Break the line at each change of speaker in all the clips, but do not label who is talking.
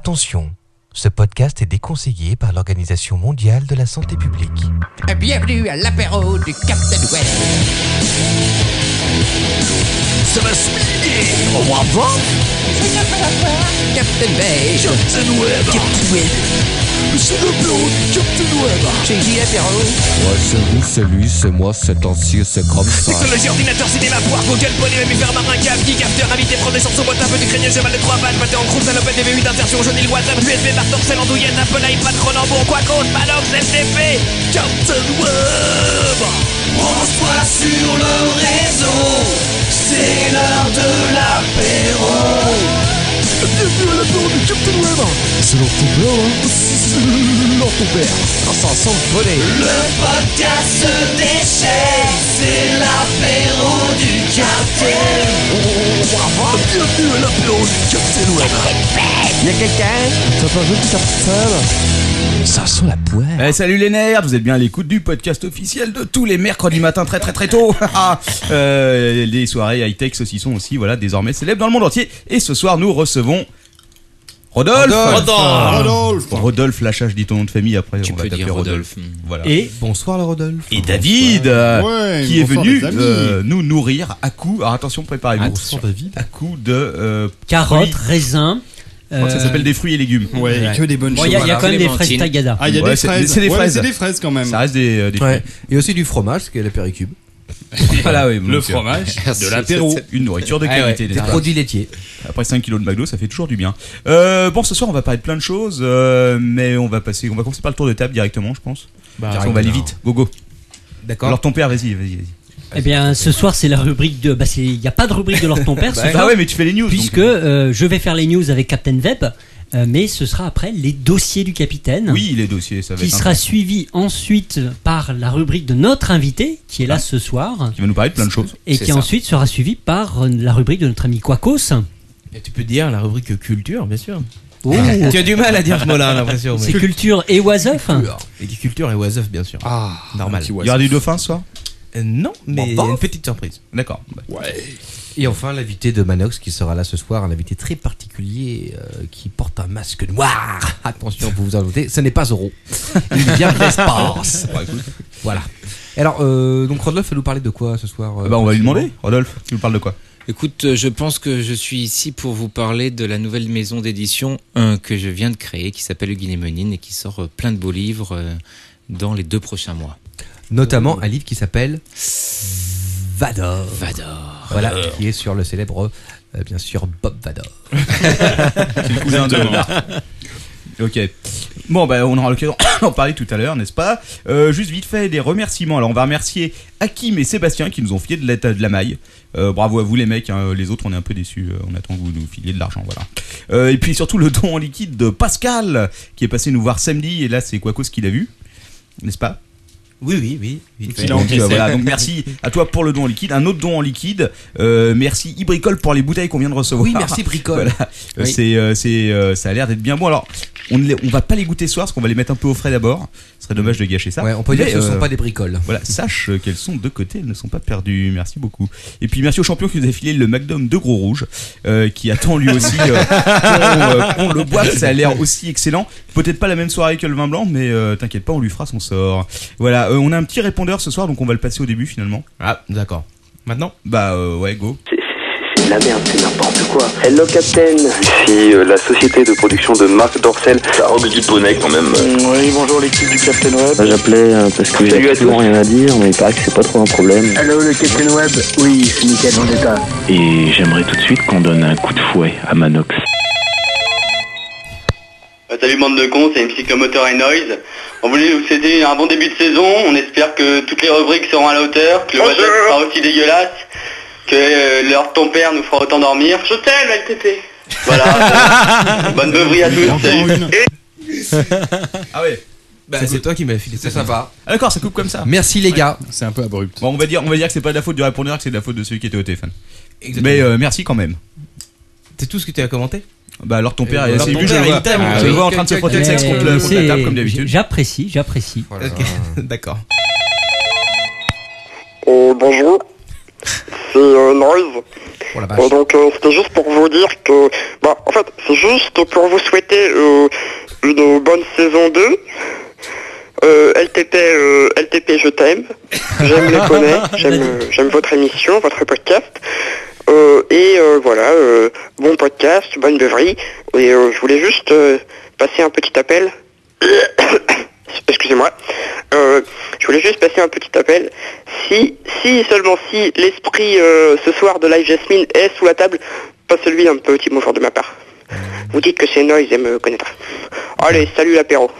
Attention, ce podcast est déconseillé par l'Organisation mondiale de la santé publique.
Bienvenue à l'apéro du Captain West.
Ça va se miner Au revoir,
Captain Bay.
Captain Web Captain Web C'est le bureau du Captain Web
Chez J. Apéro.
Ouais, c'est vous, c'est lui, c'est moi, c'est ancien, c'est comme ça.
Technologie, ordinateur, cinéma, poire, Google, poney, mammifère, marin, cave, geek, after, invité, prendre des chansons, boîte un peu du craigneux, cheval de trois balles, pâté en croûte, salopette, DV8, insertion, jaune, île, WhatsApp, USB, bar, torcelle, andouillette, Apple, iPad, Cronenbourg, Quacos, Manox, FTP Captain Web Branche-toi sur le réseau, c'est l'heure de l'apéro Bienvenue à l'apéro du Captain Web C'est leur ton père, hein C'est leur ton père le podcast se déchaîne, c'est l'apéro du capitaine. Bienvenue à l'apéro du capitaine Web.
Eh, salut les nerds, vous êtes bien à l'écoute du podcast officiel de tous les mercredis matin très très très tôt. Ah, euh, les soirées high-tech saucissons aussi, voilà, désormais célèbres dans le monde entier. Et ce soir, nous recevons Rodolphe. Rodolphe, Rodolphe Lachage dit ton nom de famille après.
Tu
on va
peux
taper
dire
Rodolphe.
Rodolphe.
Voilà. Et,
Et bonsoir le Rodolphe.
David, euh,
Ouais,
qui est
bonsoir,
venu
les amis.
euh, nous nourrir à coup. Alors attention, préparez-vous. À coup de. euh,
Carottes,
fruits.
raisins.
Je crois que
euh,
ça s'appelle des fruits et légumes.
Ouais, et que des bonnes
Bon,
choses.
il y, a- il y a
Voilà.
quand même des fraises
Clémentine.
tagada.
Ah, il y a
Ouais,
des
c'est-
fraises.
c'est des
Ouais,
fraises.
c'est des fraises quand même.
Ça reste des, euh, des fruits.
Ouais. Et aussi du fromage, qui est la péricube.
Voilà, oui, donc, euh,
fromage,
de l'apéro. Une nourriture de
Ah ouais,
qualité. n'est-ce
Des
pas
produits laitiers.
Après 5 kilos de McDo, ça fait toujours du bien. Euh, bon, ce soir, on va parler de plein de choses, euh, mais on va passer, on va commencer par le tour de table directement, je pense.
Bah,
Parce qu'on va aller vite. Go go.
D'accord.
Alors ton père, vas-y, vas-y, vas-y.
Eh bien, ce soir, c'est la rubrique de. Bah, c'est- il n'y a pas de rubrique de leur ton père ce
Bah
soir,
ouais, mais tu fais les news. donc.
puisque euh, je vais faire les news avec Captain Web, euh, mais ce sera après les dossiers du capitaine.
Oui, les dossiers, ça va.
Qui
être
sera
intense.
suivi ensuite par la rubrique de notre invité, qui est
Ah.
là ce soir,
Qui va nous parler de plein de choses.
et
C'est
qui
ça.
ensuite sera suivi par euh, la rubrique de notre ami Quacos.
Et tu peux dire la rubrique culture, bien sûr. Ah,
Oh,
Tu as du mal à dire ce mot-là, l'impression.
c'est culture et Wasoff.
Et culture et oiseuf, bien sûr.
Ah,
Normal.
petit
Il
oiseau.
y aura du dauphin ce soir
Euh, non, mais
Bon, bon.
une petite surprise.
D'accord. Bah,
Et enfin, l'invité de Manox qui sera là ce soir, un invité très particulier euh, qui porte un masque noir. Attention, vous vous en doutez, ce n'est pas Zoro. Il vient de l'espace.
bah, écoute.
Voilà. Alors, euh, donc Rodolphe va nous parler de quoi ce soir euh,
Bah, on va lui demander. Rodolphe, tu nous parles de quoi
Écoute, euh, je pense que je suis ici pour vous parler de la nouvelle maison d'édition euh, que je viens de créer, qui s'appelle Guillemonine et qui sort euh, plein de beaux livres euh, dans les deux prochains mois.
Euh.
Notamment un livre qui s'appelle Vador.
Vador.
Voilà, qui est sur le célèbre, euh, bien sûr, Bob Vador.
Ok. Bon, bah, on aura l'occasion d'en parler tout à l'heure, n'est-ce pas Euh, Juste vite fait, des remerciements. Alors, on va remercier Hakim et Sébastien qui nous ont filé de la, de la maille. Euh, bravo à vous, les mecs. hein. Les autres, on est un peu déçus. Euh, On attend que vous nous filiez de l'argent, voilà. Euh, et puis surtout, le don en liquide de Pascal qui est passé nous voir samedi. Et là, c'est Quacos qui l'a vu, n'est-ce pas
Oui, oui, oui. vite fait.
Il a
donc,
encaissé.
euh, voilà, donc merci à toi pour le don en liquide, un autre don en liquide. Euh, merci Ibricole pour les bouteilles qu'on vient de recevoir.
Oui, merci Bricole.
Voilà. Euh,
Oui.
C'est, euh, c'est, euh, ça a l'air d'être bien bon. Alors, on ne les- on va pas les goûter ce soir parce qu'on va les mettre un peu au frais d'abord. Ce serait dommage de gâcher ça.
Ouais, on peut dire
Mais,
que ce ne sont
euh,
pas des bricoles.
Voilà, sache euh, qu'elles sont de côté, elles ne sont pas perdues. Merci beaucoup. Et puis merci au champion qui nous a filé le McDom de Gros Rouge, euh, qui attend lui aussi euh, qu'on, euh, qu'on le boive. Ça a l'air aussi excellent. Peut-être pas la même soirée que le vin blanc, mais euh, t'inquiète pas, on lui fera son sort. Voilà, euh, on a un petit répondeur ce soir, donc on va le passer au début finalement.
Ah, d'accord. Maintenant
Bah euh, ouais, go.
C'est de la merde, c'est n'importe quoi. Hello Captain Ici euh, la société de production de Marc Dorcel. Ça robe du poney quand même.
Oui, bonjour l'équipe du Captain Web.
J'appelais euh, parce que
Salut
j'ai
à tous.
toujours rien à dire, mais il paraît que c'est pas trop un problème.
Allô le Captain Web Oui, c'est Michael Vendetta.
Et j'aimerais tout de suite qu'on donne un coup de fouet à Manox.
Euh, Salut bande de cons, c'est MC Motor et Noise. On voulait vous souhaiter un bon début de saison. On espère que toutes les rubriques seront à la hauteur, que le WhatsApp sera aussi dégueulasse, que euh, l'heure de ton père nous fera autant dormir. Je t'aime, LTP. Voilà. euh, bonne beuverie à tous. Salut.
Encore une.
Ah ouais.
Bah, c'est toi qui m'as filé. ça.
sympa.
Ah d'accord, ça coupe comme ça.
Merci les gars.
C'est un peu abrupt.
Bon, on va dire, on va dire que c'est pas de la faute du répondeur, que c'est de la faute de celui qui était au téléphone. Mais euh, merci quand même.
C'est tout ce que tu as commenté
Bah alors ton père,
Euh, alors,
c'est
ton
vu, je
père,
le
il
vois,
t'aime.
je
Ah
le
oui.
vois en train de se frotter le sexe contre le- contre la table comme
Mais
d'habitude.
J'apprécie, j'apprécie.
Voilà.
Ok, d'accord.
bonjour.
Euh, c'est euh, Noise.
Oh la
Euh, donc euh, c'était juste pour vous dire que, bah, en fait, c'est juste pour vous souhaiter euh, une bonne saison 2. Euh, LTP, euh, LTP, je t'aime. J'aime les poneys, j'aime, euh, j'aime votre émission, votre podcast. Euh, et euh, voilà, euh, bon podcast, bonne beuverie. Et euh, je voulais juste euh, passer un petit appel. Excusez-moi. Euh, je voulais juste passer un petit appel. Si, si et seulement si l'esprit euh, ce soir de Live Jasmine est sous la table, pas celui un petit mot fort de ma part. Vous dites que c'est Noise et me connaître. Allez, salut l'apéro.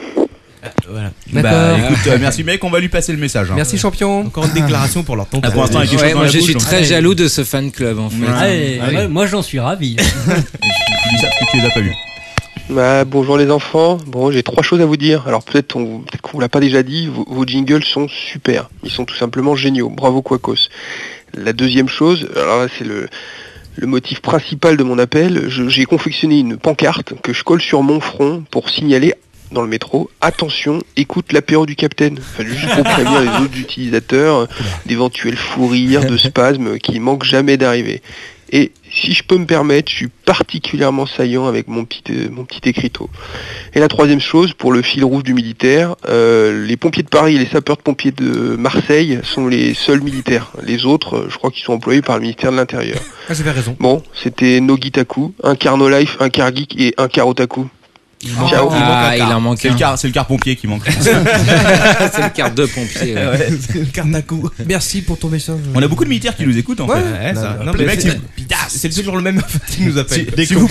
Voilà.
D'accord.
Bah, écoute, euh, merci mec, on va lui passer le message. hein.
Merci champion.
Encore une déclaration pour leur tonton.
Ah, pour l'instant, il y a quelque
Ouais,
chose dans
moi
la
je
bouche,
suis
donc.
très jaloux de ce fan club en fait.
hein. Ah
Ouais, Ah, ouais, moi j'en suis ravi.
Tu dis ça parce que tu les as pas vus.
Bah, bonjour les enfants, bon j'ai trois choses à vous dire. Alors peut-être on- peut-être qu'on vous l'a pas déjà dit, vos, vos jingles sont super. Ils sont tout simplement géniaux. Bravo Quacos. La deuxième chose, alors là, c'est le, le motif principal de mon appel, Je- j'ai confectionné une pancarte que je colle sur mon front pour signaler dans le métro, attention, écoute l'apéro du capitaine. Enfin, juste pour prévenir les autres utilisateurs euh, d'éventuels fous rires, de spasmes qui manquent jamais d'arriver. Et si je peux me permettre, je suis particulièrement saillant avec mon petit, euh, mon petit écriteau. Et la troisième chose, pour le fil rouge du militaire, euh, les pompiers de Paris et les sapeurs-pompiers de Marseille sont les seuls militaires. Les autres, euh, je crois qu'ils sont employés par le ministère de l'Intérieur.
Ah, j'avais raison.
Bon, c'était Nogitaku, un Carno Life, un Cargeek et un Karotaku.
manque-
Ciao.
Ah,
Ah,
il manque un quart. C'est le
un.
quart, c'est le quart pompier qui manque.
c'est le quart de pompier. ouais.
Carnaco.
Merci pour ton message.
On a beaucoup de militaires qui nous écoutent en
Ouais,
fait.
ouais, ça- non,
Les
mais
mecs,
c'est-
ils-
C'est toujours le même qui nous appelle.
Si- si vous-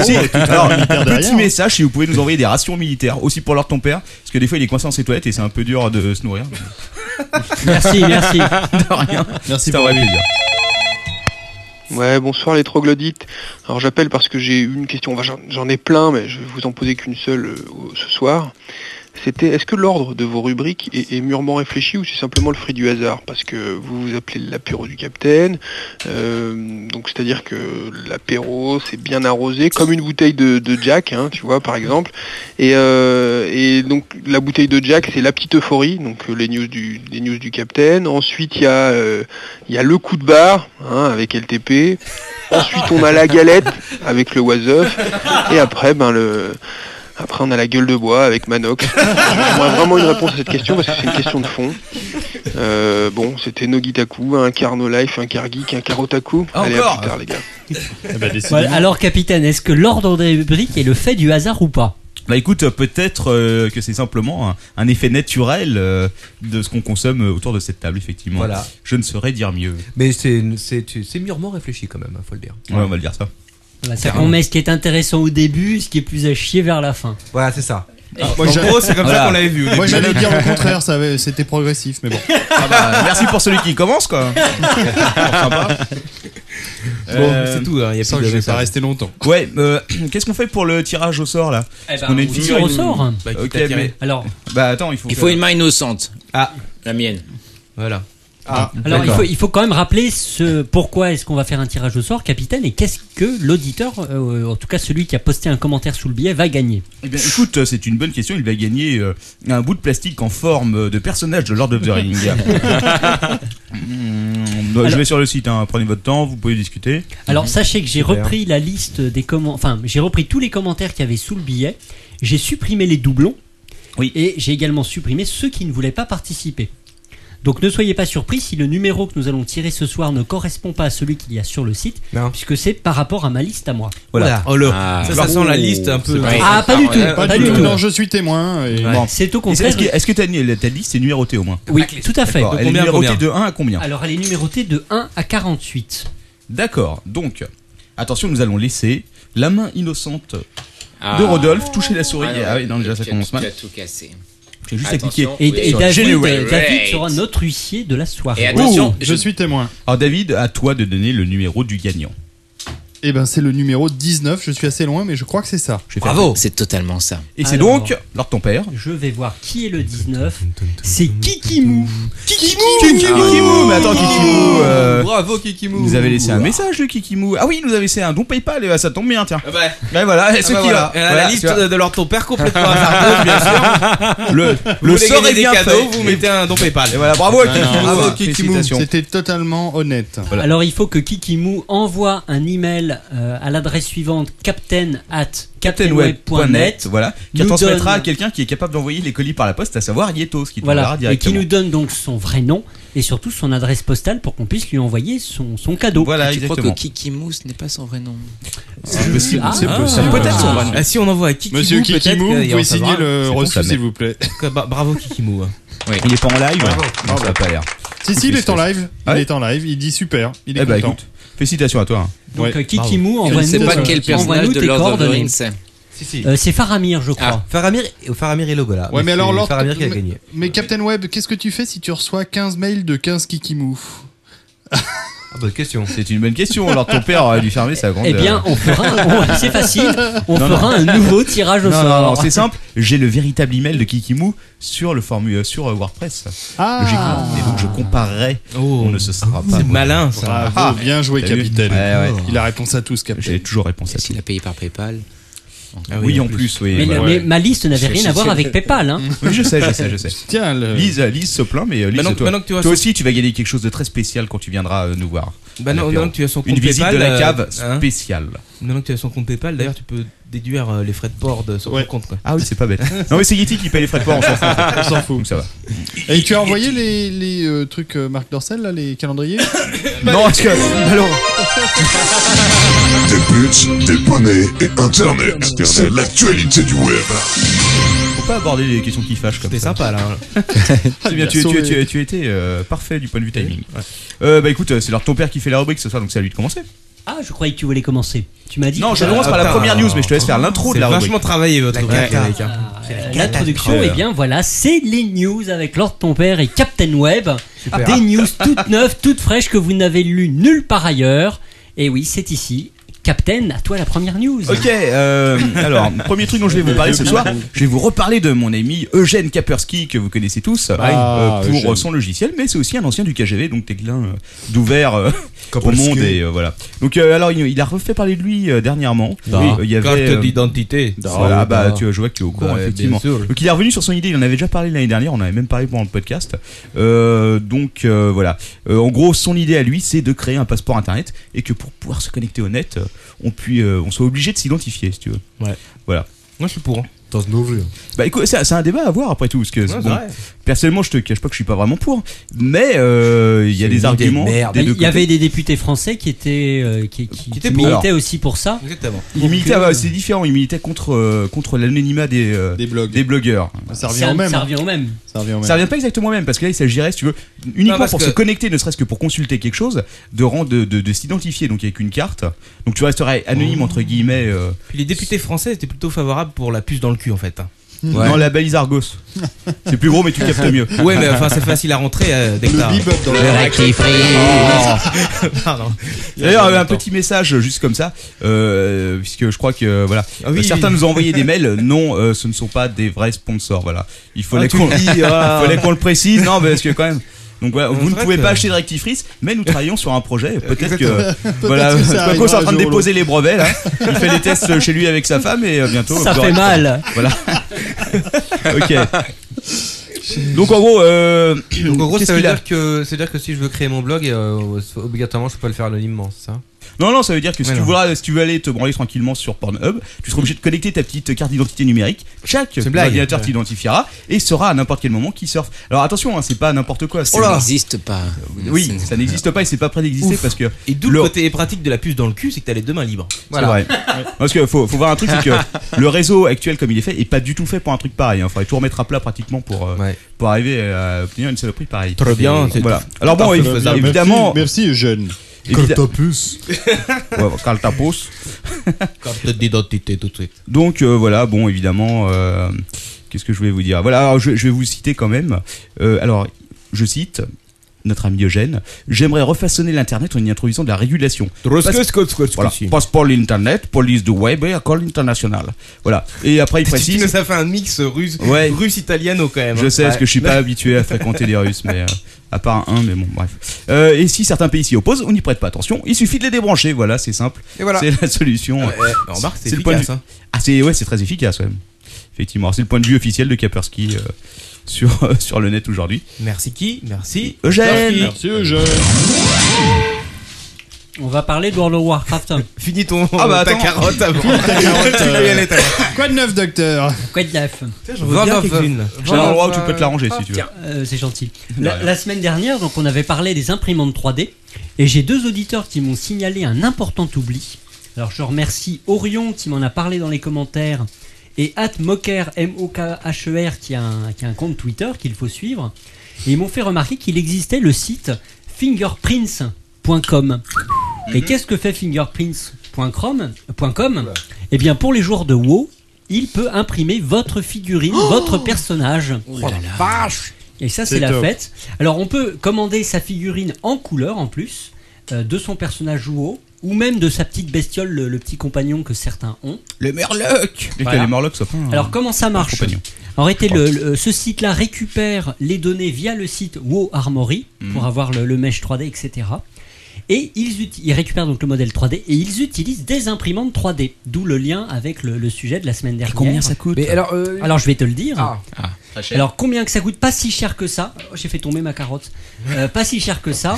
Si, alors, petit message si vous pouvez nous envoyer des rations militaires aussi pour leur ton père parce que des fois il est coincé dans ses toilettes et c'est un peu dur de se nourrir.
Merci, merci.
De rien. Merci pour plaisir.
Ouais, bonsoir les troglodytes. Alors j'appelle parce que j'ai eu une question, Enfin, j'en- j'en ai plein, mais je vais vous en poser qu'une seule euh, au- ce soir. C'était, est-ce que l'ordre de vos rubriques est, est mûrement réfléchi ou c'est simplement le fruit du hasard Parce que vous vous appelez l'apéro du capitaine, euh, donc c'est-à-dire que l'apéro c'est bien arrosé, comme une bouteille de, de Jack, hein, tu vois, par exemple. Et, euh, et donc la bouteille de Jack c'est la petite euphorie, donc euh, les news du, les news du capitaine. Ensuite il y a euh, il y a le coup de barre hein, avec LTP. Ensuite, on a la galette avec le Wasoff. Et après, ben le. Après, on a la gueule de bois avec Manox. J'aimerais vraiment une réponse à cette question parce que c'est une question de fond. Euh, bon, c'était Nogitaku, un Carno Life, un Kargeek, un Karotaku.
Ah,
Allez, à
encore
plus tard, les gars.
Ouais, alors capitaine, est-ce que l'ordre des briques est le fait du hasard ou pas
Bah écoute, euh, peut-être euh, que c'est simplement un, un effet naturel euh, de ce qu'on consomme euh, autour de cette table, effectivement.
Voilà.
Je ne saurais dire mieux.
Mais c'est c'est- c'est mûrement réfléchi quand même, hein, faut le dire.
Ouais, on va le dire ça.
C'est-à-dire qu'on met Bah, ce qui est intéressant au début, ce qui est plus à chier vers la fin.
Voilà, c'est ça.
Ah,
moi, j'ai- Voilà.
Moi j'allais dire le contraire, ça avait- c'était progressif, mais bon.
Ah bah, merci pour celui qui commence, quoi. Sympa.
Bon, c'est tout, hein, y a plus de
que je vais
message. longtemps.
Euh, Ouais, euh, qu'est-ce qu'on fait pour le tirage au sort là
Eh ben,
Parce qu'on a
on
figurine.
tire au sort. Bah, qui
Ok,
t'a tiré
mais-
Alors.
Bah attends, il faut.
Il
que-
faut une main innocente.
Ah,
la mienne.
Voilà.
Ah,
Alors il
d'accord.
faut, il faut quand même rappeler ce pourquoi est-ce qu'on va faire un tirage au sort, capitaine, et qu'est-ce que l'auditeur, euh, en tout cas celui qui a posté un commentaire sous le billet, va gagner.
Eh bien, écoute, euh, c'est une bonne question. Il va gagner euh, un bout de plastique en forme euh, de personnage de Lord of the Rings. Mm, bah, Je
Alors-
vais sur le site, hein. prenez votre temps, vous pouvez discuter.
Alors sachez que j'ai
Super.
repris la liste des comment, enfin j'ai repris tous les commentaires qu'il y avait sous le billet, j'ai supprimé les doublons, et j'ai également supprimé ceux qui ne voulaient pas participer. Donc ne soyez pas surpris si le numéro que nous allons tirer ce soir ne correspond pas à celui qu'il y a sur le site, puisque c'est par rapport à ma liste à moi.
Voilà. Oh, le-
Ah.
ça, ça sent la liste un peu.
Ah pas du tout, pas, du tout.
je suis témoin.
Euh,
Ouais. C'est au contraire-
Est-ce que, est-ce que t'as une- ta liste est numérotée au moins
Oui, tout à fait.
Ah, D'accord. Elle est numérotée de 1 à combien
Alors elle est numérotée de 1 à 48.
D'accord, donc attention, nous allons laisser la main innocente
Ah.
de Rodolphe toucher la souris.
Ah,
Ah, oui, non, déjà ça
tu as-
commence mal.
Tu as tout cassé.
J'ai juste
Attention,
appliqué.
oui.
Et, et David,
Generate.
David sera notre huissier de la soirée.
attention,
suis témoin.
Alors David, à toi de donner le numéro du gagnant.
Eh ben, c'est le numéro 19. Je suis assez loin, mais je crois que c'est ça.
Bravo C'est totalement ça.
Et c'est donc
Lord ton père.
Je vais voir qui est le 19. C'est Kikimou.
Kikimou Kikimou Ah, Mais attends, Kikimou euh,
Bravo, Kikimou.
Il nous avait laissé un message, le Kikimou. Ah oui, il nous avait laissé un don PayPal, et bah, ça tombe bien, tiens. Ouais, voilà,
Ah
et ceux
bah
qui
voilà.
l'ont.
Elle a
Voilà,
la
tu
liste
vois.
de leur ton père complètement hasardeuse, bien sûr.
Le,
Vous
le
voulez
sort
gagner
est
des
bien
cadeaux,
fait.
vous mettez un don PayPal.
Et voilà, bravo à Kikimou.
Bravo, Kikimou.
Félicitations.
C'était totalement honnête.
Alors il faut que Kikimou envoie un email euh, à l'adresse suivante captain at
CaptainWeb.net, voilà, qui
nous
transmettra
donne-
à quelqu'un qui est capable d'envoyer les colis par la poste, à savoir Yetos, qui te
Voilà, et qui
directement.
nous donne donc son vrai nom et surtout son adresse postale pour qu'on puisse lui envoyer son, son cadeau.
Et Ah, tu crois que Kikimou, ce n'est pas son vrai nom
C'est possible,
Ah,
c'est
ah,
possible.
Peut-être son
Ah.
vrai nom.
Ah, si on envoie à Kikimou,
Monsieur
peut-être
Kikimou,
qu'il y
vous
a- on
pouvez
sauvera.
signer le
C'est pour
reçu,
sa mère.
s'il vous plaît.
Quoi, bah, Bravo, Kikimou. hein.
Il est pas en live
Bravo.
Non, ça a pas l'air.
Si, si, il est en live.
Ah
Il
ouais
est en live. Il dit super. Il est
Eh bah
content.
écoute, félicitations à toi. hein.
Donc
Ouais.
euh, Kikimou,
Bravo.
envoie-nous
Je ne sais pas quel
envoie-nous
personnage de
tes
Lord of the
coordonnées.
Rings c'est. Si, si.
Euh, c'est Faramir, je crois.
Ah,
Faramir, Faramir et
Ah,
Logola.
Ouais, mais alors,
c'est
Lord-
Faramir qui a
mais-
gagné.
Mais Captain Web, qu'est-ce que tu fais si tu reçois 15 mails de 15 Kikimou
Ah, bonne question.
C'est une bonne question. Alors ton père aurait dû fermer sa grande.
Eh bien, on fera un- on- c'est facile, on fera un nouveau tirage au
Non, non,
sort.
non, c'est simple. J'ai le véritable email de Kikimou sur le formu- euh, sur euh, WordPress.
Ah.
Logiquement. Et donc je comparerai. on ne se sera Oh, pas.
C'est malin, ça.
Ah,
Bravo, bien joué,
t'as vu
capitaine.
Ouais, ouais.
Il a réponse à tous, Capitaine.
J'ai toujours réponse à Ah
tout. Il a payé par PayPal.
oui, en plus, oui.
Mais, le-
voilà.
mais ma liste n'avait rien à voir avec PayPal. Hein.
Oui, je sais, je sais, je sais.
Tiens,
Lise, Lise se plaint, mais euh, Lise,
Maintenant-
toi,
maintenant que tu vois
toi
son-
aussi, tu vas gagner quelque chose de très spécial quand tu viendras euh, nous voir.
Bah
À
non,
l'apéro.
non, tu as son compte
Une visite
PayPal,
de la
euh,
cave
hein.
spéciale.
Maintenant que tu as son compte PayPal, d'ailleurs, tu peux déduire euh, les frais de port de son compte. Quoi.
Ah oui, c'est pas bête. non, mais c'est Yeti qui paye les frais de port, on s'en fout.
On s'en fout.
Donc ça va.
Et tu as envoyé les, les, euh, trucs euh, Marc Dorcel, là, les calendriers
Non, parce que. Alors.
Des buts, des poneys et Internet. C'est l'actualité du web.
Faut pas aborder les questions qui fâchent comme ça.
sympa là. hein.
C'est bien, tu, tu- tu- tu étais euh, parfait du point de vue timing. Euh, bah écoute, euh, c'est leur ton père qui fait la rubrique ce soir, donc c'est à lui de commencer.
Ah, je croyais que tu voulais commencer. Tu m'as dit.
Non,
que-
je
euh,
commence par la
Ah,
première news, mais je te laisse faire l'intro de la rubrique.
travaillé votre
rubrique, Eric, hein.
Ah, euh, L'introduction, et bien voilà, c'est les news avec Lord Ton Père et Captain Web.
Super.
Des news toutes neuves, toutes fraîches que vous n'avez lues nulle part ailleurs. Et oui, c'est ici. Captain, à toi la première news.
Ok, euh, alors, premier truc dont je vais vous parler ce soir, je vais vous reparler de mon ami Eugène Kapersky, que vous connaissez tous,
Ah,
euh, pour
Eugène.
son logiciel, mais c'est aussi un ancien du KGB, donc t'es glin euh, d'ouvert euh, au
Kapersky.
monde et euh, voilà. Donc, euh, alors, il, il a refait parler de lui euh, dernièrement.
Da.
Oui, euh, il y avait.
Bah, Carte
euh,
d'identité. Da.
Voilà, bah, tu, je vois que tu es au courant,
Bah, bien
effectivement.
sûr.
Donc, il est revenu sur son idée, il en avait déjà parlé l'année dernière, on en avait même parlé pendant le podcast. Euh, donc, euh, voilà. Euh, en gros, son idée à lui, c'est de créer un passeport internet et que pour pouvoir se connecter au net, euh, on, puis, euh, on soit obligé de s'identifier, si tu veux.
Ouais.
Voilà.
Moi, je suis pour. hein.
Bah écoute, c'est c'est un débat à voir après tout, parce que
c'est
bon,
vrai.
personnellement, je te cache pas que je suis pas vraiment pour, mais euh, il y a des arguments. des deux
Il y
côtés.
avait des députés français qui étaient euh, qui, qui- qui
étaient pour.
militaient
Alors.
aussi pour ça. euh,
Exactement.
Il militait, ah bah, c'est différent, il militait contre, euh, contre l'anonymat des, euh, des blogueurs.
Ça
Ça,
hein.
ça revient au même.
Ça revient au
hein. Ça revient pas exactement au même parce que là il s'agirait, si tu veux, uniquement
Non, parce
pour
que-
se connecter, ne serait-ce que pour consulter quelque chose, de rendre, de, de- de s'identifier donc avec une carte. Donc tu resterais anonyme entre guillemets. euh,
Puis les députés français étaient plutôt favorables pour la puce dans le cul en fait. hein.
dans la balise Argos. C'est plus gros mais tu captes mieux.
Ouais, mais enfin, c'est facile à rentrer euh, dès que t'as.
bebop dans Le la-
Oh. Pardon.
D'ailleurs, un petit message euh, juste comme ça, euh, puisque je crois que euh, voilà,
Ah oui,
Euh, certains
oui.
nous ont envoyé des mails. Non, euh, ce ne sont pas des vrais sponsors. Voilà, il fallait
Ah, tu
qu'on
le dis, ah.
il fallait qu'on le précise. Non, mais parce que quand même. Donc voilà,
Ouais, c'est
vous ne
vrai
pouvez
que- Euh,
pas acheter de rectifrice, mais nous travaillons sur un projet. Peut-être que
Exactement.
voilà,
Peut-être que ça
Paco est en
arrivera
train de
un jour ou
déposer les brevets là. Il fait les tests chez lui avec sa femme et euh, bientôt.
Ça
vous
fait
aurez-
mal.
Voilà. ok. Donc en gros, euh,
Donc, en gros,
qu'est-ce
ça veut,
qu'il a
dire que, ça veut dire que si je veux créer mon blog, euh, obligatoirement, je peux pas le faire anonymement, c'est ça
Non, non, ça veut dire que si,
Ouais,
tu,
non.
voudras- si tu veux aller te branler tranquillement sur Pornhub, tu seras obligé de connecter ta petite carte d'identité numérique. Chaque
une blague.
ordinateur
Ouais.
t'identifiera et sera à n'importe quel moment qui surfe. Alors attention, hein, c'est pas n'importe quoi. c'est-
Ça n'existe pas.
Euh, Oui, ça n'existe pas et c'est pas prêt d'exister
Ouf.
parce que.
Et d'où
Le-
le côté pratique de la puce dans le cul, c'est que t'as les deux mains libres.
C'est vrai. Parce que faut, faut voir un truc, c'est que le réseau actuel comme il est fait est pas du tout fait pour un truc pareil. Il faudrait tout remettre à plat pratiquement pour, euh, pour arriver à obtenir une saloperie pareille.
Très bien, c'est
Voilà.
tout-
Alors
tout
bon,
à fait
évi-
faisable.
évidemment.
Merci, jeune.
Évida-
Cartapus.
Ouais, Cartapus.
Carte d'identité tout de suite.
Donc euh, voilà, bon évidemment, euh, qu'est-ce que je voulais vous dire Voilà, alors, je, je vais vous citer quand même. Euh, alors, je cite. notre ami Eugène, j'aimerais refaçonner l'Internet en y introduisant de la régulation.
Troscos,
Parce-
cos, cos, cos,
Voilà.
cos.
Passeport l'Internet, police du web et accord international. Voilà. Et après, il précise.
Ça fait un mix russe,
Ouais.
russe italiano quand même. hein.
Je sais, parce
Ouais.
que je suis pas habitué à fréquenter les Russes, mais euh, à part un, mais bon, bref. Euh, et si certains pays s'y opposent, on n'y prête pas attention. Il suffit de les débrancher, voilà, c'est simple.
Et voilà.
C'est la solution.
Ouais, ouais, remarque, c'est
le point de
efficace, hein.
vue- Ah, c'est ouais, c'est très efficace, ouais. Effectivement, Alors, c'est le point de vue officiel de Kapersky euh, sur euh, sur le net aujourd'hui.
Merci qui Merci
Eugène.
Merci Eugène.
On va parler de World of Warcraft.
Finis ton
Ah bah, ta attends. carotte avant. Finis ta carotte,
Tu
euh.
peux y aller, ta carotte.
Quoi de neuf, docteur
Quoi de neuf
j'en veux bien quelques-unes, là.
J'ai un endroit où tu peux te l'arranger, si tu veux.
Tiens, euh, c'est gentil.
De
La,
rien.
la semaine dernière, donc, on avait parlé des imprimantes 3D et j'ai deux auditeurs qui m'ont signalé un important oubli. Alors je remercie Orion qui m'en a parlé dans les commentaires et Atmoker M-O-K-H-E-R E qui a un, qui a un compte Twitter qu'il faut suivre. Et ils m'ont fait remarquer qu'il existait le site fingerprints.com. Et qu'est-ce que fait fingerprints.com .com Eh bien, pour les joueurs de WoW, il peut imprimer votre figurine, votre personnage.
Oh
Et ça, c'est
C'est
la
top.
fête. Alors, on peut commander sa figurine en couleur, en plus, euh, de son personnage WoW, ou même de sa petite bestiole, le, le petit compagnon que certains ont.
Le Murloc Et que les Murlocs soient pas un- hein.
Alors, comment ça
un
marche
compagnon.
En réalité, le- le- ce site-là récupère les données via le site WoW Armory pour
Mhm.
avoir le, le mesh 3D, etc. Et ils, uti- ils récupèrent donc le modèle 3D et ils utilisent des imprimantes 3D, d'où le lien avec le, le sujet de la semaine dernière.
combien ça coûte Mais alors, euh,
Alors, je vais te le dire.
Ah. Ah, pas cher.
Alors combien que ça coûte Pas si cher que ça. Oh, J'ai fait tomber ma carotte. Euh, pas si cher que ça. Euh,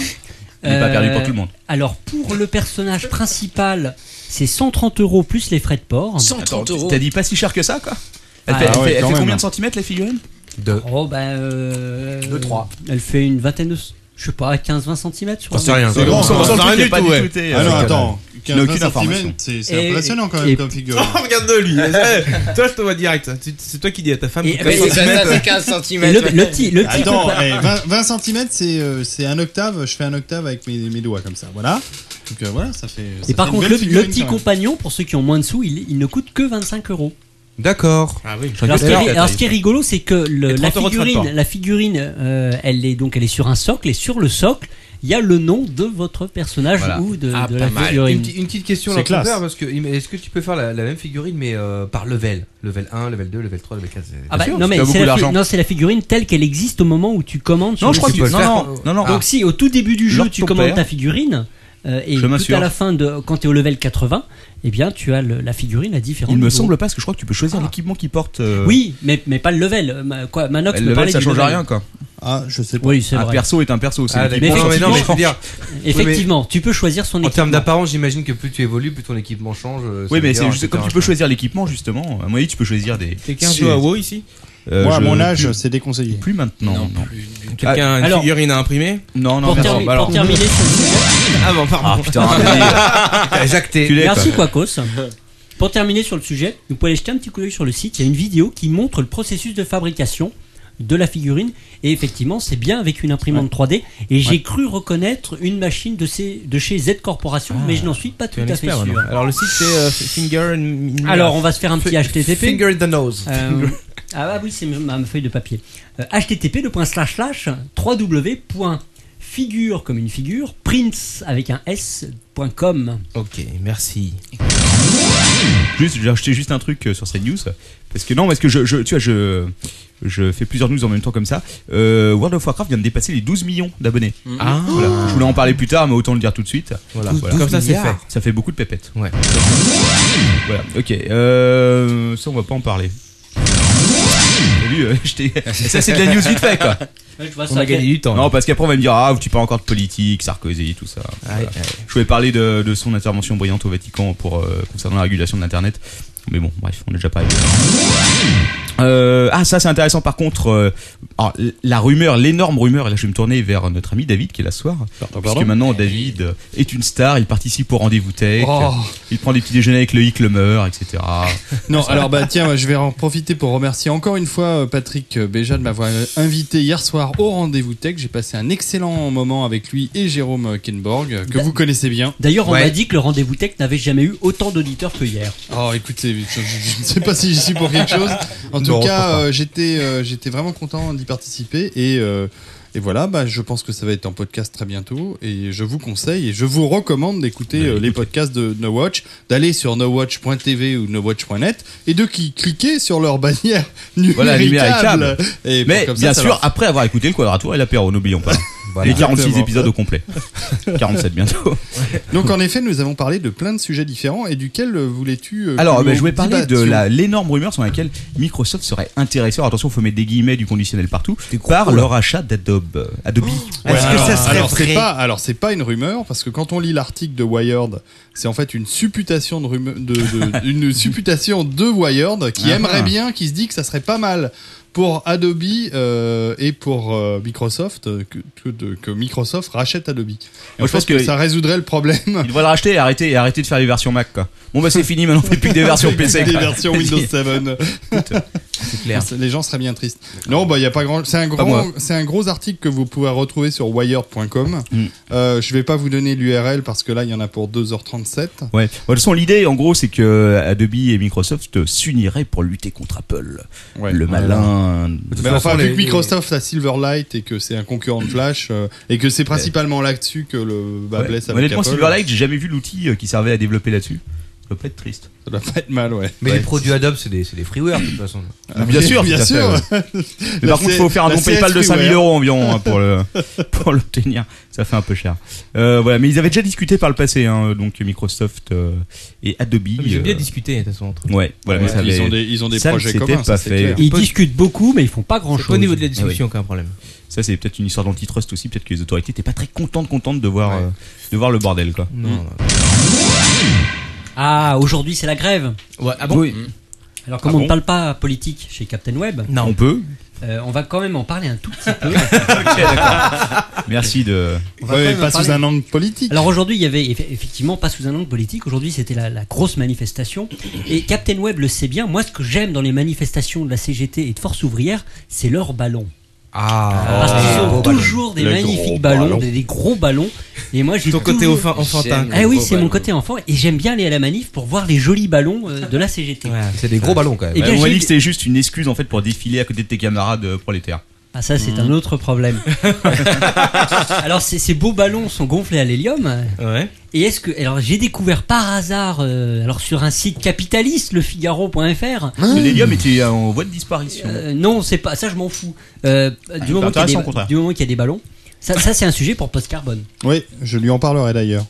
Il est pas perdu pour tout le monde.
Alors pour le personnage principal, c'est 130 euros plus les frais de port.
Attends, T'as dit pas si cher que ça, quoi Elle
Ah,
fait, elle
ouais,
fait- elle
quand
fait
même.
combien de centimètres la figurine
Deux.
Oh bah euh... trois. Elle fait une vingtaine de... Je sais pas, 15-20 cm sur
J'en sais rien. C'est grand, on s'en rend rien du tout, ouais.
euh,
Ah non, attends, 15-20 centimètres,
c'est- c'est impressionnant quand même comme figure.
Oh, regarde-le lui. Eh, toi, je te vois direct. Tu- C'est toi qui dis à ta femme.
Et-
que
mais- ça,
15
ça,
centimètres.
c'est
15 centimètres, Le- ouais. le petit- le petit
Attends,
compa-
eh, 20, 20 cm c'est euh, c'est un octave. Je fais un octave avec mes, mes doigts comme ça. Voilà. Donc euh, voilà, ça fait. ça
Et par
fait une
contre,
belle
le,
figurine
le petit
quand même.
compagnon, pour ceux qui ont moins de sous, il, il ne coûte que 25 euros.
D'accord.
Ah oui.
Alors, ce qui est,
D'accord.
alors, ce qui est rigolo, c'est que le-
Et
la
30 euros de frais de
figurine,
port.
la figurine, euh, elle est donc elle est sur un socle et sur le socle, il y a le nom de votre personnage
Voilà.
ou de,
Ah,
de
pas
la
mal.
figurine.
Une, petite- une petite question,
C'est
là,
classe.
parce que est-ce que tu peux faire la, la même figurine mais euh, par level, level 1, level 2, level 3, level 4
Ah bah, non mais c'est la, fi- non, c'est la figurine telle qu'elle existe au moment où tu commandes. sur
Non,
le
je crois
site.
qu'il- non, non, non, non.
Donc
Ah.
si au tout début du jeu
Lord
tu
ton
commandes
père.
ta figurine euh, et
Je
tout
m'assure.
à la fin de quand tu es au level 80, eh bien tu as le- la figurine à différents
Il me
niveaux.
semble pas, parce que je crois que tu peux choisir l'équipement qui porte. euh,
Ah. Oui, mais, mais pas le level. Euh, ma- Quoi, Manox
Le
me
level,
parlait
ça
du
change
level.
rien, quoi.
Ah, je sais
pas. Oui, c'est
Un
vrai.
perso est un perso, c'est
Ah,
l'équipement.
d'accord.
Non, mais non, mais je veux
effectivement,
dire-
effectivement, tu peux choisir son
En termes
équipement.
d'apparence, j'imagine que plus tu évolues, plus ton équipement change. euh, ça
Oui, mais
veut
c'est
dire,
juste
etc.
comme tu peux choisir l'équipement, justement. À mon avis, tu peux choisir des.
Quelqu'un joue à WoW ici
Euh,
Moi, à
je-
mon âge,
plus-
c'est déconseillé.
Plus maintenant. Non,
Quelqu'un
Ah,
a une
Alors-
figurine à imprimer
Non, non,
Pour
non.
termi-
bah alors-
pour terminer sur le sujet- Ah bon, pardon.
Ah putain, merde.
T'as jacté.
Tu l'es,
Merci
quoi.
Quacos. Pour terminer sur le sujet, vous pouvez aller jeter un petit coup d'œil sur le site. Il y a une vidéo qui montre le processus de fabrication de la figurine. Et effectivement, c'est bien avec une imprimante 3D. Et j'ai
Ouais.
cru reconnaître une machine de, ces- de chez Z Corporation, mais je n'en suis pas tout
T'es Ah, un
à fait
expert,
sûr.
maintenant. Alors le site c'est euh, Finger and-
Alors, on va se faire un petit
Fi-
HTTP.
Finger in the nose.
Euh, ah bah oui, c'est ma ma feuille de papier. Euh, http le point slash slash www.figure comme une figure prince avec un s.com.
Ok, merci.
Juste, j'ai acheté juste un truc euh, sur cette news. Parce que non, parce que je, je- tu vois, je, je fais plusieurs news en même temps comme ça. Euh, World of Warcraft vient de dépasser les 12 millions d'abonnés.
Mhm. Ah.
Voilà. Je voulais en parler plus tard, mais autant le dire tout de suite. Voilà,
Douze-
voilà.
douze Comme ça, c'est milliards. fait.
Ça fait beaucoup de pépettes.
Ouais.
Voilà, ok. Euh, ça, on va pas en parler. T'as vu, euh, je t'ai- ça, c'est de la news vite fait, quoi.
Ouais, je vois ça, ok.
Non, parce qu'après, on va me dire Ah, tu parles encore de politique, Sarkozy, tout ça. Voilà. Je voulais parler de, de son intervention brillante au Vatican pour, euh, concernant la régulation de l'Internet. Mais bon, bref, on est déjà parlé. Euh, ah, ça, c'est intéressant. Par contre, euh, alors, la rumeur, l'énorme rumeur, et là, je vais me tourner vers notre ami David qui est là ce soir. parce que
pardon
maintenant, David est une star, il participe au rendez-vous tech,
Oh.
il prend des petits déjeuners avec le hic, le meur, etc.
Non,
Ça-
alors bah tiens, moi, je vais en profiter pour remercier encore une fois euh, Patrick euh, Béja de m'avoir euh, invité hier soir au rendez-vous tech. J'ai passé un excellent moment avec lui et Jérôme euh, Kenborg, euh, que
Da-
vous connaissez bien.
D'ailleurs, on m'a dit que le rendez-vous tech n'avait jamais eu autant d'auditeurs que hier.
Oh, écoutez, je, je ne sais pas si j'y suis pour quelque chose. En tout
Non, je crois
cas,
pas.
euh, j'étais, euh, j'étais vraiment content d'y participer et. euh, et Et voilà, bah, je pense que ça va être en podcast très bientôt. Et je vous conseille et je vous recommande
Bah,
d'écouter euh, les podcasts de No Watch, d'aller sur nowatch.tv ou nowatch.net et de qui- cliquer sur leur bannière
Voilà, numéricable.
Et
Mais
comme ça,
bien
ça
sûr,
leur-
après avoir écouté le Quadratour et l'apéro, n'oublions pas.
Voilà.
Les 46
Exactement.
épisodes au complet. 47 bientôt.
Donc en effet, nous avons parlé de plein de sujets différents et duquel euh, voulais-tu euh,
Alors,
que
ben,
nous
je voulais parler de
débattions
la- l'énorme rumeur sur laquelle Microsoft serait intéressé. Alors, attention, faut mettre des guillemets du conditionnel partout. Par leur achat d'Adobe. Adobe.
Oh, Ouais, alors- alors, c'est pas, Alors c'est pas une rumeur parce que quand on lit l'article de Wired, c'est en fait une supputation de rumeur, de, de- une supputation de Wired qui
Ah.
aimerait bien, qui se dit que ça serait pas mal pour Adobe euh, et pour euh, Microsoft euh, que, que de- que Microsoft rachète Adobe. Et en
Moi, je
fait,
pense que-
ça résoudrait le problème.
Ils devraient le racheter et arrêter, et arrêter de faire les versions Mac, quoi. Bon, bah, c'est fini, maintenant, on fait plus que des versions PC.
des
quoi.
versions
Vas-y.
Windows 7.
c'est clair.
Les gens seraient bien tristes. Non, bah il y a pas grand. C'est un
Pas
grand.
moi.
C'est un gros article que vous pouvez retrouver sur wired.com. Euh, je vais pas vous donner l'URL parce que là il y en a pour 2h37.
Ouais. De toute façon, l'idée, en gros, c'est que Adobe et Microsoft s'uniraient pour lutter contre Apple. le malin.
Mais enfin, vu que Microsoft a Silverlight et que c'est un concurrent de Flash euh, et que c'est principalement là-dessus que le bas
Ouais.
blesse avec
Honnêtement,
Apple.
Silverlight, j'ai jamais vu l'outil euh, qui servait à développer là-dessus. Ça doit pas être triste.
Ça doit pas être mal, ouais.
Mais
Ouais.
les produits Adobe, c'est des, c'est des freeware de toute façon.
Ah, bien sûr, tout à fait, ouais. Mais par contre, il faut faire un don PayPal de 5000 euros environ hein, pour le pour l'obtenir. Ça fait un peu cher. Euh, voilà, mais ils avaient déjà discuté par le passé, hein, donc Microsoft euh, et Adobe.
Ah,
Ils ont bien
euh,
discuté, de toute façon, entre eux.
Ouais, voilà, mais ça
ils
avait-
ont des- ils ont des
ça ne
projets
s'était
communs, ça,
pas
c'est
fait.
clair.
Ils discutent beaucoup, mais ils font pas grand-chose.
C'est
Ah oui.
qu'un problème. Ça, c'est peut-être une histoire d'antitrust aussi. Peut-être que les autorités n'étaient pas très contentes, contentes de voir, euh, de voir le bordel, quoi. Hmm.
Non. Ah, aujourd'hui c'est la grève.
Ouais, ah bon
Oui. Alors comme
Ah
on
bon
ne parle pas politique chez Captain Web,
Non. On peut.
euh, on va quand même en parler un tout petit peu.
Merci de.
On va quand même en parler. Alors aujourd'hui, il y avait eff- effectivement pas sous un angle politique. Aujourd'hui, c'était la, la grosse manifestation. Et Captain Web le sait bien. Moi, ce que j'aime dans les manifestations de la CGT et de Force Ouvrière, c'est leurs ballons.
hein.
Ah,
Parce qu'ils
oh,
ont
ballons.
toujours des
Les gros
magnifiques ballons,
ballons.
Des, des gros ballons. Et moi, j'ai
Ton côté
toujours-
enfant- enfantin.
Ah
Les
oui,
gros
c'est mon
ballons.
côté enfant. Et j'aime bien aller à la manif pour voir les jolis ballons euh, de la CGT.
c'est des gros ballons, quand même.
Eh bien,
on m'a
j'ai-
dit que c'était juste une excuse en fait pour défiler à côté de tes camarades euh, prolétaires.
Ah ça
Hmm.
c'est un autre problème. alors ces, ces beaux ballons sont gonflés à l'hélium. Et est-ce que alors j'ai découvert par hasard euh, alors sur un site capitaliste le Figaro.fr.
Ah.
Le L'hélium était en voie de disparition. Ah,
Euh, non c'est pas ça je m'en fous. Euh,
c'est
du, moment qu'il y a des-
intéressant, au contraire.
du moment qu'il y a des ballons. Ça, ça, c'est un sujet pour Post Carbone.
Oui, je lui en parlerai d'ailleurs.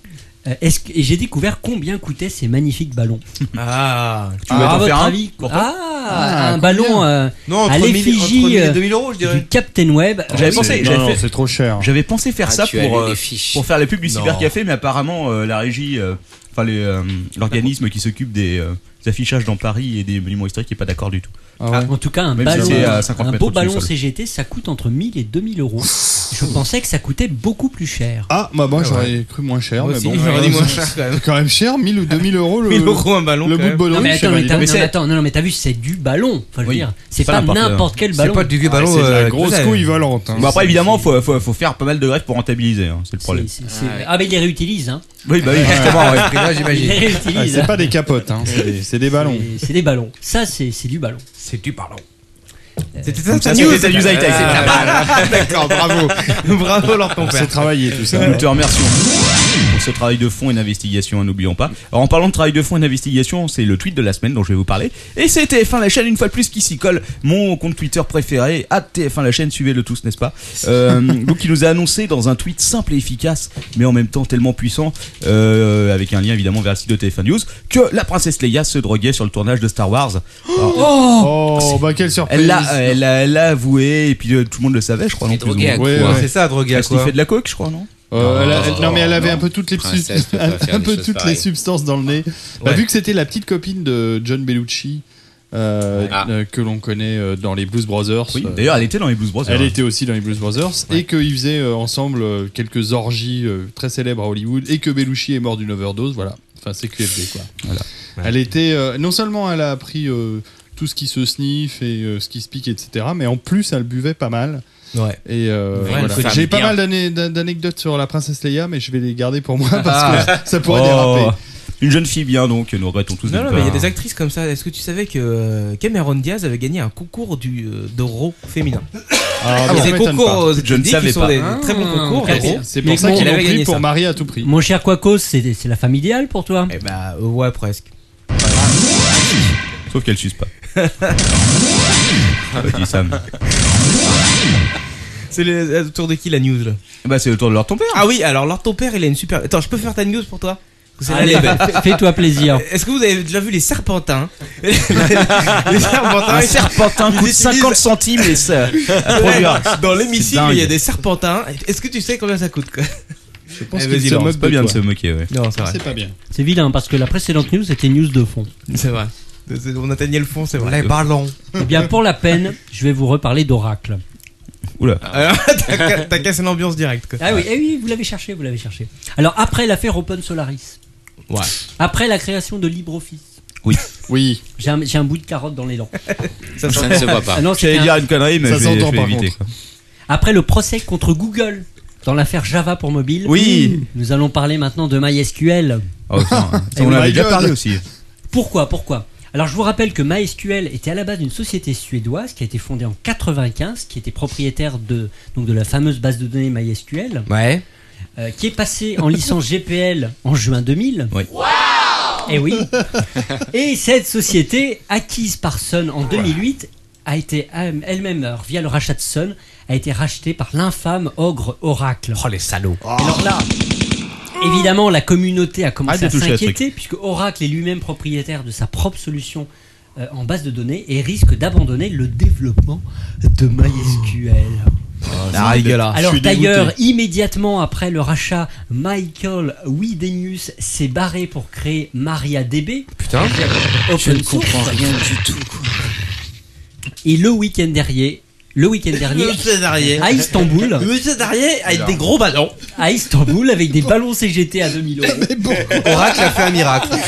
Euh, est-ce que- et j'ai découvert combien coûtaient ces magnifiques ballons.
Ah,
Tu veux à votre avis
pour
Ah,
toi
un
combien
ballon euh,
Non, entre
à
1000 entre 1000
l'effigie
et
euh,
2000 euros, je dirais.
du Captain Web.
Ah
Ah
J'avais pensé, j'avais fait-
trop cher.
J'avais pensé faire
Ah,
ça
tu as lu
pour, euh,
les fiches.
pour faire la pub du
Non.
cybercafé, mais apparemment euh, la régie, euh, enfin les, euh, l'organisme qui s'occupe des, euh, des affichages dans Paris et des monuments historiques n'est pas d'accord du tout.
Ah
Ah, En tout cas, un,
Même
ballon,
si c'est à 50
un
mètres
beau
au-dessus
ballon
du sol.
CGT, ça coûte entre 1000 et 2000 euros. Je pensais que ça coûtait beaucoup plus cher.
Ah, bah moi j'aurais cru moins cher,
Moi
mais
aussi,
bon.
j'aurais dit moins cher,
quand même. quand même cher, 1000 ou 2000 euros le.
1000
euros un ballon,
Le bout de ballon.
non mais
je sais
attends,
pas,
mais
dis
t'as, non,
donc.
mais attends, non, non, mais t'as vu, c'est du ballon. Enfin, je veux
Oui.
dire, c'est pas
Pas n'importe quel.
n'importe quel
euh, C'est
ballon.
pas du vieux ballon,
Ah, C'est de la
euh,
grosse
de la-
couille volante. hein.
Bon, après évidemment, faut, faut, faut faire pas mal de grèves pour rentabiliser, hein, c'est le problème.
C'est- c'est- Ah, mais il les réutilise, hein.
Oui, bah oui, justement, ouais, Frida, j'imagine.
Il les réutilise,
Ah, c'est
hein.
pas des capotes, hein, c'est des- c'est des ballons.
C'est- C'est des ballons. Ça, c'est, c'est du ballon. Euh,
C'est du ballon.
C'était
ça, ta news. Ah,
D'accord, bravo.
bravo, leur
On s'est travaillé tout ça.
Nous te remercions pour ce travail de fond et d'investigation, hein, n'oublions pas. Alors, en parlant de travail de fond et d'investigation, c'est le tweet de la semaine dont je vais vous parler. Et c'est TF1 la chaîne, une fois de plus, qui s'y colle. Mon compte Twitter préféré, à TF1 la chaîne, suivez-le tous, n'est-ce pas Euh, Donc, il nous a annoncé dans un tweet simple et efficace, mais en même temps tellement puissant, euh, avec un lien évidemment vers le site de TF1 News, que la princesse Leia se droguait sur le tournage de Star Wars. Alors,
Oh, bah quelle surprise.
elle l'a, elle l'a, elle l'a avoué, et puis euh, tout le monde le savait, je crois. non, plus ou
droguée à quoi
moins.
Ouais, ouais.
C'est ça, droguée à
Parce
quoi
qu'il fait de la coke, je crois, non
Euh, elle a- elle-
Oh,
non mais elle avait
non.
un peu toutes les,
Princesse
subs-
peut pas faire
un
des
peu
choses
toutes les
pareilles.
substances dans le nez. Bah,
Ouais.
vu que c'était la petite copine de John Bellucci euh, euh, que l'on connaît euh, dans les Blues Brothers.
Ah. Oui,
euh,
d'ailleurs, elle était dans les Blues Brothers. hein.
Elle était aussi dans les Blues Brothers et qu'ils faisaient euh, ensemble euh, quelques orgies euh, très célèbres à Hollywood et que Bellucci est mort d'une overdose. Voilà, enfin c'est QFD quoi.
Voilà.
Elle était euh, non seulement elle a appris euh, tout ce qui se sniffe et euh, ce qui se pique etc. Mais en plus elle buvait pas mal.
Ouais.
Et euh,
Ouais,
voilà.
une femme
j'ai pas
bien.
mal d'ane- d'an- d'anecdotes sur la princesse Leia, mais je vais les garder pour moi parce que
Ah.
ça pourrait
Oh.
déraper.
Une jeune fille bien, donc, nous regrettons tous
Non,
de
non,
ne
mais il y a
pas-
des actrices comme ça. Est-ce que tu savais que euh, Cameron Diaz avait gagné un concours du, euh, de rôt féminin
Ah bon, ça
C'est des
m'étonne
concours
pas.
aux États-Unis qui sont des très bons concours. de rôt. Mais bon, il avait gagné ça.
marier à tout prix.
Mon cher Quacos, c'est c'est la famille idéale pour toi
Eh bah, ouais, presque.
Sauf qu'elle suce pas. Petit
euh.
Sam.
C'est le autour de qui la news là
Bah c'est autour de leur ton père.
Ah oui, alors Lord ton père, il a une super. Attends, je peux faire ta news pour toi Vous savez,
Allez,
les-
fais- fais-toi plaisir.
Est-ce que vous avez déjà vu les serpentins Les serpentins,
Un
ils-
serpentin
ils
coûte
utilisent-
50 centimes, les sœurs,
Ah,
à produire.
Ouais, Dans
C'est
l'hémicycle,
dingue.
il y a des serpentins. Est-ce que tu sais combien ça coûte quoi Eh, Je
Eh,
pense
qu'ils se moquent de toi.
Non, c'est vrai.
pas bien.
C'est vilain parce que la précédente news était news de fond.
C'est vrai. C'est- On atteignait le fond, c'est vrai.
Les ballons. Eh bien, pour la peine, je vais vous reparler d'Oracle.
Oula.
Alors, t'as ca- T'as cassé l'ambiance directe. quoi.
Ah oui, eh oui, vous l'avez cherché, vous l'avez cherché. Alors après l'affaire Open Solaris,
Ouais.
après la création de LibreOffice.
Oui.
Oui.
J'ai un, j'ai un bout de carotte dans Ah les dents.
Ça Ça ne se voit pas. J'allais
c'était
dire une connerie, mais Ça je vais- s'entend, je vais par éviter, contre. quoi.
Après le procès contre Google dans l'affaire Java pour mobile.
Oui.
Mmh, Nous allons parler maintenant de MySQL.
Oh, putain. Ça,
Eh
on
oui.
en avait déjà parlé aussi.
Pourquoi Pourquoi Alors je vous rappelle que MySQL était à la base une société suédoise qui a été fondée en 95, qui était propriétaire de donc de la fameuse base de données MySQL.
Ouais.
Euh, qui est passée en licence GPL en juin 2000.
Oui.
Et Eh oui. Et cette société acquise par Sun en 2008 a été euh, elle-même alors, via le rachat de Sun a été rachetée par l'infâme ogre Oracle.
Oh les salauds.
Alors là, Ah. Évidemment, la communauté a commencé
Arrête de
à
toucher à ce
s'inquiéter puisque Oracle est lui-même propriétaire de sa propre solution euh, en base de données et risque d'abandonner le développement de MySQL.
Oh. la rigolade.
Alors
Ah, Je suis
d'ailleurs,
dégoûté.
immédiatement après le rachat, Michael Widenius s'est barré pour créer MariaDB.
Putain.
Je ne comprends rien du tout.
Et le week-end dernier, le week-end dernier,
Monsieur Darrier.
à Istanbul,
Monsieur Darrier avec des gros ballons.
à Istanbul avec des ballons CGT à 2000 euros.
Oracle a fait un miracle.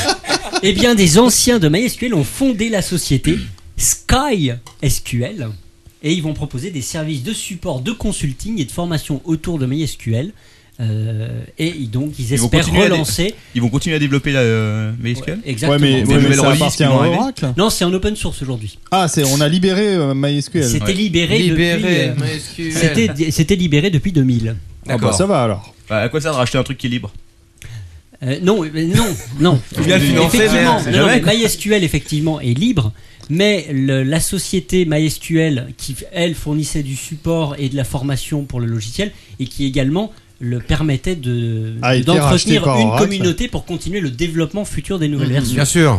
Eh bien, des anciens de MySQL ont fondé la société Sky SQL et ils vont proposer des services de support, de consulting et de formation autour de MySQL. Euh, et ils- donc, ils
vont
espèrent
continuer à dé-
relancer.
Ils vont continuer à développer la euh, MySQL
Exactement.
mais mais ça appartient à Oracle
Non, c'est en open source aujourd'hui.
Ah, c'est on a libéré euh, MySQL.
C'était libéré, depuis. euh, c'était- C'était libéré depuis 2000.
D'accord. bah, ça va, alors.
à quoi ça de racheter un truc qui est libre
Euh, non, mais non, non.
Tu viens de financer,
Effectivement,
merde, c'est
non, non,
jamais,
mais
quoi.
MySQL effectivement est libre, mais le- la société MySQL qui elle fournissait du support et de la formation pour le logiciel et qui également le permettait de
Ah,
A été racheté
d'entretenir
par
une
Oracle.
communauté pour continuer le développement futur des
Mhm,
nouvelles versions.
Bien
sûr.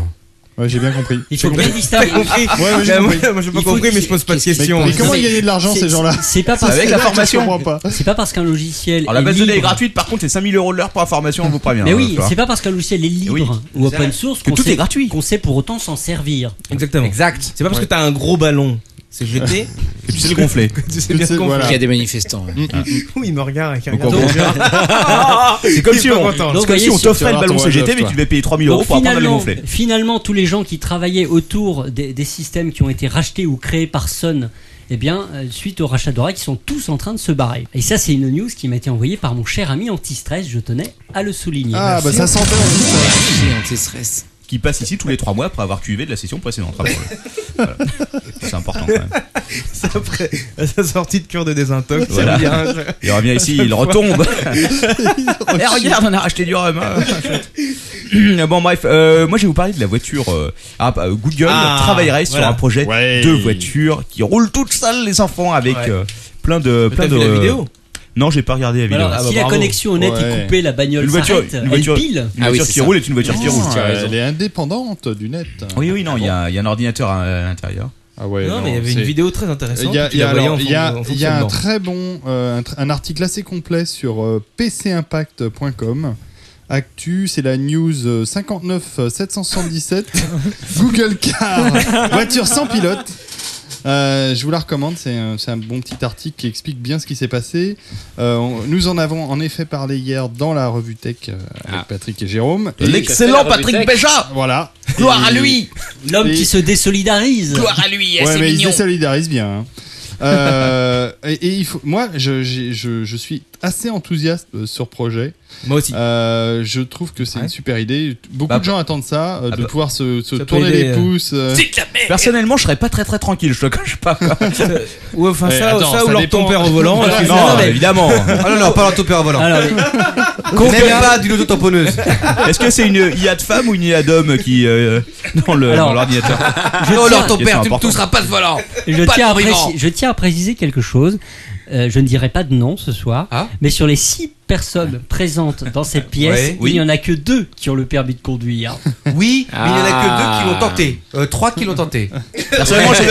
Ouais, j'ai bien compris.
Il faut
J'ai
bien
compris.
distinguer.
T'as compris
Ouais, ouais, j'ai
Bah,
compris.
moi, moi, j'ai pas
Il faut
compris,
dire-
mais je pose pas de
qu'est-ce-
questions. Mais comment ils gagnent de l'argent, ces
c'est-
gens-là
C'est pas parce
Avec
que-
la formation.
C'est pas parce qu'un logiciel
Alors la
est
base de données est
libre-
gratuite, par contre c'est 5000 euros de l'heure pour la formation, on vous prévient.
Mais
hein,
oui,
tu vois.
c'est pas parce qu'un logiciel est libre
Oui,
ou
c'est vrai.
open source
Que
qu'on
tout
sait-
est gratuit.
qu'on sait pour autant s'en servir.
Exactement. Exact. C'est pas parce que t'as un gros ballon CGT
Que tu sais le gonfler.
que tu sais
Que
bien
tu sais-
le gonfler.
voilà. Qu'il y a des
manifestants, hein. ouais.
Mm, mm, mm. Oui, il me regarde avec un
Donc,
regard de
en gros-
genre.
C'est comme
Il est
si
pas
on-
content.
Donc, comme si on t'offrait le ballon CGT, mais tu devais payer 3000 euros
Donc,
pour apprendre à le
finalement-
gonfler.
Finalement, tous les gens qui travaillaient autour des, des systèmes qui ont été rachetés ou créés par Sun, eh bien, euh, suite au rachat d'Oracle, ils sont tous en train de se barrer. Et ça, c'est une news qui m'a été envoyée par mon cher ami anti-stress, je tenais à le souligner.
Ah, bah, ça sentait
hein,
stress
Qui passe ici tous les 3 mois après avoir cuvé de la session précédente. rappelons-le. Voilà. C'est important quand même.
C'est après à sa sortie de cure de désintox. ça
Voilà.
revient.
Il revient ici, il retombe. Eh, regarde, on a racheté du rhum. hein.
hein.
bon, bref, euh, moi je vais vous parler de la voiture. euh, ah, bah, Google
Ah,
travaillerait sur
voilà.
un projet
Ouais.
de voiture qui roule toute seule, les enfants, avec
Ouais.
euh, plein de.
Mais
Plein
t'as
de
vu la vidéo
Non, j'ai pas regardé la vidéo.
Ah,
Alors, si
bah,
la connexion honnête est Ouais. coupée, la bagnole
bah, Une voiture,
s'arrête,
une
elle
voiture,
pile.
une
Ah oui,
voiture
c'est
qui
ça.
roule est une voiture qui
Non,
roule. tu as raison.
Elle est indépendante du net.
Oui, oui, non, il y, a il y a un ordinateur à l'intérieur.
Ah ouais.
Non, mais il y avait une
c'est-
vidéo très intéressante.
Il y a,
tu
il y a-
la voyais en
alors, il y a-
fon- en
il y a un
fonctionnement.
très bon, euh, un, tr- un article assez complet sur euh, pcimpact.com. Actu, c'est la news euh, 59 euh, 777. Google Car, voiture sans pilote. Euh, je vous la recommande, c'est un, c'est un bon petit article qui explique bien ce qui s'est passé. Euh, on- nous en avons en effet parlé hier dans la revue Tech euh, avec Patrick et Jérôme. Et-
L'excellent Patrick Béja
Voilà.
Gloire à
Et-
lui
L'homme
Et-
qui se désolidarise.
ouais, mais il se désolidarise bien. hein. Euh, et, et il faut, moi, je, j'ai- je- je suis assez enthousiaste euh, sur projet. Moi aussi. je trouve que c'est une super idée. Beaucoup
Bah,
de gens attendent ça, euh,
ah
de
bah,
pouvoir se, se
ça peut
tourner
aider,
les
euh,
pouces. euh.
Personnellement, je serais pas très très tranquille, je te cache pas. quoi.
Ou enfin,
Ouais,
ça,
attends,
ça, ou
ça
leur
dépend.
ton père au volant. parce que-
Non,
mais-
évidemment.
Ah non, non, pas leur ton père au volant.
Alors,
Compte
Même
pas
pas d'une auto-tamponneuse.
Est-ce que c'est une IA de femme ou une IA d'homme qui euh, dans le-
Alors,
dans l'ordinateur
je
Non,
tiens-
leur ton père, tu ne tousseras
pas de volant.
Je
Pas de
tiens, à
brigand.
préci- je tiens à préciser quelque chose. Euh, je ne dirai pas de nom ce soir, mais sur les six personnes présentes dans cette pièce,
Ouais. Oui.
il n'y en a que deux qui ont le permis de conduire.
Oui, mais il n'y en a que deux qui l'ont tenté.
Ah.
Euh, trois qui l'ont tenté.
Personnellement, j'ai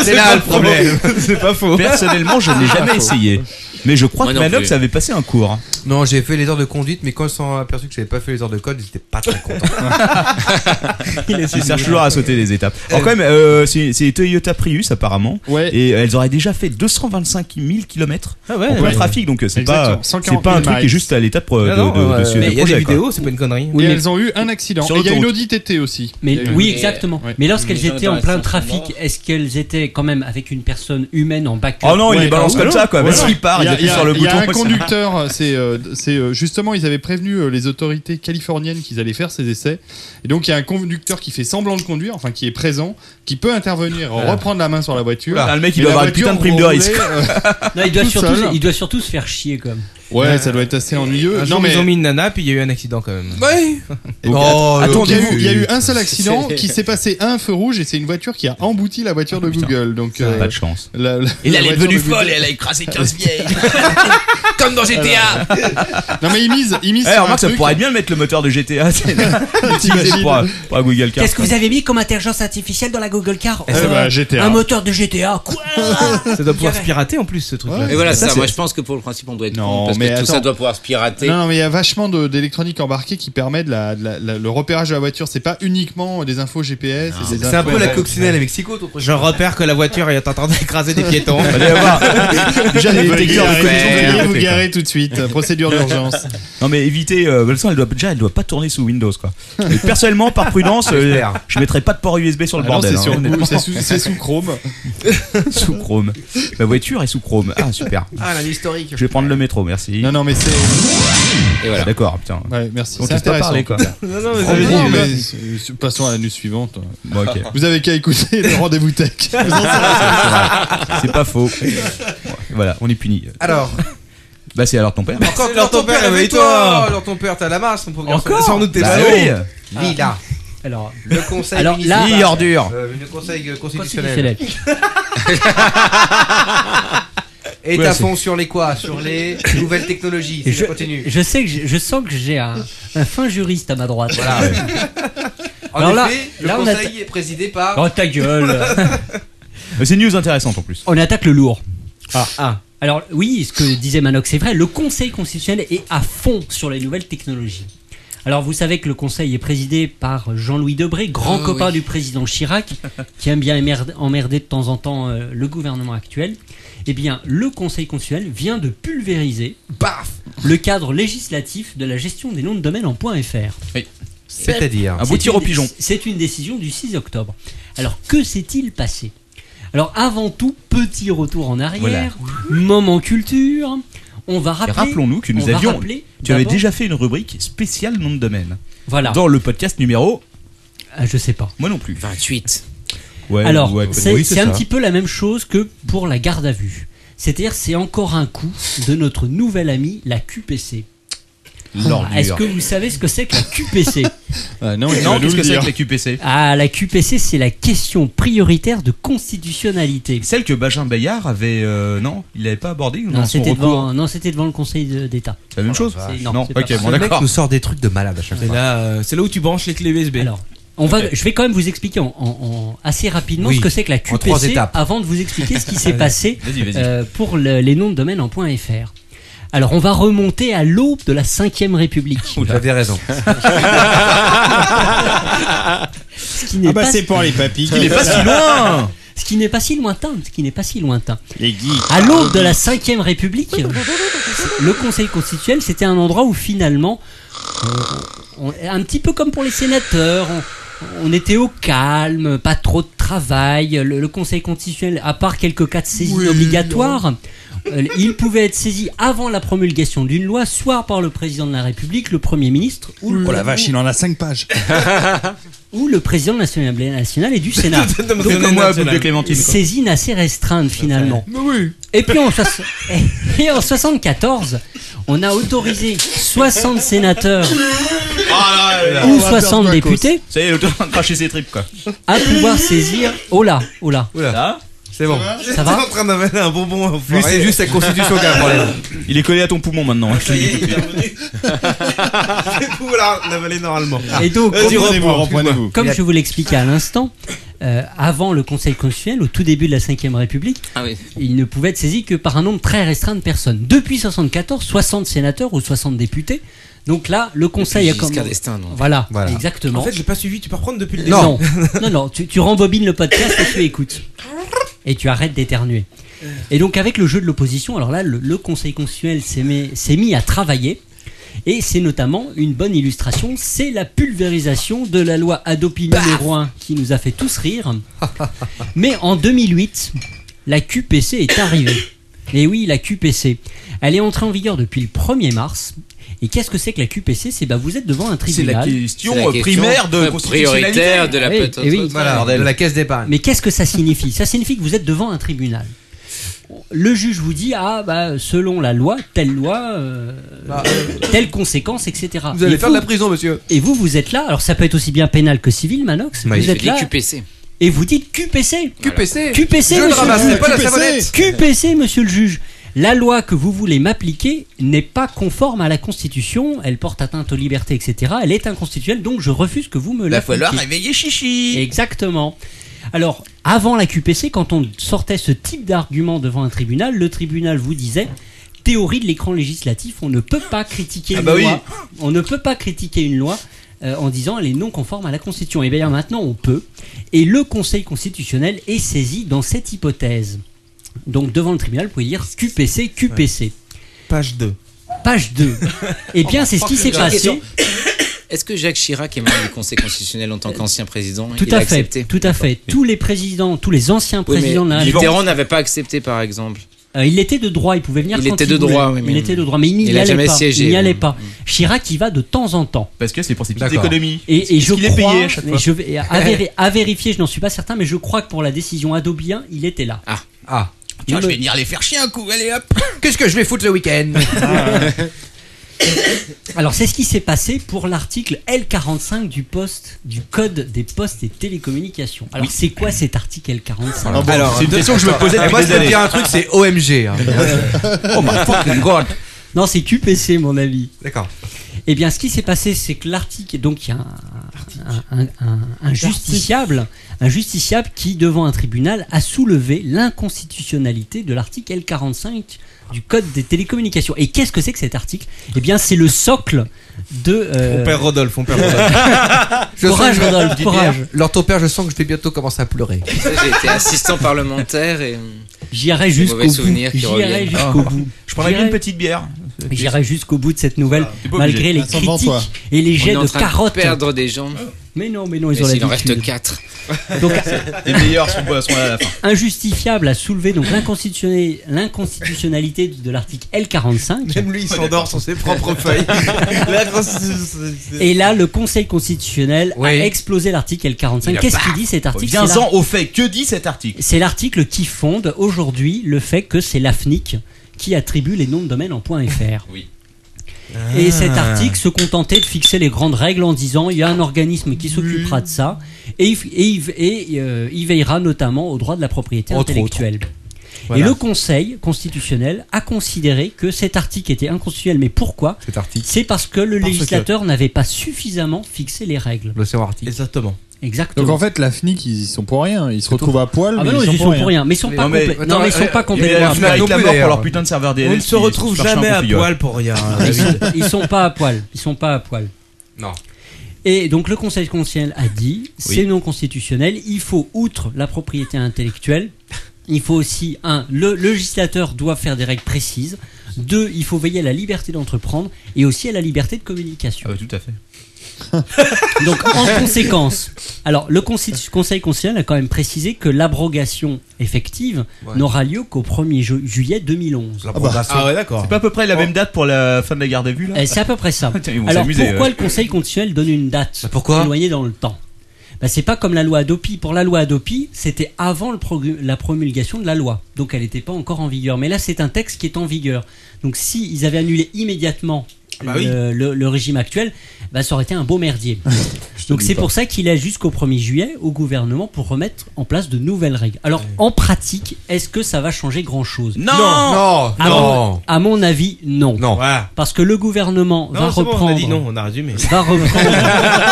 c'est, là le problème.
c'est pas faux. Personnellement, je n'ai jamais essayé. Mais je crois
Moi
que
non
Manox
plus.
avait passé un cours.
Non, j'ai fait les heures de conduite, mais quand ils se sont aperçus que j'avais pas fait les heures de code, ils étaient pas très contents.
Ils cherchent toujours à sauter les étapes. Alors, quand même, euh, c'est c'est Toyota Prius apparemment. Et euh, elles auraient déjà fait 225 000 km
Ah ouais,
en plein
ouais.
trafic, donc euh, c'est
Exactement.
pas, c'est pas un
140
truc qui est
miles.
juste à l'état de, pro- de,
Ah non,
de- de-
ouais,
de-
ouais. Mais
de
il y a
projet,
des
quoi.
vidéos, c'est pas une connerie.
et elles ont eu un accident.
Sur
Et il y a eu une
l'autoroute.
Audi TT aussi. Il
Mais
y a eu-
oui, exactement.
Ouais.
Mais lorsqu'elles étaient en plein trafic, est-ce qu'elles étaient quand même avec une personne humaine en backup
Oh non, il
Ouais,
les balance
ah
comme
oui.
ça, quoi.
Ouais,
Vas-y,
ouais.
il part, il
y a-
appuie
y a-
sur le
Il y a
bouton.
un conducteur, c'est euh, c'est, euh, justement, ils avaient prévenu euh, les autorités californiennes qu'ils allaient faire ces essais. Et donc, il y a un conducteur qui fait semblant de conduire, enfin qui est présent, qui peut intervenir,
Voilà.
reprendre la main sur la voiture.
Ah, le mec, il
Et
doit
la
avoir une putain de
voiture
prime de
roulait,
risque.
euh,
Non, il doit,
tout
surtout,
seul.
il doit surtout se faire chier comme.
Ouais, ça doit être assez ennuyeux.
Un
Non,
jour,
mais-
ils ont mis une nana, puis il y a eu un accident quand même.
Oui.
Oh,
il y, a
ok.
eu- il y a eu un seul accident
C'est-
qui s'est passé à un feu rouge et c'est une voiture qui a embouti la voiture de Google. Donc
Ah,
euh,
Ça, pas de chance.
la- la- la
Et là, elle est
voiture
devenue
de Google-
folle et elle a écrasé 15
vieilles. Comme dans GTA.
non mais ils misent, ils misent.
Eh,
sur un
remarque, ça
truc.
pourrait bien mettre le moteur de GTA. c'est- Utilisé pour, pour un Google Car.
avez mis comme intelligence artificielle dans la Google Car
Eh, ça va,
Euh,
GTA.
moteur de GTA. Quoi
Ça doit pouvoir se pirater en plus ce
Ah.
truc-là.
Et voilà, ça,
c'est-
moi je pense que pour le principe, on doit être
Non,
con, parce que
mais
tout ça
attends.
doit pouvoir se pirater.
Non, non, mais il y a vachement de- d'électronique embarquée qui permet de la, de la- la- le repérage de la voiture. C'est pas uniquement des infos GPS. et des infos-
à Mexico, ton truc.
Je repère que la voiture est en train d'écraser des piétons.
Allez voir. Déjà, les
Veuillez
détecteurs de
arrêter-
collision sont
Veuillez vous
développés,
garer tout de suite. Procédure d'urgence.
Non mais évitez, euh, de toute façon, elle doit, déjà elle doit pas tourner sous Windows quoi. Mais personnellement, par prudence, euh,
J'espère.
je mettrai pas de port USB sur le
Ah non,
bordel.
c'est
hein,
sur-
honnêtement.
c'est sous- c'est sous Chrome.
sous Chrome. Ma voiture est sous Chrome. Ah super.
Ah, la vie historique.
Je vais prendre le métro, merci.
Non non mais c'est.
Et voilà. D'accord, putain.
Ouais, merci.
On
C'est
t'ose pas
intéressant.
parler quoi.
Non, non, mais,
Franchement, mais-
c'est- passons à la news suivante.
Bon, ok.
Vous avez qu'à écouter le rendez-vous tech. Vous en saurez.
C'est pas faux. Voilà, on est puni.
Alors.
Bah c'est alors ton père.
Encore
leur ton père, réveille-toi.
Leur ton père, t'as la masse, mon pauvre
Encore
garçon. Sors-nous de tes
Bah
ballons.
oui. Ah.
Lila.
Alors,
Le conseil
Alors là-
municipal.
Lille, ordure.
Euh, le conseil euh, constitutionnel. Et
Ouais,
à
c'est-
fond sur les quoi Sur les nouvelles technologies.
Et
Si
je,
ça continue.
je sais que j'ai- je sens que j'ai un, un fin juriste à ma droite.
Voilà. En
Alors là,
effet, le
là, on,
conseil
atta-
est présidé par.
Oh, ta gueule.
Mais C'est une news intéressante en plus.
on attaque le lourd. Ah, Alors oui, ce que disait Manox, c'est vrai. Le Conseil constitutionnel est à fond sur les nouvelles technologies. Alors vous savez que le Conseil est présidé par Jean-Louis Debré, grand
Ah,
copain
oui.
du président Chirac, qui aime bien émerde- emmerder de temps en temps euh, le gouvernement actuel. Eh bien, le Conseil constitutionnel vient de pulvériser, paf, le cadre législatif de la gestion des noms de domaine en .fr.
C'est-à-dire
Un beau
C'est
tir
une-
au pigeon.
C'est une décision du 6 octobre. Alors que s'est-il passé Alors avant tout, petit retour en arrière, moment culture. On va
Et
rappeler.
Rappelons-nous que
on
nous
va
avions.
rappeler
Tu avais
d'abord-
déjà fait une rubrique spéciale nom de domaine.
Voilà.
Dans le podcast numéro.
Ah, je sais pas.
Moi non plus.
28.
Ouais,
Alors,
ouais,
c'est
oui,
c'est un
ça.
petit peu la même chose que pour la garde à vue. C'est-à-dire, c'est encore un coup de notre nouvelle amie, la QPC.
L'ordure.
Ah,
Ah,
Est-ce que vous savez ce que c'est que la QPC
non, il va Non, nous qu'est-ce le que c'est dire. que la QPC
Ah, la QPC, c'est la question prioritaire de constitutionnalité.
Celle que Benjamin Bayard avait. euh, non, il l'avait pas abordée
Non,
dans son
c'était
recours.
devant, non, c'était devant le Conseil de- d'État.
C'est la même chose
C'est-
Non,
non, c'est pas
ok,
ça.
bon d'accord.
sort des trucs de malade à chaque
Et là, euh, c'est là où tu branches les clés USB.
Alors, On va, je vais quand même vous expliquer en, en- en- assez rapidement
Oui,
ce que c'est que la
en trois
QPC
étapes.
avant de vous expliquer ce qui s'est
Vas-y,
passé
vas-y, vas-y.
euh, pour le- les noms de domaine en .fr. Alors, on va remonter à l'aube de la 5ème République.
Vous avez raison.
Ce qui n'est
Ah bah,
pas-
c'est pour les papis qu'il est pas si loin.
Ce qui n'est pas si lointain, ce qui n'est pas si lointain.
Les geeks.
À l'aube de la 5ème République, le Conseil constitutionnel, c'était un endroit où finalement, euh, on- un petit peu comme pour les sénateurs, on, on était au calme, pas trop de travail, le, le Conseil constitutionnel, à part quelques cas de saisie
Oui,
obligatoire, euh, il pouvait être saisi avant la promulgation d'une loi, soit par le président de la République, le Premier ministre ou le,
Oh la vache, il en a 5 pages.
ou le président de l'Assemblée nationale et du Sénat.
Non, mais donnez-moi un bout de clémentine, quoi.
Saisine assez restreinte finalement. Et puis en, soix- et en 74, on a autorisé 60 sénateurs ou
Ah,
60 députés
Ça y est, l'auteur est en train de cracher ses tripes, quoi.
à pouvoir saisir. Oh là, oh là.
C'est bon.
Ça va
J'étais en train d'avaler un bonbon.
Lui,
enfoiré.
c'est juste sa constitution qui a un problème. Il est collé à ton poumon maintenant. hein, je te le dis tout de suite.
voilà, on avalait normalement.
Et donc,
Vas-y,
comme-
reprends, excuse-moi.
comme je vous l'expliquais à l'instant, euh, avant le Conseil constitutionnel, au tout début de la Ve République,
Ah oui.
il ne pouvait être saisi que par un nombre très restreint de personnes. Depuis 74, 60 sénateurs ou 60 députés. Donc là, le Conseil a
Giscard
comme
d'Estaing, donc.
voilà,
Voilà.
exactement.
En fait, j'ai pas suivi, tu peux reprendre depuis le début.
non, non, non, tu, tu rembobines le podcast et tu écoutes. Et tu arrêtes d'éternuer. Et donc avec le jeu de l'opposition, alors là, le, le Conseil constitutionnel s'est mis, s'est mis à travailler. Et c'est notamment une bonne illustration, c'est la pulvérisation de la loi Adopi
Bah
numéro 1 qui nous a fait tous rire. Mais en 2008, la QPC est arrivée. Et oui, la QPC. Elle est entrée en vigueur depuis le 1er mars. Et qu'est-ce que c'est que la QPC C'est bah vous êtes devant un
C'est
tribunal. Eh
la question euh, primaire de constitutionnalité.
Oui, et oui.
de la caisse d'épargne.
Mais qu'est-ce que ça signifie Ça signifie que vous êtes devant un tribunal. Le juge vous dit ah bah selon la loi telle loi euh, telle conséquence etc.
Ah. Vous allez
Et
faire de la prison, monsieur.
Et vous vous êtes là alors ça peut être aussi bien pénal que civil Manox.
Bah,
Oui.
Vous
Il
êtes
fait des
là
QPC.
et vous dites QPC
QPC.
QPC
Je le
monsieur
ramasse,
le
c'est pas la
juge.
savonnette.
QPC monsieur le juge la loi que vous voulez m'appliquer n'est pas conforme à la Constitution, elle porte atteinte aux libertés, etc. Elle est inconstitutionnelle, donc je refuse que vous me
Va
la
falloir réveiller Chichi.
Exactement. Alors, avant la QPC, quand on sortait ce type d'argument devant un tribunal, le tribunal vous disait théorie de l'écran législatif, on ne peut pas critiquer
Ah
une
bah oui.
loi. On ne peut pas critiquer une loi euh, en disant elle est non conforme à la Constitution. Et bien maintenant, on peut. Et le Conseil constitutionnel est saisi dans cette hypothèse. Donc devant le tribunal, vous pouvez dire QPC, QPC.
Page 2.
Page 2. Eh bien, c'est ce qui s'est
J'ai une
passé.
bah, question. Est-ce que Jacques Chirac est membre du Conseil constitutionnel en tant qu'ancien président
Tout
il a
à fait,
accepté
tout à fait. Tous les présidents, tous les anciens
Oui, mais
présidents de la République-
Mitterrand n'avait pas accepté, par exemple.
Euh, il était de droit, il pouvait venir.
Il
quand
était de
voulait.
droit, oui, mais-
il était de droit, mais il n'y
Il a
allait
jamais
pas.
siégé,
il n'y allait
oui. Mm.
pas. Chirac y va de temps en temps.
Parce que c'est pour ses petites
D'accord.
économies.
Et, et
Parce
je
qu'il est
crois,
payé à chaque
mais
fois.
je vais à, vér- à vérifier, je n'en suis pas certain, mais je crois que pour la décision Adobien, il était là.
Ah.
Ah.
Tiens, je vais venir les faire chier un coup, allez hop
Qu'est-ce que je vais foutre le week-end
Ah. Alors c'est ce qui s'est passé pour l'article L45 du poste du code des postes et télécommunications. Alors c'est quoi cet article L45
Alors, c'est une question que je me posais depuis
eh, Moi,
des
je peux
années.
dire un truc, c'est
OMG. hein.
oh my fucking god. Non, c'est QPC, mon avis.
D'accord.
Eh bien, ce qui s'est passé, c'est que l'article, donc il y a un, un- un- un justiciable, un justiciable qui, devant un tribunal, a soulevé l'inconstitutionnalité de l'article L45 du Code des télécommunications. Et qu'est-ce que c'est que cet article Eh bien, c'est le socle de... euh,
Mon père Rodolphe, mon père
Je Courage, sens- Rodolphe, courage.
Leur ton père, je sens que je vais bientôt commencer à pleurer.
J'ai été assistant parlementaire et.
J'irai
Des
jusqu'au
mauvais
bout.
souvenirs qui
J'irai
reviennent.
jusqu'au
Ah.
bout.
Je prendrais bien une
petite bière.
J'irai jusqu'au bout de cette nouvelle,
Ah, T'es pas obligé.
malgré les
Vincent, vends-toi.
critiques et les
On est
jets
en
de
train de
carottes.
perdre des gens.
Mais non, mais non, ils
Mais
ont
s'il en
l'habitude.
reste quatre.
Donc,
Les meilleurs sont, sont là à la fin.
injustifiable à soulever donc l'inconstitutionnali- l'inconstitutionnalité de l'article L45.
Même lui, il s'endort sur ses propres feuilles.
Et là, le Conseil constitutionnel a explosé l'article L45. Qu'est-ce qu'il dit cet article C'est
Viens-en
la-
au fait, que dit cet article
C'est l'article qui fonde aujourd'hui le fait que c'est l'AFNIC qui attribue les noms de domaine en .fr.
Oui.
Et
Ah.
cet article se contentait de fixer les grandes règles en disant il y a un organisme qui s'occupera de ça et, il f- et il v- et, euh, il veillera notamment aux droits de la propriété
Entre
intellectuelle.
Voilà.
Et le Conseil constitutionnel a considéré que cet article était inconstitutionnel. Mais pourquoi
Cet article.
C'est parce que le
Parce que-
législateur n'avait pas suffisamment fixé les règles.
L'océan Arctique.
Exactement.
Exactement.
Donc en fait, la FNIC, ils y sont pour rien. Ils se retrouvent à poil,
Ah
mais
bah non,
ils,
ils y
sont pour rien.
Mais ils sont pas complets. Non,
euh,
mais euh, ils sont pas complets.
la
Ils
FNAC
sont
non
pas
plus,
complets.
pour leur putain de serveur DLS.
On ne se retrouve jamais à poil pour rien. hein,
Ils sont,
David.
ils sont pas à poil. Ils sont pas à poil.
Non.
Et donc le Conseil constitutionnel a dit, c'est non constitutionnel. Il faut outre la propriété intellectuelle, il faut aussi un, le législateur doit faire des règles précises. Deux, il faut veiller à la liberté d'entreprendre et aussi à la liberté de communication.
Ah tout à fait.
Donc, en conséquence, alors le consi- Conseil constitutionnel a quand même précisé que l'abrogation effective
Ouais.
n'aura lieu qu'au 1er ju- juillet 2011.
Ah
Ah
bah.
bah.
Ah
C'est pas à peu près la même date pour la fin de la garde à vue là
Eh, C'est à peu près ça.
Tiens, ils vont
Alors
s'amuser, euh.
pourquoi
ouais.
le Conseil constitutionnel donne une date éloignée dans le temps bah, C'est pas comme la loi Adopi. Pour la loi Adopi, c'était avant le progr- la promulgation de la loi. Donc elle n'était pas encore en vigueur. Mais là, c'est un texte qui est en vigueur. Donc si ils avaient annulé immédiatement
bah
le,
oui.
le- le régime actuel, bah, ça aurait été un beau merdier. Donc
dis
c'est
pas.
pour ça qu'il a jusqu'au 1er juillet au gouvernement pour remettre en place de nouvelles règles. Alors en pratique, est-ce que ça va changer grand-chose Ah
Non Non
à,
Non
Mon, à mon avis, non.
Non.
Parce que le gouvernement va
Non, c'est bon,
reprendre.
on a dit non, on a résumé.
Va reprendre.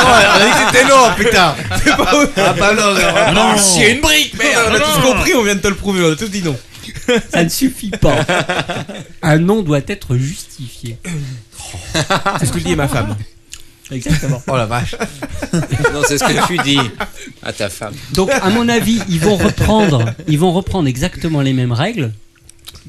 on a dit que c'était long, putain.
C'est pas ouf.
Ah bah non,
non, non.
c'est une brique, merde. On a tous compris, on vient de te le prouver, on a tous dit non. Ah,
Ça ne suffit pas. Un nom doit être justifié.
C'est ce que dit ma femme.
Exactement.
Oh la vache.
Non, c'est ce que tu dis à ta femme.
Donc, à mon avis, ils vont reprendre, ils vont reprendre exactement les mêmes règles,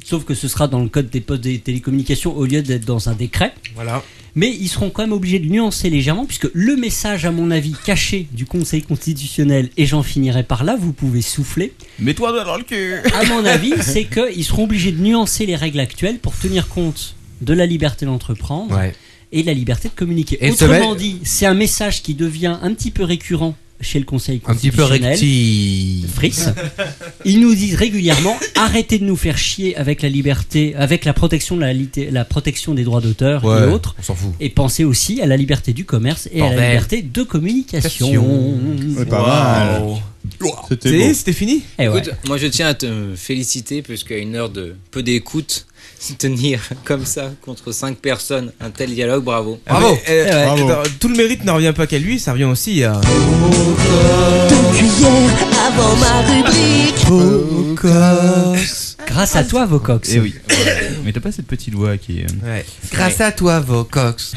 sauf que ce sera dans le code des postes des télécommunications au lieu d'être dans un décret.
Voilà.
Mais ils seront quand même obligés de nuancer légèrement, puisque le message, à mon avis, caché du Conseil constitutionnel, et j'en finirai par là, vous pouvez souffler.
Mets-toi dans le cul
à mon avis, c'est qu'ils seront obligés de nuancer les règles actuelles pour tenir compte de la liberté d'entreprendre
Ouais.
et de la liberté de communiquer.
Et
Autrement
se met-
dit, c'est un message qui devient un petit peu récurrent chez le Conseil
Un petit peu
constitutionnel.
recti.
Friss. Ils nous disent régulièrement arrêtez de nous faire chier avec la liberté, avec la protection de la, lité- la protection des droits d'auteur
Ouais,
et autres.
on s'en fout.
Et pensez aussi à la liberté du commerce et à la
Bordel.
liberté de communication.
Mmh.
Ouais, pas mal. C'était beau.
fini
Eh ouais.
Écoute, moi je tiens à te féliciter parce qu'à une heure de peu d'écoute, se tenir comme ça contre cinq personnes, un tel dialogue, bravo.
Ah Bravo.
Bravo.
eh, ben, Tout le mérite ne revient pas qu'à lui, ça revient aussi à.
avant ma rubrique.
Grâce à toi, Vocox.
Eh oui. Mais t'as pas cette petite voix qui est.
Ouais.
Grâce à toi, Vocox.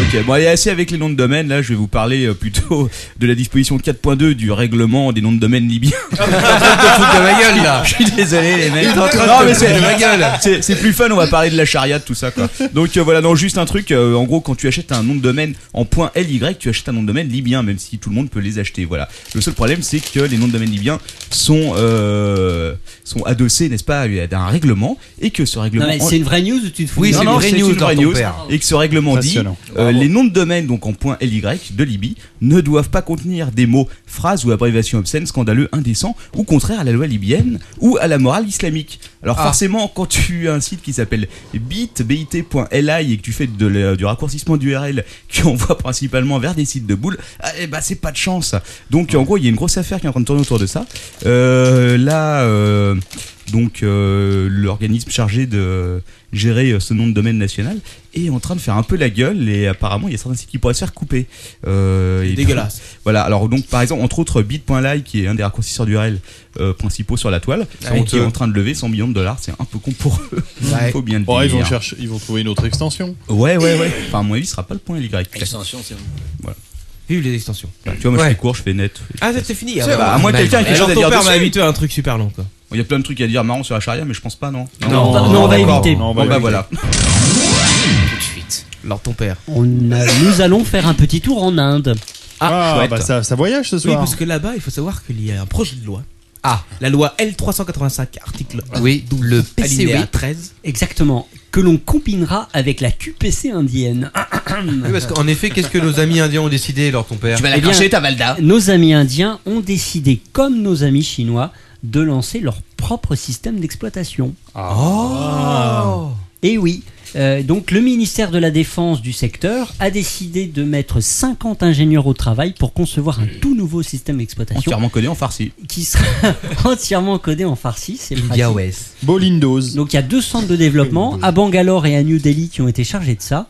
Ok, bon, allez, assez avec les noms de domaine. Là, je vais vous parler euh, plutôt de la disposition 4.2 du règlement des noms de domaine libyens.
de ma gueule, là.
Je suis désolé, les mecs.
Il est en train de
Non,
te
mais
foutre
c'est
de ma gueule.
C'est c'est plus fun, on va parler de la charia, de tout ça, quoi. Donc euh, voilà, non, juste un truc. euh, en gros, quand tu achètes un nom de domaine en point .ly, tu achètes un nom de domaine libyen, même si tout le monde peut les acheter. Voilà. Le seul problème, c'est que les noms de domaine libyens sont euh, sont adossés, n'est-ce pas, à un règlement, et que ce règlement.
Non, mais c'est une vraie news ou tu te fous
Oui,
de
c'est
moi
une vraie news,
dans ton père.
et que ce règlement dit
Impressionnant.
euh, les noms de domaine donc en point .ly de Libye ne doivent pas contenir des mots, phrases ou abréviations obscènes, scandaleux, indécents ou contraires à la loi libyenne ou à la morale islamique. Alors
Ah.
forcément, quand tu as un site qui s'appelle bit, bit.li et que tu fais de la- du raccourcissement d'URL qui envoie principalement vers des sites de boules, ah, eh ben c'est pas de chance. Donc en gros, il y a une grosse affaire qui est en train de tourner autour de ça. Euh, là, euh, donc euh, l'organisme chargé de gérer euh, ce nom de domaine national est en train de faire un peu la gueule et apparemment il y a certains sites qui pourraient se faire couper. Euh, et-
Dégueulasse.
Voilà. Alors donc par exemple entre autres bit.ly qui est un des raccourcisseurs d'URL euh, principaux sur la toile,
Ah,
et qui est
honteux.
en train de lever 100 millions de dollars, c'est un peu con pour eux.
Ouais.
Faut bien le
Bon, ils
dire.
vont chercher, ils vont trouver une autre extension.
Ouais ouais ouais. Enfin à mon avis, ce sera pas le point y.
Extension, c'est bon.
Voilà.
Vive les extensions.
tu vois moi je
Ouais.
fais court, je fais net.
Ah, c'est fini.
Ah,
ah
bah,
bah,
à moins que quelqu'un ait quelque
Alors,
chose à
ton
dire
père
dessus.
m'a habitué à un truc super long, quoi.
Il y a plein de trucs à dire marrants sur la charia, mais je pense pas, non
Non, Non, on va- non, on va
d'accord.
éviter.
Bon,
On va
bah
éviter.
voilà.
Alors, ton père.
On a- nous allons faire un petit tour en Inde.
Ah,
chouette.
bah,
ça, voyage
Oui, parce que là-bas, il faut savoir qu'il y a un projet de loi.
Ah.
La loi L385, article
Oui, le PCOI.
alinéa 13.
E, Exactement. Que l'on combinera avec la QPC indienne.
Oui,
bah.
parce qu'en effet, qu'est-ce que nos amis indiens ont décidé, leur ton père
Eh bien,
Ah.
Nos amis indiens ont décidé, comme nos amis chinois, de lancer leur propre système d'exploitation.
Ah.
Oh.
Et oui. Euh, donc le ministère de la Défense du secteur a décidé de mettre 50 ingénieurs au travail pour concevoir un tout nouveau système d'exploitation
Entièrement codé en farci.
qui sera entièrement codé en farsi. C'est
Lydia
pratique.
West.
Bolindos.
Donc il y a deux centres de développement à Bangalore et à New Delhi qui ont été chargés de ça.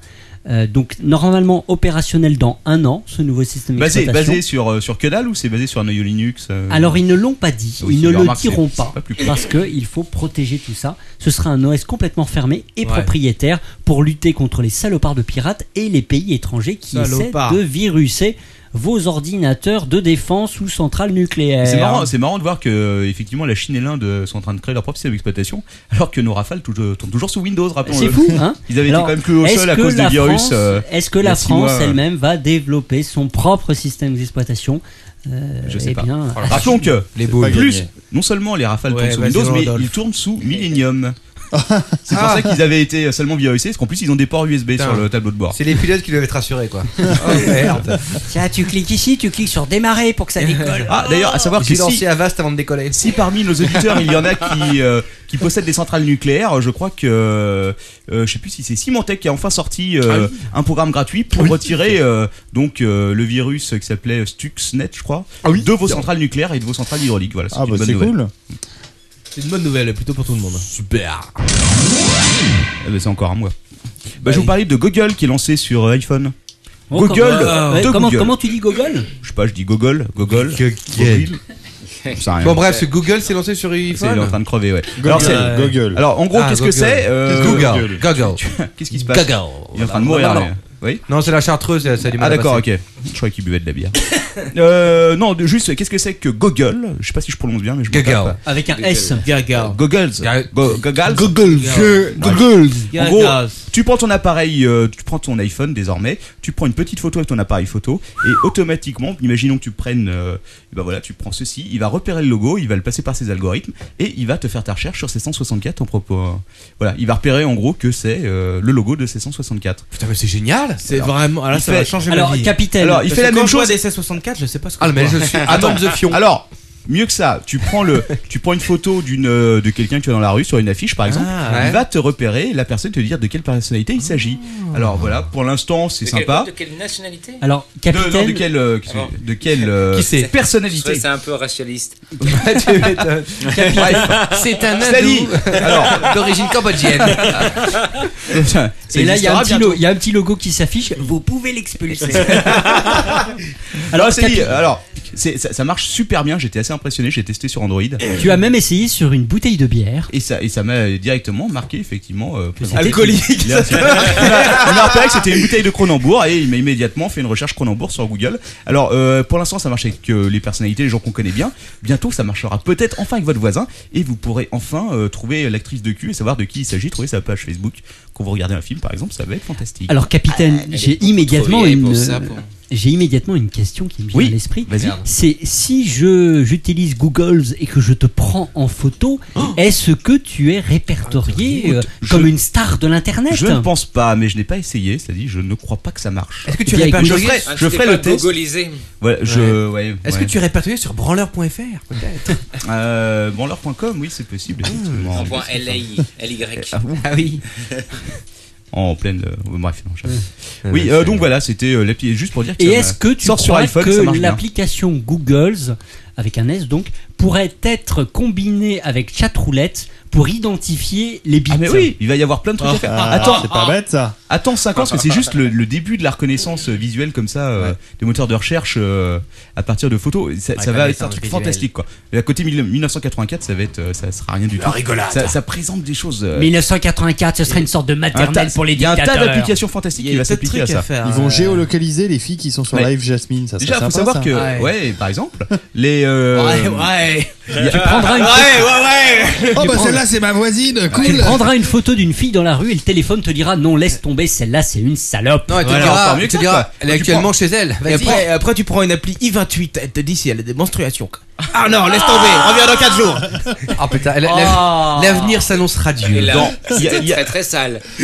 Euh, donc normalement opérationnel dans un an, ce nouveau système
Basé,
d'exploitation.
basé sur, euh, sur que dalle ou c'est basé sur un noyau Linux euh,
Alors ils ne l'ont pas dit,
Oui,
ils
c'est
ne
leur
le
marque, c'est-
diront
c'est
pas,
pas plus clair.
parce qu'il faut protéger tout ça. Ce sera un OS complètement fermé et
Ouais.
propriétaire pour lutter contre les salopards de pirates et les pays étrangers qui
Salopards.
essaient de viruser vos ordinateurs de défense ou centrales nucléaires.
C'est marrant, c'est marrant de voir que euh, effectivement la Chine et l'Inde euh, sont en train de créer leur propre système d'exploitation, alors que nos rafales tou- euh, tournent toujours sous Windows. rappelons-le.
C'est fou, hein
Ils avaient
Alors,
été quand même cloués au
est-ce
sol à
que
cause des
la
virus.
France-
euh,
Est-ce que
il y a
la
six mois,
France
euh,
elle-même va développer son propre système d'exploitation Euh,
Je sais
eh
pas.
bien,
Alors, Rappelons que
les
en
boules.
plus, non seulement les rafales
Ouais,
tournent sous
vas-y,
Windows, mais
Rodolphe.
ils tournent sous Millennium. c'est pour ça qu'ils avaient été seulement virusés, parce qu'en plus ils ont des ports USB
Putain.
sur le tableau de bord. Ah,
C'est les pilotes qui doivent être rassurés, quoi.
Tiens, tu cliques ici, tu cliques sur démarrer pour que ça décolle.
Ah, d'ailleurs, à savoir
J'ai
que si,
lancé Avast avant de décoller.
Si parmi nos auditeurs il y en a qui, euh, qui possèdent des centrales nucléaires, je crois que euh, je sais plus si c'est Symantec qui a enfin sorti euh, un programme gratuit pour retirer euh, donc euh, le virus qui s'appelait Stuxnet, je crois, de vos centrales nucléaires et de vos centrales hydrauliques. Voilà, c'est
Ah
une
bah
bonne
c'est
nouvelle.
cool.
C'est une bonne nouvelle, plutôt pour tout le monde.
Super. Eh ben, Ah, c'est encore à moi. Bah, je vous parlais de Google qui est lancé sur euh, iPhone.
Oh,
Google,
comment- euh,
de
comment-
Google.
comment tu dis Google
Je sais pas, je dis Google, Google. Google. J'en sais rien.
Bon, bref, ce Google s'est lancé sur
C'est il
iPhone.
est en train de crever, ouais.
Google.
Alors, c'est-
Euh, Google.
Alors, en gros,
Ah,
qu'est-ce que
Google.
c'est euh,
Google. Google.
Qu'est-ce qui se passe
Google.
Il est en train de mourir,
Non,
là.
non.
Oui
Non, c'est la chartreuse, elle s'est du mal
Ah,
à
d'accord, ok.
passer.
Je croyais qu'il buvait de la bière. euh, non, de- juste, qu'est-ce que c'est que Google Je sais pas si je prononce bien, mais je me
Google.
tape.
Avec un S.
Gaga.
Goggles. Go- Goggles.
Goggles.
Bref.
Goggles.
En gros,
Goggles.
tu prends ton appareil, euh, tu prends ton iPhone désormais, tu prends une petite photo avec ton appareil photo et automatiquement, imaginons que tu prennes, euh, ben voilà, tu prends ceci, il va repérer le logo, il va le passer par ses algorithmes et il va te faire ta recherche sur ces 164 en propos. euh, voilà, il va repérer en gros que c'est euh, le logo de ces 164. Putain, mais c'est génial.
C'est vraiment. Alors,
il
ça
fait-
va changer ma vie.
Alors, il
Parce
fait
que
la
quand
même
je vois
chose.
des C64, je sais pas ce que
Ah, mais
je
je
vois.
suis Adam de Fion. Alors, mieux que ça, tu prends le, tu prends une photo d'une, euh, de quelqu'un que tu as dans la rue sur une affiche, par exemple.
Ah, ouais.
Il va te repérer, la personne te dire de quelle personnalité il s'agit. Alors voilà, pour l'instant, c'est sympa.
eh, De quelle nationalité
Alors,
De, non, de quelle, euh, qu'est-ce que- de quelle, euh, personnalité
C'est un peu racialiste.
Bref. Cela dit, alors, Ça
Et là, il y, a un
existera
petit
bientôt.
lo- il y a un petit logo qui s'affiche. Vous pouvez l'expulser.
Alors,
Alors,
c'est dit,
Capi-
alors c'est- ça, ça marche super bien. J'étais assez impressionné. J'ai testé sur Android.
tu as même essayé sur une bouteille de bière.
Et ça, et ça m'a directement marqué, effectivement. euh, présent.
c'était- Alcoolique.
Il a- On a repéré que c'était une bouteille de Cronenbourg et il m'a immédiatement fait une recherche Cronenbourg sur Google. Alors, euh, pour l'instant, ça marche avec euh, les personnalités, les gens qu'on connaît bien. Bientôt, ça marchera peut-être enfin avec votre voisin et vous pourrez enfin euh, trouver l'actrice de cul et savoir de qui il s'agit, trouver sa page Facebook. Quand vous regardez un film, par exemple, ça va être fantastique.
Alors,
Ah,
Ah,
capitaine, j'ai immédiatement
vieille
une. euh,
pour ça, pour-
J'ai immédiatement une question qui me vient
Oui,
à l'esprit.
vas-y.
C'est si je j'utilise Google et que je te prends en photo, est-ce que tu es répertorié euh,
Oh Je-
comme une star de l'internet
Je ne pense pas, mais je n'ai pas essayé, c'est-à-dire je ne crois pas que ça marche.
Est-ce que tu Bien, répertories-
Je ferai,
Ah,
je
t'es
ferai
pas
le test.
gogolisé.
Voilà, je, ouais,
Est-ce
ouais.
que tu es répertorié sur branleur.fr peut-être
Euh, branleur.com, oui, c'est possible. effectivement.
En point LAI, LY.
Ah bon
oui.
En pleine. euh, bref, non, je-
Ouais.
Oui,
Ouais,
euh,
c'est-
donc voilà, c'était euh, l'appli. Juste pour dire que
Et
ça
est-ce
m'a-
que tu
sort sur
crois
iPhone, ça
que
marche bien.
l'application Google's, avec un S donc, pourrait être combinée avec chatroulette pour identifier les bits
Ah, mais oui, il va y avoir plein de trucs à faire.
Ah,
Attends,
c'est pas bête ça.
Attends 5 ans, parce que c'est juste le, le début de la reconnaissance euh, visuelle comme ça, euh, des moteurs de recherche euh, à partir de photos. Et Ça,
Ouais,
ça
pas
va
mal,
être un
ça,
truc
visuel.
fantastique quoi. Et à côté 1000 1984, ça va être, euh, ça sera rien du
La
tout.
rigolade.
Ça, ça présente des choses. euh,
1984, ce serait une sorte de
un
maternelle
tas-
pour les
Il y a un
dictateurs.
tas d'applications fantastiques
Il y a
qui va
plein de
s'appliquer à
trucs
ça.
à faire.
Ils vont géolocaliser les filles qui sont sur
Ouais.
Live Jasmine, ça serait
Déjà,
sympa
faut savoir
ça.
que, ouais. par exemple, les. euh,
Ouais,
ouais.
il y a-
Tu prendras une
ouais, ouais. Oh
Tu
bah
prends-
celle-là c'est ma voisine, cool.
Tu prendras une photo d'une fille dans la rue et le téléphone te dira non laisse tomber celle-là c'est une salope.
Non, et tu diras, tu diras, elle est actuellement chez elle.
Et
Vas-y.
après, après, tu prends une appli i28, elle te dit si elle a des menstruations. quoi. Ah non, laisse tomber, reviens dans 4 jours.
Ah putain, la-
Ah.
Ah.
la- l'avenir s'annonce
Et
radieux.
là,
Non, il y a-
c'était
il y a-
très très sale.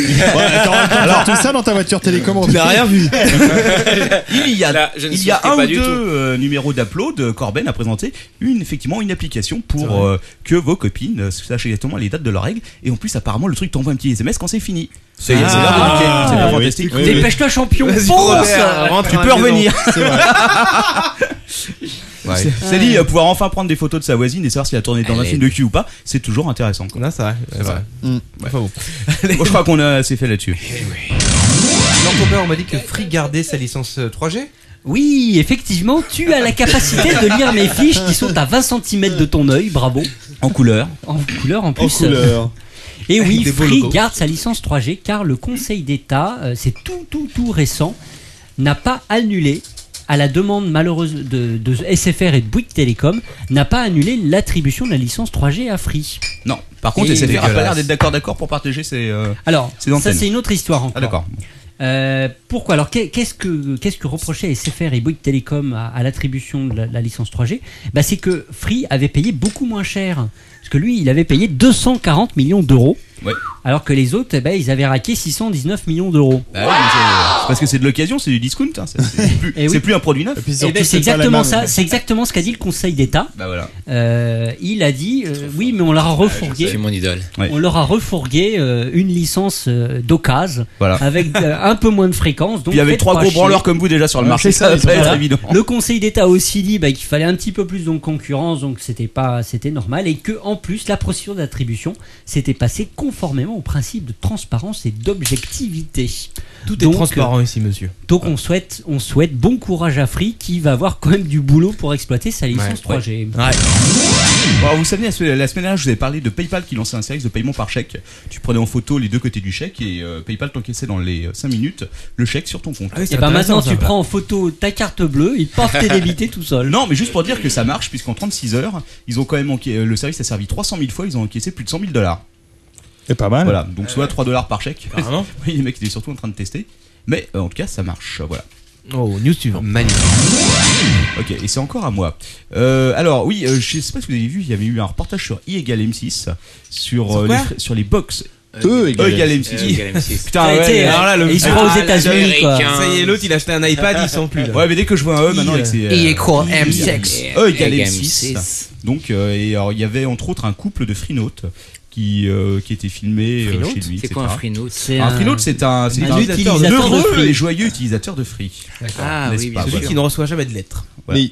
Alors tout ça dans ta voiture télécommande.
Tu n'as rien vu. il y a,
Là, je ne
il y a
souscris
un
pas
ou
du
deux
tout.
euh, numéros d'upload. euh, Corben a présenté une, effectivement une application pour euh, que vos copines euh, sachent exactement les dates de leurs règles. Et en plus, apparemment, le truc t'envoie un petit SMS quand c'est fini. C'est
Ah.
c'est l'heure de
Ah.
marquer. C'est pas
Oui,
fantastique.
oui, oui. Dépêche-toi,
champion.
Vas-y,
Fonce.
Robert, rentre
Tu
à
peux
la
revenir.
maison. C'est vrai.
Ouais.
C'est- C'est dit, euh, pouvoir enfin prendre des photos de sa voisine et savoir si elle a tourné dans un film de cul ou pas, c'est toujours intéressant. Quoi.
c'est vrai.
C'est vrai.
Mm.
Enfin bon. Moi, je crois qu'on a assez fait là-dessus.
L'entrepreneur, on m'a dit que Free gardait sa licence euh, 3G.
Oui, effectivement, tu as la capacité de lire mes fiches qui sont à 20 cm de ton œil, bravo.
En couleur.
En couleur en plus.
couleur.
Et oui,
Avec des beaux
Free
logos.
garde sa licence 3G car le Conseil d'État, euh, c'est tout tout tout récent, n'a pas annulé à la demande malheureuse de, de SFR et de Bouygues Télécom, n'a pas annulé l'attribution de la licence 3G à Free.
Non. Par contre,
Et
SFR a pas
dégueulasse.
l'air d'être d'accord d'accord pour partager ses. euh,
Alors,
ses antennes.
ça c'est une autre histoire encore.
Ah, d'accord.
Euh, pourquoi Alors qu'est- qu'est-ce que qu'est-ce que reprochait SFR et Bouygues Telecom à, à l'attribution de la, la licence 3G bah, c'est que Free avait payé beaucoup moins cher parce que lui il avait payé 240 millions d'euros
Ouais.
alors que les autres eh ben, ils avaient raqué 619 millions d'euros.
Bah oui, mais c'est- c'est parce que c'est de l'occasion, c'est du discount. hein, ça, C'est plus,
Eh oui.
c'est plus un produit neuf.
Eh ben, c'est exactement ça. C'est exactement ce qu'a dit le Conseil d'État.
Bah voilà.
Euh, il a dit euh, oui, mais on leur a refourgué.
Ah, C'est mon idole.
On leur a refourgué euh, une licence euh, d'occasion
Voilà.
avec euh, un peu moins de fréquence. Donc
Puis il y avait
faites
trois
pas
gros
chier.
branleurs comme vous déjà sur le marché, ça va pas être évident.
Le Conseil d'État a aussi dit bah, qu'il fallait un petit peu plus de concurrence, donc c'était pas, c'était normal, et que en plus la procédure d'attribution s'était passée conformément au principe de transparence et d'objectivité.
Tout est transparent ici, monsieur.
Donc on souhaite, on souhaite bon courage à Free qui va avoir quand même du boulot pour exploiter sa licence Ah 3G.
Ah Alors, vous vous souvenez, la semaine la semaine dernière, je vous avais parlé de PayPal qui lançait un service de paiement par chèque. Tu prenais en photo les deux côtés du chèque et euh, PayPal t'encaissait dans les 5 minutes le chèque sur ton compte.
et bah maintenant tu prends en photo ta carte bleue et paf t'es débité tout seul.
Non, mais juste pour dire que ça marche, puisqu'en 36 heures, ils ont quand même enca- euh, le service a servi 300 000 fois, ils ont encaissé plus de 100 000 dollars.
C'est pas mal.
Voilà, donc
Euh.
soit 3 dollars par chèque.
Apparemment.
oui, les mecs étaient surtout en train de tester. Mais euh, en tout cas, ça marche. euh, Voilà.
Oh, news suivant.
Magnifique. Ok, et c'est encore à moi. Euh, alors, oui, euh, je sais pas si vous avez vu, il y avait eu un reportage sur I égale M6 sur,
Sur
euh,
quoi
les, fr- sur les box.
E égale
M6.
E égale M6.
Putain,
Ça a
ouais,
été, hein.
alors là, le
et ils sont
Ah,
aux
là,
États-Unis,
les
quoi.
Américains.
Ça y est, l'autre, il a acheté un iPad, ils sont plus, là.
Ouais, mais dès que je vois un E maintenant
I,
avec ses.
euh,
euh,
I égale M6.
E égale
E égale
M6.
M6.
Donc, euh, et alors, il y avait entre autres un couple de freenotes qui, euh, qui était filmé euh,
Freenote
chez lui.
C'est quoi un
etc.
freenote
Un,
C'est un-
freenote, c'est un, c'est
un
un
utilisateur de
heureux
free.
et joyeux utilisateur de free.
D'accord. Ah
N'est-ce
oui, bien
pas,
sûr. Celui qui ne reçoit jamais de lettres.
Voilà.
Mais-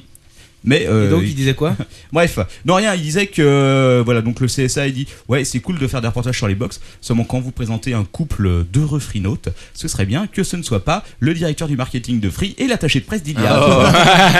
Mais euh,
Et donc, il disait quoi
Bref, non rien, il disait que euh, voilà, donc le CSA il dit "Ouais, c'est cool de faire des reportages sur les box, seulement quand vous présentez un couple d'heureux freenotes, ce serait bien que ce ne soit pas le directeur du marketing de Free et l'attaché de presse d'Iliad."
Oh.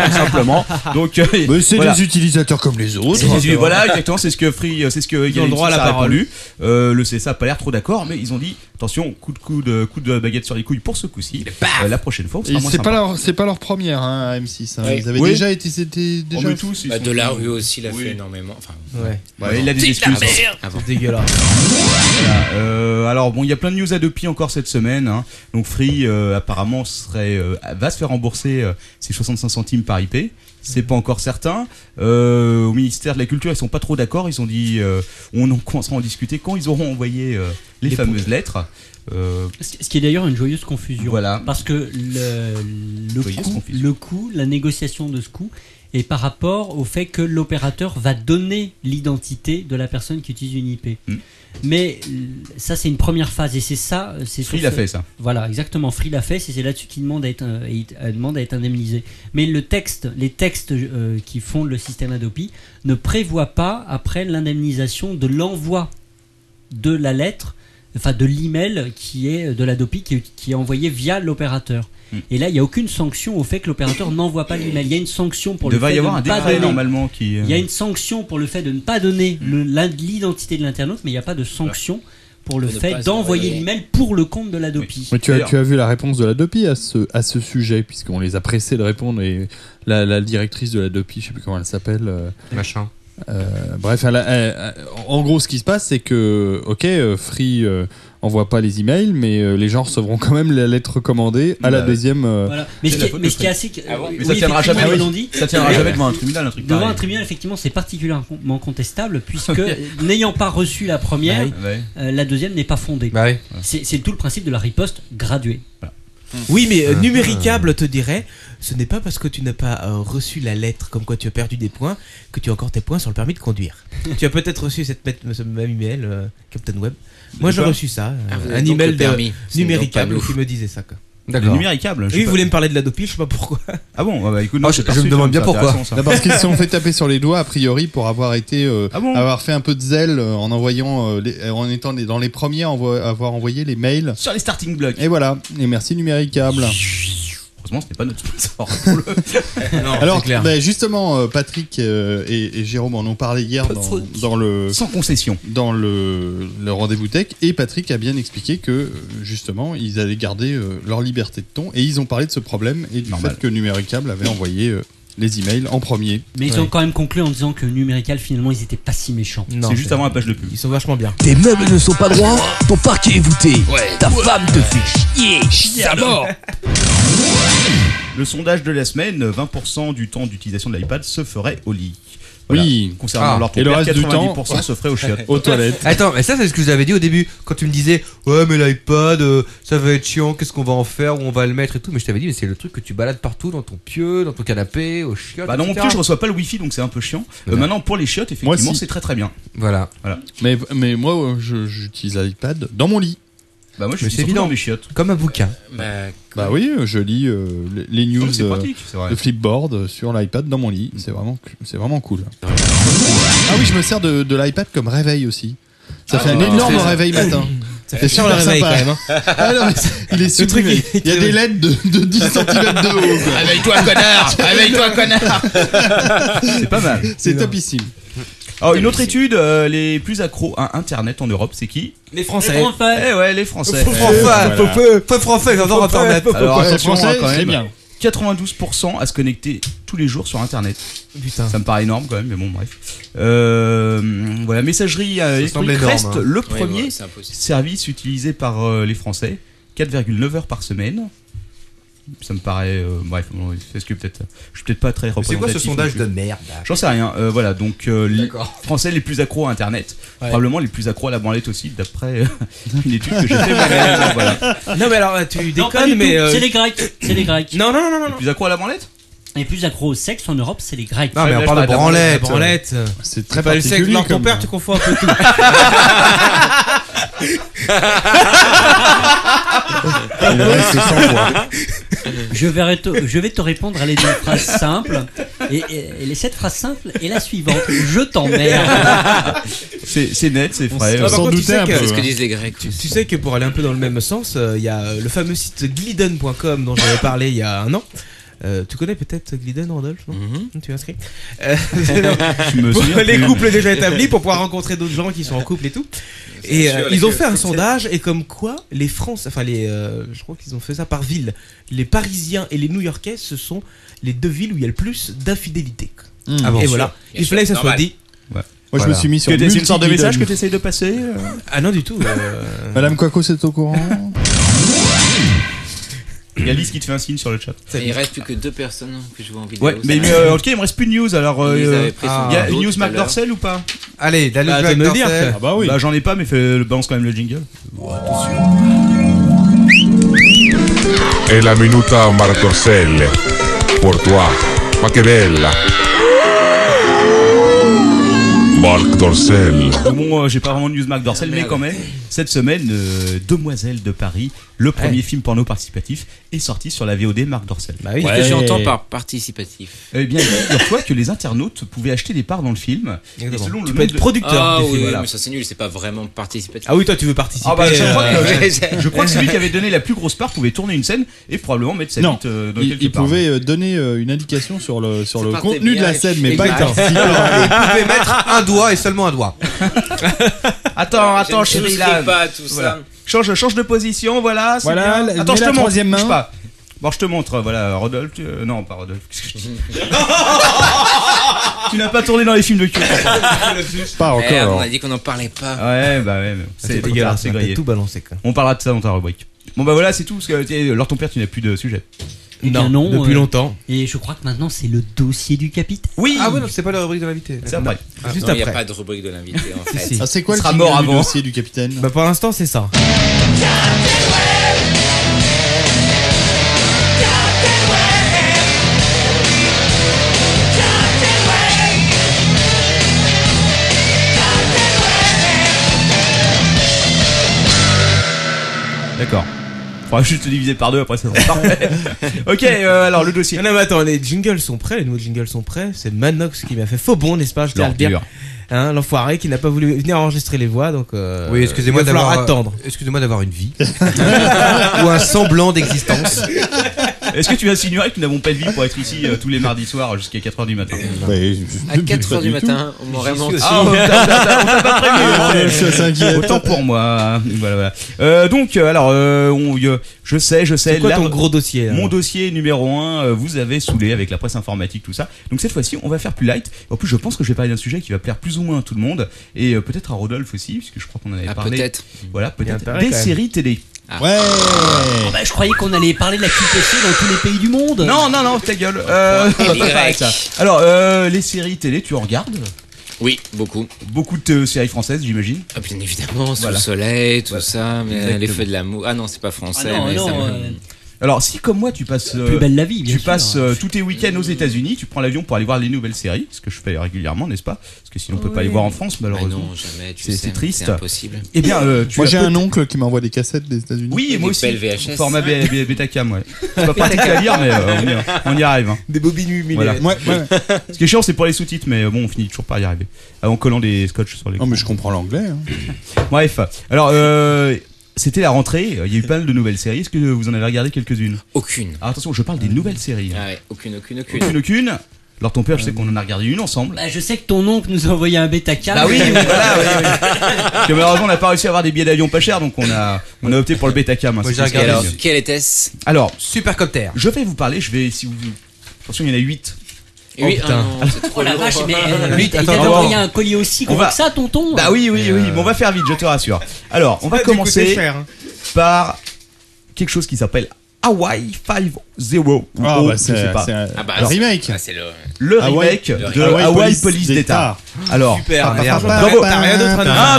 Tout simplement. Donc euh,
Mais c'est
voilà.
des utilisateurs comme les autres. hein.
C'est- c'est- voilà, exactement, c'est ce que Free, euh, c'est ce que
ont le droit à la parole.
lu. Euh, le CSA a pas l'air trop d'accord, mais ils ont dit attention, coup de coup de coup de baguette sur les couilles pour ce coup-ci. Euh, la prochaine fois, on sera
Et
moins
C'est
sympa.
pas leur, c'est pas leur première hein, à M6. hein.
Ouais.
Ils avaient
Oui.
déjà été, c'était déjà.
mais tous, ils
Bah,
sont-
de la rue aussi, il a fait énormément. Enfin,
Ouais.
Ouais, Bah, il a des
C'est de la
excuses.
merde.
Ah bon.
C'est dégueulasse.
Voilà, euh, alors bon, il y a plein de news à deux pieds encore cette semaine. hein. Donc Free euh, apparemment serait euh, va se faire rembourser euh, ses 65 centimes par IP. C'est pas encore certain. Euh, au ministère de la Culture, ils sont pas trop d'accord. Ils ont dit euh, on en commencera à en discuter quand ils auront envoyé euh, les,
Les
fameuses lettres. Euh,
Ce qui est d'ailleurs une joyeuse confusion.
Voilà.
Parce que le, le
Joyeuse
coût, le coût, la négociation de ce coût est par rapport au fait que l'opérateur va donner l'identité de la personne qui utilise une IP.
Hmm.
Mais l- ça, c'est une première phase et c'est ça. C'est
Free
sur
l'a
ce-
fait, ça.
Voilà, exactement. Free l'a fait, c'est c'est là-dessus qu'il demande à être, euh, il- euh, demande à être indemnisé. Mais le texte, les textes euh, qui fondent le système Adopi ne prévoient pas après l'indemnisation de l'envoi de la lettre, enfin de l'email qui est euh, de l'Adopi qui, est- qui est envoyé via l'opérateur.
Hmm.
Et là, il n'y a aucune sanction au fait que l'opérateur n'envoie pas l'email. Il y a une sanction pour
il
le
devrait
fait
y avoir
de
un
ne pas
décret
donner-
normalement qui. euh, Hmm.
Il y a une sanction pour le fait de ne pas donner le- l'in- l'identité de l'internaute, mais il n'y a pas de sanction pour le
Pour ne pas
fait d'envoyer
envoyer.
l'email pour le compte de l'Adopi.
Mais tu, as, tu as vu la réponse de la Dopi à ce, à ce sujet, puisqu'on les a pressés de répondre. Et la, la directrice de la Dopi, je sais plus comment elle s'appelle. euh,
Machin.
euh, bref, elle a- elle- elle- en gros, ce qui se passe, c'est que, ok, euh, Free euh, envoie pas les emails, mais euh, les gens recevront quand même la lettre commandée à la
Bah,
deuxième. euh,
Voilà. Mais, ce
C'est
qui
la
est,
faute
mais
de
ce qui est
Fred.
assez.
Ah bon
oui,
Mais ça tiendra
effectivement,
jamais.
ils l'ont dit.
Ça tiendra
Mais-
jamais devant un tribunal, un truc
Devant
pareil.
un tribunal, effectivement, c'est particulièrement contestable puisque n'ayant pas reçu la première,
Bah oui. Bah Ouais.
euh, la deuxième n'est pas fondée. C'est c'est tout le principe de la riposte graduée.
Oui, mais euh,
Ah.
numéricable te dirait, ce n'est pas parce que tu n'as pas euh, reçu la lettre comme quoi tu as perdu des points que tu as encore tes points sur le permis de conduire. tu as peut-être reçu cette mette- ce même email, euh, Captain Web. Moi, j'ai
Quoi
reçu ça, euh,
Ah, vous avez
un
donc
email
le
de
permis, ce n'est donc pas
numéricable
nous.
qui me disait ça. quoi.
D'accord. Le numéricable, je sais
Oui,
pas.
vous voulez me parler de la dopie, je sais pas pourquoi.
Ah bon, bah, écoute,
Ah, je, je me demande bien pourquoi. Bah, parce qu'ils se sont fait taper sur les doigts a priori pour avoir été euh,
Ah
avoir fait un peu de zèle euh, en envoyant euh, les- en étant les- dans les premiers à envo- avoir envoyé les mails
sur les starting blocks.
Et voilà. Et merci numéricable.
malheureusement, ce n'est pas notre sponsor. pour le- Non,
Alors,
c'est clair.
ben, justement, euh, Patrick euh, et, et Jérôme en ont parlé hier dans,
Patrick.
dans le
sans concession
dans le, le rendez-vous tech et Patrick a bien expliqué que euh, justement ils allaient garder euh, leur liberté de ton et ils ont parlé de ce problème et du fait que Numéricable avait envoyé euh, les emails en premier.
Mais ils ont quand même conclu en disant que Numérical, finalement, ils étaient pas si méchants.
C'est juste avant la page de pub.
Ils sont vachement bien.
Tes meubles ne sont pas droits,
ton parquet est voûté.
Ta
femme te fait chier.
à mort. Oh. Le sondage de la semaine, 20% du temps d'utilisation de l'iPad se ferait au lit. Voilà.
Oui.
Concernant
Ah.
leur
Et le reste du
90%
temps,
se ferait aux chiottes.
Attends, mais ça, c'est ce que je vous avais dit au début. Quand tu me disais, ouais, mais l'iPad, euh, ça va être chiant, qu'est-ce qu'on va en faire, où on va le mettre et tout. Mais je t'avais dit, mais c'est le truc que tu balades partout, dans ton pieu, dans ton canapé, au chiottes.
Bah non, mon
etc. Bah.
plus, je reçois pas le wifi donc c'est un peu chiant. Euh,
Voilà.
maintenant, pour les chiottes,
Moi
effectivement,
aussi.
c'est très très bien.
Voilà.
Mais, mais moi, euh, je- j'utilise l'iPad dans mon lit.
Bah moi, je
Mais
suis
c'est
surtout dans
évident.
mes chiottes.
Comme un bouquin.
Bah oui, euh, je lis euh, les- les
Non,
news
mais c'est
euh,
pratique, c'est vrai.
de Flipboard sur l'iPad dans mon lit. C'est vraiment, cu- c'est vraiment cool. Ah oui, je me sers de, de l'iPad comme réveil aussi. Ça
Ah,
fait un
bah,
énorme
c'est-
réveil matin.
Ça fait cher le
super
réveil,
sympa.
quand même, hein.
Ah non, mais c'est- il est
Le truc,
sublimé.
il-
Il y a des LED de, de 10 cm de haut. quoi.
Réveille-toi, connard Réveille-toi, connard C'est pas mal.
C'est topissime.
Alors, une autre étude, euh, les plus accros à Internet en Europe, c'est qui
Les
Français. Eh ouais, les Français. Eh,
Faux français,
Voilà.
faux feu, faux français, j'adore
Faux français,
Internet.
faux Alors,
français,
attention,
français,
hein, quand
c'est
même.
bien.
92% à se connecter tous les jours sur Internet. Ça me paraît énorme quand même, mais bon, bref. Euh, voilà, messagerie euh,
semble
électronique
énorme,
reste
hein.
le
Oui,
premier
ouais, c'est impossible.
service utilisé par euh, les Français. 4,9 heures par semaine. Ça me paraît. euh, bref, bon, est-ce que peut-être. Je suis peut-être pas très
quoi ce
représentatif.
sondage
non plus.
de merde, là
J'en sais rien. euh, voilà, donc euh, les Français les plus accros à Internet.
Ouais.
Probablement les plus accros à la branlette aussi, d'après euh, une étude que j'ai faite moi-même. hein, voilà.
Non, mais alors, tu
Non, pas
déconnes,
du
mais.
tout,
euh,
C'est les Grecs. C'est les Grecs.
Non, non, non, non.
Les plus accro à la branlette
Les plus accro au sexe en Europe, c'est les Grecs.
Non, mais on parle de branlette. Branlette.
C'est
très pas le sexe.
particulier
Non, ton
comme-
père, tu confonds un peu tout.
Je vais, te, je vais te répondre à les deux phrases simples. Et, et- et les sept phrases simples et la suivante. Je t'emmerde.
C'est c'est net, c'est frais. euh.
Ah, par contre, tu sais que-
C'est ce que disent les Grecs.
Tu, tu sais que pour aller un peu dans le même sens, euh, il y a euh, le fameux site glidden.com dont j'avais parlé il y a un an. Euh, tu connais peut-être Glidden, Rodolphe non Hum, Tu es inscrit Euh, non.
Mm-hmm. Je me
Pour
souviens
les
plus.
couples déjà établis, pour pouvoir rencontrer d'autres gens qui sont en couple et tout. Et
sûr,
euh,
avec
ils ont
le
fait un
cocktail.
sondage et comme quoi les France, enfin les, euh, je crois qu'ils ont fait ça par ville. Les Parisiens et les New-Yorkais, ce sont les deux villes où il y a le plus d'infidélité.
Mm. Ah bon,
et
sûr.
voilà,
Bien
il
sûr,
fallait que ça soit
normal.
dit.
Ouais. Moi,
je me suis mis sur
Que t'es- c'est une sorte de
multi-guidon.
message que t'essayes de passer euh
Ah non du tout.
euh.
Bah,
Madame Quaco, c'est au courant
Il y a Lise qui te fait un signe sur le chat.
Il reste plus que deux personnes que je vois en vidéo.
Ouais, mais
Ça-
euh, ok, il me reste plus de news alors. euh,
Ils avaient pris
il
son
y a
cadeau
une news
tout à
Mac
l'heure.
Dorcel ou pas
Allez, la news Mac Dorcel.
Ah bah oui. Bah j'en ai pas, mais fais, balance quand même le jingle.
È la minuta Marc Dorcel. Pour toi. Ma che bella. Marc Dorcel.
Bon, euh, j'ai pas vraiment de news Mac Dorcel, mais quand même, cette semaine, euh, Demoiselle de Paris, le premier film porno participatif, est sorti sur la VOD Marc Dorcel. Bah
Qu'est-ce que j'entends par participatif
Eh bien, figure-toi que les internautes pouvaient acheter des parts dans le film. Et
Exactement.
selon le
Tu peux
nombre
être
de-
producteur Ah du film, oui, voilà. mais
ça
c'est nul, c'est pas vraiment participatif.
Ah oui, toi, tu veux participer,
Ah bah, je, crois
euh,
que,
ouais.
je crois que celui qui avait donné la plus grosse part pouvait tourner une scène et probablement mettre sa
Non.
bite euh, dans
il,
quelque
il
part.
pouvait euh, donner euh, une indication sur le, sur le
partait
contenu de la
bien,
scène, mais pas
exact.
le temps.
Il
pouvait mettre un doigt et seulement un doigt.
Attends,
Je ne
attends, je suis
souscris
là.
pas à tout ça.
Voilà. Change, change de position, voilà. Ah, c'est
Voilà,
bien.
la-
attends,
mets
je te
la
montre.
troisième main.
Bouge pas. Bon, je te montre, voilà, Rodolphe. tu- euh, non, pas Rodolphe. Qu'est-ce que je dis Tu n'as pas tourné dans les films de cul.
Pas
Merde, on a dit qu'on n'en parlait pas.
Ah.
Ouais, bah ouais, mais c'est trop tard, c'est
t'as
grillé.
tout balancé, quoi.
On parlera de ça dans ta rubrique. Bon, bah voilà, c'est tout. Parce que, t'es- alors, ton père, tu n'as plus de sujet.
Eh bien non, euh,
longtemps.
Et je crois que maintenant, c'est le dossier du capitaine.
Oui
Ah ouais, donc c'est pas la rubrique de l'invité. Ah,
C'est après.
Juste non, il n'y a pas de rubrique de
hein.
l'invité en fait.
Ah, c'est quoi
Il
le
sera
jingle
mort
du
avant.
dossier du capitaine
Bah pour l'instant c'est ça.
D'accord. Faudra juste le diviser par deux, après ça sera parfait. ok, euh, alors le dossier.
Non mais attends, les jingles sont prêts, les nouveaux jingles sont prêts. C'est Manox qui m'a fait faux bon, n'est-ce pas Je tiens à le dire.
L'ordure.
Hein, l'enfoiré qui n'a pas voulu venir enregistrer les voix, donc. euh,
Oui, excusez-moi
il va falloir
d'avoir
attendre.
Excusez-moi d'avoir une vie ou un semblant d'existence.
Est-ce que tu insinuerais que nous n'avons pas de vie pour être ici euh, tous les mardis soirs jusqu'à 4h du matin
À 4 heures du matin, on m'aurait manqué.
Ah, on t'a- t'a- t'a- on t'a pas prévenu.
Ah, je suis inquiet.
Autant pour moi. Voilà, voilà. Euh, donc, euh, alors, euh, on, y- euh, je sais, je sais.
C'est quoi
là,
ton gros dossier, là
Mon dossier numéro 1, vous avez saoulé avec la presse informatique, tout ça. Donc, cette fois-ci, on va faire plus light. En plus, je pense que je vais parler d'un sujet qui va plaire plus ou moins à tout le monde. Et euh, peut-être à Rodolphe aussi, puisque je crois qu'on en avait
Ah,
parlé.
peut-être.
Voilà,
Il y a
peut-être.
intérêt,
Des
quand même.
séries télé.
Ah.
Ouais
Ah bah,
Je croyais qu'on allait parler de la QPC dans tous les pays du monde.
Non, non, non, ta gueule.
Ah bah,
Euh, on va pas parler de ça. Alors, euh, les séries télé, tu en regardes
Oui, beaucoup. Ah,
Beaucoup de euh, séries françaises, j'imagine
Bien évidemment, sous
Voilà.
le soleil, tout ça, mais
Exactement.
les feux de l'amour. Ah non, c'est pas français,
Ah non,
mais
non,
ça me-
euh, Alors si comme moi tu passes euh,
Plus belle la vie, bien
tu
sûr.
passes euh, tous tes week-ends aux États-Unis, tu prends l'avion pour aller voir les nouvelles séries, ce que je fais régulièrement, n'est-ce pas Parce que sinon on peut pas
Oui.
les voir en France malheureusement.
Ah non, jamais, tu
c'est
sais,
c'est triste.
c'est impossible.
Eh bien, euh, tu
Moi
as
j'ai
peut-
un oncle qui m'envoie des cassettes des États-Unis.
Oui, moi aussi. Format B- B- Betacam, ouais. C'est pas
Betacam.
pratique à lire, mais euh, on, y, on y arrive. hein.
Des bobines humides. Ouais, ouais, ouais.
Ce qui est chiant, c'est pour les sous-titres, mais euh, bon, on finit toujours par y arriver. Ah, En collant des scotch sur les.
Non, mais je comprends l'anglais. hein.
Bref, alors euh, c'était la rentrée, il y a eu pas mal de nouvelles séries. Est-ce que vous en avez regardé quelques-unes
Aucune.
Ah, attention, je parle des nouvelles séries. hein.
Ah ouais, aucune, aucune, aucune.
Aucune, aucune. Alors ton père, je sais qu'on en a regardé une ensemble.
Bah, je sais que ton oncle nous a envoyé un bêta cam.
Bah oui, voilà, oui, oui. Parce que malheureusement, on n'a pas réussi à avoir des billets d'avion pas chers, donc on a, on a opté pour le Betacam. hein,
Moi,
c'est
j'ai
tout ce
regardé
qu'il y a
sur-
de mieux.
Quelle était-ce
Alors,
Supercopter.
Je vais vous parler, je vais, si vous. Attention, il y en a 8.
Et oui, ah non, c'est trop
Oh la
lourd.
vache, mais euh, il
Vite,
t'avait
oh, attends, on va
envoyé
voir.
un collier aussi
On
gros
va-
que ça, tonton. hein.
Bah oui, oui, oui,
euh,
mais on va faire vite, je te rassure. Alors, on va
Ça a dû
commencer
coûter cher, hein.
par quelque chose qui s'appelle Hawaii 5-0.
Ah,
ou O,
bah,
Oh, je
c'est-
sais pas.
c'est un- Ah, bah, le remake. ah, c'est le-
Le
Hawaii-
remake
le
de
Hawaii
Hawaii
Police
Ah, Police d'État.
d'État.
Alors,
Super,
ah,
merde.
franchement, bravo.
T'as rien d'autre à dire.
Ah,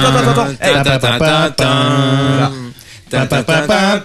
attends, attends, attends. Eh,
Voilà. Ah,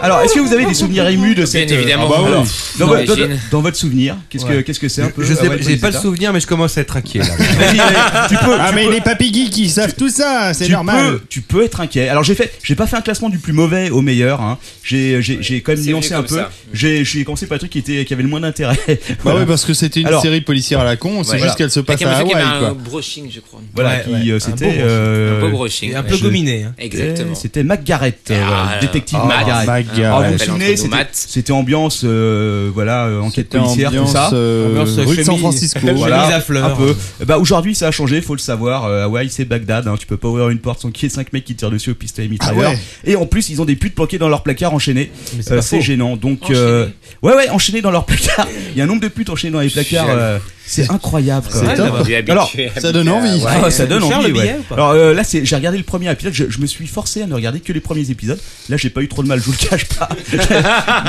Alors, est-ce que vous avez des souvenirs émus de cette
évidemment.
Ah bah voilà.
Oui.
dans, vo- dans-
J'imagine.
dans votre souvenir, qu'est-ce que
Ouais.
qu'est-ce que c'est un peu euh,
Je sais-
Hawaii
j'ai
Police
pas le
Data
souvenir, mais je commence à être inquiet. Là.
euh, tu peux,
ah,
tu
mais
peux-
les papy geeks, ils savent tout ça, c'est
tu
normal.
Peux, tu peux être inquiet. Alors j'ai fait, j'ai pas fait un classement du plus mauvais au meilleur. hein. J'ai, j'ai, j'ai quand même
C'est
nuancé
venu
un
comme
peu.
ça.
J'ai, j'ai commencé par le truc qui était, qui avait le moins d'intérêt.
Bah
Voilà.
ouais, parce que c'était une
Alors, Ah,
série policière à la con, c'est
Ouais.
juste qu'elle se passe
Avec
à
un monsieur qui avait
Hawaï,
un
quoi.
brushing, je crois.
Voilà, qui euh, c'était
Un
euh,
beau brushing.
je-
ouais.
hein.
hein. Eh,
Exactement.
C'était McGarrett, euh,
Ah,
voilà,
là.
détective
Oh,
McGarrett.
McGarrett.
Alors, vous vous
Appel entre
souvenez,
nous,
c'était-
Matt.
c'était ambiance, euh, voilà, euh, enquête
C'était
policière, tout ça.
ambiance, euh, Ambiance rue de chemise- San Francisco. chemise
voilà,
à fleurs.
un peu. Bah aujourd'hui, ça a changé, faut le savoir. Euh, Hawaï, c'est Bagdad. Hein. Tu peux pas ouvrir une porte sans qu'il y ait cinq mecs qui tirent dessus au pistolet mitrailleur.
Ah ouais.
Et en plus, ils ont des putes planquées dans leur placard enchaînées.
Mais c'est
Euh,
pas
C'est
faux.
gênant. Donc, euh, ouais, ouais, enchaînées dans leur placard. Il y a un nombre de putes enchaînées dans les placards.
J'avoue.
euh, c'est incroyable. quoi.
C'est top.
Alors,
ça donne envie.
Ah, ça donne envie. ouais.
Alors,
Alors euh, là, c'est, j'ai regardé le premier épisode. Je, je me suis forcé à ne regarder que les premiers épisodes. Là, j'ai pas eu trop de mal, je vous le cache pas.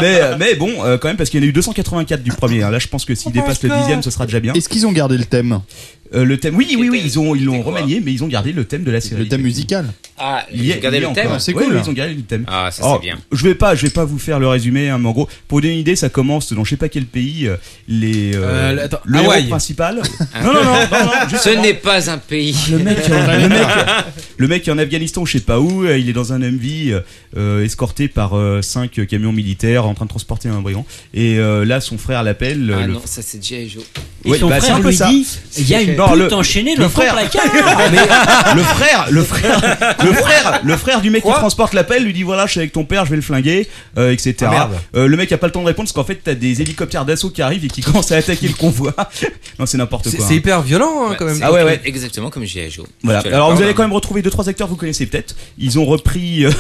mais, euh, mais bon, euh, quand même, parce qu'il y en a eu 284 du premier. hein. Là, je pense que
Oh,
s'il dépasse le dixième, ce sera déjà bien.
Est-ce qu'ils ont gardé le thème
Euh, le thème, oui, oui, oui, ils ont, ils l'ont remanié, mais ils ont gardé le thème de la série.
Le thème musical
Ah,
Il y a- il y a encore. Ouais, ouais, ils ont gardé le thème.
Ah, ça,
Alors,
c'est bien.
Oh, Je vais pas, je vais pas vous faire le résumé, hein, mais en gros, pour vous donner une idée, ça commence dans je sais pas quel pays, euh, les, euh,
Euh, attends,
le héros
Hawaï.
principal. non, non, non, non, non,
Ah. Ce n'est pas un pays. Ah,
Le mec, euh, le mec, le mec est en Afghanistan, je sais pas où, euh, il est dans un MV euh, euh, escorté par euh, cinq camions militaires en train de transporter un brigand. Et euh, là, son frère l'appelle. euh,
Ah
le- bah,
non, ça c'est G.I. Joe.
Et son frère lui dit, il y a une
Non,
pute
le-
enchaînée
le
dans ton
frère-
placard.
Ah, mais le frère, le frère, le frère, le frère du mec qui transporte l'appel lui dit voilà, je suis avec ton père, je vais le flinguer, euh, etc.
Ah, merde.
Euh, le mec a pas le temps de répondre parce qu'en fait t'as des hélicoptères d'assaut qui arrivent et qui commencent à attaquer le convoi. non, c'est n'importe
C'est-
quoi.
c'est
hein.
hyper violent, hein, quand même.
Ah ouais,
euh,
ouais.
Exactement comme G.I. Joe.
Voilà.
Je te
Alors vous
l'accorde,
allez
hein.
quand même retrouver deux trois acteurs que vous connaissez peut-être. Ils ont repris euh,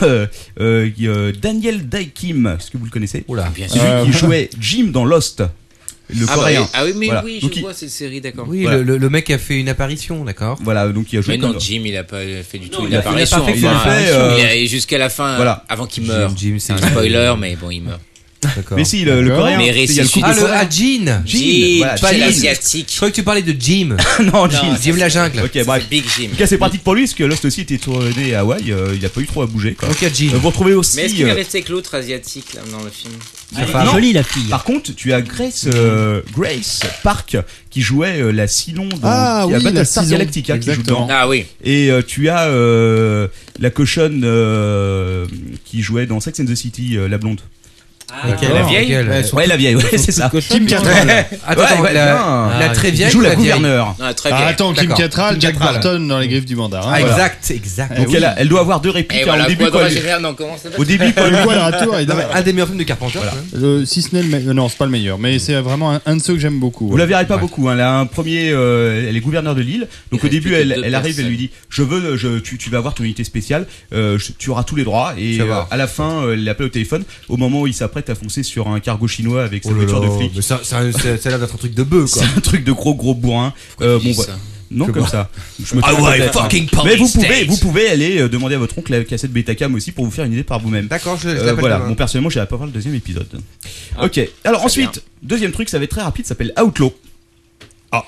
euh, euh, Daniel Daikim, est-ce que vous le connaissez
Oula,
bien
Celui
sûr. Euh,
qui jouait Jim dans Lost, le
ah, bah
coréen.
oui. ah oui, mais
Voilà.
oui, je
Donc, il-
vois cette série, d'accord.
Oui,
Voilà.
le, le- le mec a fait une apparition, d'accord
Voilà, donc il a joué
Mais non,
comme-
Jim, il a pas fait du tout
Non,
une
il a- il a
apparition. hein.
pas fait
il
une apparition.
a-
Euh,
il a- et jusqu'à la fin,
voilà.
avant qu'il
Jim,
meure.
Jim,
c'est un
c'est un-
spoiler, mais bon, il meurt.
Mais si, le- le coréen,
Mais
tu sais, il y a le
ressuscite.
couple
Ah, le, ah, Jean
Jean,
Voilà,
pas
Jean.
l'asiatique.
Je croyais que tu parlais de Jim.
non, Jim.
Jim la jungle.
Ok, bref.
Big Jim.
En tout cas, c'est pratique pour lui parce que Lost aussi était tourné à Hawaï, euh, il a pas eu trop à bouger. Quoi.
Ok, Jim.
Euh, vous retrouvez aussi.
Mais est-ce qu'il est
euh, Ah,
resté avec l'autre asiatique là, dans le film
sa femme. Par contre, tu as Grace, euh, Grace Park qui jouait euh, la Cylon dans
Ah
qui a
oui, la
Battlestar
Cylon.
Galactica qui joue
Exactement.
dedans.
Ah oui.
Et euh, tu as euh, la cochonne euh, qui jouait dans Sex and the City, euh, la blonde.
Ah,
Laquelle La vieille Ouais, la vieille, ouais, c'est ça.
Kim Cattrall.
Attends, attends,
Ouais,
la-
putain.
la très vieille ou la vieille Ah, très vieille.
Ah, attends, Kim
D'accord.
Cattrall,
Kim
Jack
Cattrall.
Barton dans les griffes du mandarin.
Ah,
voilà.
exact, exact. Donc elle, a- elle doit avoir deux répliques.
Et
hein,
Eh voilà,
au début,
Quadra
quoi, lui-
Général,
non, comment ça
Au début, quoi,
Le
lui-
Quadrature est
Non, mais
un des meilleurs films de Carpenter. si ce n'est le meilleur. Non, c'est pas le meilleur, mais c'est vraiment un, un de ceux que j'aime beaucoup.
Vous la verrez pas beaucoup. hein. Elle a un premier, euh, elle est gouverneure de l'île. Donc au début, elle,
deux
elle arrive, elle
personnes.
lui dit "Je veux, je, tu, tu vas avoir ton unité spéciale. euh, je- tu auras tous les droits." Et
Ça
euh,
va.
à la fin, euh, elle l'appelle au téléphone. Au moment où il s'apprête à foncer sur un cargo chinois avec
Oh
sa
là
voiture de
là,
flic.
mais ça- ça- ça- ça a l'air d'être un truc de bœuf, quoi.
C'est un truc de gros gros bourrin. Euh,
tu dis
bon,
ça
bah, Non,
Je
comme
vois.
ça.
Ah
trompe
ouais,
peut-être, hein.
fucking police
Mais vous pouvez,
state.
vous pouvez aller euh, demander à votre oncle la cassette Betacam aussi pour vous faire une idée par vous-même. D'accord,
je l'appelle
Voilà,
demain.
bon, personnellement, j'ai pas voir le deuxième épisode. Ok, alors ensuite, deuxième truc, ça va être très rapide, ça s'appelle Outlaw. Ah.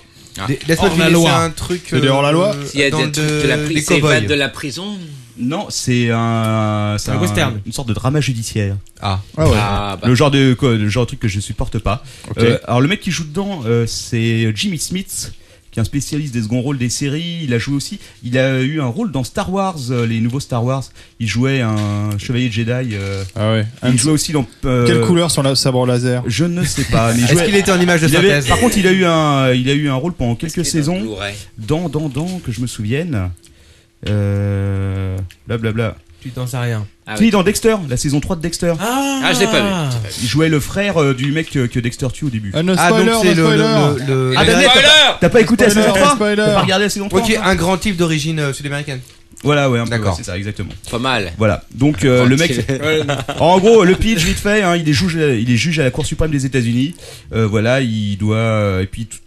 Laisse-moi deviner, c'est un truc.
C'est des hors-la-loi
euh,
Il y a
dans
des trucs de la
des
prison.
cow-boys.
de la prison.
Non, c'est un, c'est
Un western.
Une sorte de drama judiciaire. Ah,
Ah ouais. Ah, bah.
le genre de quoi, le genre de truc que je supporte pas.
Ok.
Euh, alors le mec qui joue dedans, euh, c'est Jimmy Smith, qui est un spécialiste des seconds rôles des séries. Il a joué aussi, il a eu un rôle dans Star Wars, euh, les nouveaux Star Wars. Il jouait un chevalier Jedi. euh,
Ah ouais.
Il jouait aussi dans. euh,
Quelle couleur sont la sabre laser
Je ne sais pas. Bah, mais il
Est-ce
jouait-
qu'il était en image de
il avait-
synthèse
Par contre, il a eu un, il a eu un rôle pendant quelques saisons.
Blu-ray
Dans, dans, dans, que je me souvienne. Euh, Blablabla.
Tu t'en sais rien.
Ah oui. dans Dexter, la saison 3 de Dexter.
Ah, Ah, je l'ai pas vu, je l'ai pas vu.
Il jouait le frère euh, du mec que, que Dexter tue au début.
Ah, no Ah, spoiler, donc c'est no le- spoiler. le- le-
Ah, Daniel, t'as pas- t'as pas écouté la
Spoiler,
saison 3
spoiler.
T'as pas regardé la saison 3
Ok, un grand type d'origine euh, sud-américaine.
Voilà, ouais, un peu,
D'accord.
ouais, c'est ça, exactement.
Pas mal.
Voilà. Donc euh,
Grand
le mec,
type. Oh, Ouais.
en gros, le pitch vite fait, hein, il est juge, il est juge à la Cour suprême des États-Unis. Euh, voilà, il doit euh, et puis tout-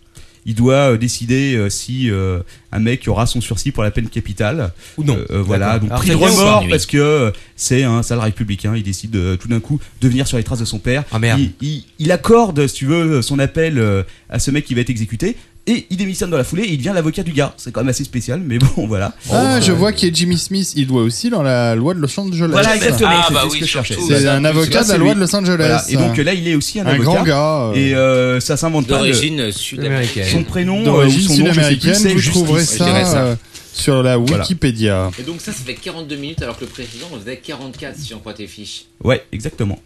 il doit euh, décider euh, si euh, un mec aura son sursis pour la peine capitale
Ou non.
Euh, euh, voilà,
D'accord.
donc
Alors,
pris de
c'est bien ou pas,
remords
lui
parce que euh, c'est un sale républicain. Il décide euh, tout d'un coup de venir sur les traces de son père.
Ah,
Il, il- il accorde, si tu veux, son appel euh, à ce mec qui va être exécuté. Et il démissionne dans la foulée et il devient l'avocat du gars. C'est quand même assez spécial, mais bon, voilà.
Ah,
Oh,
Euh,
je vois qu'il y a Jimmy Smith, il doit aussi dans la loi de Los Angeles.
voilà, exactement. c'est ce que je cherchais.
C'est un avocat de la loi de Los Angeles.
Voilà, Et donc euh, là, il est aussi un,
Un
avocat.
grand gars, euh.
Et euh, ça s'invente pas.
D'origine
le-
sud-américaine.
Son prénom euh, ou
d'origine
son nom, je sais plus,
sud-américaine,
c'est
vous
Justice.
trouverez
Je dirais
ça euh, sur la
Voilà.
Wikipédia.
Et donc ça, ça fait 42 minutes alors que le président en faisait 44 si on croit tes fiches.
Ouais, exactement.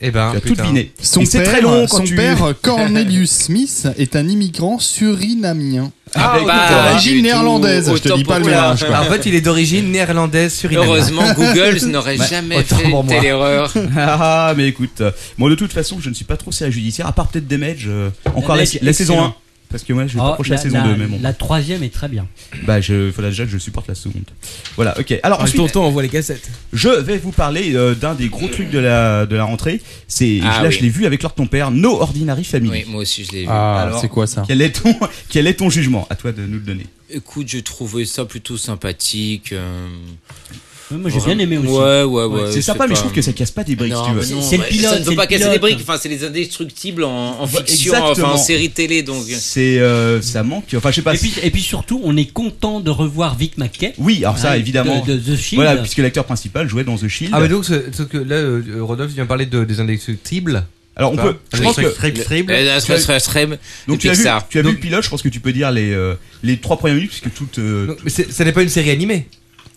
Et ben,
tu as tout
putain.
deviné.
Son
Et
père, euh,
c'est très long quand
son
tu-
père Cornelius Smith, est un immigrant surinamien.
Ah,
Avec
bah,
d'origine
du tout.
néerlandaise, je te
Autant
dis pas le
pour toi.
mélange. quoi.
En fait, il est d'origine néerlandaise sur
Heureusement, Google n'aurait jamais fait une telle erreur.
ah, mais écoute. euh, Bon, de toute façon, je ne suis pas trop série judiciaire, à part peut-être Damage. euh, encore la,
Damage,
la saison
excellent.
1. Parce que moi, je vais
Oh,
t'approcher la,
la-
saison
la-
2, mais bon.
la troisième est très bien.
Bah, je, faudra déjà que je supporte la seconde. Voilà, ok. Alors,
Ah,
ensuite.
tonton envoie les cassettes.
Je vais vous parler euh, d'un des gros trucs de la, de la rentrée. C'est,
Ah
là,
oui.
je l'ai vu avec leur ton père, No Ordinary Family.
Oui, moi aussi je l'ai vu.
Alors, Quel est ton, quel est ton jugement À toi de nous le donner.
Écoute, j'ai trouvé ça plutôt sympathique. euh,
Ouais, moi, j'ai bien aimé aussi.
Ouais, ouais, ouais.
Ouais,
c'est sympa, mais je trouve que ça casse pas des briques,
Non,
si tu veux.
mais non,
C'est le
ouais,
pilote,
Ça ne
c'est
peut pas
le
casser des
pilote.
briques. Enfin, c'est les indestructibles en, en fiction, enfin en
exactement.
série télé. Donc,
C'est, euh, ça manque. Enfin, je sais pas.
Et puis, et puis surtout, on est content de revoir Vic McKay.
Oui, alors ça,
Hein,
évidemment.
De, de The Shield.
Voilà, puisque l'acteur principal jouait dans The Shield.
Ah, mais donc, c'est- sauf que là, euh, euh, Rodolphe, tu viens de parler de, des indestructibles.
Alors on
Enfin,
peut. Je pense que
indestructibles.
Donc tu as, vu,
Pixar.
tu as vu le pilote. Je pense que tu peux dire les euh, les trois premières minutes puisque toute. euh,
Mais c'est- ça n'est pas une série animée.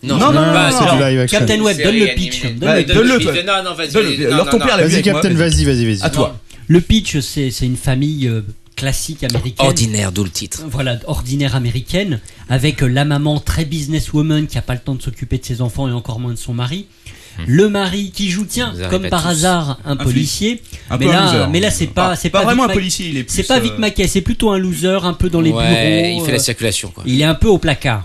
Non, non, non, non, c'est du live action. Captain Webb, donne le pitch. Donne le- donne le-
Non, non, vas-y.
donne le-
non,
leur
non,
ton
non.
père l'a vu
Vas-y,
avec moi,
Captain, vas-y,
vas-y.
vas-y, vas-y.
À toi.
Le pitch, c'est c'est une famille euh, classique américaine.
Ordinaire, d'où le titre.
Voilà, ordinaire américaine, avec euh, la maman très businesswoman qui a pas le temps de s'occuper de ses enfants et encore moins de son mari. Le mari qui joue, tiens,
Hmm. Vous arrivez
comme
à
par
tous.
hasard, un,
Un
policier.
flic. Un
mais,
peu un
là,
loser.
mais là, c'est pas,
Pas-
c'est
pas
Vic
vraiment un
Mac-
policier, il est
C'est
plus,
pas
euh,
Vic Mackey, c'est plutôt un loser, un peu dans les
Ouais,
bureaux.
il fait la
euh,
circulation, quoi.
Il est un peu au placard.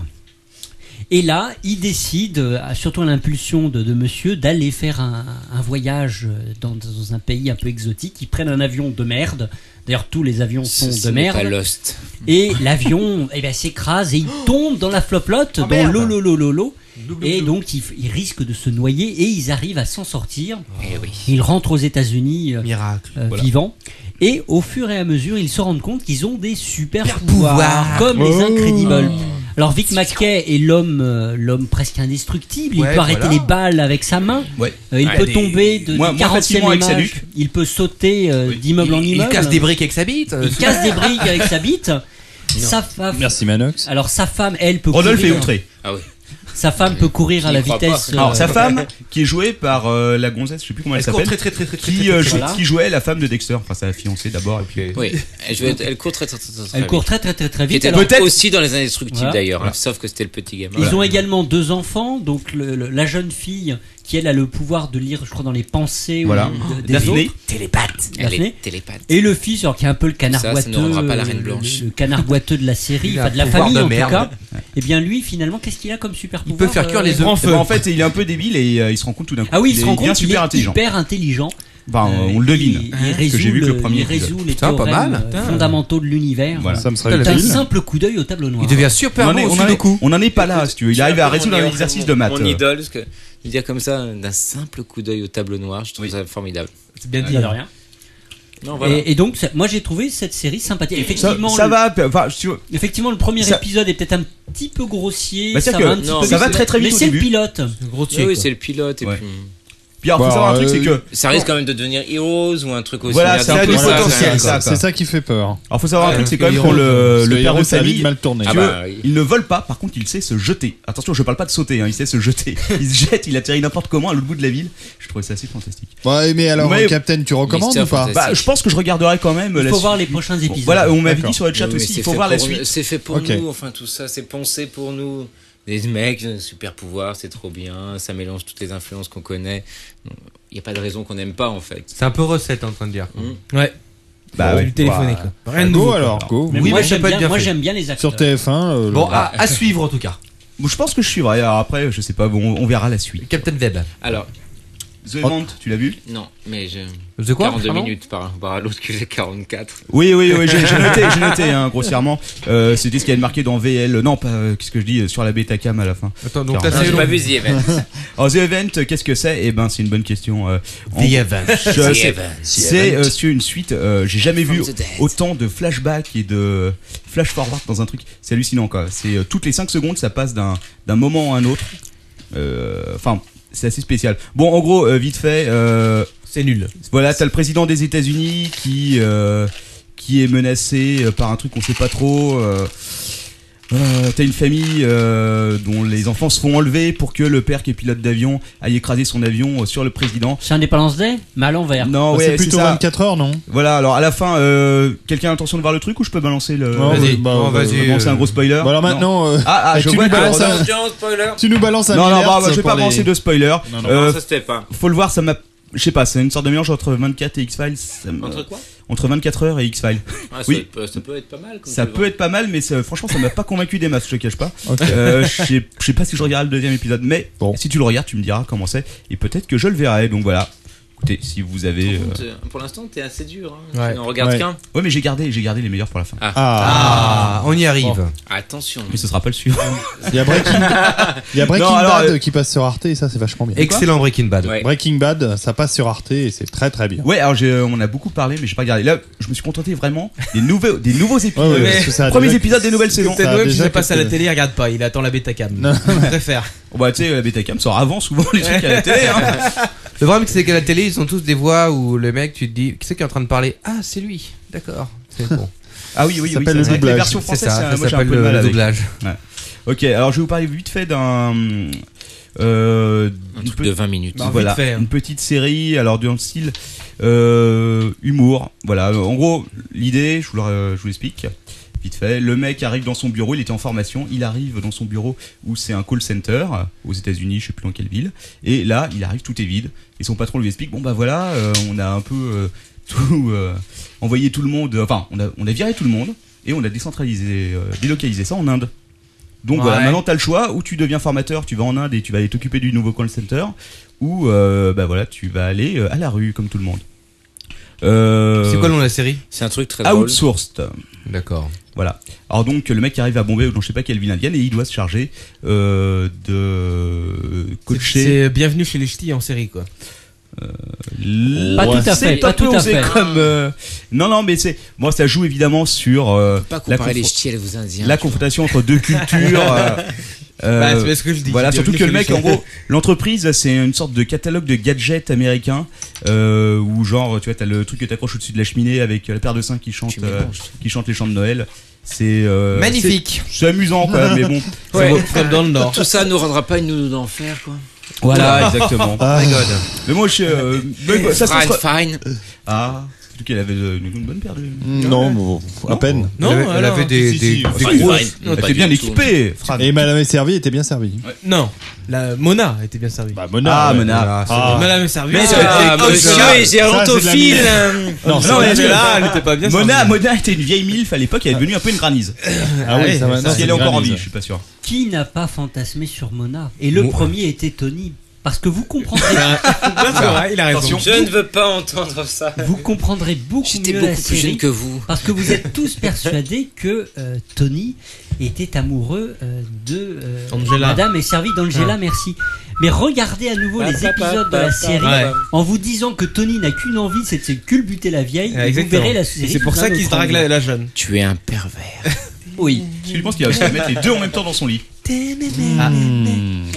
Et là, il décide, euh, surtout à l'impulsion de, de monsieur, d'aller faire un, un voyage euh, dans, dans un pays un peu exotique. Ils prennent un avion de merde. D'ailleurs, tous les avions sont
Ce
de
n'est
merde.
pas Lost.
Et l'avion eh ben, s'écrase et il tombe dans la floplotte, dans
merde.
l'eau, l'eau, l'eau, l'eau, l'eau. Et donc, ils, f- ils risquent de se noyer et ils arrivent à s'en sortir.
Eh
Ils rentrent aux États-Unis euh, euh,
voilà.
vivants. Et au fur et à mesure, ils se rendent compte qu'ils ont des super pouvoirs,
pouvoirs.
comme
Oh.
les Incredibles. Alors Vic Mackey est l'homme, euh, l'homme presque indestructible. Il
Ouais,
peut arrêter
voilà.
les balles avec sa main.
Ouais.
Euh, il
Ouais,
peut
des-
tomber de
moins-
de
moins
40e
facilement avec sa
étage.
nuque.
Il peut sauter euh, d'immeuble en
il
immeuble.
casse des briques avec sa bite, euh,
Il casse des
super.
briques avec sa bite. Sa femme.
Merci Manox.
Alors sa femme, elle peut.
Rodolphe
courir.
est outré.
Ah oui.
Sa femme peut courir à la vitesse. euh,
Alors, sa femme, qui est jouée par euh, la gonzesse, je sais plus comment elle
Elle court
s'appelle,
très, très, très, très, très,
qui,
très,
euh,
très
jou-
vite.
qui jouait la femme de Dexter, enfin sa fiancée d'abord, et puis.
Oui, elle, jouait- elle court très très très, très, très
Elle
vite.
court très, très, très, très vite.
Qui était
Alors-
aussi dans les indestructibles
Voilà.
d'ailleurs, hein,
Voilà.
sauf que c'était le petit gamin.
Ils ont également deux enfants, donc le- le- la jeune fille qui elle a le pouvoir de lire, je crois, dans les pensées ou
Voilà.
de- des
Daphné.
autres. Télépathe.
Elle
Daphné.
est télépathe.
Et le fils, alors qui est un peu le canard
Ça, ça
boiteux,
ne rendra pas la
euh,
Reine
le-
Blanche.
le canard boiteux de la série,
Il a
enfin de la
un pouvoir
famille
de
en
merde.
tout cas. Et bien lui, finalement, qu'est-ce qu'il a comme super pouvoir euh,
Eh ben, En fait, il est un peu débile et euh, il se rend compte tout d'un coup.
ah oui, il, se
est
rend
bien
compte qu'il
super
est
intelligent.
hyper intelligent.
Enfin,
Euh,
on le
Il,
devine.
il
parce que
résout,
j'ai vu que le
le-
premier.
il
épisode.
résout les
Putain,
théorèmes
pas mal.
euh, fondamentaux de l'univers.
Voilà. Ça me serait
C'est un
utile.
simple coup d'œil au tableau noir.
Il devient super bon au Sudoku. On en est pas là, si tu veux. Il arrive à résoudre un exercice de maths.
Mon idole, parce que le dire comme ça, d'un simple coup d'œil au tableau noir, je trouve ça formidable.
C'est bien
dit. De rien.
Non, voilà.
Et, et donc, ça- moi j'ai trouvé cette série sympathique. Effectivement,
ça
le,
va. p- Enfin, si tu veux.
effectivement, le premier
Ça-
épisode est peut-être un petit peu grossier.
Bah, c'est
ça
que
va, un petit
non,
peu
ça va
vite.
très, très vite
Mais
au
c'est le
début.
pilote.
Oui, oui, c'est le pilote. Et
Ouais.
puis...
Puis alors, faut savoir un truc, c'est que.
Ça risque quand même de devenir Heroes ou un truc aussi.
Voilà,
Il y a
ça
un
a
peu
du
ça,
potentiel,
ça,
C'est ça qui fait peur.
Alors faut savoir un
Ouais,
truc, c'est quand
parce
même
que
pour
Ah, Héros-
le,
parce
le
que
père
Héros,
de
ça a
famille,
vite mal tourné.
tu
Ah
vois,
bah, oui.
il ne vole pas, par contre il sait se jeter. Attention, je parle pas de sauter, hein, il sait se jeter. Il se jette, il atterrit n'importe comment à l'autre bout de la ville. Je trouvais ça assez fantastique.
Ouais, mais alors,
Mais-
Captain, tu recommandes
Mystère
ou pas
Bah, je pense que je regarderai quand même.
Il
la
faut
suite.
voir les prochains
Bon,
épisodes.
Voilà, on m'avait
D'accord.
dit sur le chat
Oui,
aussi,
mais
il
c'est
faut
fait
voir la
pour-
suite.
C'est fait pour
Ok.
nous, enfin tout ça, c'est pensé pour nous. Des mecs, euh, super pouvoir, c'est trop bien, ça mélange toutes les influences qu'on connaît. Il n'y a pas de raison qu'on n'aime pas en fait.
C'est un peu recette en train de dire.
Ouais.
Bah
Faut
ouais.
lui téléphoner,
Bah,
quoi.
bah,
Rien de
go
nouveau.
alors,
quoi.
go.
Mais
Oui,
moi,
mais ça
j'aime
peut être
bien-
bien
moi,
fait.
j'aime bien les acteurs.
Sur TF1. euh,
Bon,
le-
à, à suivre en tout cas.
Bon, je pense que je suivrai. alors Après, je sais pas, bon, on verra la suite.
Captain Web.
Alors,
The Mount, tu l'as vu
non, mais je.
The quoi,
42
pardon
minutes par rapport à l'autre que j'ai 44.
Oui, oui, oui, j'ai j'ai noté, j'ai noté, hein, grossièrement. Euh, C'était ce qu'il y a de marqué dans VL. Non, pas, euh, qu'est-ce que je dis, euh, sur la bêta cam à la fin.
Attends, donc
Car-
t'as fait J'ai pas long. vu
The Event.
Alors, The Event, euh, qu'est-ce que c'est Eh ben, c'est une bonne question. euh, en-
The Event.
Je-
The
c'est-
Event.
C'est
The
euh,
Event.
sur une suite, euh, j'ai jamais vu
From the dead.
autant de flashbacks et de flash-forward dans un truc. C'est hallucinant, quoi. C'est euh, toutes les 5 secondes, ça passe d'un d'un moment à un autre. Euh, Enfin, c'est assez spécial. Bon, en gros, euh, vite fait.
c'est nul.
Voilà, t'as le président des États-Unis qui euh, qui est menacé euh, par un truc qu'on sait pas trop. euh, euh, T'as une famille euh, dont les enfants se font enlever pour que le père qui est pilote d'avion aille écraser son avion euh, sur le président.
C'est Indépendance Day, mais à l'envers.
Non, ouais,
c'est plutôt
ça.
24 heures, non
Voilà, alors à la fin, euh, quelqu'un a l'intention de voir le truc ou je peux balancer le.
Non, Vas-y. bah,
Non,
bah,
vas-y.
euh,
Bon, c'est un gros spoiler.
Bon, alors
Non.
maintenant, euh,
ah, ah,
et
je
tu
vois
nous
que-
balances un-
Attention, spoiler
Tu nous balances un
Non, non,
milliard,
bah, bah,
ça,
je vais
pour
pas
les-
balancer de spoiler. Euh,
Non, non, ça, c'était pas.
Faut le voir, ça m'a. Je sais pas, c'est une sorte de mélange entre 24 et X-Files. ça m'a-
Entre quoi
Entre 24 heures et X-Files.
Ah, ça
oui.
peut- ça peut être pas mal, comme
Ça
tu le
peut
vois.
être pas mal, mais ça- franchement, ça m'a pas convaincu des masses, je te cache pas.
Ok.
Euh, je sais- je sais pas si je regarderai le deuxième épisode, mais si tu le regardes, tu me diras comment c'est. Et peut-être que je le verrai, donc voilà. Écoutez, si vous avez. euh,
Euh, Pour l'instant, t'es assez dur. Hein. Tu n'en regardes qu'un.
Ouais, mais j'ai gardé, j'ai gardé les meilleurs pour la fin.
Ah.
Ah.
on y arrive.
Bon.
Attention.
Mais ce sera pas le suivant.
Il y a Breaking, il y a Breaking
Non, alors,
Bad
euh,
qui passe sur Arte et ça, c'est vachement bien.
Excellent Breaking Bad. Ouais.
Breaking Bad, ça passe sur Arte et c'est très très bien.
Ouais, alors j'ai- euh, on en a beaucoup parlé, mais j'ai pas regardé. Là, je me suis contenté vraiment des nouveaux, des nouveaux épisodes.
Ouais, ouais, parce que ça a
Premiers
déjà-
épisodes des nouvelles saisons.
Captain Web, si ça passe à la télé, il regarde pas, il attend la bêta-cam. Il préfère.
Bon, bah, tu sais, la Betacam sort avant souvent les trucs à la télé. Hein.
Le problème, c'est qu'à la télé, ils ont tous des voix où le mec, tu te dis, qui c'est qui est en train de parler Ah, c'est lui. D'accord. C'est bon.
Ah oui, oui,
Ça
oui.
s'appelle
c'est
le
vrai.
doublage.
La version
C'est
française,
ça,
c'est un-
ça
moi, j'ai un
s'appelle
peu de
le-
mal
le
avec.
doublage.
Ouais. Ok, alors je vais vous parler vite fait d'un. euh, une
truc
pe-
de 20 minutes.
Bah,
Vite
voilà,
fait, hein.
une petite série, alors du style euh, humour. Voilà, Euh, en gros, l'idée, je vous le- euh, je vous l'explique. Vite fait, le mec arrive dans son bureau, il était en formation, il arrive dans son bureau où c'est un call center euh, aux États-Unis, je sais plus dans quelle ville, et là il arrive, tout est vide, et son patron lui explique bon bah voilà, euh, on a un peu euh, tout euh, envoyé tout le monde, enfin on a, on a viré tout le monde et on a décentralisé, euh, délocalisé ça en Inde. Donc voilà,
Ouais.
maintenant t'as le choix, ou tu deviens formateur, tu vas en Inde et tu vas aller t'occuper du nouveau call center, ou euh, bah voilà, tu vas aller euh, à la rue comme tout le monde. Euh,
C'est quoi le nom de la série
C'est un truc très drôle.
Outsourced.
D'accord.
Voilà. Alors donc le mec arrive à Bombay ou dans je sais pas quelle ville indienne et il doit se charger euh, de coacher.
C'est bienvenue chez les ch'tis en série, quoi.
Euh, Pas
tout à fait, pas tout à fait.
Comme, euh, Non non mais c'est moi ça joue évidemment sur euh,
Pas comparer
la,
les
confron-
ch'tis aux indiens. tu
la
vois.
confrontation entre deux cultures. euh, Euh,
Bah, c'est parce que je dis
Voilà,
qu'il
surtout
y a
que le
une
mec, en
solution.
gros, l'entreprise, c'est une sorte de catalogue de gadgets américains euh, où, genre, tu vois, t'as le truc que t'accroches au-dessus de la cheminée avec euh, la paire de seins qui chante, euh, qui chante les chants de Noël. C'est euh,
Magnifique.
c'est- C'est amusant quand même, mais bon. ça
Ouais.
vaut Fred dans le Nord.
Tout ça nous rendra pas une nounou d'enfer, quoi.
Voilà, exactement.
Oh
Mais moi, je. euh, mais quoi, ça, ça
Fine,
sera-
fine.
Ah. En tout cas, elle avait euh, une, une bonne paire de.
Non, bon, à peine.
Non,
Elle
elle
avait-
avait,
elle alors, avait des-
des.
si, si, des-
des
fine,
grosses-
fine.
Elle
Pas
était
du
bien
tout.
équipée.
Et Madame est servie était bien servie.
Non, la Mona était bien servie.
Bah, Mona,
Ah,
ouais.
Mona.
Ah.
Madame est servie.
Mais c'est-
Ah, Mona.
monsieur
Ça,
est
c'est de la
gérontophile.
merde.
Non, c'est vrai.
Mona, Mona était une vieille milf à l'époque, elle est devenue un peu une granise.
Ah oui, ça va, non,
Si
c'est
elle est
une
encore en
granise.
vie, je suis pas sûr.
Qui n'a pas fantasmé sur Mona Et le
Mo-
premier était Tony. Parce que vous comprendrez.
Ben,
Bah,
Attention. Je ne veux pas entendre ça.
Vous comprendrez beaucoup
J'étais
mieux
beaucoup
la
plus
série
jeune que vous.
Parce que vous êtes tous persuadés que euh, Tony était amoureux euh, de euh,
Angela.
Madame et servi d'Angela,
Ah.
merci. Mais regardez à nouveau
Pa,
les
pa, pa,
épisodes de
pa,
la
pa,
série
pa. Ouais.
en vous disant que Tony n'a qu'une envie, c'est de se culbuter la vieille. et vous verrez la série.
C'est pour
sous
ça
un
qu'il se
autre
drague
angle.
la, la jeune.
Tu es un pervers.
Oui.
Je pense qu'il va se mettre les deux en même temps dans son lit.
Ah.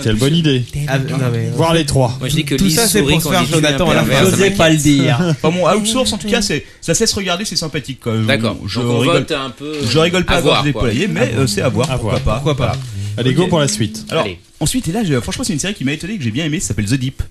Quelle bonne idée.
Ah, non, mais-
Voir les trois.
Moi, je dis que
Tout
Lise
ça, c'est
sourit
pour
quand
se faire
il dit tu es un
Jonathan à la
pervers,
fin.
ça m'inquiète. hein.
Enfin bon, Outsource en tout cas, c'est ça cesse regarder, c'est sympathique. quoi.
D'accord.
Je
Donc on
rigole,
vote un peu-
Je rigole pas
à
à voir
voir,
des
quoi.
poulaillers, mais
À
euh,
voir.
c'est à voir.
À
pourquoi
voir.
pas
Pourquoi pas.
Voilà.
Allez, go
Ok.
pour la suite.
Alors
Allez.
ensuite, et là, je- franchement, c'est une série qui m'a étonné que j'ai bien aimé. Ça s'appelle The Deep.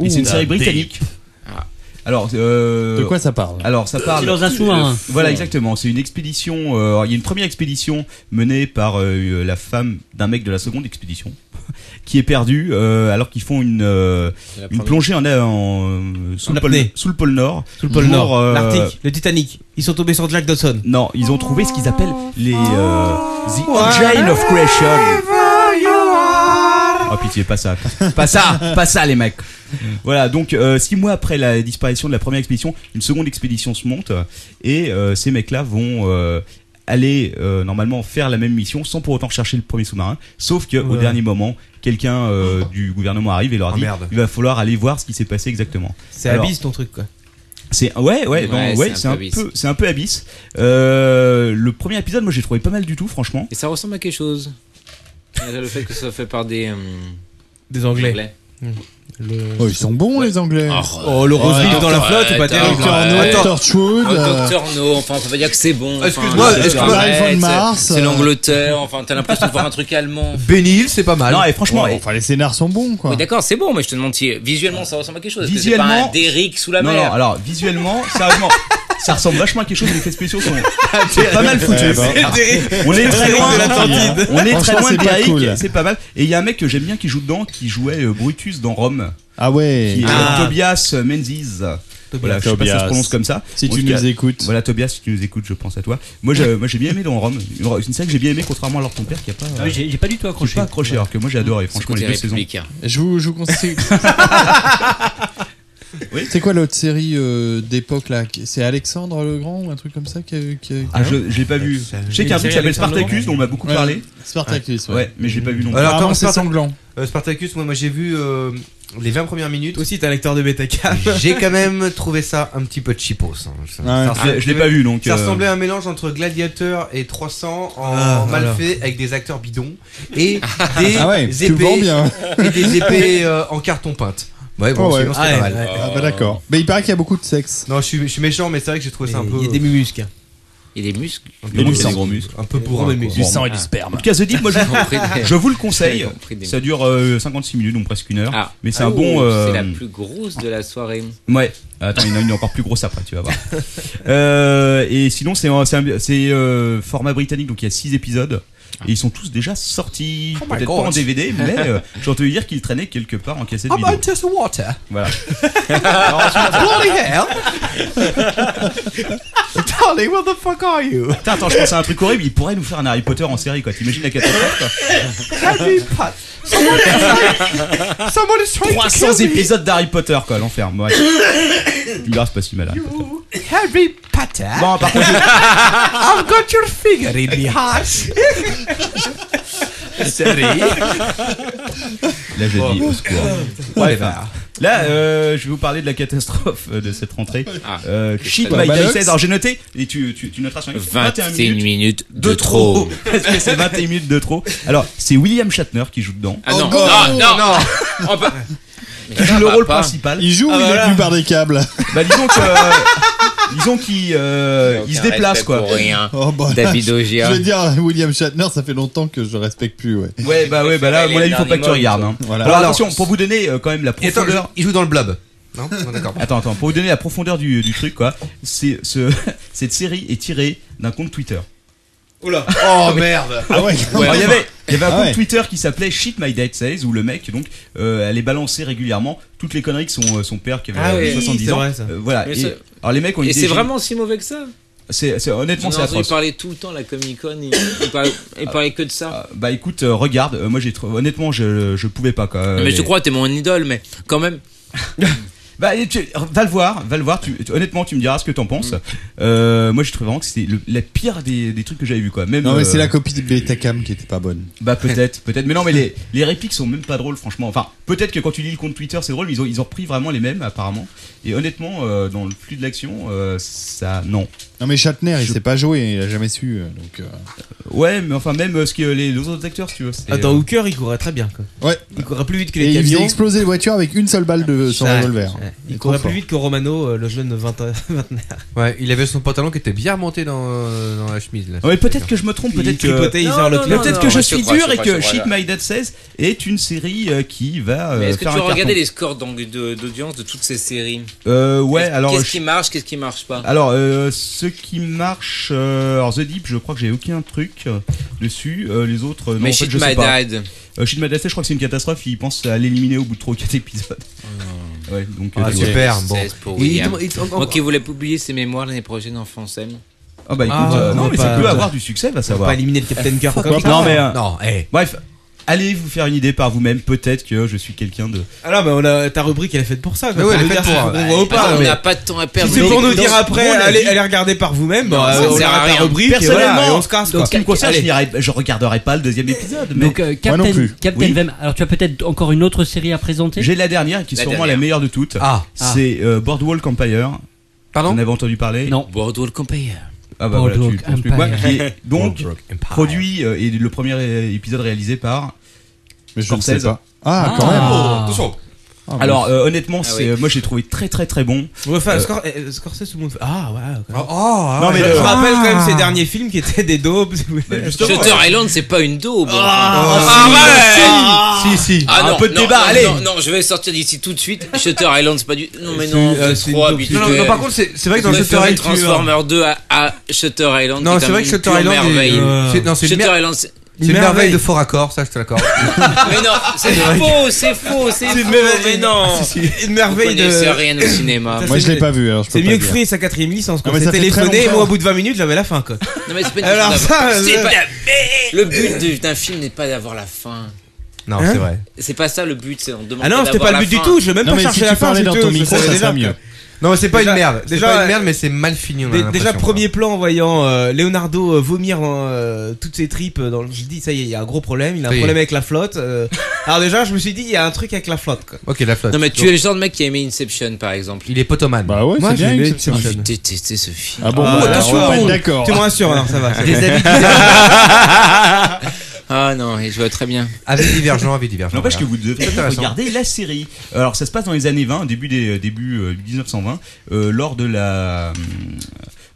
Ouh,
Et c'est une
la
série
Deep.
britannique.
Ah.
Alors, euh,
De quoi ça parle
Alors, ça parle.
C'est dans un sous-marin.
Euh, Voilà, exactement. C'est une expédition. euh, il y a une première expédition menée par euh, la femme d'un mec de la seconde expédition qui est perdu euh, alors qu'ils font une euh,
C'est la
une
première.
plongée en, en, euh, sous,
En
le pôle,
apnée.
sous le pôle Nord.
Sous le pôle
pour,
Nord,
euh,
l'Arctique, le Titanic. Ils sont tombés sur Jack Dawson.
Non, ils ont trouvé ce qu'ils appellent les euh, the engine of creation. Oh pitié, pas ça. Pas ça, pas ça les mecs. Voilà, donc euh, six mois après la disparition de la première expédition, une seconde expédition se monte et euh, ces mecs-là vont euh, aller euh, normalement faire la même mission sans pour autant chercher le premier sous-marin, sauf que au
Ouais.
dernier moment, quelqu'un euh, du gouvernement arrive et leur
Oh,
dit
merde.
il va falloir aller voir ce qui s'est passé exactement.
C'est
Alors,
Abyss ton truc quoi.
c'est ouais ouais dans-
Ouais,
ouais,
c'est un
c'est
peu
un
abyss.
peu c'est un peu abyss. Euh, le premier épisode moi j'ai trouvé pas mal du tout franchement.
Et ça ressemble à quelque chose. Déjà, le fait que ça soit fait par des. euh,
Des Anglais.
Mmh.
Oh, ils sont bons les Anglais.
Oh, le Rosebeef dans la flotte, c'est pas terrible.
Docteur No,
Ah, Attends.
Torchwood.
Oh,
euh,
Docteur No, enfin, on va dire que c'est bon. enfin,
Excuse-moi,
c'est-
excuse-moi,
arrête,
Ivan
c'est-
Mars,
C'est
euh.
l'Angleterre, enfin, t'as l'impression de voir un truc allemand.
Bénil, c'est pas mal.
Non, et franchement,
Ouais,
et-
enfin, les scénars sont bons, quoi.
Oui, d'accord, c'est bon, mais je te demande si euh, visuellement ça ressemble à quelque chose. Est-ce que c'est
Visuellement,
pas un Derrick sous la
non,
mer.
non, alors visuellement, sérieusement, ça ressemble vachement à quelque chose. Les effets spéciaux sont c'est pas mal foutus.
Ouais, bah.
On est très loin
de l'Atlantide.
On est très
Franchement,
loin
c'est
de
pas
Derrick.
cool.
C'est pas mal. Et il y a un mec que j'aime bien qui joue dedans, qui jouait euh, Brutus dans Rome.
Ah ouais.
Qui est euh,
Ah.
Tobias Menzies. Voilà, je sais pas si ça se prononce comme ça.
Si
En
tu
tout cas,
nous écoutes.
Voilà, Tobias, si tu nous écoutes, je pense à toi. Moi, j'ai moi, j'ai bien aimé dans Rome. Une- C'est une série que j'ai bien aimé, contrairement à leur ton père qui a pas.
Ah oui, j'ai- j'ai pas du tout accroché.
J'ai pas accroché, alors que moi j'ai adoré, franchement,
côté
les deux saisons.
républicain.
Je vous, je vous conseille. C'est quoi l'autre série euh, d'époque là C'est Alexandre le Grand ou un truc comme ça qui a- qui a-
Ah, je, je l'ai pas vu. Je sais qu'il y a un truc qui s'appelle Spartacus dont on m'a beaucoup
Ouais,
parlé.
Spartacus, ouais.
Ouais, mais je l'ai pas vu non plus.
Alors,
Apparemment,
comment
c'est sanglant.
Euh, Spartacus, moi, moi j'ai vu euh, les 20 premières minutes. Aussi, t'es un lecteur de Betacam. j'ai quand même trouvé ça un petit peu cheapos. hein. Ça-
Ouais. Je
ça
l'ai-
ressemblait-
Ah je l'ai pas vu, donc,
Ça
euh,
ressemblait à un mélange entre Gladiateur et 300 en,
Ah,
en mal
alors.
fait avec des acteurs bidons et des
Ah ouais, tu le vends
épées,
bien.
et des épées euh, en carton peinte. Ouais, bon,
Oh,
sinon,
ouais.
c'était
Ah,
pas
ouais,
mal.
ouais. Ah, bah d'accord. Mais il paraît qu'il y a beaucoup de sexe.
Non, je suis, je suis méchant, mais c'est vrai que j'ai trouvé ça un peu.
Il y a des muscles.
Il est muscle.
un peu
Il y a
bourrin,
des gros muscles.
Un peu bourrin. quoi.
Bon. En tout cas, The Deep, moi, je, vous- Ah. je vous le conseille.
J'avais compris des
Ça dure euh, 56 minutes, donc presque une heure.
Ah.
Mais c'est
Ah,
un bon.
oh,
euh,
C'est la plus grosse de la soirée.
Ouais. Attends, il y en a une encore plus grosse après, tu vas voir. Euh, et sinon, c'est un- c'est un- c'est, euh, format britannique, donc il y a 6 épisodes. Et ils sont tous déjà sortis.
Ah. Oh my
Peut-être pas
God.
en DVD, mais euh, j'ai entendu dire qu'ils traînaient quelque part en cassette
I'm
vidéo.
out of the water.
Voilà.
Bloody hell! Darling, what the fuck are you?
Putain, attends, je pense à un truc horrible. Ils pourraient nous faire un Harry Potter en série, quoi. T'imagines la catastrophe
Harry Potter. Someone is trying- someone is
quoi.
trying to
300
kill me.
épisodes d'Harry Potter, quoi. L'enfer. Ouais. Il grave pas si mal. Harry Potter.
Harry Potter.
Bon, par contre,
I've got your finger in my heart. Sorry.
Là, je dis au secours.
Ouais,
Bref,
bah.
Là, euh, je vais vous parler de la catastrophe euh, de cette rentrée. Euh, shit,
Bah,
my
Manox.
day says. Alors j'ai noté, et tu, tu, tu noteras sur une-
21 minutes,
de trop. Parce que c'est 21 minutes Oh, de trop. Alors, c'est William Shatner qui joue dedans.
Ah non, non, non, On peut-
Qui Ah. joue le rôle principal.
Ah, Il joue ou
bah, Ah,
il est
voilà.
plus par des câbles
Bah disons que euh, disons qu'il euh, il se
aucun
déplace
respect
quoi.
pour rien. Oh, bah,
David
je-
Ogia.
Je veux dire, William Shatner, ça fait longtemps que je respecte plus. Ouais.
Ouais bah ouais bah là à
Il est
mon avis faut pas
dernier
que tu regardes.
mode,
hein.
quoi. Voilà.
Alors,
Alors,
attention pour vous donner euh, quand même la
Et attends,
profondeur.
il joue dans le blob. Non Bon, D'accord.
Attends attends pour vous donner la profondeur du, du truc quoi. C'est ce cette série est tirée d'un compte Twitter.
Oula.
Ah
Oh
oui.
merde.
Ah ouais,
quand même.
il y avait, il y avait un
Ah
compte
ouais.
Twitter qui s'appelait Shit My Dad Says où le mec donc euh, allait balancer régulièrement toutes les conneries que son, euh, son père qui avait
Ah
euh,
oui,
70
c'est
ans.
vrai, ça.
euh, voilà.
Mais
Et-
c'est-
alors les mecs ont une
Et
idée
c'est
génie-
vraiment si mauvais que ça
c'est c'est- honnêtement
On
c'est Ah,
a entendu
atroce.
parler tout le temps la Comic Con, il, il parlait, il parlait que de ça.
Bah écoute euh, regarde euh, moi j'ai trouvé- honnêtement je je pouvais pas quoi.
Non, mais
Les-
je te crois, t'es mon idole, mais quand même.
Bah, et tu- va le voir, va le voir. tu- tu- honnêtement, tu me diras ce que t'en
Mm.
penses. Euh, moi, je trouve vraiment que c'était le- la pire des, des trucs que j'avais vu, quoi. Même.
Non, mais c'est
euh,
la copie de Betacam qui était pas bonne.
Bah peut-être, peut-être. Mais non, mais les, les répliques sont même pas drôles, franchement. Enfin, peut-être que quand tu lis le compte Twitter, c'est drôle. Mais ils ont ils ont repris vraiment les mêmes, apparemment. Et honnêtement, euh, dans le flux de l'action, euh, ça, non.
Non, mais Shatner, il sait pas jouer, il a jamais su. euh, Donc, euh,
Ouais, mais enfin, même euh, ce que les, les autres acteurs, si tu veux. c'est,
Attends,
euh,
Hooker, il courait très bien. Quoi.
Ouais.
Il courait plus vite que
Et
les
il faisait
camions.
exploser les voitures avec une seule balle de son
Ouais,
revolver.
ouais.
Il
Il
est
courait
trop
plus
fort.
vite que Romano, euh, le jeune vingtaine.
Ouais, il avait son pantalon qui était bien remonté dans, euh, dans la chemise. Là.
Ouais, mais peut-être que je me trompe, peut-être que peut-être que je suis dur et que Shit My Dad Says est une série euh, qui va euh,
Mais est-ce que tu
faire
as
un
regardé
carton.
les scores d'ang- de- d'audience de toutes ces séries
Euh, ouais,
Qu'est-ce-
alors,
Qu'est-ce
je-
qui marche, qu'est-ce qui marche pas
Alors, euh, ce qui marche, euh, alors The Deep, je crois que j'ai aucun truc euh, dessus. Euh, les autres, euh, non,
Mais
en fait,
Shit
je sais
My
pas.
Dad.
Euh, Shit My Dad, je crois que c'est une catastrophe. Ils pensent à l'éliminer au bout de 3 ou 4 épisodes. Ouais, donc, euh,
Ah,
tu vois.
super, bon.
C'est pour
Et
William.
il- il-
hein. Moi qui voulais publier ses mémoires l'année prochaine en français.
Ah bah écoute, euh, non mais ça peut avoir du succès, va savoir.
comme
Non mais euh,
Non, eh.
bref, allez vous faire une idée par vous-même. Peut-être que je suis quelqu'un de.
Alors, bah, on a, ta rubrique, elle est faite pour ça. Quoi.
Mais
Faut
ouais, elle est
nous
faite
dire
pour-
si on voit ou pas,
Attends, on
mais-
n'a pas de temps à perdre.
Si c'est pour
Donc,
nous dire
donc,
après,
on l'a
allez,
dit.
allez regarder par vous-même.
Non,
bah,
ça ne
on
sert à
a ta
rien.
rubrique, et
Personnellement,
voilà, et on se casse.
donc,
quoi.
ce qui me concerne, je, n'irai- je regarderai pas le deuxième épisode. Mais...
Donc, euh, Captain, Captain Vem, alors tu as peut-être encore une autre série à présenter
J'ai la dernière qui est sûrement la meilleure de toutes.
Ah.
c'est euh, Boardwalk Empire. Pardon Vous en avez entendu parler
Non.
Boardwalk Empire.
Ah bah voilà, tu
Boardwalk
penses plus que moi.
Empire.
Qui est donc
Boardwalk Empire.
produit euh, et le premier euh, épisode réalisé par.
Mais je ne sais
Scorsese.
pas. Ah, quand même.
Oh, attention.
Ah, oui.
Alors euh, honnêtement,
Ah
c'est
oui.
euh, moi j'ai trouvé très très très bon.
Ouais, enfin,
Euh,
Scor- euh, Scorsese, tout le monde fait. Ah, ouais. quand même.
ah, Non, ouais. mais
je,
le-
je rappelle quand même
Ah.
ces derniers films qui étaient des daubes.
Bah, Shutter Island, c'est pas une daube.
si,
Ah,
si, si, si.
Ah,
Un
non,
peu de
non,
débat,
non,
allez.
Non, non, je vais sortir d'ici tout de suite. Shutter Island, c'est pas du. Non, mais non,
C'est- euh,
c'est
c'est
trop
une-
habitué.
Non, non, non, par contre, c'est- c'est vrai que dans
Je
Shutter
préférais
Island, tu-
Transformers 2 à, à Shutter Island.
Non,
qui est
c'est
un
vrai que
une
Shutter
pure
Island est-
merveille.
euh, c'est- non, c'est une
Shutter
mer-
Island, c'est.
C'est une merveille de fort accord, ça je te l'accorde.
Mais non, c'est
vrai.
faux, c'est faux, c'est faux. Mais non.
Une
Vous
merveille
connaissez
de.
rien au cinéma.
Ça,
Ah, Moi,
c'est-
je l'ai pas vu, alors je peux
C'est
pas
mieux que
dire.
Free et sa quatrième licence.
Ah,
Quand
mais ça
c'est
fait très
téléphoné, et
longtemps.
moi, au bout de 20 minutes, j'avais la fin, quoi.
Non, mais c'est pas une
Alors
question
ça,
d'avoir-
euh,
c'est pas la- Le but de- d'un film n'est pas d'avoir la fin.
Non,
Hein
c'est vrai.
C'est pas ça le but, c'est on demande
Ah non, c'était pas le but du tout, je vais même pas chercher la fin. du tout, c'est déjà-
Non, mais c'est pas
Déjà-
une merde. C'est
déjà,
pas
euh,
une merde, mais c'est mal fini. on a
Dé- déjà,
l'impression.
premier plan en voyant euh, Leonardo euh, vomir dans, euh, toutes ses tripes. euh, Dans le... Je dis, ça y est, il y a un gros problème. Il a un
Ça y est.
problème avec la flotte. euh. Alors, déjà, je me suis dit, il y a un truc avec la flotte. Quoi.
Ok, la flotte.
Non, mais tu es le genre de mec qui a aimé Inception par exemple.
Il est potoman.
Bah ouais,
Moi,
c'est bien
j'aimais
Inception.
Inception. J'ai détesté ce film.
Ah bon, bah, alors, on va pas être d'accord.
Oh, Tu me rassures, alors, ça va.
Des avis bizarres. Ah non, et je vois très bien.
Avec Divergent, avec Divergent.
N'empêche que
voilà.
vous devez
Intéressant.
regarder la série. Alors ça se passe dans les années 20, début des début euh, 1920, euh, lors de la hum,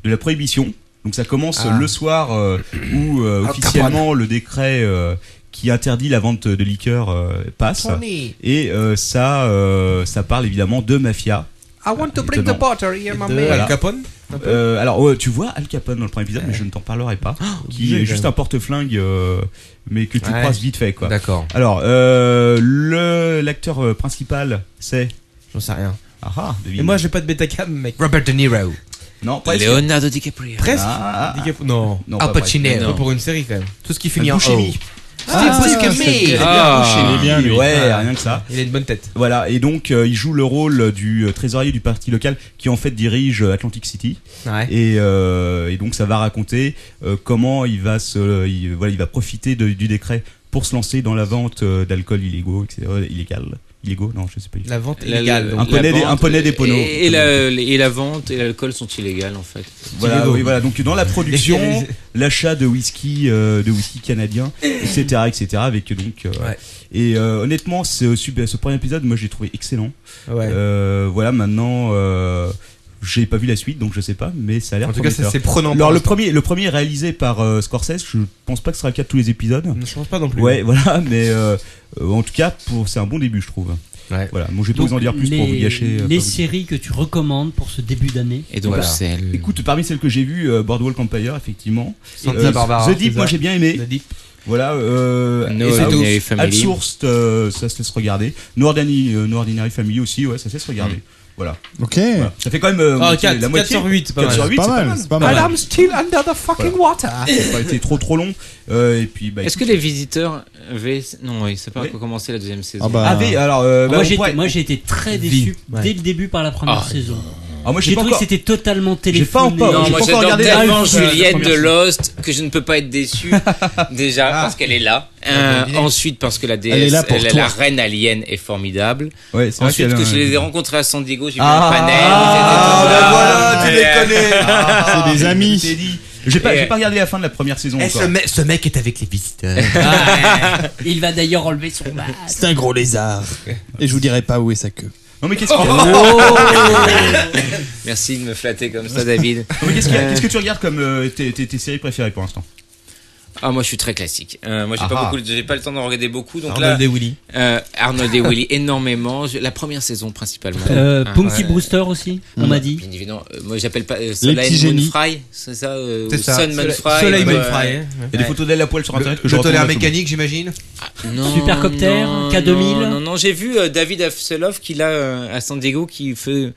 de la prohibition. Donc ça commence
Ah.
le soir euh, où euh,
Al Capone.
officiellement le décret euh, qui interdit la vente de liqueurs euh, passe.
Tony.
Et euh, ça euh, ça parle évidemment de mafia.
I want to bring the butter here, my man.
Voilà.
Al Capone un peu
Euh, alors ouais, tu vois Al Capone dans le premier épisode, mais je ne t'en parlerai pas. qui
Oh, obligé,
est juste
quand même.
un porte-flingue, euh, mais que tu
Ouais.
croises vite fait quoi.
D'accord.
Alors euh, le l'acteur euh, principal c'est.
J'en sais rien.
Ah ah. devine.
Et moi, j'ai pas de bêta-cam, mec.
Robert De Niro.
Non, presque.
Leonardo DiCaprio.
Presque
Ah, ah, ah.
DiCaprio- Non.
Non, Al pas presque. Pacino.
Pas pour une série, quand même.
Tout ce qui finit en
Buscemi.
Ah, Steve Buscemi.
Ah,
Il est bien, lui.
Ouais,
Ah.
rien que ça.
Il a une bonne tête.
Voilà, et donc euh, il joue le rôle du euh, trésorier du parti local qui en fait dirige euh, Atlantic City.
Ouais.
Et, euh, et donc ça va raconter euh, comment il va se, il, voilà, il va profiter de- du décret pour se lancer dans la vente euh, d'alcool illégaux, etc., illégal. illégaux Non, je sais pas. du tout.
La vente
La-
illégale.
la-
Euh, Un
la
poney, des,
vente
un poney des
et-
poneaux.
Et, la, et la vente et l'alcool sont illégales en fait.
Voilà, oui, voilà. Donc dans la production,
Légalisé.
l'achat de whisky, euh, de whisky canadien, etc., etc. Avec donc euh, et euh, honnêtement, ce, super- ce premier épisode, moi, j'ai trouvé excellent.
Ouais.
Euh, voilà, maintenant. euh, j'ai pas vu la suite donc je sais pas, mais ça a l'air.
En tout cas, c'est-
prometteur.
c'est prenant pour
Alors, le
l'instant.
premier, le premier est réalisé par euh, Scorsese, je pense pas que ce sera le cas de tous les épisodes.
Je pense pas non plus.
Ouais, voilà, mais euh, euh, en tout cas, pour c'est un bon début, je trouve. Voilà, bon, je vais pas
Donc,
vous en dire plus
les-
pour vous gâcher. euh,
Les
pas vous-
séries que tu recommandes pour ce début d'année.
Voilà. Euh, Écoute, parmi celles que j'ai vues, euh, Boardwalk Empire, effectivement.
Santa
Euh,
Barbara,
The Deep,
c'est
moi
ça.
j'ai bien aimé. Voilà, euh,
No
et c'est
Ordinary
tout.
Family.
Outsourced, euh, ça se laisse regarder. No Ordinary, euh, No Ordinary Family aussi, ouais, ça se laisse regarder. Voilà.
Ok.
Voilà. Ça fait quand même euh,
Ah,
moitié-
quatre-
la moitié.
4 sur huit, c'est pas mal.
4 sur huit,
C'est pas mal, c'est pas mal.
Voilà. Ah,
I'm
still under the fucking water.
Ça a pas été trop trop long. Euh, et puis, bah,
Est-ce que les visiteurs V non oui c'est pas encore commencé la deuxième saison.
Ah, V, alors, euh, bah,
moi,
on
j'ai
pourrait-
moi, j'ai été très
Vie,
déçu
ouais.
dès le début par la première
Ah.
saison.
Ah, moi, j'ai
j'ai
pas
trouvé
encore-
que c'était totalement téléphoné.
J'ai pas encore-
Non,
j'ai
moi
pas encore
j'adore
regardé
tellement
Alf, euh, la
Juliette
première Ah.
de
saison.
Lost que je ne peux pas être déçu déjà parce qu'elle est là. Euh, ensuite parce que la déesse,
Elle est là pour
la-
toi.
la reine alien est formidable.
Ouais, c'est vrai
ensuite
qu'elle
que
a
je
un-
les ai rencontrés à San Diego, j'ai vu
Ah,
un panel. ils étaient tous là.
ah, bah voilà, tu
Et,
les connais.
euh,
Ah,
c'est des
je
amis.
t'ai dit. J'ai pas,
Et-
j'ai pas regardé la fin de la première saison
Eh,
encore.
ce, mec- ce mec est avec les visiteurs.
Ah,
Il va d'ailleurs enlever son masque.
C'est un gros lézard. Et je vous dirai pas où est sa queue. Oh
Non mais qu'est-ce qu'il y a
Merci de me flatter comme ça, David.
Non, mais qu'est-ce, qu'il y a- qu'est-ce que tu regardes comme euh, tes, tes- tes séries préférées pour l'instant
Ah moi je suis très classique. Euh, moi j'ai pas
Ah.
beaucoup, j'ai pas le temps d'en regarder beaucoup. Donc
Arnold
là,
et Willy.
Euh, Arnold et Willy énormément. Je- la première saison principalement.
Euh,
Hein,
Punky
ouais.
Brewster aussi, on
Ouais,
m'a dit.
Bien évidemment. Euh, moi j'appelle pas euh,
Les
Soleil
petits
Moon
génies.
Fry, c'est ça. euh,
C'est
ou
ça.
Sun Moon
Soleil-
Fry.
Soleil
ouais.
Moon Fry, hein.
Il y a des photos d'elle à poil sur
Le-
internet que
le
je recommande
tonnerre
à tout le monde.
mécanique, j'imagine
Non,
Supercopter,
non,
K2000.
Non, non, non. j'ai vu euh, David Afselov qui là euh, à San Diego qui fait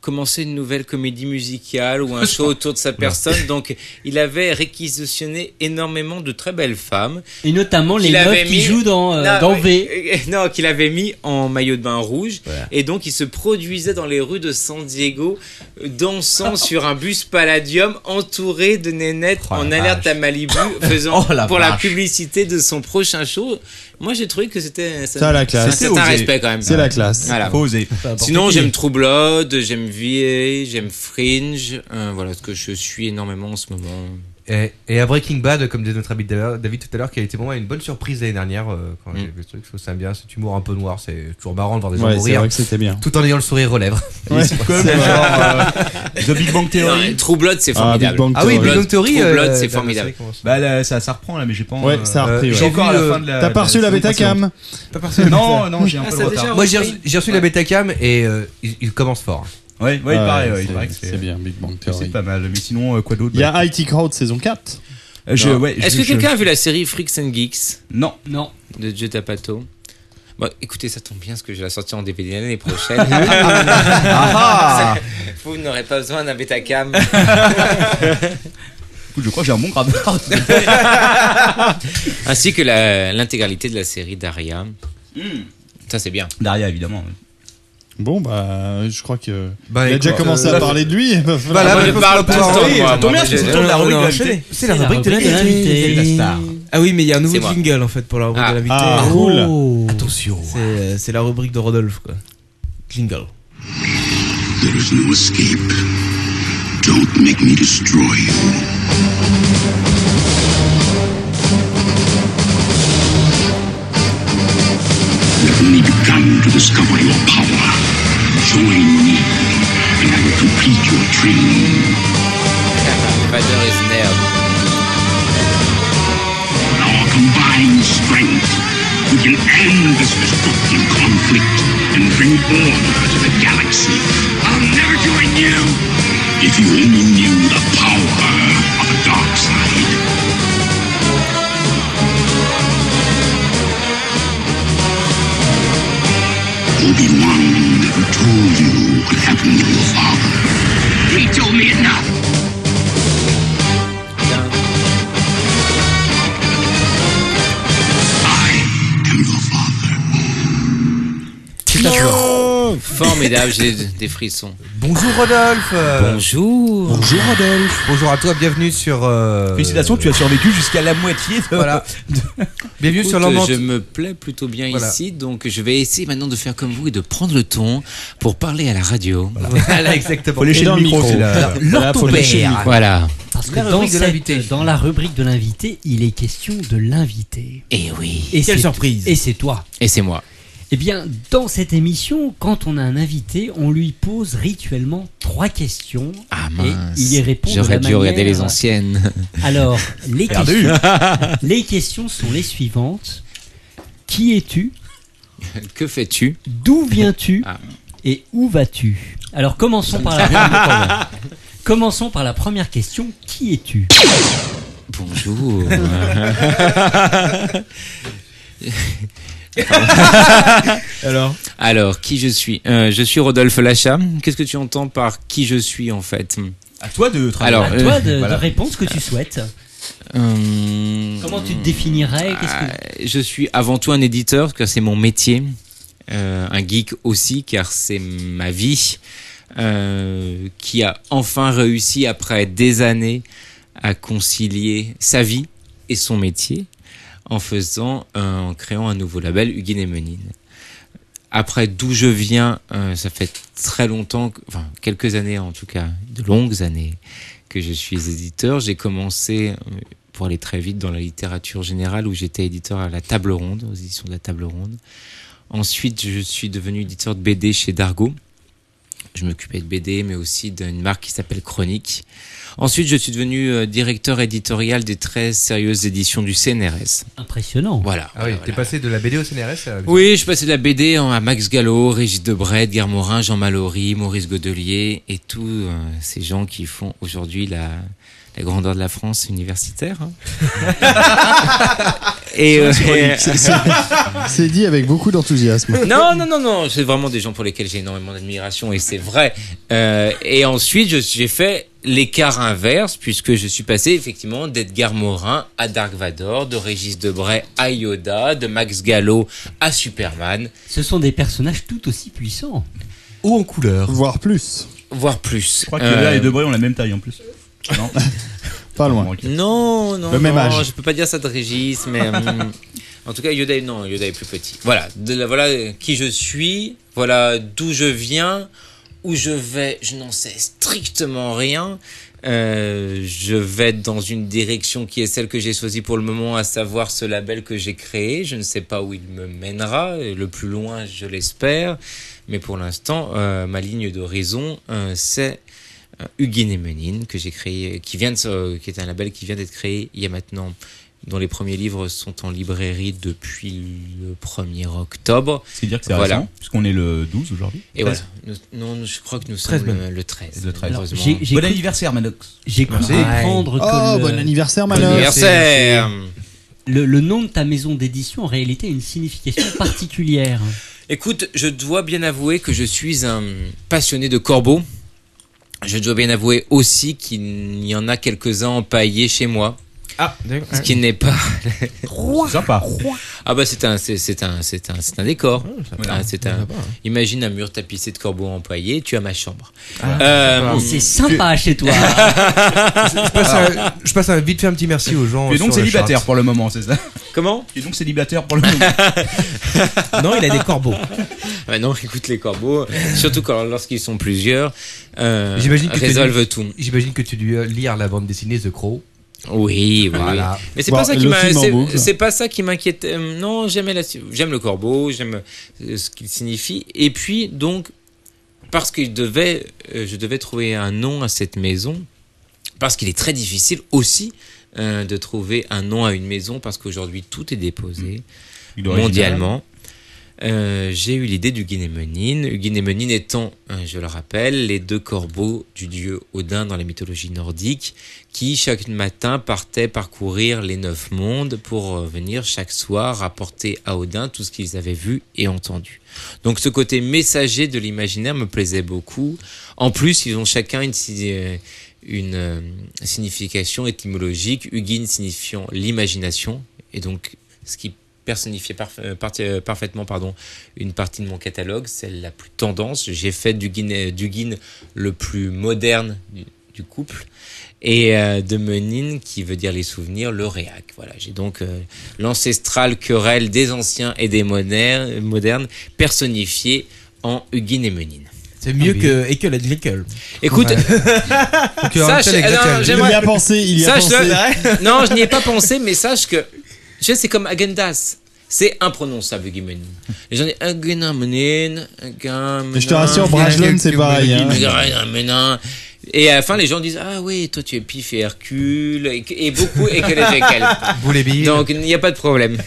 commencer une nouvelle comédie musicale ou un show autour de sa personne. Donc il avait réquisitionné énormément de très belles femmes.
Et notamment les
qu'il avait
meufs qui
mis-
jouent dans, euh,
Non,
dans
oui,
V.
euh, Non, qu'il avait mis en maillot de bain rouge. Et donc, il se produisait dans les rues de San Diego, euh, dansant sur un bus Palladium, entouré de nénettes
Oh, la
en alerte à Malibu, faisant
Oh, la
pour la
vache.
publicité de son prochain show. Moi, j'ai trouvé que c'était.
Ça, la classe.
C'est
C'est
un
osé.
respect quand même.
C'est la classe.
Voilà.
Faut oser.
Sinon,
qui.
j'aime True Blood, j'aime VA, j'aime Fringe. euh, voilà ce que je suis énormément en ce moment.
Et, et à Breaking Bad, comme disait notre ami David tout à l'heure, qui a été pour moi une bonne surprise l'année dernière euh,
Mm.
quand j'ai vu ce truc, je trouve ça bien, cet humour un peu noir, c'est toujours marrant de voir des gens
Ouais, c'est
mourir.
vrai que c'était bien.
Tout en ayant le sourire aux lèvres.
Ouais,
Et
c'est
c'est
vrai.
comme genre, euh,
The Big Bang Theory.
Non, True Blood, c'est
Ah,
formidable.
Big Bang
Ah oui,
Theory.
Big Bang Theory,
True
euh,
Blood,
la- la série
Bah là, ça, ça reprend là, mais j'ai pas.
Ouais,
euh,
ça a repris,
J'ai
ouais.
encore
J'ai
la
vu,
fin de la.
t'as pas reçu la Betacam
T'as
pas
reçu Ah, Non, non, j'ai un peu de retard.
Moi euh, j'ai reçu, j'ai reçu la Betacam et euh, il, il commence fort.
Ouais, ouais, il
Ah,
paraît, ouais, il
c'est-
paraît que c'est
c'est bien, Big Bang
que C'est
Theory.
pas mal, mais sinon, euh, quoi d'autre
Il y a IT Crowd saison 4.
Euh, je- ouais,
Est-ce que quelqu'un a vu la série Freaks and Geeks
Non.
Non.
De Joe Tapato Bon, écoutez, ça tombe bien parce que je vais la sortir en DVD l'année prochaine.
Ah.
Vous n'aurez pas besoin d'un Betacam.
Écoute, je crois que j'ai un bon grammar.
Ainsi que la- l'intégralité de la série Daria. Ça, c'est bien.
Hmm. Daria, évidemment.
Bon, bah, je crois que.
Bah,
il a
écoute,
déjà commencé
euh,
à
là,
parler de lui.
Bah, là, Moi, je je parle pense pas qu'on va tout le parler. temps, moi, moi, mais
Ça tombe bien, parce que
Ah,
je-
c'est toujours
Non, non,
l'invité.
enchaînez.
C'est la rubrique de l'invité. Ah oui, mais il y a un nouveau jingle en fait pour la rubrique de l'invité.
Ah, cool.
Attention. C'est euh, c'est la rubrique de Rodolphe quoi. Jingle.
There is no escape. Don't make me destroy you. Let me come to discover your power. Join me, and I will complete your training.
Vader is nerd.
With our combined strength, we can end this destructive conflict and bring order to the galaxy. I'll never join you. If you only knew the power of the dark side. Obi-Wan never told you what happened to your father. He told me enough.
D'accord.
Formidable, j'ai des frissons.
Bonjour Rodolphe
Bonjour
Bonjour Rodolphe Bonjour à toi, bienvenue sur... euh,
Félicitations, tu as survécu jusqu'à la moitié de...
Voilà. bienvenue sur
Écoute,
l'ambiance.
Je me plais plutôt bien
Voilà.
ici, donc je vais essayer maintenant de faire comme vous et de prendre le ton pour parler à la radio. Voilà,
Et dans
c'est là.
Alors,
Voilà, faut lécher le
l'orthopère.
micro. Voilà.
Parce que
La
dans,
rubrique de
cette-
l'invité.
dans la rubrique de l'invité, il est question de l'invité.
Et Eh oui.
Et
Quelle
c'est-
surprise.
Et c'est toi.
Et c'est moi.
Eh bien, dans cette émission, quand on a un invité, on lui pose rituellement trois questions.
Ah, mince.
Et il y répond. de
J'aurais
la
dû
manière-
regarder les anciennes.
Alors, les
Perdu.
questions, les questions sont les suivantes. Qui es-tu
Que fais-tu Ah.
D'où viens-tu Et où vas-tu Alors, commençons par la Commençons par la première question. Qui es-tu
Bonjour.
Alors
Alors, qui je suis Euh, Je suis Rodolphe Lachat. Qu'est-ce que tu entends par qui je suis en fait
À toi de travailler.
Alors,
À toi
euh,
de, de
voilà.
répondre ce que tu souhaites.
Hum,
Comment tu te définirais Qu'est-ce que-
ah, Je suis avant tout un éditeur, parce que c'est mon métier. Euh, un geek aussi, car c'est ma vie. euh, qui a enfin réussi, après des années, à concilier sa vie et son métier en faisant, euh, en créant un nouveau label, Huguin et Menin. Après, d'où je viens, euh, ça fait très longtemps, que- enfin quelques années en tout cas, de longues années que je suis éditeur. J'ai commencé, euh, pour aller très vite, dans la littérature générale où j'étais éditeur à la Table Ronde, aux éditions de la Table Ronde. Ensuite, je suis devenu éditeur de BD chez Dargo. Je m'occupais de BD, mais aussi d'une marque qui s'appelle Chronique. Ensuite, je suis devenu euh, directeur éditorial des très sérieuses éditions du CNRS.
Impressionnant.
Voilà.
Ah oui, t'es passé de la BD au CNRS à la-
Oui, je passais de la BD en- à Max Gallo, Régis Debret, Edgar Morin, Jean Mallory, Maurice Godelier et tous euh, ces gens qui font aujourd'hui la, la grandeur de la France universitaire. hein. et euh,
C'est- c'est- C'est dit avec beaucoup d'enthousiasme.
non, non, non, non, c'est vraiment des gens pour lesquels j'ai énormément d'admiration et c'est vrai. Euh, et ensuite, je- j'ai fait l'écart inverse puisque je suis passé effectivement d'Edgar Morin à Dark Vador, de Régis Debray à Yoda, de Max Gallo à Superman.
Ce sont des personnages tout aussi puissants.
Ou en couleur.
Voire plus.
Voire plus.
Je crois que là,
Euh,
les Debré ont la même taille en plus. Non
Pas loin.
Non, non,
Le même
non,
âge.
je peux pas dire ça de Régis, mais hum, en tout cas Yoda, est- non, Yoda est plus petit. Voilà, de la- voilà euh, qui je suis, voilà d'où je viens, où je vais, je n'en sais strictement rien. Euh, je vais dans une direction qui est celle que j'ai choisie pour le moment, à savoir ce label que j'ai créé. Je ne sais pas où il me mènera, et le plus loin, je l'espère. Mais pour l'instant, euh, ma ligne d'horizon, euh, c'est euh, Huguin et Menin que j'ai créé, qui vient de se- euh, qui est un label qui vient d'être créé il y a maintenant, dont les premiers livres sont en librairie depuis le 1er octobre.
C'est dire que c'est
Voilà.
récent, puisqu'on est le 12 aujourd'hui.
Et voilà. Nous- non, nous- je crois que nous sommes
13
le,
même.
le 13.
Le 13.
malheureusement.
Alors, j'ai- j'ai Bon cru- anniversaire, Manox.
J'ai cru
Merci.
comprendre que.
Oh,
le-
bon anniversaire,
Bon
Manox.
anniversaire.
Le, le nom de ta maison d'édition, en réalité, a une signification particulière.
Écoute, je dois bien avouer que je suis un passionné de corbeaux. Je dois bien avouer aussi qu'il y en a quelques-uns empaillés chez moi.
Ah,
Ce qui n'est pas.
C'est sympa.
Ah bah c'est un c'est c'est un c'est un c'est un décor.
va.
Ah, c'est
Ça
un.
va, hein.
Imagine un mur tapissé de corbeaux empaillés. Tu as ma chambre. Euh, hum.
Ah,
Oh, c'est sympa chez toi.
Je passe, un, je passe un- vite fait un petit merci aux gens.
Tu es donc
sur le
célibataire
chat.
pour le moment, c'est ça
Comment
Tu es donc célibataire pour le moment.
Non, il a des corbeaux.
Ah non, écoute les corbeaux, surtout quand lorsqu'ils sont plusieurs, euh,
J'imagine que tu as dû-
résolvent tout.
J'imagine que tu as dû lire la bande dessinée The Crow.
Oui, oui,
Voilà.
oui. Mais c'est
Bon,
pas ça qui
le
m'a-
film en
c'est-
boucle.
c'est pas ça qui m'inquiète. Euh, non, j'aimais la- j'aime le corbeau, j'aime euh, ce qu'il signifie. Et puis donc parce qu'il devait, euh, je devais trouver un nom à cette maison, parce qu'il est très difficile aussi euh, de trouver un nom à une maison parce qu'aujourd'hui tout est
Mmh.
déposé
Il est original.
mondialement. Euh, j'ai eu l'idée du Guinémenine. Guinémenine étant, euh, je le rappelle, les deux corbeaux du dieu Odin dans la mythologie nordique, qui chaque matin partaient parcourir les neuf mondes pour euh, venir chaque soir rapporter à Odin tout ce qu'ils avaient vu et entendu. Donc ce côté messager de l'imaginaire me plaisait beaucoup. En plus, ils ont chacun une, si- euh, une euh, signification étymologique. Hugin signifiant l'imagination, et donc ce qui personnifier parf- euh, parti- euh, parfaitement pardon, une partie de mon catalogue, celle la plus tendance. J'ai fait du Guin, du Guin le plus moderne du, du couple et euh, de Menin qui veut dire les souvenirs, le réac. Voilà, j'ai donc euh, l'ancestrale querelle des anciens et des modernes, modernes personnifiée en Huguin et Menin.
C'est
Ah
mieux que Ekel et Glekel.
Écoute,
ça,
sache, euh, non, j'aimerais- sache, euh, non, je n'y ai pas pensé, mais sache que, tu sais, c'est comme Agendas. C'est imprononçable, Guimenin. Les gens disent Agenamenin, Agenamenin.
Mais je te rassure, Brajlon, c'est pareil, hein.
Agenamenin. Et à la fin, les gens disent Ah oui, toi tu es Pif et Hercule, et, et beaucoup, et que les Jekyll. Donc il n'y a pas de problème.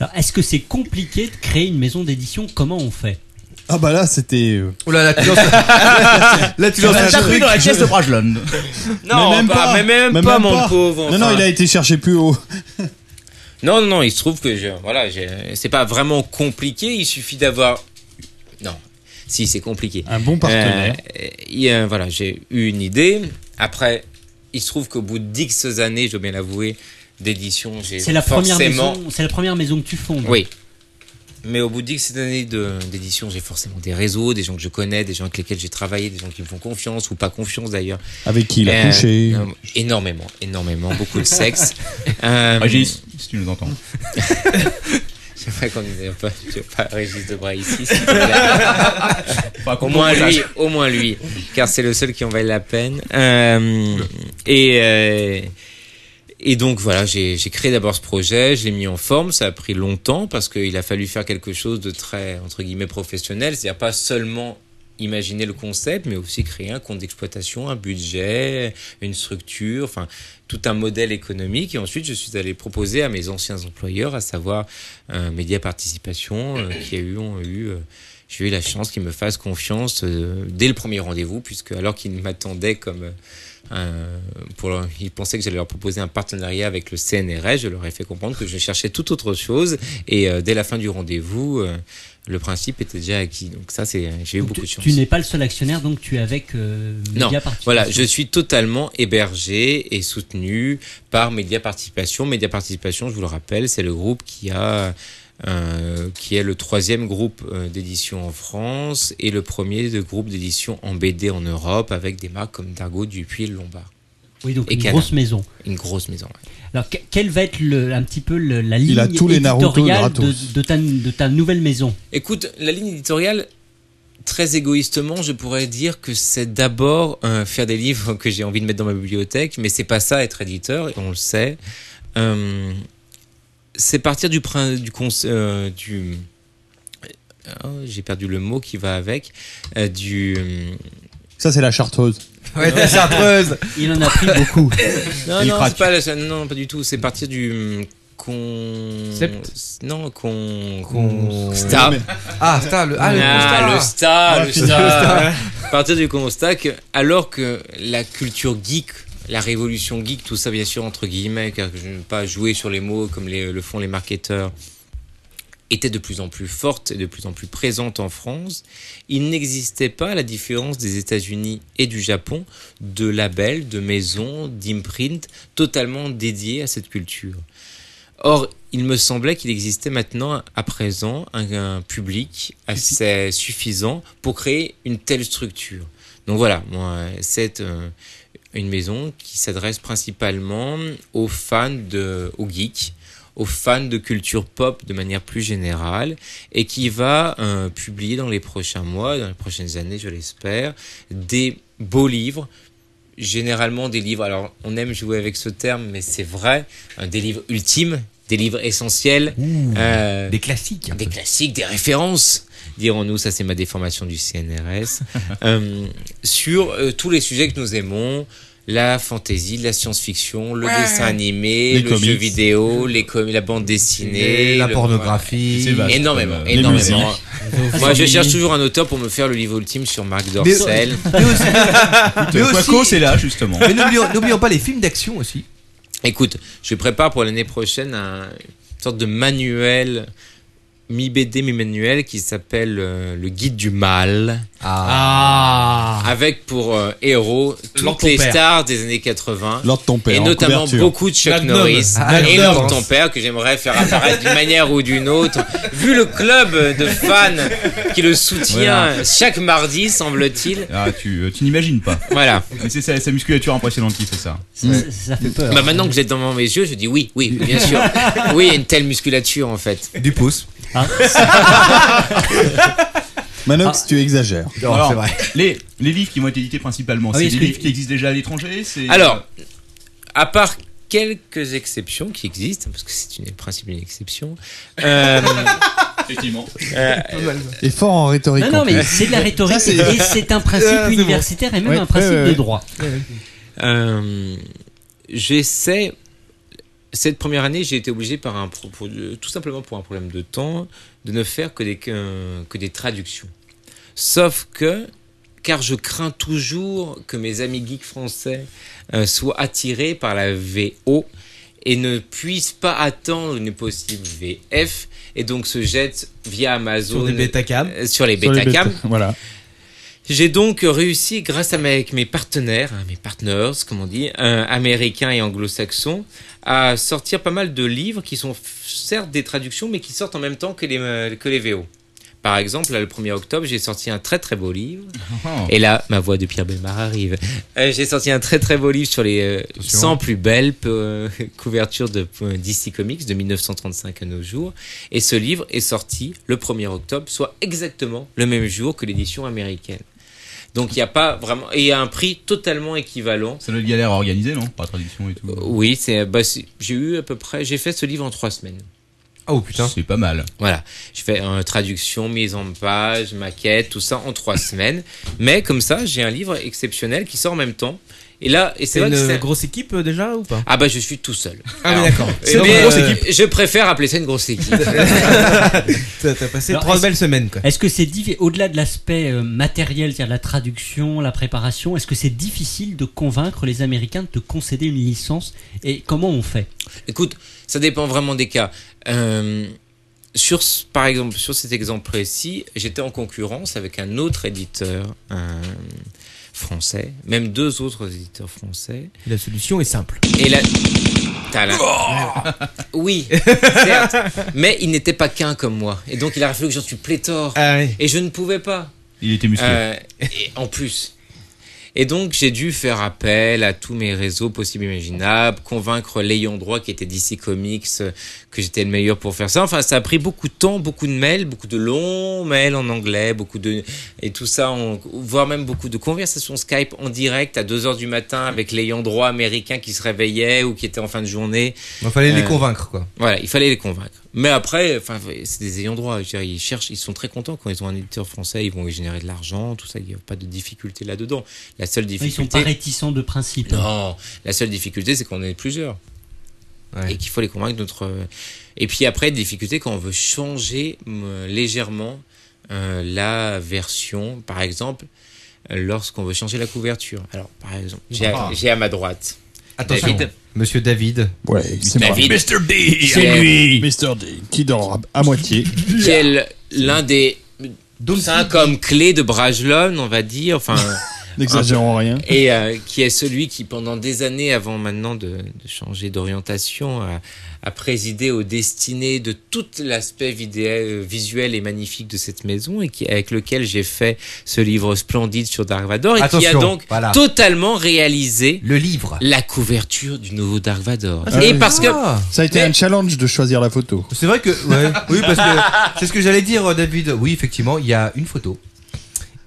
Alors, est-ce que c'est compliqué de créer une maison d'édition Comment on fait
Ah bah là, c'était. euh,
Oh là là, tu
Là, tu lances un truc.
dans la caisse de Brajlon.
Non,
Mais même
bah,
pas.
mais même
Mais
pas,
même
mon
pas.
pauvre.
Non, non,
enfin.
il a été cherché plus haut.
Non, non, non, il se trouve que je, voilà, j'ai- c'est pas vraiment compliqué, il suffit d'avoir. Non, si, c'est compliqué.
Un bon partenaire.
Euh, il y a- voilà, j'ai eu une idée. Après, il se trouve qu'au bout de dix années, je dois bien l'avouer, d'édition, j'ai
C'est la, première
forcément.
maison, c'est la première maison que tu fondes.
Oui. Mais au bout de dix années de- d'édition, j'ai forcément des réseaux, des gens que je connais, des gens avec lesquels j'ai travaillé, des gens qui me font confiance ou pas confiance d'ailleurs.
Avec qui il a
Euh,
couché.
non, Énormément, énormément, beaucoup de sexe. Euh,
Régis, si tu nous entends.
J'aimerais qu'on n'ait pas, je sais pas Régis Debray ici.
Pas qu'on
au moins
propose.
lui, au moins lui, car c'est le seul qui en vaille la peine. Euh, et euh, et donc voilà, j'ai j'ai créé d'abord ce projet, je l'ai mis en forme. Ça a pris longtemps parce qu'il a fallu faire quelque chose de très entre guillemets professionnel, c'est-à-dire pas seulement imaginer le concept, mais aussi créer un compte d'exploitation, un budget, une structure, enfin tout un modèle économique. Et ensuite, je suis allé proposer à mes anciens employeurs, à savoir euh, Média Participation, euh, qui a eu, ont eu, euh, j'ai eu la chance qu'ils me fassent confiance euh, dès le premier rendez-vous, puisque alors qu'ils m'attendaient comme euh, un- pour, leur- ils pensaient que j'allais leur proposer un partenariat avec le CNRS, je leur ai fait comprendre que je cherchais tout autre chose. Et euh, dès la fin du rendez-vous, euh, le principe était déjà acquis. Donc ça, c'est, j'ai eu beaucoup de chance.
Tu n'es pas le seul actionnaire, donc tu es avec euh,
Non,
Media Participation.
voilà, je suis totalement hébergé et soutenu par Média Participation. Média Participation, je vous le rappelle, c'est le groupe qui a euh, qui est le troisième groupe euh, d'édition en France et le premier de groupe d'édition en BD en Europe avec des marques comme Dargo, Dupuis et le Lombard.
Oui, donc
Et
une
Canard.
grosse maison.
Une grosse maison. ouais.
Alors, que- quelle va être le- un petit peu le- la ligne
Il a tous les Naruto
éditoriale de,
gratos.
de ta, de ta nouvelle maison
Écoute, la ligne éditoriale, très égoïstement, je pourrais dire que c'est d'abord euh, faire des livres que j'ai envie de mettre dans ma bibliothèque, mais c'est pas ça être éditeur, et on le sait. Euh, c'est partir du prin- du, cons- euh, du Oh, j'ai perdu le mot qui va avec euh, du
Ça, c'est la chartreuse.
Il en a pris beaucoup.
non,
Il
non,
craque.
c'est pas la- non, pas du tout. C'est partir du hum, con. Non, con. con... Star.
Non, mais- Ah, star, le- ah, le constat.
le star,
Ah,
le
putain,
star.
le star.
Partir du constat que, alors que la culture geek, la révolution geek, tout ça, bien sûr, entre guillemets, car je ne veux pas jouer sur les mots comme les- le font les marketeurs, était de plus en plus forte et de plus en plus présente en France, il n'existait pas, à la différence des États-Unis et du Japon, de labels, de maisons, d'imprints totalement dédiés à cette culture. Or, il me semblait qu'il existait maintenant, à présent, un, un public assez suffisant pour créer une telle structure. Donc voilà, moi, c'est euh, une maison qui s'adresse principalement aux fans de, aux geeks, aux fans de culture pop de manière plus générale et qui va euh, publier dans les prochains mois, dans les prochaines années, je l'espère, des beaux livres. Généralement des livres, alors on aime jouer avec ce terme, mais c'est vrai, euh, des livres ultimes, des livres essentiels, des classiques, des classiques, des références, dirons-nous, ça c'est ma déformation du CNRS, euh, sur euh, tous les sujets que nous aimons, la fantaisie, la science-fiction, le
Ouais.
dessin animé,
Les
le
comics.
jeu vidéo, les com- la bande dessinée,
Et la
le-
pornographie. C'est vaste,
énormément,
comme, euh, les
énormément.
musiques.
Moi, je cherche toujours un auteur pour me faire le livre ultime sur Marc
Mais-
Dorcel.
mais aussi- mais aussi- Mais n'oublions, n'oublions pas les films
d'action aussi. Écoute, je prépare pour l'année prochaine un- une sorte de manuel mi-BD, mi-manuel qui s'appelle euh, Le Guide du Mal.
Ah.
Avec pour euh, héros
Lord
toutes
ton
les
père.
stars des années 80.
Lord ton père,
Et
en
notamment
couverture.
beaucoup de Chuck
Magnum.
Norris.
Ah,
et
Magnum.
Lord ton père que j'aimerais faire apparaître d'une manière ou d'une autre. Vu le club de fans qui le soutient
Voilà.
chaque mardi, semble-t-il.
Ah, tu, euh, tu n'imagines pas.
Voilà.
Mais c'est sa, sa musculature impressionnante qui fait ça. Mm.
Ça-
ça fait peur.
Bah maintenant que vous êtes devant mes yeux, je dis oui, oui, bien sûr. Oui, il y a une telle musculature en fait.
Du pouce.
Ah.
Manox, tu exagères.
Alors, Les, les livres qui vont être édités principalement,
Ah oui,
c'est des
est-ce que-
livres qui existent déjà à l'étranger c'est-
Alors, à part quelques exceptions qui existent, parce que c'est une le principe d'une exception. euh,
Effectivement.
euh,
Et fort en rhétorique.
Non, non,
en
mais
plus.
c'est de la rhétorique Ça, c'est- et c'est un principe
Ah, c'est bon.
universitaire et même
Ouais,
un principe
ouais,
de
ouais.
droit.
Ouais, ouais.
Euh, j'essaie. Cette première année, j'ai été obligé par un pro- pour- euh, tout simplement pour un problème de temps de ne faire que des que, que des traductions. Sauf que car je crains toujours que mes amis geeks français euh, soient attirés par la VO et ne puissent pas attendre une possible VF et donc se jettent via Amazon
Sur des
cam
Betacam.
Euh, sur les
Sur les
Betacam.
bêta- voilà.
J'ai donc réussi, grâce à mes, avec mes partenaires, hein, mes partners, comme on dit, euh, américains et anglo-saxons, à sortir pas mal de livres qui sont f- certes des traductions, mais qui sortent en même temps que les, euh, que les VO. Par exemple, là, le 1er octobre, j'ai sorti un très très beau livre. Et là, ma voix de Pierre Belmar arrive. Euh, j'ai sorti un très très beau livre sur les euh, 100 plus belles euh, couvertures de euh, DC Comics de 1935 à nos jours. Et ce livre est sorti le 1er octobre, soit exactement le même jour que l'édition américaine. Donc il n'y a pas vraiment. Et il y a un prix totalement équivalent.
Ça doit être galère à organiser, non Par traduction et tout.
Oui, c'est, bah, c'est- j'ai eu à peu près. J'ai fait ce livre en trois semaines.
Oh putain. C'est pas mal.
Voilà, je fais euh, traduction, mise en page, maquette, tout ça en trois semaines. Mais comme ça, j'ai un livre exceptionnel qui sort en même temps. Et là, et c'est
C'est
vrai que
une
c'est-
grosse équipe euh, déjà ou pas
Ah bah je suis tout seul.
Ah, mais
Alors,
d'accord.
et
C'est donc
mais,
une grosse
euh,
équipe.
Je préfère appeler ça une grosse équipe.
T'as t'as passé
Alors,
trois
est-ce-
belles semaines quoi.
Est-ce que c'est diffi- au-delà de l'aspect euh, matériel, c'est-à-dire la traduction, la préparation, est-ce que c'est difficile de convaincre les Américains de te concéder une licence et comment on fait
Écoute, ça dépend vraiment des cas. Euh, sur, ce- par exemple, sur cet exemple précis, j'étais en concurrence avec un autre éditeur euh, français, même deux autres éditeurs français.
La solution est simple.
Et la. T'as la-
Oh
Oui, certes, mais il n'était pas qu'un comme moi. Et donc il a fallu que j'en suis pléthore. Et je ne pouvais pas.
Il était musclé.
Euh, et en plus. Et donc j'ai dû faire appel à tous mes réseaux possibles et imaginables, convaincre l'ayant droit qui était DC Comics euh, que j'étais le meilleur pour faire ça. Enfin, ça a pris beaucoup de temps, beaucoup de mails, beaucoup de longs mails en anglais, beaucoup de et tout ça, en- voire même beaucoup de conversations Skype en direct à 2 heures du matin avec l'ayant droit américain qui se réveillait ou qui était en fin de journée.
Il fallait les convaincre, quoi.
Voilà, il fallait les convaincre. Mais après, enfin, c'est des ayants droit. Je veux dire, Ils cherchent, ils sont très contents quand ils ont un éditeur français, ils vont générer de l'argent, tout ça. Il n'y a pas de difficulté là-dedans. La seule
Ils
difficulté.
sont pas réticents de principe.
Non, la seule difficulté, c'est qu'on en est plusieurs. Et qu'il faut les convaincre de notre. Et puis après, difficulté quand on veut changer euh, légèrement euh, la version, par exemple, euh, lorsqu'on veut changer la couverture. Alors, par exemple, j'ai à,
Ah.
j'ai à ma droite.
Attention,
David.
monsieur David.
Ouais, c'est moi.
David.
C'est
Quel-
lui. Mr. D. Qui dort à- à moitié.
Quel l'un des cinq hommes clés de Brajlon, on va dire. Enfin.
N'exagérons
un peu-
rien.
Et euh, qui est celui qui, pendant des années, avant maintenant de, de changer d'orientation, a, a présidé aux destinées de tout l'aspect vidé- euh, visuel et magnifique de cette maison, et qui, avec lequel j'ai fait ce livre splendide sur Dark Vador, et qui a
Attention,
donc
voilà.
totalement réalisé
le livre,
la couverture du nouveau Dark Vador.
Ah,
et
oui.
parce que
Ça a été un challenge de choisir la photo.
C'est vrai que, ouais, oui, parce que c'est ce que j'allais dire, euh, David. Oui, effectivement, il y a une photo.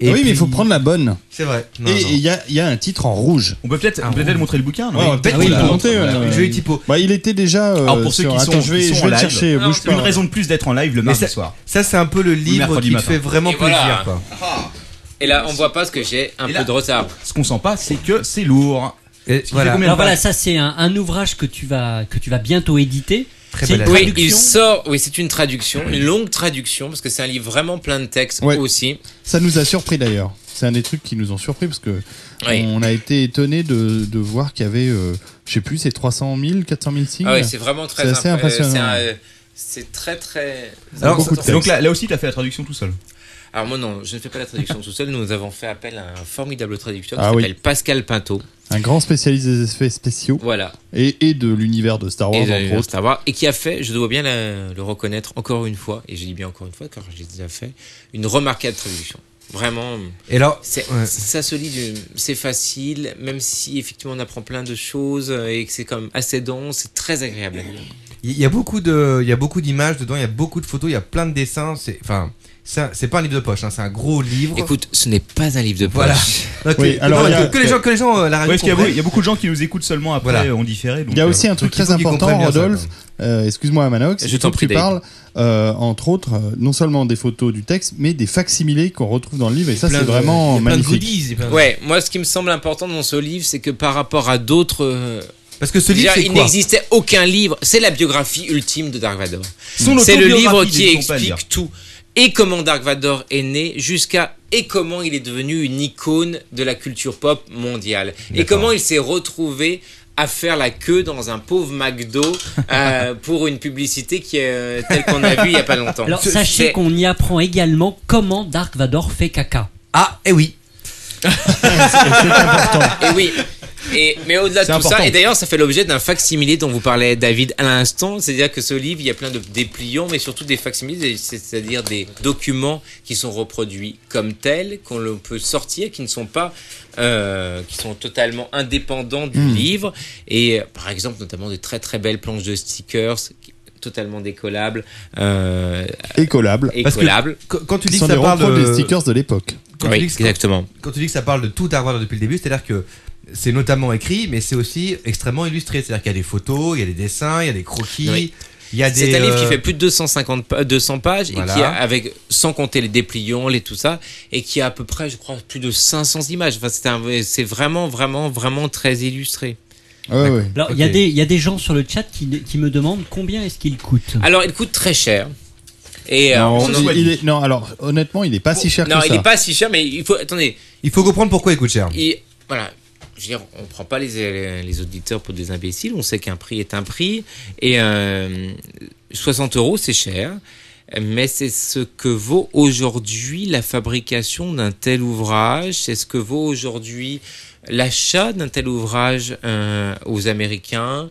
Ah oui, mais il
puis-
faut prendre la bonne.
C'est vrai. Non,
Et
non.
il y a, il y a un titre en rouge.
On peut peut-être
Ah, peut-être ouais.
montrer le bouquin, non
Ouais, on va peut-être
Ah oui,
le
on peut
montrer,
montrer,
ouais.
ouais. Joli typo.
Bah, il était déjà. euh,
Alors pour ceux
sur-
qui sont,
Attends, je vais,
qui sont
je
en
vais le
live,
chercher. bouge
c'est une
pas.
raison de plus d'être en live le mardi
ça-
soir.
Ça, c'est un peu le livre
mercredi
qui te
matin.
fait vraiment
Et
plaisir,
voilà. Ah,
quoi.
Et là, on voit pas ce que j'ai un
Et
peu
là-
de retard.
Ce qu'on sent pas, c'est que c'est lourd. Ce qui fait combien de
Alors voilà,
pages
ça c'est un, un ouvrage que tu vas que tu vas bientôt éditer. C'est une
Oui, il
traduction.
sort. Oui, c'est une traduction, une longue traduction, parce que c'est un livre vraiment plein de textes
Ouais.
aussi.
Ça nous a surpris d'ailleurs. C'est un des trucs qui nous ont surpris parce que
Oui.
on a été étonné de, de voir qu'il y avait, euh, je sais plus, c'est 300 000, 400 000 signes.
Ah ouais, c'est vraiment très
C'est assez
imp- euh,
impressionnant.
c'est un, euh, C'est très très.
Alors, ça- donc là, là aussi, tu as fait la traduction tout seul.
Alors moi non, je ne fais pas la traduction tout seul. Nous avons fait appel à un formidable traducteur qui
Ah oui.
s'appelle Pascal Pinto.
Un grand spécialiste des effets spéciaux.
Voilà.
Et, et de l'univers de Star Wars,
Et, de
entre autres.
Star Wars, et qui a fait, je dois bien la- le reconnaître encore une fois, et je dis bien encore une fois car j'ai déjà fait, une remarquable traduction. Vraiment.
Et alors,
c'est,
ouais.
ça se lit, du- c'est facile, même si effectivement on apprend plein de choses euh, et que c'est comme assez dense, c'est très agréable. à lire.
Il y a beaucoup de, il y a beaucoup d'images dedans, il y a beaucoup de photos, il y a plein de dessins. C'est, enfin, c'est un- c'est pas un livre de poche, hein, c'est un gros livre.
Écoute, ce n'est pas un livre de poche.
Voilà.
Ah,
Ok. Non, que, que les gens, que les gens, euh, la radio
Ouais, parce qu'il y
comprennent.
a beaucoup- il y, a beaucoup de gens qui nous écoutent seulement après
Voilà.
euh, en différé. donc,
Il y a
euh,
aussi un truc
donc il
très
faut qu'ils
important,
comprennent bien ça, quoi.
Rodolphe. Euh, Excuse-moi, Manox.
Je
il faut
t'en
que
prie,
Tu
Dave.
parles, euh, entre autres, euh, non seulement des photos du texte, mais des facsimilés qu'on retrouve dans le livre. Et ça,
plein
c'est
de- il
vraiment
y a plein de
magnifique.
goodies, Ouais, moi ce qui me semble important dans ce livre, c'est que par rapport à d'autres. euh,
Parce que ce
déjà,
livre, c'est
il
quoi
n'existait aucun livre. C'est la biographie ultime de Dark Vador.
Son
C'est le
autobiographie,
livre qui
disons pas dire.
explique tout. Et comment Dark Vador est né, jusqu'à et comment il est devenu une icône de la culture pop mondiale. Et comment il s'est retrouvé à faire la queue dans un pauvre McDo euh, pour une publicité qui est euh, telle qu'on a vue il y a pas longtemps.
Alors
C'est-
sachez qu'on y apprend également comment Dark Vador fait caca.
Ah,
eh
et oui.
Et oui. Et, mais au-delà de
C'est
tout
important.
ça, et d'ailleurs, ça fait l'objet d'un facsimilé dont vous parlait David à l'instant. C'est-à-dire que ce livre, il y a plein de dépliants, mais surtout des facsimilés, c'est-à-dire des documents qui sont reproduits comme tels, qu'on le- peut sortir, qui ne sont pas, euh, qui sont totalement indépendants du
Hmm.
Mm.
livre. Et euh, par exemple, notamment des très très belles planches de stickers qui- totalement décollables. euh,
Et collables.
Et collables.
Parce que quand tu dis
Ce
que
sont
ça
des
parle
repros
de-
des stickers de l'époque.
Quand tu
Oui,
dis que-
exactement.
Quand tu dis que ça parle de tout Dark Vador depuis le début, c'est-à-dire que c'est notamment écrit, mais c'est aussi extrêmement illustré. C'est-à-dire qu'il y a des photos, il y a des dessins, il y a des croquis,
Oui.
il y a des.
C'est un livre qui
euh,
fait plus de 250 pa- 200 pages
Voilà.
et qui a, avec sans compter les dépliants, les tout ça et qui a à peu près je crois plus de 500 images. Enfin c'est un c'est vraiment vraiment vraiment très illustré.
Alors il y a des- il y, a des gens sur le chat qui, qui me demandent combien est-ce qu'il coûte.
Alors il coûte très cher. Et euh,
non,
on en-
il- il est- non, alors honnêtement, il est pas si cher
Non,
que
il
ça.
est pas si cher mais il faut attendez,
Il faut comprendre pourquoi il coûte cher.
Et voilà. Je veux dire, on prend pas les, les auditeurs pour des imbéciles. On sait qu'un prix est un prix. Et euh, 60 euros, c'est cher. Mais c'est ce que vaut aujourd'hui la fabrication d'un tel ouvrage. C'est ce que vaut aujourd'hui l'achat d'un tel ouvrage euh, aux Américains.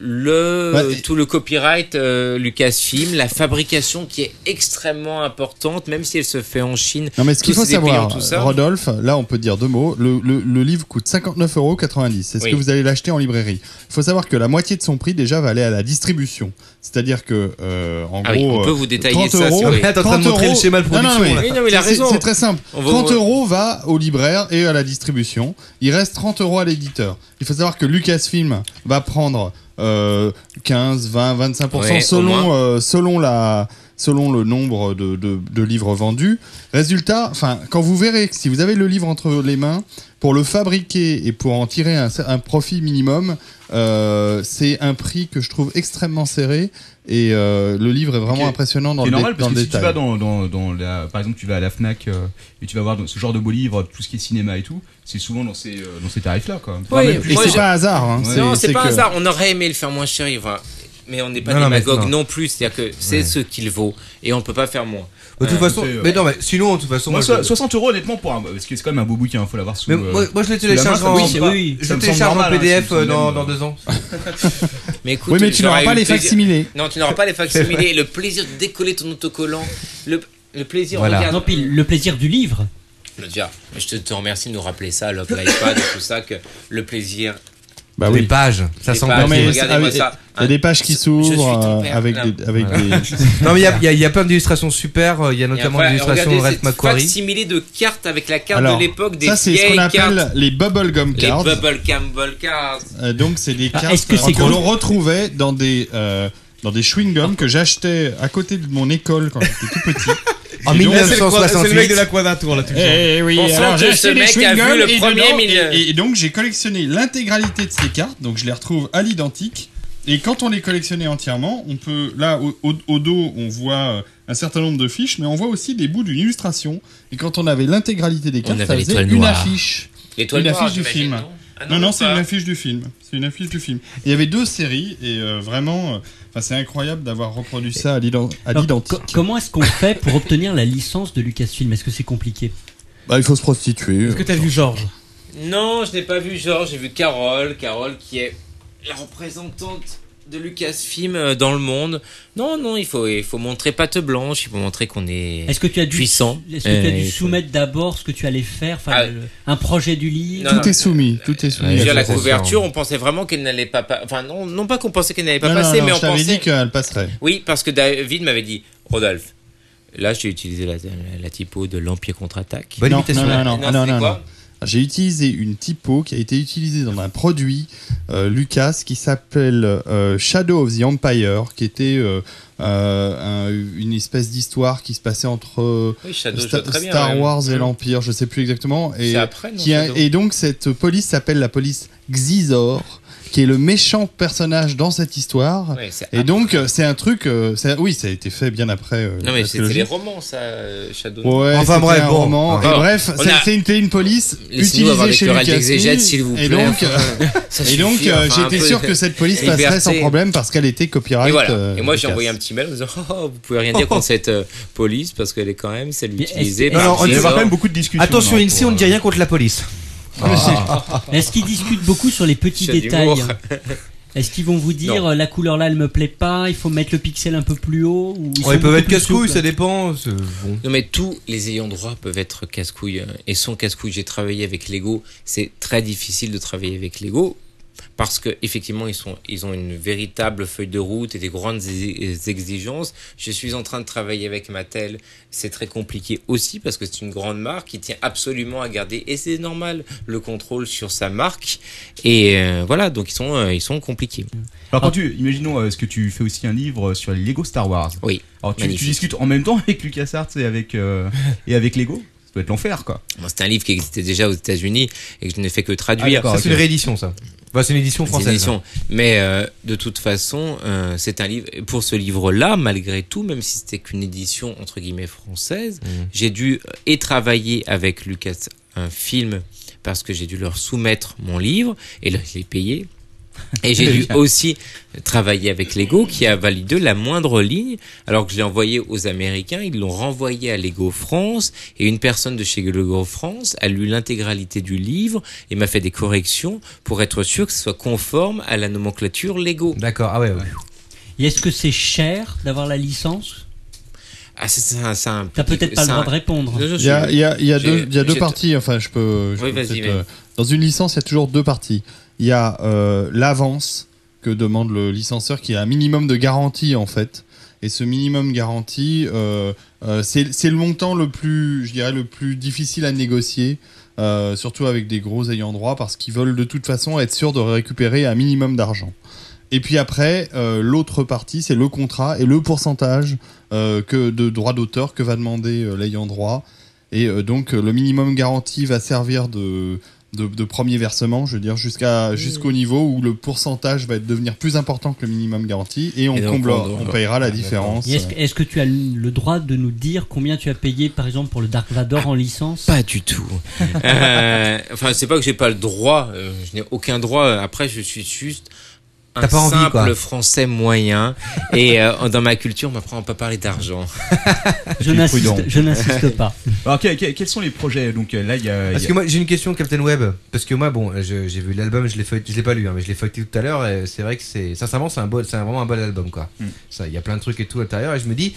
Le,
Ouais,
tout le copyright euh, Lucasfilm, la fabrication qui est extrêmement importante, même si elle se fait en Chine.
Non, mais ce qu'il
tous
faut
ces dépliants,
savoir,
tout ça.
Rodolphe, là on peut dire deux mots. Le, le- le livre coûte 59,90€. Est-ce
Oui.
que vous allez l'acheter en librairie Il faut savoir que la moitié de son prix déjà va aller à la distribution. C'est-à-dire que, euh, en
Ah oui,
gros.
on peut
euh,
vous détailler
30
ça, si
euros-
vous voulez. Ah, t'es en train de
30
montrer le
euros-
schéma de
Non, non,
production,
mais
là. Oui, non, mais il a
c'est-
raison.
C'est très simple.
On va-
30 euros va au libraire et à la distribution. Il reste 30 euros à l'éditeur. Il faut savoir que Lucasfilm va prendre euh, 15, 20,
Ouais,
25%
au moins.
selon euh, selon la selon le nombre euh, de, de- de livres vendus. Résultat, enfin, quand vous verrez que si vous avez le livre entre les mains, pour le fabriquer et pour en tirer un, un profit minimum, euh, c'est un prix que je trouve extrêmement serré et euh, le livre est vraiment
Ok.
impressionnant dans
C'est
le, dé-
normal parce
dans
que
le
si tu vas
détail.
dans, dans, dans la, par exemple, tu vas à la Fnac euh, et tu vas voir dans ce genre de beaux livres, tout ce qui est cinéma et tout, c'est souvent dans ces, euh, dans ces tarifs-là, quoi.
Ouais, mais- et c'est pas un hasard, hein. C'est-
Non, c'est
c'est
pas
que-
un hasard. On aurait aimé le faire moins cher, Yves. hein. Mais on n'est pas
Non, non, mais
démagogue
non.
non. plus. C'est-à-dire que c'est
Ouais.
ce qu'il vaut. Et on ne peut pas faire moins.
De toute
Euh,
façon,
c'est-
mais non, mais sinon, de toute façon,
Moi,
moi,
so-
je-
60 euros honnêtement pour un. Parce que c'est quand même un beau bouquin, faut l'avoir sous.
Mais moi- moi, je le télécharge en- Oui,
hein,
oui. euh, je le télécharge en PDF, euh, dans- dans deux ans.
Mais écoute,
Oui, mais tu
j'aurais
n'auras
eu
pas
le
les
plaisir-
facsimilés.
Non, tu n'auras pas les
C'est vrai.
facsimilés. Et le plaisir de décoller ton autocollant. Le, le plaisir. regarde.
Non, puis le plaisir du livre.
Déjà, je te, te remercie de nous rappeler ça, l'op, l'iPad, tout ça, que le plaisir.
Bah oui.
Des pages, ça
Des
sent
pages,
bien.
mais regardez-moi ça.
Il y a des pages qui s'ouvrent euh, avec
là.
des, avec
Voilà.
des-
non mais il y a- il y, a- il y a plein d'illustrations super. euh, Il y a notamment
Et après,
l'illustration de
regardez
Red
cette
Macquarie.
Facsimilé de cartes avec la carte
Alors,
de l'époque des
ça c'est ce
vieilles
qu'on appelle
cartes.
les bubblegum
Les
cards.
bubble Campbell cards.
Euh, donc c'est des
Ah,
cartes
est-ce que c'est
que
comme-
l'on retrouvait dans des euh, dans des chewing gums que j'achetais à côté de mon école quand j'étais tout petit.
En
Et donc-
1968.
C'est le mec de la
Quadrature là
toujours. Eh oui,
On sent
alors
que
j'ai
ce
acheté des
mec a
chewing-gums
vu le
et
premier
dedans,
mille-
et, et donc j'ai collectionné l'intégralité de ces cartes, donc je les retrouve à l'identique. Et quand on les collectionnait entièrement, on peut là au, au- au dos on voit euh, un certain nombre de fiches, mais on voit aussi des bouts d'une illustration. Et quand on avait l'intégralité des
On
cartes,
avait
ça faisait
l'étoile
une
noire.
affiche,
L'étoile
une
noire,
affiche du
j'imagine,
film.
non
non, non, c'est une affiche du film. C'est une affiche du film. Il y avait deux séries et euh, vraiment, euh, enfin, c'est incroyable d'avoir reproduit ça à l'ident- à
Alors,
l'identique.
co- comment est-ce qu'on fait pour obtenir la licence de Lucasfilm Est-ce que c'est compliqué
Bah, il faut se prostituer.
Est-ce que t'as vu Georges
Non, je n'ai pas vu Georges, j'ai vu Carole. Carole qui est la représentante de Lucasfilm euh, dans le monde. Non, non, il faut, il faut montrer patte blanche, il faut montrer qu'on est,
Est-ce que tu as dû,
puissant.
Est-ce que tu as
Euh,
dû
il faut-
soumettre d'abord ce que tu allais faire, enfin,
Ah.
le- un projet du livre
Non, non,
Tout est soumis, tout est
Je veux
soumis.
dire, euh, la couverture, on pensait vraiment qu'elle n'allait pas, pa- enfin non, non pas qu'on pensait qu'elle n'allait pas
Non, non,
passer,
non,
mais
je
on
t'avais
pensait.
dit qu'elle passerait.
Oui, parce que David m'avait dit, Rodolphe. Là, j'ai utilisé la, la typo de l'Empire contre-attaque.
non, non, non, non, Ah, non,
c'était
non,
quoi
non. J'ai utilisé une typo qui a été utilisée dans un produit euh, Lucas qui s'appelle euh, Shadow of the Empire, qui était euh, euh, un- une espèce d'histoire qui se passait entre euh,
Oui, Shadow, je
Sta-
vois très bien,
Star
ouais.
Wars et
Mm.
l'Empire, je sais plus exactement. Et,
C'est après, non,
qui a-
Shadow
et donc cette police s'appelle la police Xizor, qui est le méchant personnage dans cette histoire.
Ouais, c'est
et donc euh, c'est un truc, euh, c'est- oui, ça a été fait bien après. euh,
Non mais
la
c'est
trilogie.
les romans ça, euh, Shadow.
Ouais, c'était un roman. Et
Alors,
bref,
on
c'est-
a-
c'est une, c'est une police
Laissez-nous avoir
utilisée
des
chez
querelles
Lucasfilm.
d'exégète, s'il vous
Et
plaît.
donc, euh,
Ça
et
suffit,
donc euh,
enfin, un
j'étais
peu
sûr
de-
que cette police
liberté.
passerait sans problème parce qu'elle était copyright.
Et voilà.
euh,
Et moi j'ai
Lucas.
envoyé un petit mail en disant oh, vous pouvez rien dire contre cette euh, police parce qu'elle est quand même celle utilisée.
Non,
par
non, on
Xizor.
dit-
hein,
Attention, ici, on ne dit rien contre la police.
Est-ce qu'ils discutent beaucoup sur les petits
C'est
détails
d'humour.
Est-ce qu'ils vont vous dire
Non.
euh, la couleur là elle me plaît pas, il faut mettre le pixel un peu plus haut ou
Oh, ils peuvent être casse-couilles, ça
des
dépend. c'est- Bon.
Non mais tous les ayants droit peuvent être casse-couilles hein, et sont casse-couilles. J'ai travaillé avec Lego, c'est très difficile de travailler avec Lego parce que effectivement ils sont ils ont une véritable feuille de route et des grandes ex- exigences. Je suis en train de travailler avec Mattel, c'est très compliqué aussi parce que c'est une grande marque qui tient absolument à garder et c'est normal le contrôle sur sa marque et euh, voilà, donc ils sont euh, ils sont compliqués.
Alors quand tu, imaginons, euh, est-ce que tu fais aussi un livre euh, sur les Lego Star Wars
Oui.
Alors tu,
Magnifique.
tu discutes en même temps avec LucasArts et avec, euh, et avec Lego Ça doit être l'enfer quoi.
Moi, c'est un livre qui existait déjà aux États-Unis et que je n'ai fait que traduire.
Ah, d'accord, Ça, c'est ok. une réédition, ça.
Bah, c'est une édition
C'est
française,
édition. Mais euh, de toute façon, euh, c'est un livre. Pour ce livre-là, malgré tout, même si c'était qu'une édition entre guillemets française,
Mmh.
j'ai dû euh, et travailler avec Lucas un film parce que j'ai dû leur soumettre mon livre et là je l'ai payé. Et j'ai dû aussi travailler avec Lego qui a validé la moindre ligne alors que je l'ai envoyé aux Américains. Ils l'ont renvoyé à Lego France et une personne de chez Lego France a lu l'intégralité du livre et m'a fait des corrections pour être sûr que ce soit conforme à la nomenclature Lego.
D'accord, ah ouais. ouais.
Et est-ce que c'est cher d'avoir la licence
Ah, c'est- c'est un- c'est un
T'as
petit-
peut-être pas le
c'est un-
droit de répondre.
Non, non,
Il y a,
je-
il y a- il y a
j'ai-
deux, il y a deux
j'ai-
parties, enfin je peux... je
Oui,
peux
vas-y,
peut-être, euh,
vas-y.
dans une licence, il y a toujours deux parties. Il y a euh, l'avance que demande le licenceur qui a un minimum de garantie en fait. Et ce minimum garantie, euh, euh, c'est c'est le montant le plus, je dirais, le plus difficile à négocier. euh, surtout avec des gros ayants droit parce qu'ils veulent de toute façon être sûrs de récupérer un minimum d'argent. Et puis après, euh, l'autre partie, c'est le contrat et le pourcentage euh, que de droits d'auteur que va demander euh, l'ayant droit. Et euh, donc, euh, le minimum garanti va servir de, de, de premier versement, je veux dire, jusqu'à, jusqu'au niveau où le pourcentage va devenir plus important que le minimum garanti et on,
donc,
comblera-
on-
on payera la
Ah,
différence.
Et Est-ce que, est-ce que tu as le droit de nous dire combien tu as payé par exemple pour le Dark Vador en licence
Pas du tout. Euh, enfin, c'est pas que j'ai pas le droit, euh, je n'ai aucun droit. Après, je suis juste un
T'as pas envie,
simple
quoi.
français moyen. et euh, dans ma culture, on m'apprend à pas parler d'argent.
Je n'insiste, je n'insiste pas.
Alors que- que- quels sont les projets Donc euh, là il y a... il
Parce
y a-
que moi j'ai une question Captain Web parce que moi bon je- j'ai vu l'album je l'ai feuilleté- je l'ai pas lu hein, mais je l'ai feuilleté tout à l'heure et c'est vrai que c'est sincèrement c'est un bon- c'est un- vraiment un bon album quoi ça il y a plein de trucs et tout à l'intérieur et je me dis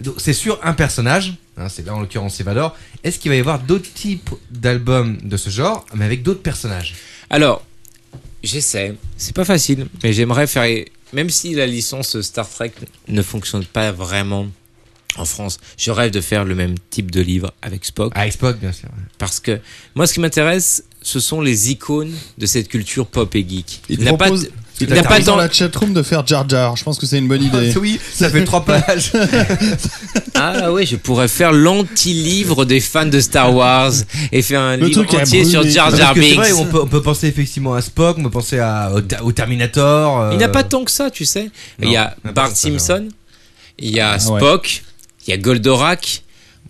donc, c'est sur un personnage hein, c'est là en l'occurrence c'est Vador est-ce qu'il va y avoir d'autres types d'albums de ce genre mais avec d'autres personnages
Alors, j'essaie. C'est pas facile, mais j'aimerais faire. Même si la licence Star Trek ne fonctionne pas vraiment en France, je rêve de faire le même type de livre avec Spock.
Ah, Avec Spock, bien sûr.
Parce que moi, ce qui m'intéresse, ce sont les icônes de cette culture pop et geek.
Il,
n'a
propose,
pas, il n'a pas
propose dans
dans
la chatroom de faire Jar Jar. Je pense que c'est une bonne idée.
Ah, oui, ça fait trois pages.
Ah ouais, je pourrais faire l'anti-livre des fans de Star Wars et faire un
Le
livre
truc a
entier sur
brûlé.
Jar
Parce
Jar
que c'est
Binks.
vrai, on peut, on peut penser effectivement à Spock, on peut penser à, au, au Terminator. euh,
Il n'y a pas tant que ça, tu sais. il y a
Non, il n'y a pas
Bart
tant que ça,
Simpson, il y a
Ah ouais.
Spock, il y a Goldorak.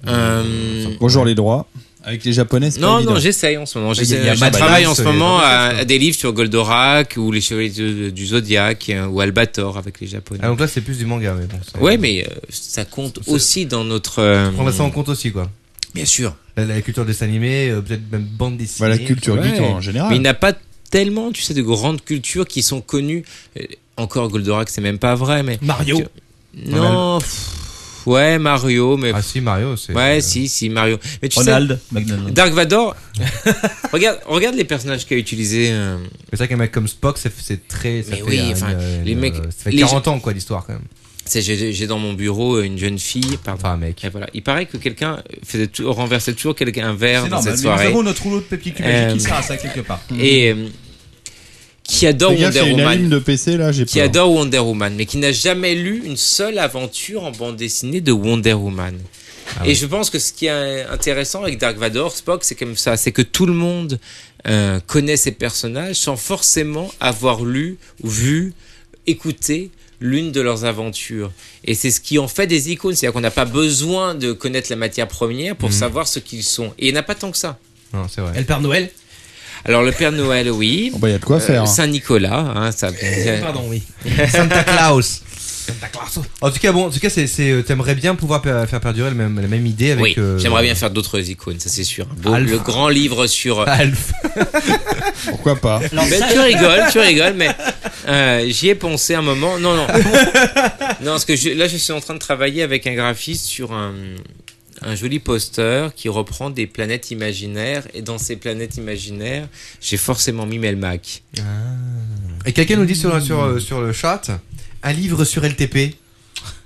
euh,
Bonjour les droits.
Avec les japonais, c'est
Non,
pas
non,
évident.
j'essaye en ce moment.
Il y a- il y a
j'essaye. Je
Mad
travaille en
Max,
ce
il y a
moment
plein de
à,
choses,
à des livres sur Goldorak ou les Chevaliers de- du Zodiac euh, ou Albator avec les Japonais.
Ah, donc là, c'est plus du manga, mais bon. ça-
ouais, mais euh, ça compte aussi dans notre. euh,
Prendre ça en compte aussi, quoi.
Bien sûr.
La, la culture des animés, euh, peut-être même bande
Bah,
dessinée.
Ouais. Mais il n'a pas tellement, tu sais, de grandes cultures qui sont connues. Euh, Encore Goldorak, c'est même pas vrai, mais.
Mario.
Non. pff, Ouais, Mario, mais. Ah
si, Mario, c'est.
Ouais,
euh,
si, si, Mario. Mais tu
Ronald
sais,
McDonald.
Dark Vador. regarde, regarde les personnages qu'a utilisé. euh,
C'est vrai qu'un mec comme Spock, c'est- c'est très. ça
Mais
fait,
oui,
euh,
enfin,
une-
les
une-
mecs-
Ça fait
les
40
gens-
ans, quoi, l'histoire, quand même.
C'est- J'ai j'ai dans mon bureau euh, une jeune fille. Pardon. Enfin, mec. voilà. Il paraît que quelqu'un faisait tout- renversait toujours quelqu'un un verre
C'est
dans
normal,
cette
mais nous
soirée.
avons notre rouleau de papier cul
Euh,
magique qui sert à ça quelque part.
Et euh, qui adore
Fais gaffe,
Wonder
il y a une
Woman.
anime de PC là, j'ai
Qui
peur.
adore Wonder Woman, mais qui n'a jamais lu une seule aventure en bande dessinée de Wonder Woman.
Ah
et
oui.
je pense que ce qui est intéressant avec Dark Vador, Spock, c'est comme ça, c'est que tout le monde euh, connaît ces personnages sans forcément avoir lu, vu, écouté l'une de leurs aventures. Et c'est ce qui en fait des icônes, c'est-à-dire qu'on n'a pas besoin de connaître la matière première pour
Mhm.
savoir ce qu'ils sont. Et il n'y en a pas tant que ça.
Non, c'est vrai.
Elle Père Noël
Alors le Père Noël, oui. Euh,
bah, il y a de quoi faire, hein.
Saint Nicolas, hein, ça.
Euh, Pardon, oui.
Santa Claus. En tout cas, bon, en tout cas, c'est, c'est, euh, t'aimerais bien pouvoir per- faire perdurer le même, la même idée avec.
oui,
euh,
j'aimerais bien faire d'autres icônes, ça c'est sûr. Beau-
Alf.
le grand livre sur.
Alf.
Pourquoi pas
Ben, tu rigoles, tu rigoles, mais euh, j'y ai pensé un moment. Non, non. non, parce que je- là, je suis en train de travailler avec un graphiste sur un, un joli poster qui reprend des planètes imaginaires. Et dans ces planètes imaginaires, j'ai forcément mis Melmac.
Ah.
Et quelqu'un nous dit sur, sur, euh, sur le chat un livre sur LTP.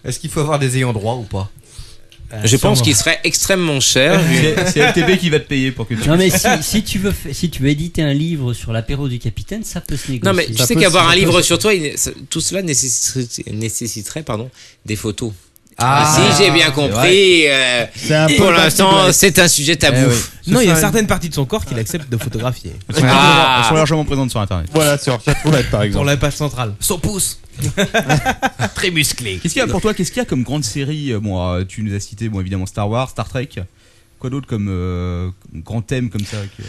Est-ce qu'il faut avoir des ayants droit ou pas
Euh, je pense qu'il serait extrêmement cher.
C'est- c'est LTB qui va te payer pour que tu
Non mais si, si tu veux fa- si tu veux éditer un livre sur l'apéro du capitaine, ça peut se négocier.
Non, mais tu sais qu'avoir un livre sur toi, il- ça- tout cela nécessiterait, nécessiterait, pardon, des photos.
Ah,
si j'ai bien
c'est
compris, euh, pour l'instant, c'est un sujet tabou.
Eh Non, il y a certaines parties de son corps qu'il accepte de photographier.
Elles sont
Ah.
largement- elles sont largement présentes sur internet.
Voilà, sur Chatroulette par
Pour la page centrale.
Son pouce. Très musclé.
euh,
Qu'est-ce qu'il y a pour toi Qu'est-ce qu'il y a comme grande série Euh, Bon, euh, tu nous as cité bon évidemment Star Wars, Star Trek. Quoi d'autre comme euh, comme grand thème comme ça que,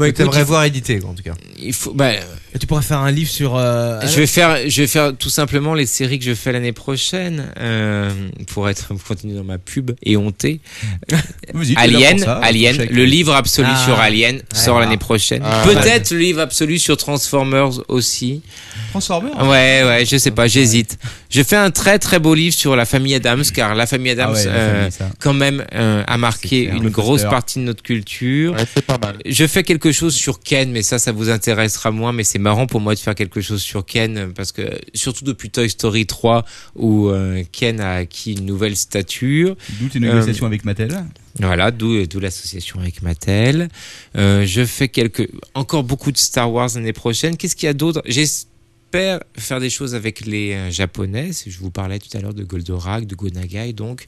Ouais,
que t'aimerais voir
édité en tout cas.
Il faut, bah,
Et tu pourrais faire un livre sur. euh,
je vais faire, je vais faire tout simplement les séries que je fais l'année prochaine euh, pour être pour continuer dans ma pub et honté.
Vas-y, t'es là
Alien,
pour ça,
Alien,
ton chèque.
le livre absolu
Ah.
sur Alien sort
Ah.
l'année prochaine.
Ah.
Peut-être le livre absolu sur Transformers aussi.
Transformers hein.
Ouais, ouais, je sais pas, j'hésite. Je fais un très très beau livre sur la famille Adams, car la famille Adams,
Ah ouais, la
euh,
famille, ça.
quand même, euh, a marqué
clair.
une
Le
grosse
Foster.
partie de notre culture.
c'est pas mal.
Je fais quelque chose sur Ken, mais ça, ça vous intéressera moins, mais c'est marrant pour moi de faire quelque chose sur Ken, euh, parce que, surtout depuis Toy Story 3, où euh, Ken a acquis une nouvelle stature. Euh,
D'où tes négociations avec Mattel.
Voilà, d'où d'où l'association avec Mattel. Euh, je fais quelques, encore beaucoup de Star Wars l'année prochaine. Qu'est-ce qu'il y a d'autre J'espère faire des choses avec les euh, Japonais. Je vous parlais tout à l'heure de Goldorak, de Gonagai, donc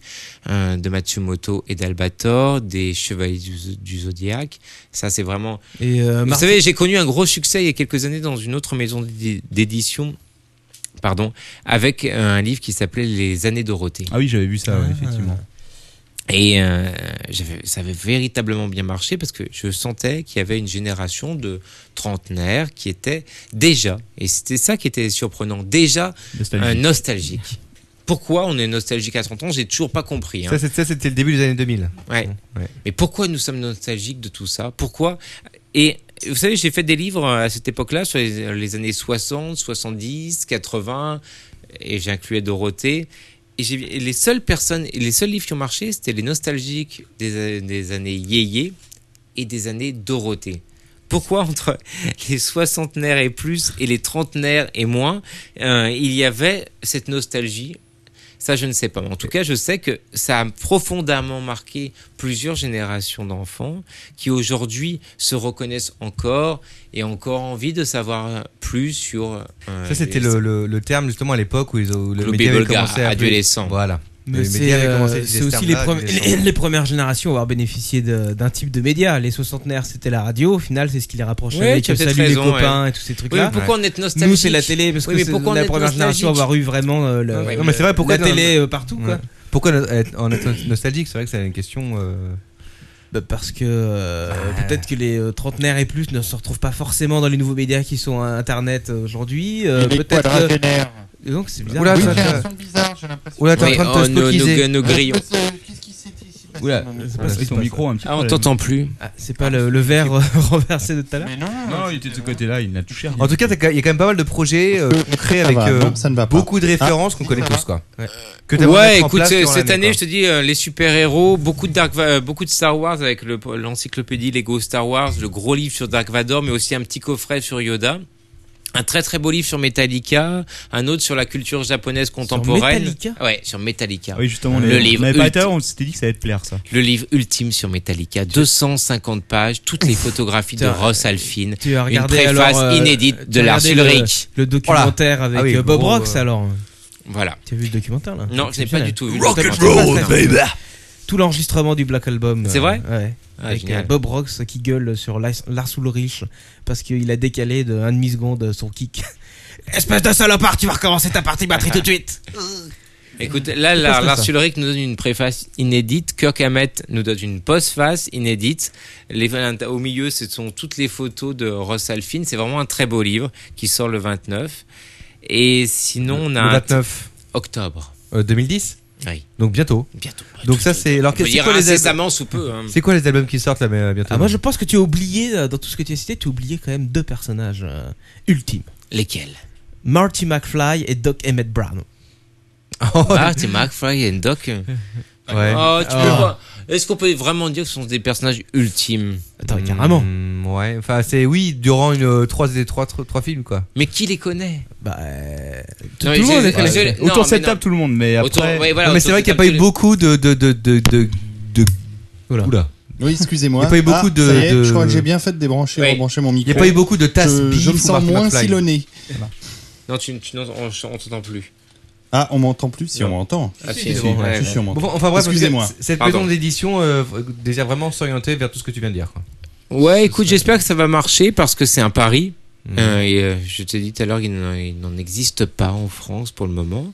euh, de Matsumoto et d'Albator, des Chevaliers du, Zo- du Zodiaque. Ça, c'est vraiment.
Et, euh,
Vous
Martin-
savez, j'ai connu un gros succès il y a quelques années dans une autre maison d'édi- d'édition. Pardon, avec un livre qui s'appelait Les années Dorothée. Ah.
Ah oui, j'avais vu ça, ouais, effectivement.
Et euh, j'avais- ça avait véritablement bien marché parce que je sentais qu'il y avait une génération de trentenaires qui était déjà, et c'était ça qui était surprenant, déjà
Nostalgique.
euh, nostalgique. Pourquoi on est nostalgique à 30 ans J'ai toujours pas compris. hein.
Ça, c'est- ça, c'était le début des années 2000.
Ouais.
Ouais.
Mais pourquoi nous sommes nostalgiques de tout ça Pourquoi Et vous savez, j'ai fait des livres euh, à cette époque-là sur les, euh, les années 60, 70, 80, et j'incluais Dorothée. Et, j'ai- et les seules personnes, et les seuls livres qui ont marché, c'était les nostalgiques des, des années yéyé et des années Dorothée. Pourquoi entre les soixantenaires et plus et les trentenaires et moins, euh, il y avait cette nostalgie ça, je ne sais pas. Mais en tout cas, je sais que ça a profondément marqué plusieurs générations d'enfants qui aujourd'hui se reconnaissent encore et ont encore envie de savoir plus sur. euh,
Ça, c'était
les-
le, le- le terme justement à l'époque où ils ont, le
Club
média avait
Bulgare,
commencé à.
adolescent.
Voilà.
Mais
Le
c'est
média avait
euh,
commencé à
c'est
utiliser ce
aussi les,
terme-là,
premi- les,
adolescent.
premières générations à avoir bénéficié de- d'un type de média. Les soixantenaires, c'était la radio. Au final, c'est ce qui les rapprochait
Ouais,
avec
tu as
le
peut-être
salut les
raison,
copains
ouais.
et tous ces trucs-là.
Oui, mais pourquoi on est nostalgique
Nous, c'est la télé parce
Oui,
que
mais
c'est
pourquoi on
la
est
première génération à avoir eu vraiment euh, le,
Non, mais c'est vrai, pourquoi
la télé euh, partout. Quoi.
Pourquoi no- être- en être nostalgique C'est vrai que c'est une question. euh,
Bah, parce que euh, peut-être que les euh, trentenaires et plus ne se retrouvent pas forcément dans les nouveaux médias qui sont à internet euh, aujourd'hui. Euh,
Il est
peut-être
quadragénaire.
Et Donc c'est bizarre.
Oula, Oui, t'es en train de- c'est un son bizarre, j'ai l'impression.
Oula, t'es
Oui,
en train de
oh,
te
nos- nos
spookiser.
gue- nos grillons.
Oula,
c'est pas son micro un petit peu, là.
Ah, c'est pas le, le verre euh, renversé de tout à l'heure.
Non, il était de ce côté-là, il n'a touché rien.
En tout cas, t'as- il y a quand même pas mal de projets euh, concrets
Ça
avec
va,
euh,
non, ça ne va pas.
beaucoup de références qu'on connaît tous, quoi. Que t'aimerais
Euh, Ouais,
mettre en
écoute,
place
c'est-
durant
cette
l'année,
année,
quoi.
je te dis, euh, les super-héros, beaucoup de Dark, Va- euh, beaucoup de Star Wars avec le- l'encyclopédie Lego Star Wars, le gros livre sur Dark Vador, mais aussi un petit coffret sur Yoda. Un très très beau livre sur Metallica, un autre sur la culture japonaise contemporaine.
Metallica
ouais, sur Metallica.
Ah Oui, justement,
le livre.
On avait pas
ulti-
tort, on s'était dit que ça allait te plaire, ça.
Le livre ultime sur Metallica, 250 pages, toutes les photographies de
Putain,
Ross Alfin,
Tu as
une
regardé
préface
alors, euh,
inédite
tu
de
as
Lars
regardé le-
Ulrich.
Le documentaire
Voilà. Ah
avec euh, Bob Rox alors.
Voilà.
Tu as vu le documentaire là
Non, je n'ai pas du tout vu le
Rock and
documentaire.
roll,
Non.
baby. Tout l'enregistrement du Black Album.
C'est
euh,
vrai
Ouais.
Ah,
avec
génial.
euh, Bob Rox qui gueule sur Lars Lars Ulrich parce qu'il a décalé de 1 demi seconde son kick. Ah. Espèce de salopard, tu vas recommencer ta partie batterie tout de suite.
Écoute, là,
Je
la-
pense que
Lars
ça.
Ulrich nous donne une préface inédite. Kirk Hammett nous donne une postface inédite. Les, au milieu, ce sont toutes les photos de Ross Alfin. C'est vraiment un très beau livre qui sort le 29. Et sinon, on a.
Le
un-
29.
Octobre.
Euh, 2010
Oui.
Donc bientôt.
Bientôt.
Donc ça c'est
On
alors que-
peut
c'est
dire
quoi les
incessamment
albums-
sous peu, hein.
C'est quoi les albums qui sortent là mais, euh, bientôt
Ah, moi je pense que tu as oublié, euh, dans tout ce que tu as cité, tu as oublié quand même deux personnages euh, ultimes.
Lesquels
Marty McFly et Doc Emmett Brown. Oh,
Ah, c'est Mark Fry et Doc. Oh, tu peux
Ah.
voir. Est-ce qu'on peut vraiment dire que ce sont des personnages ultimes
Attends, carrément.
Hmm, ouais, enfin c'est oui, durant une euh, trois des trois trois- trois films quoi.
Mais qui les connaît
Bah
euh,
Non, mais je- je-
Ah,
non, mais non. Euh, Autour- ouais, voilà,
Non,
autour de
mais c'est vrai qu'il n'y a
cette
pas eu
table,
beaucoup de de de de de, de- Oula.
Oui, excusez-moi.
Il n'y a pas eu
Ah,
beaucoup de,
ça y est,
de-
Je crois que j'ai bien fait de débrancher et rebrancher mon micro.
Il n'y a pas eu beaucoup de tasses
Je, je me sens moins silonné.
Non, tu, tu, non, on on t'entend plus.
Ah, on m'entend plus si on m'entend.
Ah, si,
Si,
si,
si,
ouais,
si, si, on
ouais.
m'entend.
Bon, enfin bref,
excusez-moi.
Cette
Pardon.
maison d'édition euh, désire vraiment s'orienter vers tout ce que tu viens de dire. quoi.
Ouais, écoute, j'espère que ça va marcher parce que c'est un pari.
Mmh.
Euh, et, euh, je t'ai dit tout à l'heure qu'il n'en- il n'en existe pas en France pour le moment.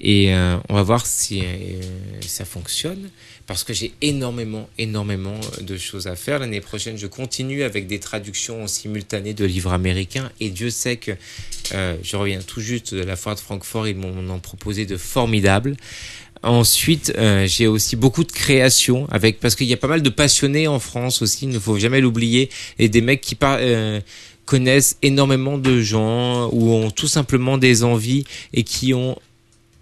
Et euh, on va voir si euh, ça fonctionne parce que j'ai énormément, énormément de choses à faire. L'année prochaine, je continue avec des traductions en simultané de livres américains. Et Dieu sait que euh, je reviens tout juste de la foire de Francfort. Ils m'ont en proposé de formidables. Ensuite, euh, j'ai aussi beaucoup de créations avec parce qu'il y a pas mal de passionnés en France aussi, il ne faut jamais l'oublier, et des mecs qui par- euh, connaissent énormément de gens ou ont tout simplement des envies et qui ont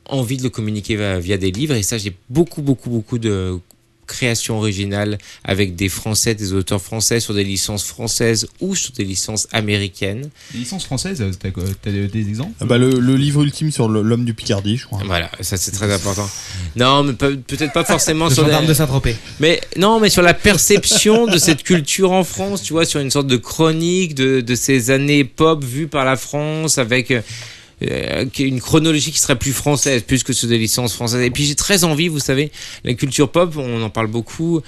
envie de le communiquer va- via des livres. Et ça, j'ai beaucoup, beaucoup, beaucoup de créations originales avec des Français, des auteurs français sur des licences françaises ou sur des licences américaines.
Les licences françaises, euh, t'as quoi T'as des des exemples
Ah bah, le, le livre ultime sur le- l'homme du Picardie, je crois.
Voilà, ça c'est très important. Non, mais pe- peut-être pas forcément
Le
sur
gendarme
la-
de
Saint-Tropez.
Mais non, mais sur la perception de cette culture en France, tu vois, sur une sorte de chronique de, de ces années pop vues par la France avec euh, qui- une chronologie qui serait plus française, plus que ceux des licences françaises. Et puis j'ai très envie, vous savez, la culture pop, on en parle beaucoup.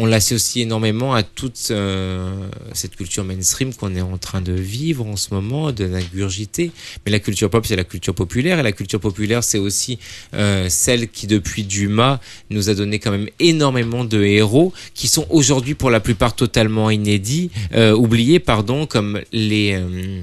On l'associe énormément à toute euh, cette culture mainstream qu'on est en train de vivre en ce moment, de l'ingurgiter. Mais la culture pop, c'est la culture populaire. Et la culture populaire, c'est aussi euh, celle qui, depuis Dumas, nous a donné quand même énormément de héros qui sont aujourd'hui, pour la plupart, totalement inédits, euh, oubliés, pardon, comme les... euh,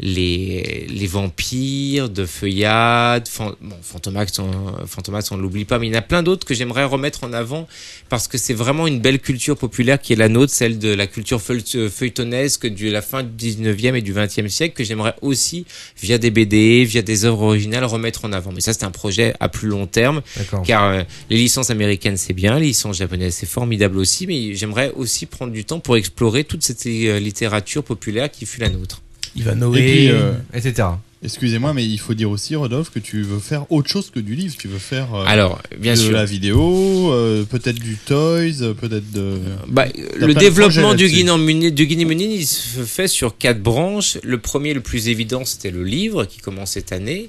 les, les vampires de Feuillade, Fan- bon, Fantomax, on, Fantomax, on l'oublie pas, mais il y en a plein d'autres que j'aimerais remettre en avant parce que c'est vraiment une belle culture populaire qui est la nôtre, celle de la culture feuille- feuilletonesque de la fin du 19e et du 20e siècle que j'aimerais aussi, via des BD, via des œuvres originales, remettre en avant. Mais ça, c'est un projet à plus long terme
D'accord.
car euh, les licences américaines c'est bien, les licences japonaises c'est formidable aussi, mais j'aimerais aussi prendre du temps pour explorer toute cette euh, littérature populaire qui fut la nôtre.
Et puis, euh,
etc.
Excusez-moi, mais il faut dire aussi, Rodolphe, que tu veux faire autre chose que du livre. Tu veux faire euh,
Alors, bien
de
sûr.
la vidéo, euh, peut-être du toys, euh, peut-être de.
Bah,
T'as
le
plein de
développement
projets
du
là-dessus.
Guinée-Munin, du Guinée-Munin, il se fait sur quatre branches. Le premier, le plus évident, c'était le livre qui commence cette année.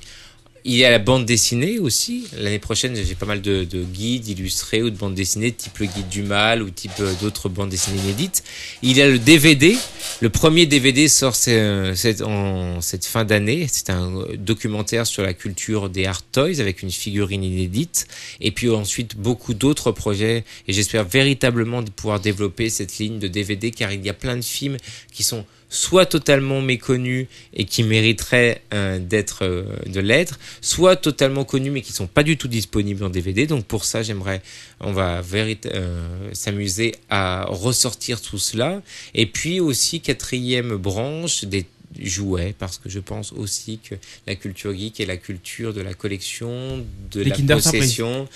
Il y a la bande dessinée aussi. L'année prochaine, j'ai pas mal de, de guides illustrés ou de bandes dessinées, type le guide du mal ou type euh, d'autres bandes dessinées inédites. Il y a le DVD. Le premier DVD sort ce- cette, en cette fin d'année. C'est un euh, documentaire sur la culture des Art Toys avec une figurine inédite. Et puis ensuite, beaucoup d'autres projets. Et j'espère véritablement de pouvoir développer cette ligne de DVD car il y a plein de films qui sont soit totalement méconnus et qui mériteraient euh, d'être euh, de l'être, soit totalement connus mais qui sont pas du tout disponibles en DVD. Donc pour ça, j'aimerais, on va vérit- euh, s'amuser à ressortir tout cela. Et puis aussi quatrième branche des jouets parce que je pense aussi que la culture geek est la culture de la collection, de
Des
la
Kinder Surprise.
possession.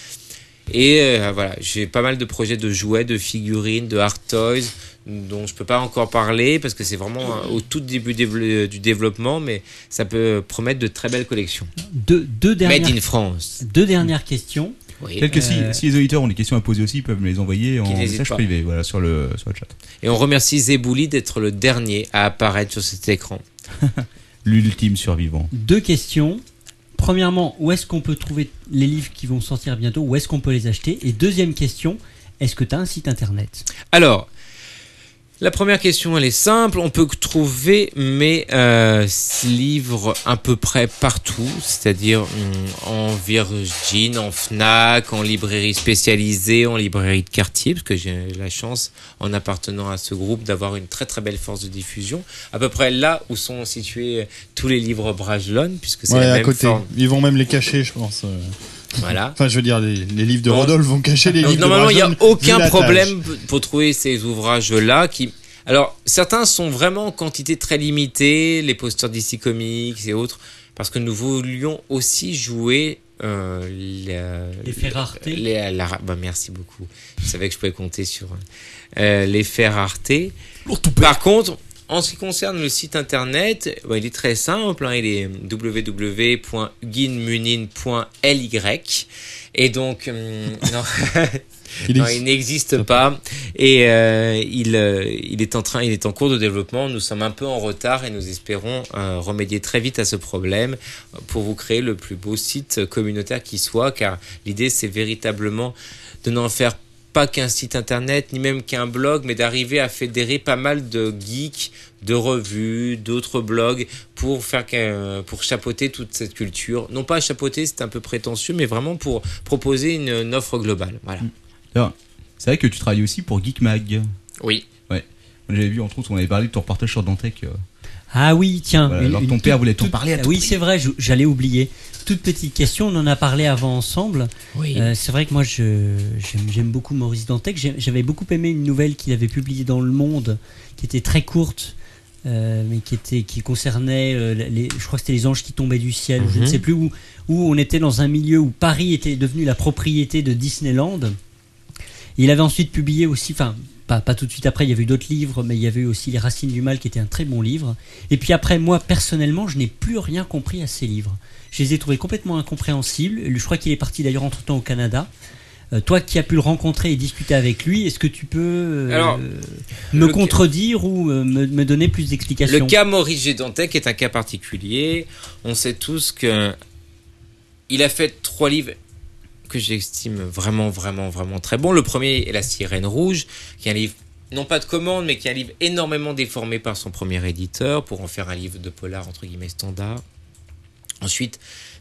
Et euh, voilà, j'ai pas mal de projets de jouets, de figurines, de hard toys dont je peux pas encore parler parce que c'est vraiment euh, au tout début dévelop- du développement, mais ça peut promettre de très belles collections.
Deux, deux dernières,
Made in France.
Deux dernières questions.
Quelques si,
Euh,
si les auditeurs ont des questions à poser aussi, ils peuvent me les envoyer en
Qu'ils n'hésitent
message
pas.
privé, voilà sur le sur le chat.
Et on remercie Zebouli d'être le dernier à apparaître sur cet écran.
L'ultime survivant.
Deux questions. Premièrement, où est-ce qu'on peut trouver les livres qui vont sortir bientôt Où est-ce qu'on peut les acheter Et deuxième question, est-ce que tu as un site internet
Alors, la première question, elle est simple. On peut trouver mes euh, livres à peu près partout, c'est-à-dire hum, en Virgin, en Fnac, en librairie spécialisée, en librairie de quartier, parce que j'ai la chance, en appartenant à ce groupe, d'avoir une très très belle force de diffusion. À peu près là où sont situés tous les livres Brajlon, puisque c'est
Ouais,
la
à
même
côté.
forme.
Ils vont même les cacher, je pense. euh.
Voilà.
Enfin, je veux dire, les, les livres de
Bon.
Rodolphe vont cacher les
Donc,
livres de
Normalement, il n'y a
Brajlon, vu
aucun
la
problème p- pour trouver ces ouvrages-là qui. Alors, certains sont vraiment en quantité très limitée, les posters d'ici Comics et autres, parce que nous voulions aussi jouer. euh, la-
L'effet rareté.
les- la ra- bah, merci beaucoup. Je savais que je pouvais compter sur euh, l'effet rareté. Par contre, en ce qui concerne le site internet, bah, il est très simple. hein, il est www.guinmunin.ly. Et donc, hum, non.
Il
Non,
existe.
il n'existe pas et euh, il, euh, il est en train, il est en cours de développement. Nous sommes un peu en retard et nous espérons euh, remédier très vite à ce problème pour vous créer le plus beau site communautaire qui soit. Car l'idée, c'est véritablement de n'en faire pas qu'un site internet ni même qu'un blog, mais d'arriver à fédérer pas mal de geeks, de revues, d'autres blogs pour faire qu'un- pour chapeauter toute cette culture. Non pas chapeauter, c'est un peu prétentieux, mais vraiment pour proposer une, une offre globale. Voilà.
Alors, Ah, C'est vrai que tu travailles aussi pour Geek Mag.
Oui.
Ouais. J'avais vu entre autres, on avait parlé de ton reportage sur Dantec. euh,
Ah oui, tiens.
Voilà, alors ton
toute-
père voulait t'en
toute-
parler à tout
Oui, c'est vrai, je- j'allais oublier. Toute petite question, on en a parlé avant ensemble.
Oui.
Euh, c'est vrai que moi, je- j'aime j'aime beaucoup Maurice Dantec. J'ai- J'avais beaucoup aimé une nouvelle qu'il avait publiée dans Le Monde, qui était très courte, euh, mais qui, était, qui concernait, euh, les, je crois que c'était les anges qui tombaient du ciel, ou je ne
Mhm.
sais plus, où, où on était dans un milieu où Paris était devenu la propriété de Disneyland. Il avait ensuite publié aussi, enfin, pas, pas tout de suite après, il y avait eu d'autres livres, mais il y avait eu aussi Les Racines du Mal qui était un très bon livre. Et puis après, moi, personnellement, je n'ai plus rien compris à ces livres. Je les ai trouvés complètement incompréhensibles. Je crois qu'il est parti d'ailleurs entre temps au Canada. Euh, toi qui as pu le rencontrer et discuter avec lui, est-ce que tu peux euh,
Alors,
me
le-
contredire ou euh, me, me donner plus d'explications
Le cas Maurice Gédantec est un cas particulier. On sait tous que il a fait trois livres que j'estime vraiment, vraiment, vraiment très bons. Le premier est La Sirène Rouge, qui est un livre non pas de commande, mais qui est un livre énormément déformé par son premier éditeur pour en faire un livre de polar entre guillemets standard. Ensuite,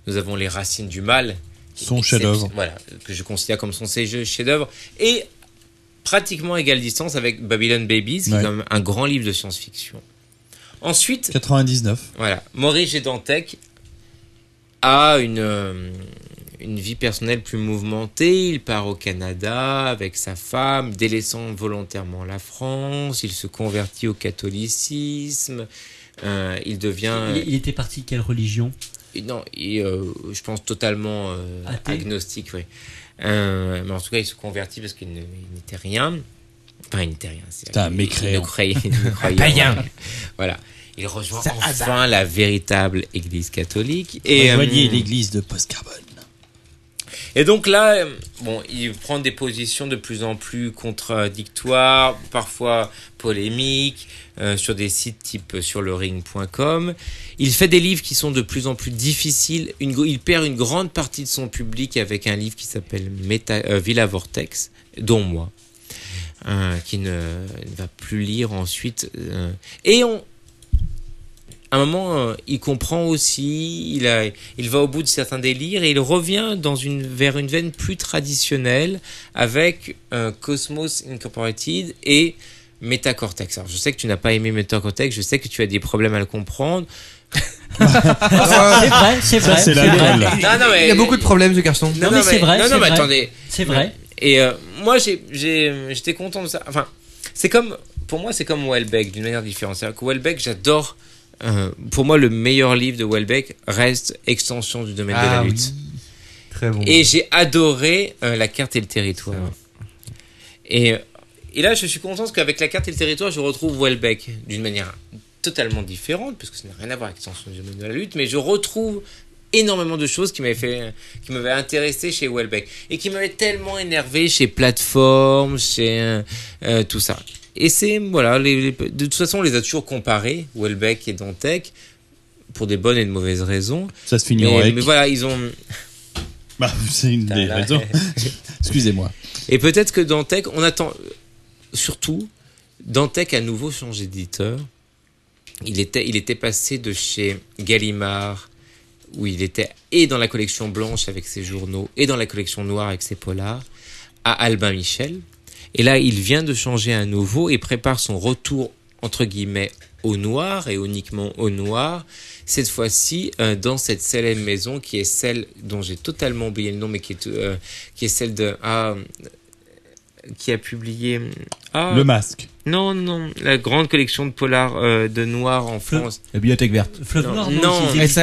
nous avons Les Racines du Mal. qui est
Son
excep-
chef-d'œuvre.
Voilà, que je considère comme son CGE chef-d'œuvre. Et pratiquement égale distance avec Babylon Babies, qui
Ouais.
est quand même un grand livre de science-fiction. Ensuite,
99.
voilà. Maurice Gédantec a une, euh, une vie personnelle plus mouvementée. Il part au Canada avec sa femme, délaissant volontairement la France. Il se convertit au catholicisme. Euh, il devient.
il, il était parti de quelle religion
Et Non, et, euh, je pense totalement euh,
Athée
agnostique, oui. Euh, mais en tout cas, il se convertit parce qu'il ne- il n'était rien. Enfin, il n'était rien. c'est-
C'était un
il- Il
mécréant.
ne croyait, il ne
Un
croyait en
païen.
rien. Voilà. Il rejoint
Ça,
enfin
hasard.
la véritable Église catholique.
Et
Et, euh,
rejoignez l'église de post-carbone.
Et donc là, euh, bon, il prend des positions de plus en plus contradictoires, parfois polémiques, euh, sur des sites type sur le ring.com. Il fait des livres qui sont de plus en plus difficiles. Une gr- il perd une grande partie de son public avec un livre qui s'appelle Méta- euh, Villa Vortex, dont moi, euh, qui ne, ne va plus lire ensuite. euh. et on, à un moment, euh, il comprend aussi, il, a, il va au bout de certains délires et il revient dans une, vers une veine plus traditionnelle avec euh, Cosmos Incorporated et Metacortex. Alors, je sais que tu n'as pas aimé Metacortex, je sais que tu as des problèmes à le comprendre.
C'est vrai, c'est vrai.
Non, non, mais-
Il y a beaucoup de problèmes, ce garçon.
Non, non, mais- Non, non, mais attendez.
C'est vrai.
Et euh, moi, j'ai- j'ai- j'étais content de ça. Enfin, c'est comme, pour moi, c'est comme Welbeck, d'une manière différente. C'est-à-dire que Welbeck, j'adore. euh, pour moi, le meilleur livre de Welbeck reste Extension du domaine de
Ah
la
oui.
lutte.
Très bon.
Et j'ai adoré euh, La carte et le territoire. Et, euh, et là, je suis content parce qu'avec La carte et le territoire, je retrouve Welbeck d'une manière totalement différente, parce que ça n'a rien à voir avec Extension du domaine de la lutte, mais je retrouve énormément de choses qui m'avaient fait qui m'avaient intéressé chez Welbeck et qui m'avaient tellement énervé chez plateforme chez euh, euh, tout ça et c'est voilà les- les- de toute façon on les a toujours comparés Welbeck et Dantec pour des bonnes et de mauvaises raisons
Ça se finit en
mais,
rec.
mais voilà ils ont
Bah, c'est une des
Voilà.
raisons. Excusez-moi.
Et peut-être que Dantec, on attend surtout Dantec a à nouveau changé d'éditeur. Il était, il était passé de chez Gallimard, où il était et dans la collection blanche avec ses journaux et dans la collection noire avec ses polars, à Albin Michel. Et là, il vient de changer à nouveau et prépare son retour entre guillemets au noir et uniquement au noir. Cette fois-ci, euh, dans cette célèbre maison qui est celle dont j'ai totalement oublié le nom, mais qui est, euh, qui est celle de ah, qui a publié ah,
Le Masque.
Non, non, la grande collection de polars euh, de noir en France.
La bibliothèque verte.
Fleuve
Non,
Noir,
non.
s'ils existent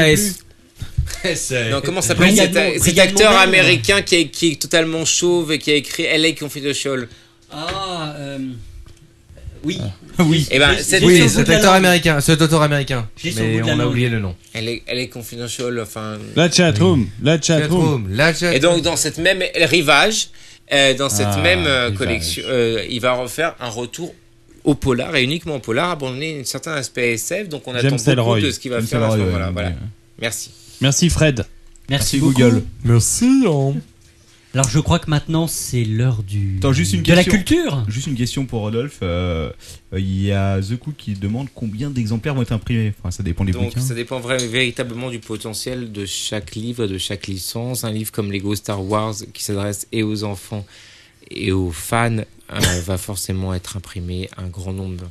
SAS.
plus.
Non, comment s'appelle
Brigade
cet,
Mon-
cet
Brigade
acteur
Mondaine.
américain qui est, qui est totalement chauve et qui a écrit LA Confidential
Ah, euh, oui.
Oui. Eh ben, cette-
Ah oui, cet acteur américain, cet auteur américain. Mais on a oublié le nom. Euh,
Elle est, elle est confidential, enfin.
La chatroom, la chatroom.
Et donc dans cette même rivage, euh, dans cette
Ah,
même euh,
rivage.
collection, euh, il va refaire un retour au polar et uniquement au polar, abandonner un certain aspect SF. Donc on attend
James
beaucoup
Ellroy.
de ce qu'il va
James
faire. à ce
Ellroy,
moment-là.
ouais,
Voilà.
ouais.
Merci.
Merci Fred.
Merci,
beaucoup.
Google.
Merci.
hein.
Alors je crois que maintenant c'est l'heure du.
Attends, juste une
de la
question.
culture.
Juste une question pour Rodolphe. Euh, euh, Il y a The Cook qui demande combien d'exemplaires vont être imprimés. Enfin, ça dépend des
Donc
bouquins.
ça dépend vra- véritablement du potentiel de chaque livre, de chaque licence. Un livre comme Lego Star Wars qui s'adresse et aux enfants et aux fans euh, va forcément être imprimé un grand nombre.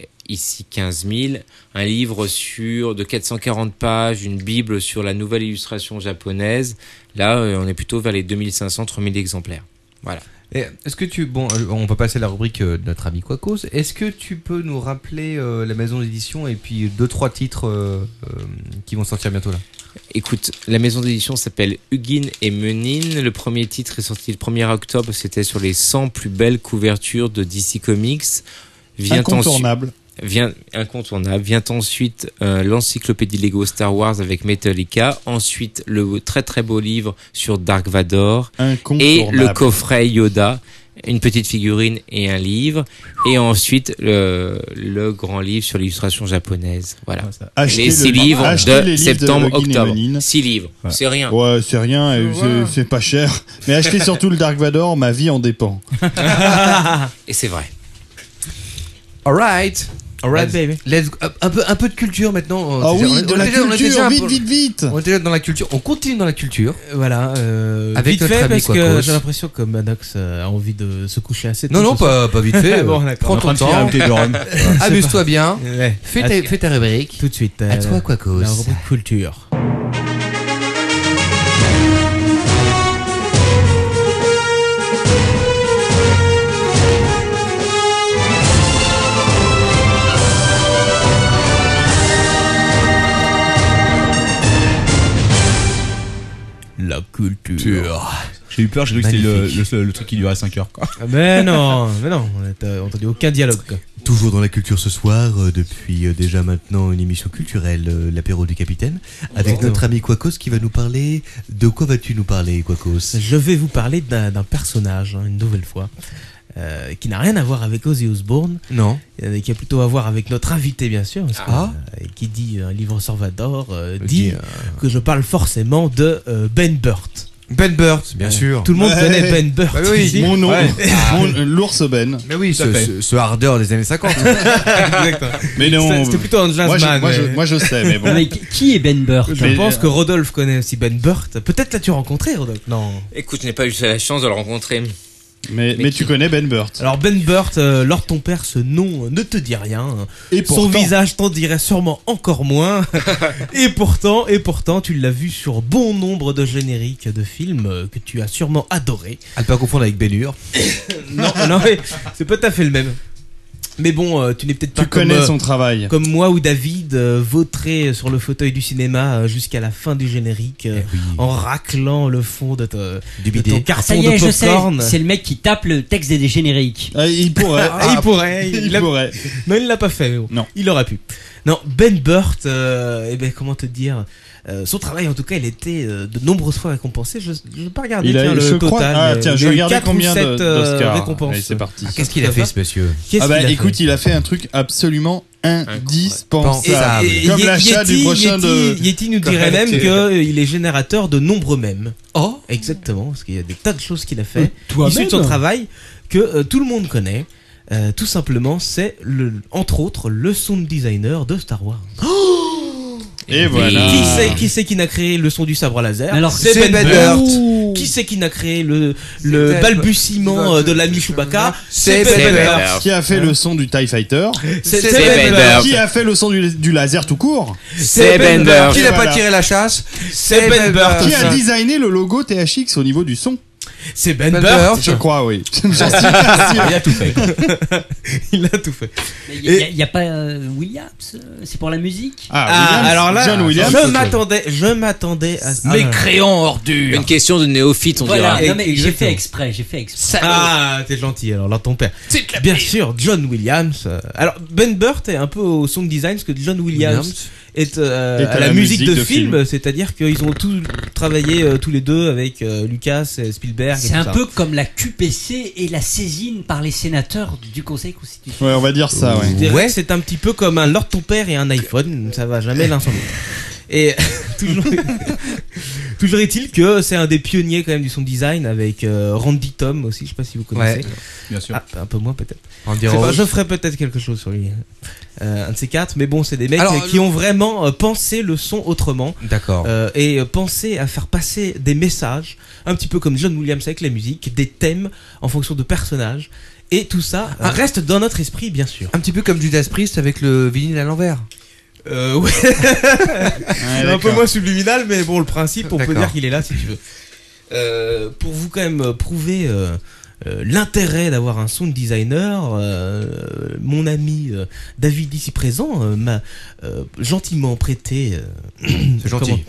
Euh, Ici 15 000. Un livre sur de 440 pages, une Bible sur la nouvelle illustration japonaise. Là, euh, on est plutôt vers les 2500-3000 exemplaires. Voilà.
Et Est-ce que tu bon, euh, on peut passer à la rubrique euh, de notre ami Quacos. Est-ce que tu peux nous rappeler euh, la maison d'édition et puis deux trois titres euh, euh, qui vont sortir bientôt là
Écoute, la maison d'édition s'appelle Huguin et Menin. Le premier titre est sorti le 1er octobre. C'était sur les 100 plus belles couvertures de DC Comics. ensuite-
Incontournable.
Vient, incontournable. Vient ensuite euh, l'encyclopédie Lego Star Wars avec Metallica. Ensuite, le très très beau livre sur Dark Vador. Et
Incontournable.
le coffret Yoda. Une petite figurine et un livre. Et ensuite, le, le grand livre sur l'illustration japonaise. Voilà.
Achetez
les
le-
six livres
achetez
de
les livres de
septembre,
Guinée
octobre.
Manine.
Six livres. C'est rien.
Ouais, c'est rien, et
Ouais.
c'est- c'est pas cher. Mais achetez surtout le Dark Vador, ma vie en dépend.
Et c'est vrai.
Alright. Alright, baby. Let's go. un, peu, un peu de culture maintenant.
Ah
Euh,
oui,
déjà-
de
on est
la
déjà- on est
culture,
déjà un
vite,
peu-
vite, vite.
On est déjà dans la culture. On continue dans la culture.
Voilà. euh,
Avec
vite
notre
fait,
ami
parce que
Quacos.
j'ai l'impression que Manox euh, a envie de se coucher assez tôt.
Non, non,
ce soir.
pas, pas vite fait.
Bon, d'accord.
Prends ton temps. Amuse-toi bien.
Ouais.
Fais, ta, fais ta rubrique.
Tout de suite. euh,
À toi, Quacos.
La rubrique culture. La culture.
J'ai eu peur,
Ah,
j'ai cru que c'était le, le- le truc qui durait 5 heures. quoi.
euh, Mais non, mais non, on n'a entendu aucun dialogue. quoi.
Toujours dans la culture ce soir, euh, depuis euh, déjà maintenant une émission culturelle, euh, l'apéro du capitaine, avec
Bonjour.
notre ami Quacos qui va nous parler. De quoi vas-tu nous parler, Quacos
Je vais vous parler d'un d'un personnage, hein, une nouvelle fois, euh, qui n'a rien à voir avec Ozzy Osbourne.
Non.
Euh, qui a plutôt à voir avec notre invité, bien sûr. parce que,
Ah.
euh, qui dit un livre Salvador, euh,
Qui,
dit
euh,
que je parle forcément de euh, Ben Burt.
Ben Burt, bien sûr.
Tout le monde
Ouais.
connaît Ben Burt.
Bah oui,
ici.
mon nom.
Ouais.
Ah.
Mon- euh, L'ours Ben.
Mais oui, ce, ce, ce hardeur des années 50.
Mais non. moi, je- Moi, je, moi, je sais, mais bon.
qui est Ben Burt Je
Mais- euh,
pense que Rodolphe connaît aussi Ben Burt. Peut-être l'as-tu rencontré, Rodolphe Non.
Écoute, je n'ai pas eu la chance de le rencontrer.
Mais, mais tu connais Ben Burt.
Alors Ben Burt, euh, Lord ton père, ce nom euh, ne te dit rien.
Et
Son
pourtant.
visage t'en dirait sûrement encore moins. et pourtant, et pourtant, tu l'as vu sur bon nombre de génériques de films euh, que tu as sûrement adoré.
À ne pas confondre avec Ben Hur.
non, non, mais c'est pas tout à fait le même. Mais bon, euh, tu n'es peut-être pas comme,
connais
euh,
son travail.
Comme moi ou David, euh, vautré sur le fauteuil du cinéma euh, jusqu'à la fin du générique, euh,
Eh
en raclant le fond de, ta- de ton carton
Ah, Ça y est,
de
je sais.
popcorn.
C'est le mec qui tape le texte des génériques.
il pourrait.
Ah, il pourrait. Il, l'a- Non, il l'a pas fait. mais bon. Il aurait pu. Non, Ben Burt, euh, eh ben, comment te dire euh, son travail, en tout cas, il était euh, de nombreuses fois récompensé. Je n'ai pas regardé
Il a
tiens,
eu,
le
je
total.
crois- ah,
mais
tiens,
il
je
a eu
regardais
quatre ou
combien de-
sept, euh,
d'Oscars
récompenses.
Allez, c'est parti.
Ah,
Qu'est-ce qu'il a fait, ce monsieur
Qu'est-ce
ah bah
qu'il a fait
écoute, il a fait un truc absolument indispensable.
Et- et-
Comme
Ye-
l'achat
Yeti-
du prochain
Yeti,
de.
Yeti nous dirait même qu'il est générateur de nombreux mèmes. Oh Exactement, parce qu'il y a des tas de choses qu'il a
Euh,
fait.
toi-même
issues de son travail que euh, tout le monde connaît. Euh, tout simplement, c'est le- entre autres le sound designer de Star Wars.
Et voilà.
Qui c'est qui, c'est qui n'a créé le son du sabre laser
Alors,
C'est
c'est
Ben,
Ben
Burt.
Burt.
Qui c'est qui n'a créé le, le
C'est-
balbutiement euh, de l'ami Chewbacca Burt.
Qui a fait le son du TIE Fighter
C'est- c'est Ben Burt.
Qui a fait le son du, du laser tout court
Euh,
C'est Ben Burt.
Et
Qui n'a pas
voilà.
tiré la chasse C'est Ben Burt.
Qui a
aussi.
designé le logo THX au niveau du son
C'est Ben,
Burt.
Burt.
Je crois, oui. J'en suis pas sûr.
Il a tout fait. Il a tout fait.
Il n'y a, pas euh, Williams euh, C'est pour la musique
Ah, alors là, je m'attendais, je m'attendais à ça.
ordure Une question de néophyte, on
Voilà,
dira.
non, mais j'ai fait exprès, j'ai fait exprès.
Ah, t'es gentil alors, là ton père. Bien sûr, John Williams. euh, Alors Ben Burt est un peu au sound design parce que John Williams,
Williams.
est, euh, à la, musique, de, film, c'est-à-dire qu'ils ont tous travaillé euh, tous les deux avec euh, Lucas et Spielberg. et
C'est
tout
un
ça.
peu comme la QPC et la saisine par les sénateurs du Conseil constitutionnel.
Ouais, on va dire ça,
Je
ouais.
dirais que c'est un petit peu comme un Lord ton père et un iPhone, ça va jamais l'un sans l'autre. Et toujours, toujours est-il que c'est un des pionniers quand même du son design avec euh, Randy Tom aussi, je sais pas si vous connaissez.
Ouais,
bien sûr.
Ah, un peu moins peut-être.
Randy
Je sais pas,
Rhoads.
je ferai peut-être quelque chose sur lui. Euh, un de ces quatre, mais bon, c'est des mecs
Alors,
euh, qui ont vraiment euh, pensé le son autrement.
D'accord.
Euh, et euh, penser à faire passer des messages, un petit peu comme John Williams avec la musique, des thèmes en fonction de personnages. Et tout ça euh, reste dans notre esprit, bien sûr.
Ah. Un petit peu comme Judas Priest avec le vinyle à l'envers.
Euh, ouais. C'est un
d'accord.
peu moins subliminal, mais bon, le principe, on peut
D'accord.
dire qu'il est là si tu veux. Euh, pour vous, quand même, euh, prouver euh, euh, l'intérêt d'avoir un sound designer, euh, mon ami euh, David, ici présent, euh, m'a euh, gentiment prêté. euh,
C'est gentil.
comment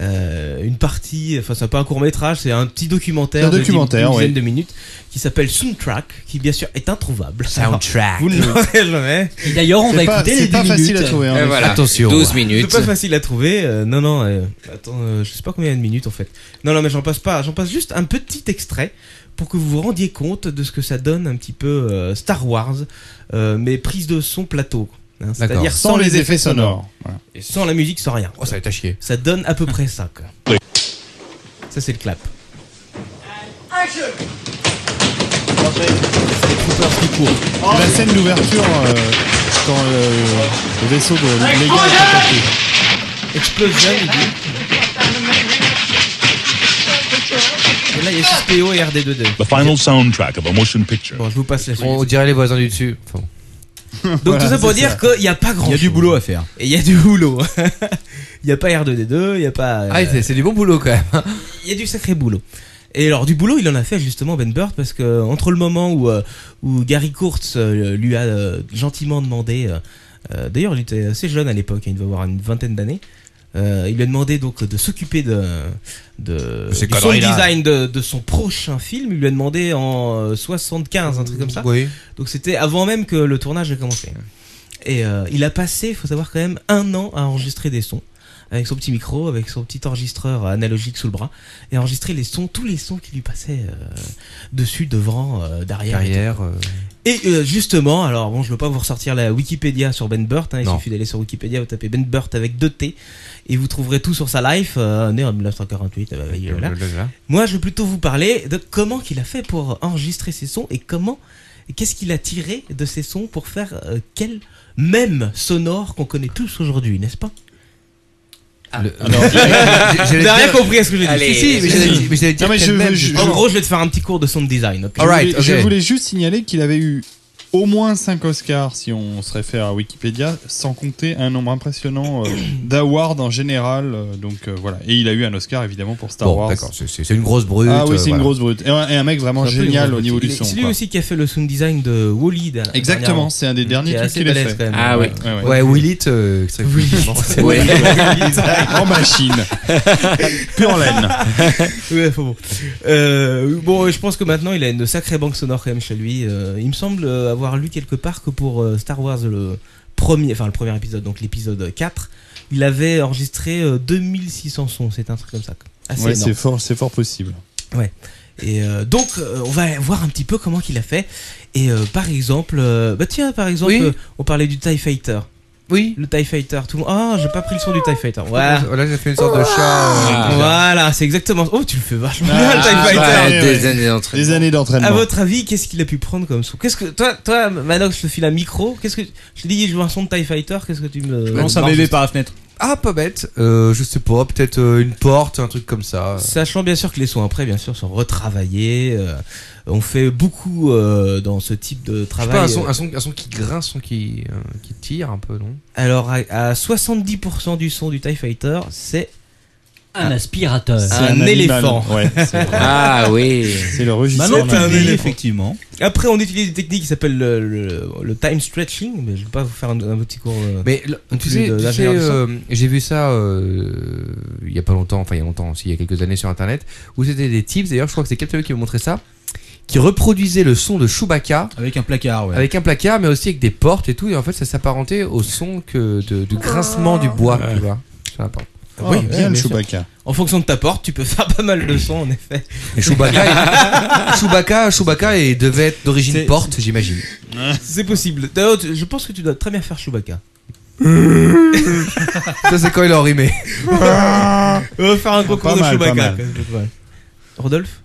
euh, une partie, enfin c'est pas un court métrage, c'est un petit documentaire,
Un documentaire,
de dix- d'une
ouais.
dizaine de minutes, qui s'appelle Soundtrack, qui bien sûr est introuvable.
Soundtrack.
Vous ne l'aurez jamais.
Et d'ailleurs, on va écouter les 10 minutes. Eh,
hein,
Et
mais-
voilà. Attention. 12 minutes.
C'est pas facile à trouver. euh, non, non. euh, attends, euh, je sais pas combien il y a de minutes en fait. Non, non, mais j'en passe pas. J'en passe juste un petit extrait pour que vous vous rendiez compte de ce que ça donne un petit peu euh, Star Wars, euh, mais prise de son plateau. hein, C'est-à-dire
D'accord.
sans,
Sans les effets sonores.
Et sans la musique, sans rien. Oh, ça va chier. Ça donne à peu près ça. quoi. Ça, c'est le clap.
La scène d'ouverture euh, quand euh, le vaisseau de Lego est attaqué.
Explosion, il dit. Et là, il y a CPO et RD2D.
The final soundtrack of a motion picture.
Bon, je vous passe la suite.
On dirait les voisins du dessus. Enfin,
Donc
Voilà,
tout ça pour
c'est
dire
ça.
qu'il n'y a pas grand
Il y a du
boulot à faire. Et il y a du boulot. Il n'y a pas R2D2, il n'y a pas.
Ah, c'est- c'est du bon boulot quand même.
Il y a du sacré boulot. Et alors du boulot, il en a fait justement Ben Burt parce que entre le moment où euh, où Gary Kurtz euh, lui a euh, gentiment demandé, euh, euh, d'ailleurs il était assez jeune à l'époque, hein, il devait avoir une vingtaine d'années, Euh, il lui a demandé donc de s'occuper de, de
Ces
du sound
conneries-là.
design de, de son prochain film. Il lui a demandé en euh, 75, un truc comme ça.
Oui.
Donc c'était avant même que le tournage ait commencé. Et euh, il a passé, il faut savoir quand même, un an à enregistrer des sons avec son petit micro, avec son petit enregistreur euh, analogique sous le bras, et à enregistrer les sons, tous les sons qui lui passaient euh, dessus, devant, euh, derrière. et tout.
Derrière, euh.
Et euh, justement, alors bon, je ne veux pas vous ressortir la Wikipédia sur Ben Burt. hein, il
Non.
suffit d'aller sur Wikipédia, vous tapez Ben Burt avec deux T, et vous trouverez tout sur sa life, euh, né en 1948. euh,
Et
voilà.
blablabla.
Moi, je vais plutôt vous parler de comment qu'il a fait pour enregistrer ses sons et comment, qu'est-ce qu'il a tiré de ses sons pour faire euh, quel même sonore qu'on connaît tous aujourd'hui, n'est-ce pas
Alors,
Vous n'avez rien compris à ce que j'ai dit.
Ah. Allez, Si, si, mais j'allais dire- mais j'allais dire Non, mais quel je- même, je- justement.
en gros, je vais te faire un petit cours de sound design. ok
Je voulais- Je voulais juste signaler qu'il avait eu au moins 5 Oscars, si on se réfère à Wikipédia, sans compter un nombre impressionnant euh, d'awards en général. euh, donc euh, voilà. Et il a eu un Oscar évidemment pour Star
Bon,
Wars.
d'accord, c'est- c'est- c'est une grosse brute,
Ah oui, c'est
euh,
une
voilà.
grosse brute. Et un, et un mec vraiment
C'est un peu une
génial
grosse
au niveau
brute.
du
C'est
son.
lui
quoi.
aussi qui a fait le sound design de Wally. dernièrement.
Exactement, c'est un des
Qui
derniers
est
trucs
assez
qu'il a
balèze,
fait.
quand même.
Ah oui.
Ouais, ouais.
Ouais, Will It, euh, très
Will It.
clairement, c'est-
Ouais.
En machine. Pure laine.
Ouais, enfin bon. Euh, bon, je pense que maintenant il a une sacrée banque sonore quand même chez lui. Euh, il me semble euh, avoir lu quelque part que pour euh, Star Wars, le premier, enfin le premier épisode, donc l'épisode 4, il avait enregistré euh, 2600 sons. Ah, C'est un truc comme ça. Assez
Ouais,
énorme.
c'est fort, c'est fort possible.
Ouais. Et euh, donc, euh, on va voir un petit peu comment qu'il a fait. Et euh, par exemple, euh, bah tiens, par exemple,
Oui.
euh, on parlait du Tie Fighter.
Oui.
Le Tie Fighter, tout le monde. Ah, j'ai pas pris le son du Tie Fighter. Voilà.
Voilà, j'ai fait une sorte de chat, euh, bizarre.
voilà, c'est exactement. Oh, tu le fais vachement
Ah,
bien, le
ouais,
TIE Fighter.
des années d'entraînement. Des années d'entraînement.
À votre avis, qu'est-ce qu'il a pu prendre comme son Qu'est-ce que. Toi, toi, Manox, je te file un micro. Qu'est-ce que. Je te dis, je veux un son de Tie Fighter. Qu'est-ce que tu me.
Lance un bébé par
la fenêtre.
Ah, pas bête. Euh, je sais pas, peut-être euh, une porte, un truc comme ça.
Sachant bien sûr que les sons après, bien sûr, sont retravaillés. euh, on fait beaucoup euh, dans ce type de
Je sais
travail.
pas, un son,
euh,
un son- un son qui grince, un son qui, euh, qui tire un peu, non
Alors, à, à 70% du son du TIE Fighter, c'est.
Un aspirateur.
C'est
C'est
Un,
un
éléphant.
animal, ouais, c'est vrai. Ah oui.
C'est le
registre.
registre
Maintenant, t'as
d'un
un
éléphant.
éléphant. Effectivement. Après, on utilise une technique qui s'appelle le, le- le time stretching, mais je vais pas vous faire un, un petit cours. euh,
Mais le- tu
plus
sais,
de-
tu sais,
d'ingénieur du son.
euh, j'ai vu ça euh, il y a pas longtemps, enfin il y a longtemps aussi, il y a quelques années sur internet, où c'était des types, d'ailleurs je crois que c'est quelqu'un qui me montrait ça, qui reproduisait le son de Chewbacca.
Avec un placard, ouais.
Avec un placard, mais aussi avec des portes et tout, et en fait ça s'apparentait au son que de- du grincement du bois, tu vois, sur la porte.
Ah oui, bien sûr. En fonction de ta porte, tu peux faire pas mal de sons, en effet.
Et Chewbacca, il- Chewbacca, Chewbacca il devait être d'origine porte, j'imagine.
C'est possible. D'ailleurs, tu- je pense que tu dois très bien faire Chewbacca.
Ça c'est quand il a rimé.
On va faire un
Pas
concours
mal,
de
pas
Chewbacca.
mal.
quand même, pas mal. Rodolphe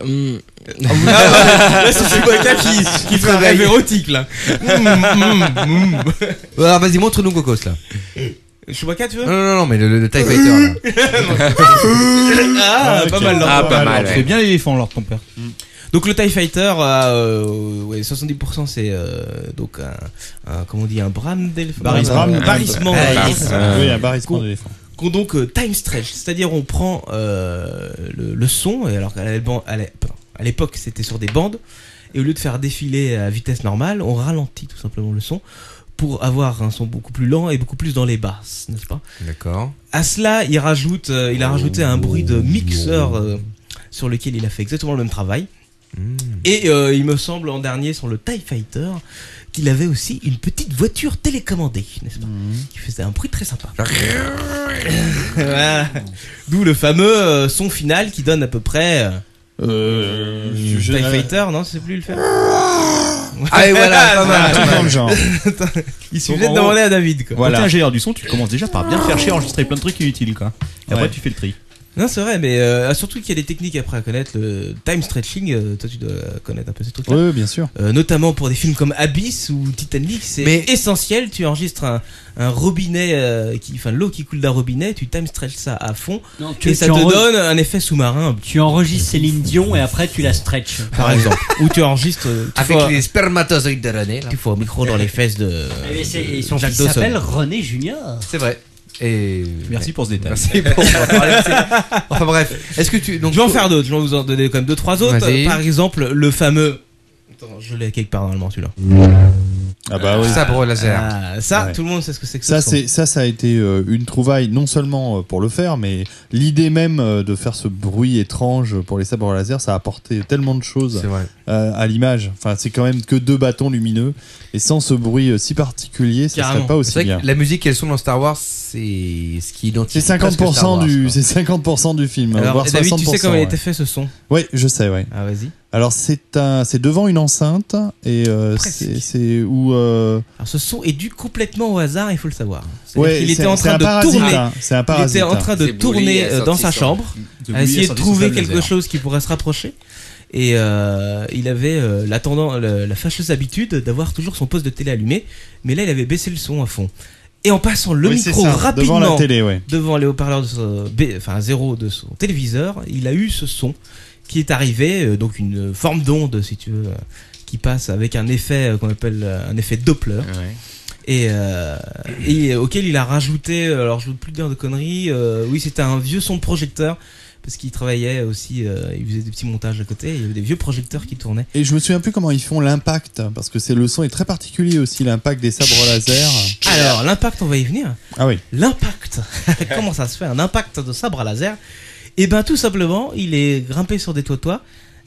Hum.
Ah,
ouais,
Là, c'est Chewbacca qui, qui fait un rêve érotique, là. Mm, mm, mm.
Alors Ah, vas-y, montre-nous Cocos là.
Chewbacca, tu veux
Non, non, non, mais le, le, le TIE Fighter
ah,
Ah,
pas
ok.
mal.
Ah, pas mal, ouais.
C'est bien l'éléphant, Lord ton père.
Mm.
Donc le Tie Fighter, a, euh, ouais, 70% c'est euh, donc un, un- comment on dit un brame d'éléphant,
Barrissement.
un, un
Bram-
barrissement,
Bram-
d'éléphant.
Bram- Oui, un barrissement
Qu'on-
d'éléphant.
Qu'on donc euh, time stretch, c'est-à-dire on prend euh, le, le son et alors qu'à la ban- à la- pardon, à l'époque c'était sur des bandes et au lieu de faire défiler à vitesse normale, on ralentit tout simplement le son pour avoir un son beaucoup plus lent et beaucoup plus dans les basses, n'est-ce pas
D'accord.
à cela, il rajoute, euh, il a rajouté un bruit de mixeur euh, sur lequel il a fait exactement le même travail. Et euh, il me semble en dernier sur le Tie Fighter qu'il avait aussi une petite voiture télécommandée, n'est-ce pas Qui faisait un bruit très sympa. Voilà. D'où le fameux euh, son final qui donne à peu près. euh,
Euh, je- je-
Tie Fighter, non, c'est plus le faire.
Ah, et voilà, pas mal,
pas mal. hein.
Il suffit de demander à David. Quoi.
Quand t'es ingénieur du son, tu commences déjà par bien faire chier, enregistrer plein de trucs inutiles, quoi. Et après,
Ouais.
tu fais le tri.
Non, c'est vrai, mais euh, surtout qu'il y a des techniques après à connaître. Le time stretching, euh, toi, tu dois connaître un peu ces trucs-là.
Oui, bien sûr.
Euh, notamment pour des films comme Abyss ou Titanic, c'est essentiel. Tu enregistres un, un robinet, euh, qui, enfin l'eau qui coule d'un robinet, tu time stretch ça à fond,
Non,
et ça te
enre-
donne Ah, un effet sous-marin.
Tu enregistres Céline Dion et après tu la stretches.
Par exemple, ou tu enregistres euh, tu
Avec
fous un-
les
spermatozoïdes de René.
Tu fous un micro dans les fesses de.
Eh bien, c'est- et son
Jack
fils
Euh, Dawson.
s'appelle René Junior.
C'est vrai. Et
Merci pour ce détail.
Merci pour- enfin bref, est-ce que tu donc
je vais en faire d'autres. Je vais vous en donner comme deux trois autres.
Vas-y.
Par exemple, le fameux. Attends, je l'ai quelque part normalement celui-là.
Ah bah oui.
Sabre laser.
Ah, ça, tout le monde sait ce que c'est que
ça.
ça.
c'est- Ça, ça a été euh, une trouvaille, non seulement euh, pour le faire, mais l'idée même euh, de faire ce bruit étrange pour les sabres laser, ça a apporté tellement de choses
C'est vrai.
euh, à l'image. Enfin, c'est quand même que deux bâtons lumineux. Et sans ce bruit euh, si particulier, ça serait pas
C'est
aussi
vrai que
bien.
La musique et le son dans Star Wars, c'est ce qui identifie.
C'est 50%, du, c'est 50 du film,
Alors,
voire
et David,
60%.
tu sais comment il
ouais.
était fait, ce son
Oui, je sais, oui.
Ah, vas-y.
Alors, c'est un- c'est devant une enceinte et euh, c'est c'est où. euh,
Alors, ce son est dû complètement au hasard, il faut le savoir.
Ouais,
il
c'est-
était en
c'est
train
un
de
parasite,
tourner.
hein. C'est un
il était
parasite,
en train de
hein. C'est Bouli
tourner
a
euh, dans
sorti
sa
son-
chambre,
de Bouli
à
a
essayer de
sorti
trouver
son sable
quelque
laser.
chose qui pourrait se rapprocher. Et euh, il avait euh, la, tendance, le- la fâcheuse habitude d'avoir toujours son poste de télé allumé, mais là il avait baissé le son à fond. Et en passant le
Oui, c'est
micro
ça,
rapidement
devant la télé, ouais.
devant les haut-parleurs de son- B- enfin zéro de son téléviseur, il a eu ce son qui est arrivé, euh, donc une forme d'onde si tu veux, euh, qui passe avec un effet euh, qu'on appelle euh, un effet Doppler. Et, euh, et, euh, auquel il a rajouté, euh, alors je veux plus dire de conneries, euh, oui c'était un vieux son de projecteur parce qu'il travaillait aussi, euh, il faisait des petits montages à côté, il y avait des vieux projecteurs qui tournaient.
Et je me souviens plus comment ils font l'impact, hein, parce que c'est le son est très particulier aussi, l'impact des sabres laser.
Alors, l'impact, on va y venir.
Ah oui.
L'impact. Comment ça se fait un impact de sabre à laser Eh bien, tout simplement, il est grimpé sur des toits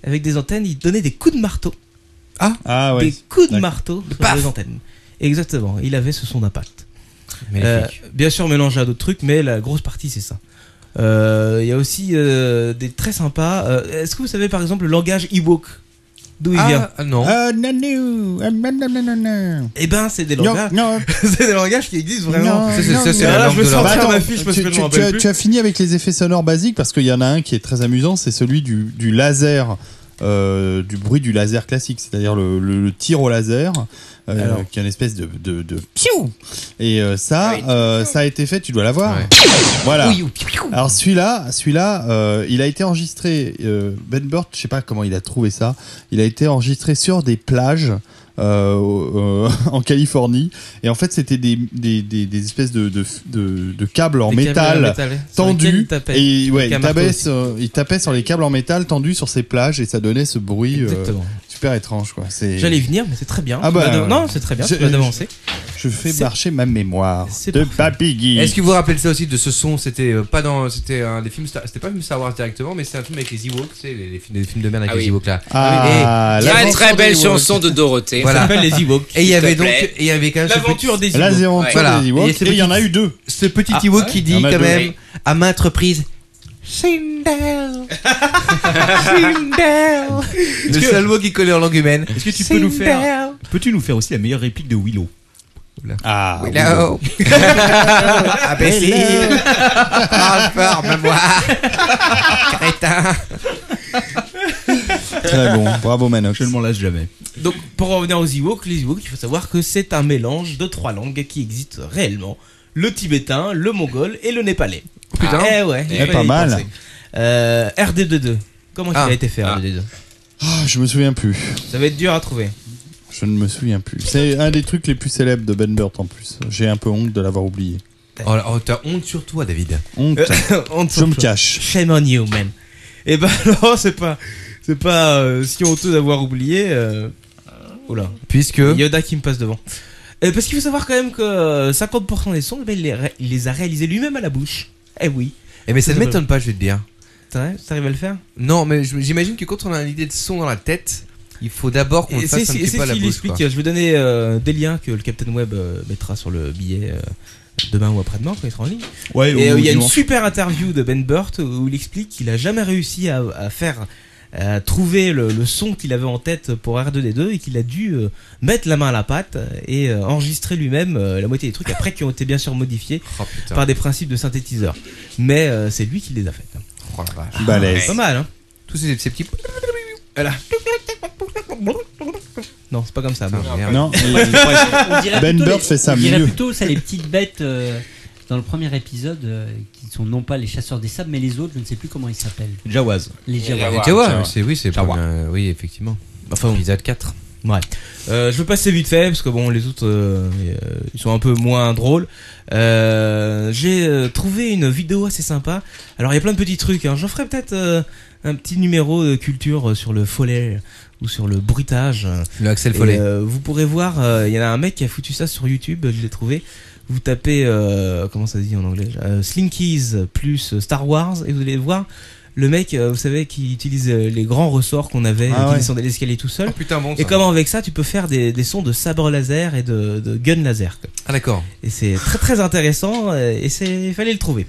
avec des antennes, il donnait des coups de marteau.
Ah,
ah
Des coups de marteau sur
Paf
les antennes. Exactement, il avait ce son d'impact.
Magnifique.
Euh, bien sûr, mélangé à d'autres trucs, mais la grosse partie, c'est ça. Euh, Il y a aussi euh, des très sympas. euh, Est-ce que vous savez par exemple le langage Ewok D'où il vient
Ah, nanou, ah, nananana.
eh ben, c'est des
Non,
langages.
non.
c'est des langages qui existent vraiment.
Non,
Ça, c'est-
non,
ça, c'est
non.
la
Bah,
langue
je me
de
sens-
l'enfant.
Bah,
Ma
attends,
fiche, parce
tu-
que je
tu-
m'en
tu as-
rappelle
Tu as fini avec les effets sonores basiques parce qu'il y en a un qui est très amusant, c'est celui du, du laser, euh, du bruit du laser classique, c'est-à-dire le, le- le tir au laser, euh,
Alors. Ah
qui est une espèce de, de, de piou. Et euh, ça, euh, ça a été fait, tu dois l'avoir. Voilà.
Oui, ou
Alors celui-là, celui-là, euh, il a été enregistré. euh, ben Burt, je sais pas comment il a trouvé ça. Il a été enregistré sur des plages. euh, au- euh, en Californie et en fait c'était des, des, des, des espèces de, de, de- de câbles en
Des câbles en
métal,
hein, métal, ouais. Sur lesquels
tendus
il tapait.
et ouais,
Avec un
il,
marteau
tapait
aussi.
sur, il tapait sur les câbles en métal tendus sur ces plages et ça donnait ce bruit euh,
Exactement.
super étrange quoi C'est-
J'allais y venir, mais c'est très bien.
ah
Tu
bah,
vas de- Non, c'est très bien, tu
je-
vas d'avancer.
je, je fais
C'est-
marcher ma mémoire
c'est
de
parfait.
Papy Guy
Est-ce que vous vous rappelez ça aussi de ce son C'était euh, pas dans, c'était un des films, Star- c'était pas un film Star Wars directement, mais c'est un film avec les Ewoks, c'est les, les films, les films de merde avec
Ah
les
oui.
Ewoks là.
Ah,
Et-
la
qui-
très belle chanson de Dorothée.
Voilà.
Ça s'appelle Les Ewoks,
Et il y
s'il te
avait donc,
plaît.
et il y avait quand même ce
L'aventure
petit-
des Ewoks. L'aventure des
Voilà.
Ewoks,
ce
et il y en
petit-
a eu deux.
Ce petit
Ah,
Ewok
ouais.
qui
Il y
dit
en a
quand
deux.
même
Oui.
à maintes reprises.
Sindel.
Le seul mot qu'il connaît en langue humaine.
Est-ce que tu peux nous faire.
Sindel.
Peux-tu nous faire aussi la meilleure réplique de Willow
Ah,
Willow.
Ah, ben
Imbécile.
Ah,
Parle fort, me vois. Crétin.
Très bon, bravo Manox.
Je ne m'en lasse jamais.
Donc, pour revenir aux Ewoks, les Ewoks, il faut savoir que c'est un mélange de trois langues qui existent réellement le tibétain, le mongol et le népalais.
putain.
Eh ouais, il
Eh,
fallait
pas
y
mal.
penser. Euh, RD22. Comment
Ah.
il a été fait
Ah.
RD22
Ah, je me souviens plus
Ça va être dur à trouver.
je ne me souviens plus c'est un des trucs les plus célèbres de Ben Burt en plus j'ai un peu honte de l'avoir oublié
Oh, là, oh, t'as honte sur toi, David.
honte je me cache
Shame on you, man. Et ben non, c'est pas, c'est pas euh, si honteux d'avoir oublié. euh, Oula.
Puisque.
Yoda qui me passe devant. Euh, parce qu'il faut savoir quand même que euh, 50% des sons, eh ben, il, les ré- il les a réalisés lui-même à la bouche. Eh oui.
Eh mais ça ne
Tout
m'étonne
simplement.
pas, je vais te dire.
T'arrives t'arrives à le faire
Non, mais je- j'imagine que quand on a une idée de son dans la tête, il faut d'abord qu'on
Et
le
c'est
fasse un
c'est-
petit
c'est
peu à
ce
la
qu'il
bouche.
explique. Je vais vous donner euh, des liens que le Captain Web euh, mettra sur le billet euh, demain ou après-demain quand il sera en ligne.
Ouais,
Et
ou
euh, il y a une
dimanche.
super interview de Ben Burt où il explique qu'il a jamais réussi à, à faire à trouver le, le son qu'il avait en tête pour R2D2 et qu'il a dû euh, mettre la main à la pâte et euh, enregistrer lui-même euh, la moitié des trucs après qui ont été bien sûr modifiés
Oh, putain.
par des principes de synthétiseur. Mais euh, c'est lui qui les a faites.
Oh la vache.
Ah,
Balèze.
Pas mal, hein
Tous ces, ces petits.
Voilà. Non, c'est pas comme ça. bon.
Non, il-
On dirait
Ben
plutôt
Burtt
les-
fait ça
on dirait
mieux.
plutôt ça les petites bêtes euh, dans le premier épisode euh, qui sont non pas les chasseurs des sables mais les autres, je ne sais plus comment ils s'appellent.
Jawaz.
Les Jawas.
Les Jawas, c'est oui, c'est pas bien, oui, effectivement. Enfin, épisode 4.
Ouais. Euh, je veux passer vite fait parce que bon, les autres, euh, euh, ils sont un peu moins drôles. Euh, J'ai euh, trouvé une vidéo assez sympa. Alors il y a plein de petits trucs. Hein. J'en ferai peut-être euh, un petit numéro de culture euh, sur le follet ou sur le bruitage.
Le Axel
Et,
Follet.
euh, vous pourrez voir. euh, Il y en a un mec qui a foutu ça sur YouTube. Je l'ai trouvé. Vous tapez euh, comment ça se dit en anglais Euh, Slinkies plus Star Wars et vous allez voir. Le mec, euh, vous savez, qui utilise euh, les grands ressorts qu'on avait,
Ah
euh, qui
ouais.
descendait l'escalier tout seul.
Oh putain, bon,
et
ça.
comment avec ça, tu peux faire des, des sons de sabre laser et de, de gun laser.
Ah d'accord.
Et c'est très très intéressant euh, et c'est il fallait le trouver.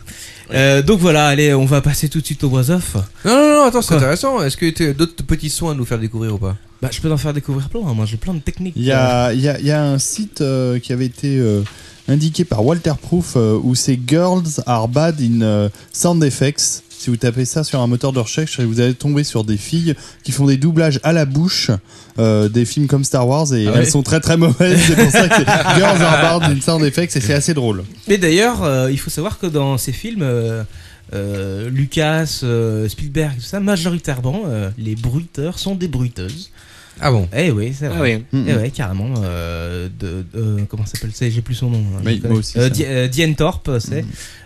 Euh, donc voilà, allez, on va passer tout de suite au was off.
Non, non, non, attends, c'est
Quoi
intéressant. Est-ce que tu as d'autres petits sons à nous faire découvrir ou pas
Bah, je peux en faire découvrir plein. hein. Moi, j'ai plein de techniques.
Il y a, il y a- il y a un site euh, qui avait été euh, indiqué par Walter Proof euh, où c'est Girls are bad in euh, sound effects. Si vous tapez ça sur un moteur de recherche, vous allez tomber sur des filles qui font des doublages à la bouche euh, des films comme Star Wars et
Ah
elles
ouais
sont très très mauvaises. C'est pour ça que c'est Girls are bad in sound effects et c'est assez drôle.
Mais d'ailleurs, euh, il faut savoir que dans ces films, euh, euh, Lucas, euh, Spielberg, tout ça, majoritairement, euh, les bruiteurs sont des bruiteuses.
Ah bon
Eh oui, c'est
Ah
vrai.
oui.
Eh ouais, carrément. euh, de, de- comment ça s'appelle ça J'ai plus son nom. hein,
Mais
je
moi
connais.
aussi,
Euh,
ça.
Di- euh, Diane Thorpe, c'est.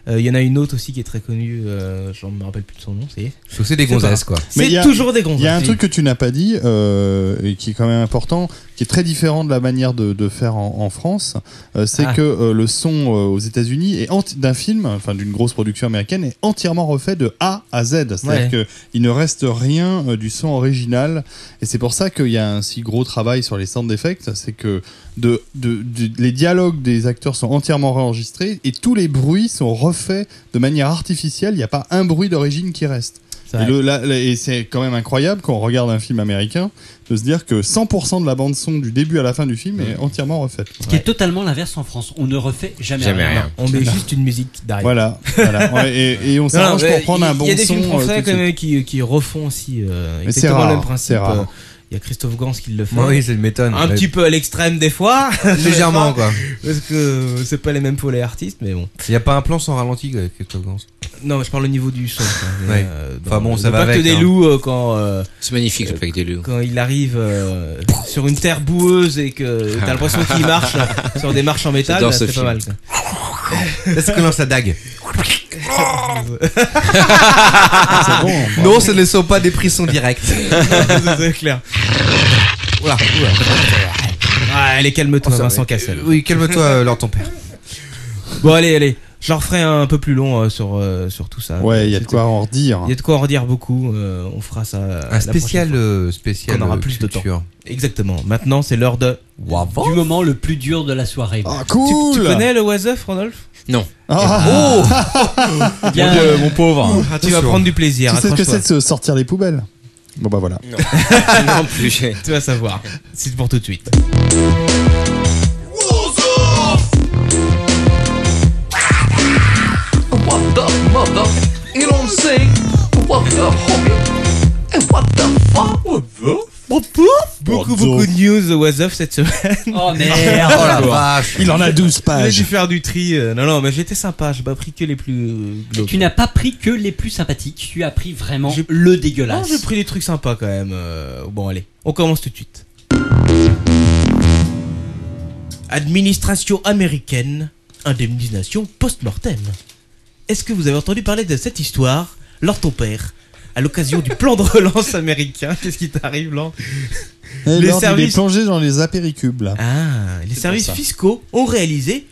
Euh, Il y en a une autre aussi qui est très connue. euh, je me rappelle plus de son nom. C'est.
Donc c'est des
pas
gonzesses, quoi.
grave.
Mais il y
C'est
a-
toujours des gonzesses.
Il y a un
oui.
truc que tu n'as pas dit euh, et qui est quand même important, qui est très différent de la manière de, de faire en, en France, euh, c'est
Ah.
que euh, le son euh, aux États-Unis est enti- d'un film, enfin d'une grosse production américaine, est entièrement refait de A à Z. C'est-à-dire
Ouais.
qu'il ne reste rien euh, du son original. Et c'est pour ça qu'il y a un si gros travail sur les sound effects, c'est que de, de- de- les dialogues des acteurs sont entièrement réenregistrés et tous les bruits sont refaits de manière artificielle. Il n'y a pas un bruit d'origine qui reste.
C'est
Et,
vrai.
le- la- la- et c'est quand même incroyable quand on regarde un film américain de se dire que 100% de la bande son du début à la fin du film est entièrement refaite.
Ce qui est totalement l'inverse en France. On ne refait jamais,
Jamais rien.
Non.
On met juste une musique derrière.
Voilà, voilà. Ouais, et- et on
Non,
s'arrange
mais
pour prendre
il-
un bon
Il y a des
son,
films
euh,
français
tout de
quand
suite.
même qui, qui refont aussi euh,
Mais c'est
exactement
rare,
le même principe.
c'est rare.
euh, Il y a Christophe Gans qui le fait.
Bah Oui, ça m'étonne.
Un
Mais-
petit peu à l'extrême des fois.
Légèrement, quoi.
Parce que c'est pas les mêmes pour les artistes, mais bon.
Il n'y a pas un plan sans ralenti, quoi, Christophe Gans
Non, mais je parle au niveau du son. quoi. Mais,
Ouais.
euh, dans
Enfin bon,
le
ça va
Pacte
avec,
des
hein.
loups, euh, quand. euh,
C'est magnifique, le
euh,
Pacte des loups.
Quand il arrive euh, sur une terre boueuse et que t'as l'impression qu'il marche euh, sur des marches en
Ah.
métal,
J'adore
là,
ce
c'est pas
film.
mal. quoi.
Là, c'est qu'on lance la dague.
bon.
non, ce ne sont pas des prisons directs.
c'est clair.
Oula, oula.
Ah, allez, calme-toi,
Oh, ça
Vincent
va.
Cassel.
Oui, calme-toi, euh, Lord ton père.
Bon, allez, allez. Je leur ferai un peu plus long euh, sur, euh, sur tout ça.
Ouais, il y a de quoi en redire.
Il y a de quoi en redire beaucoup. euh, on fera ça. euh, la
spécial,
prochaine fois.
euh, spécial,
Quand On aura
euh,
plus de
culture.
temps. Exactement. Maintenant, c'est l'heure de.
Du moment le plus dur de la soirée.
Ah, cool
Tu connais le was Up, Rodolphe
Non.
Ah.
Oh Bien.
Mon Dieu, mon pauvre.
Ah, tu vas prendre du plaisir.
Tu sais ce que
accroche-toi.
c'est de se sortir les poubelles Bon bah voilà.
non plus.
Tu vas savoir. C'est pour tout de suite.
What the mother? You don't say what the hobby? And what the fuck? What the?
Beaucoup, beaucoup de news au was Up cette semaine.
Oh merde
Oh la vache.
Il en a 12
J'ai dû
pages.
faire du tri. euh, Non, non, mais j'étais sympa. J'ai pas pris que les plus. euh, glauques.
Tu n'as pas pris que les plus sympathiques. Tu as pris vraiment
J'ai-
le
Non,
dégueulasse.
j'ai pris des trucs sympas quand même. euh, Bon, allez, on commence tout de suite. Administration américaine, indemnisation post-mortem. Est-ce que vous avez entendu parler de cette histoire lors ton père à l'occasion du plan de relance américain, qu'est-ce qui t'arrive, là
Et Lord,
Les
Eh, Il est
services-
plongé dans les apéricubes là.
Ah, les
pour
services
ça.
fiscaux ont réalisé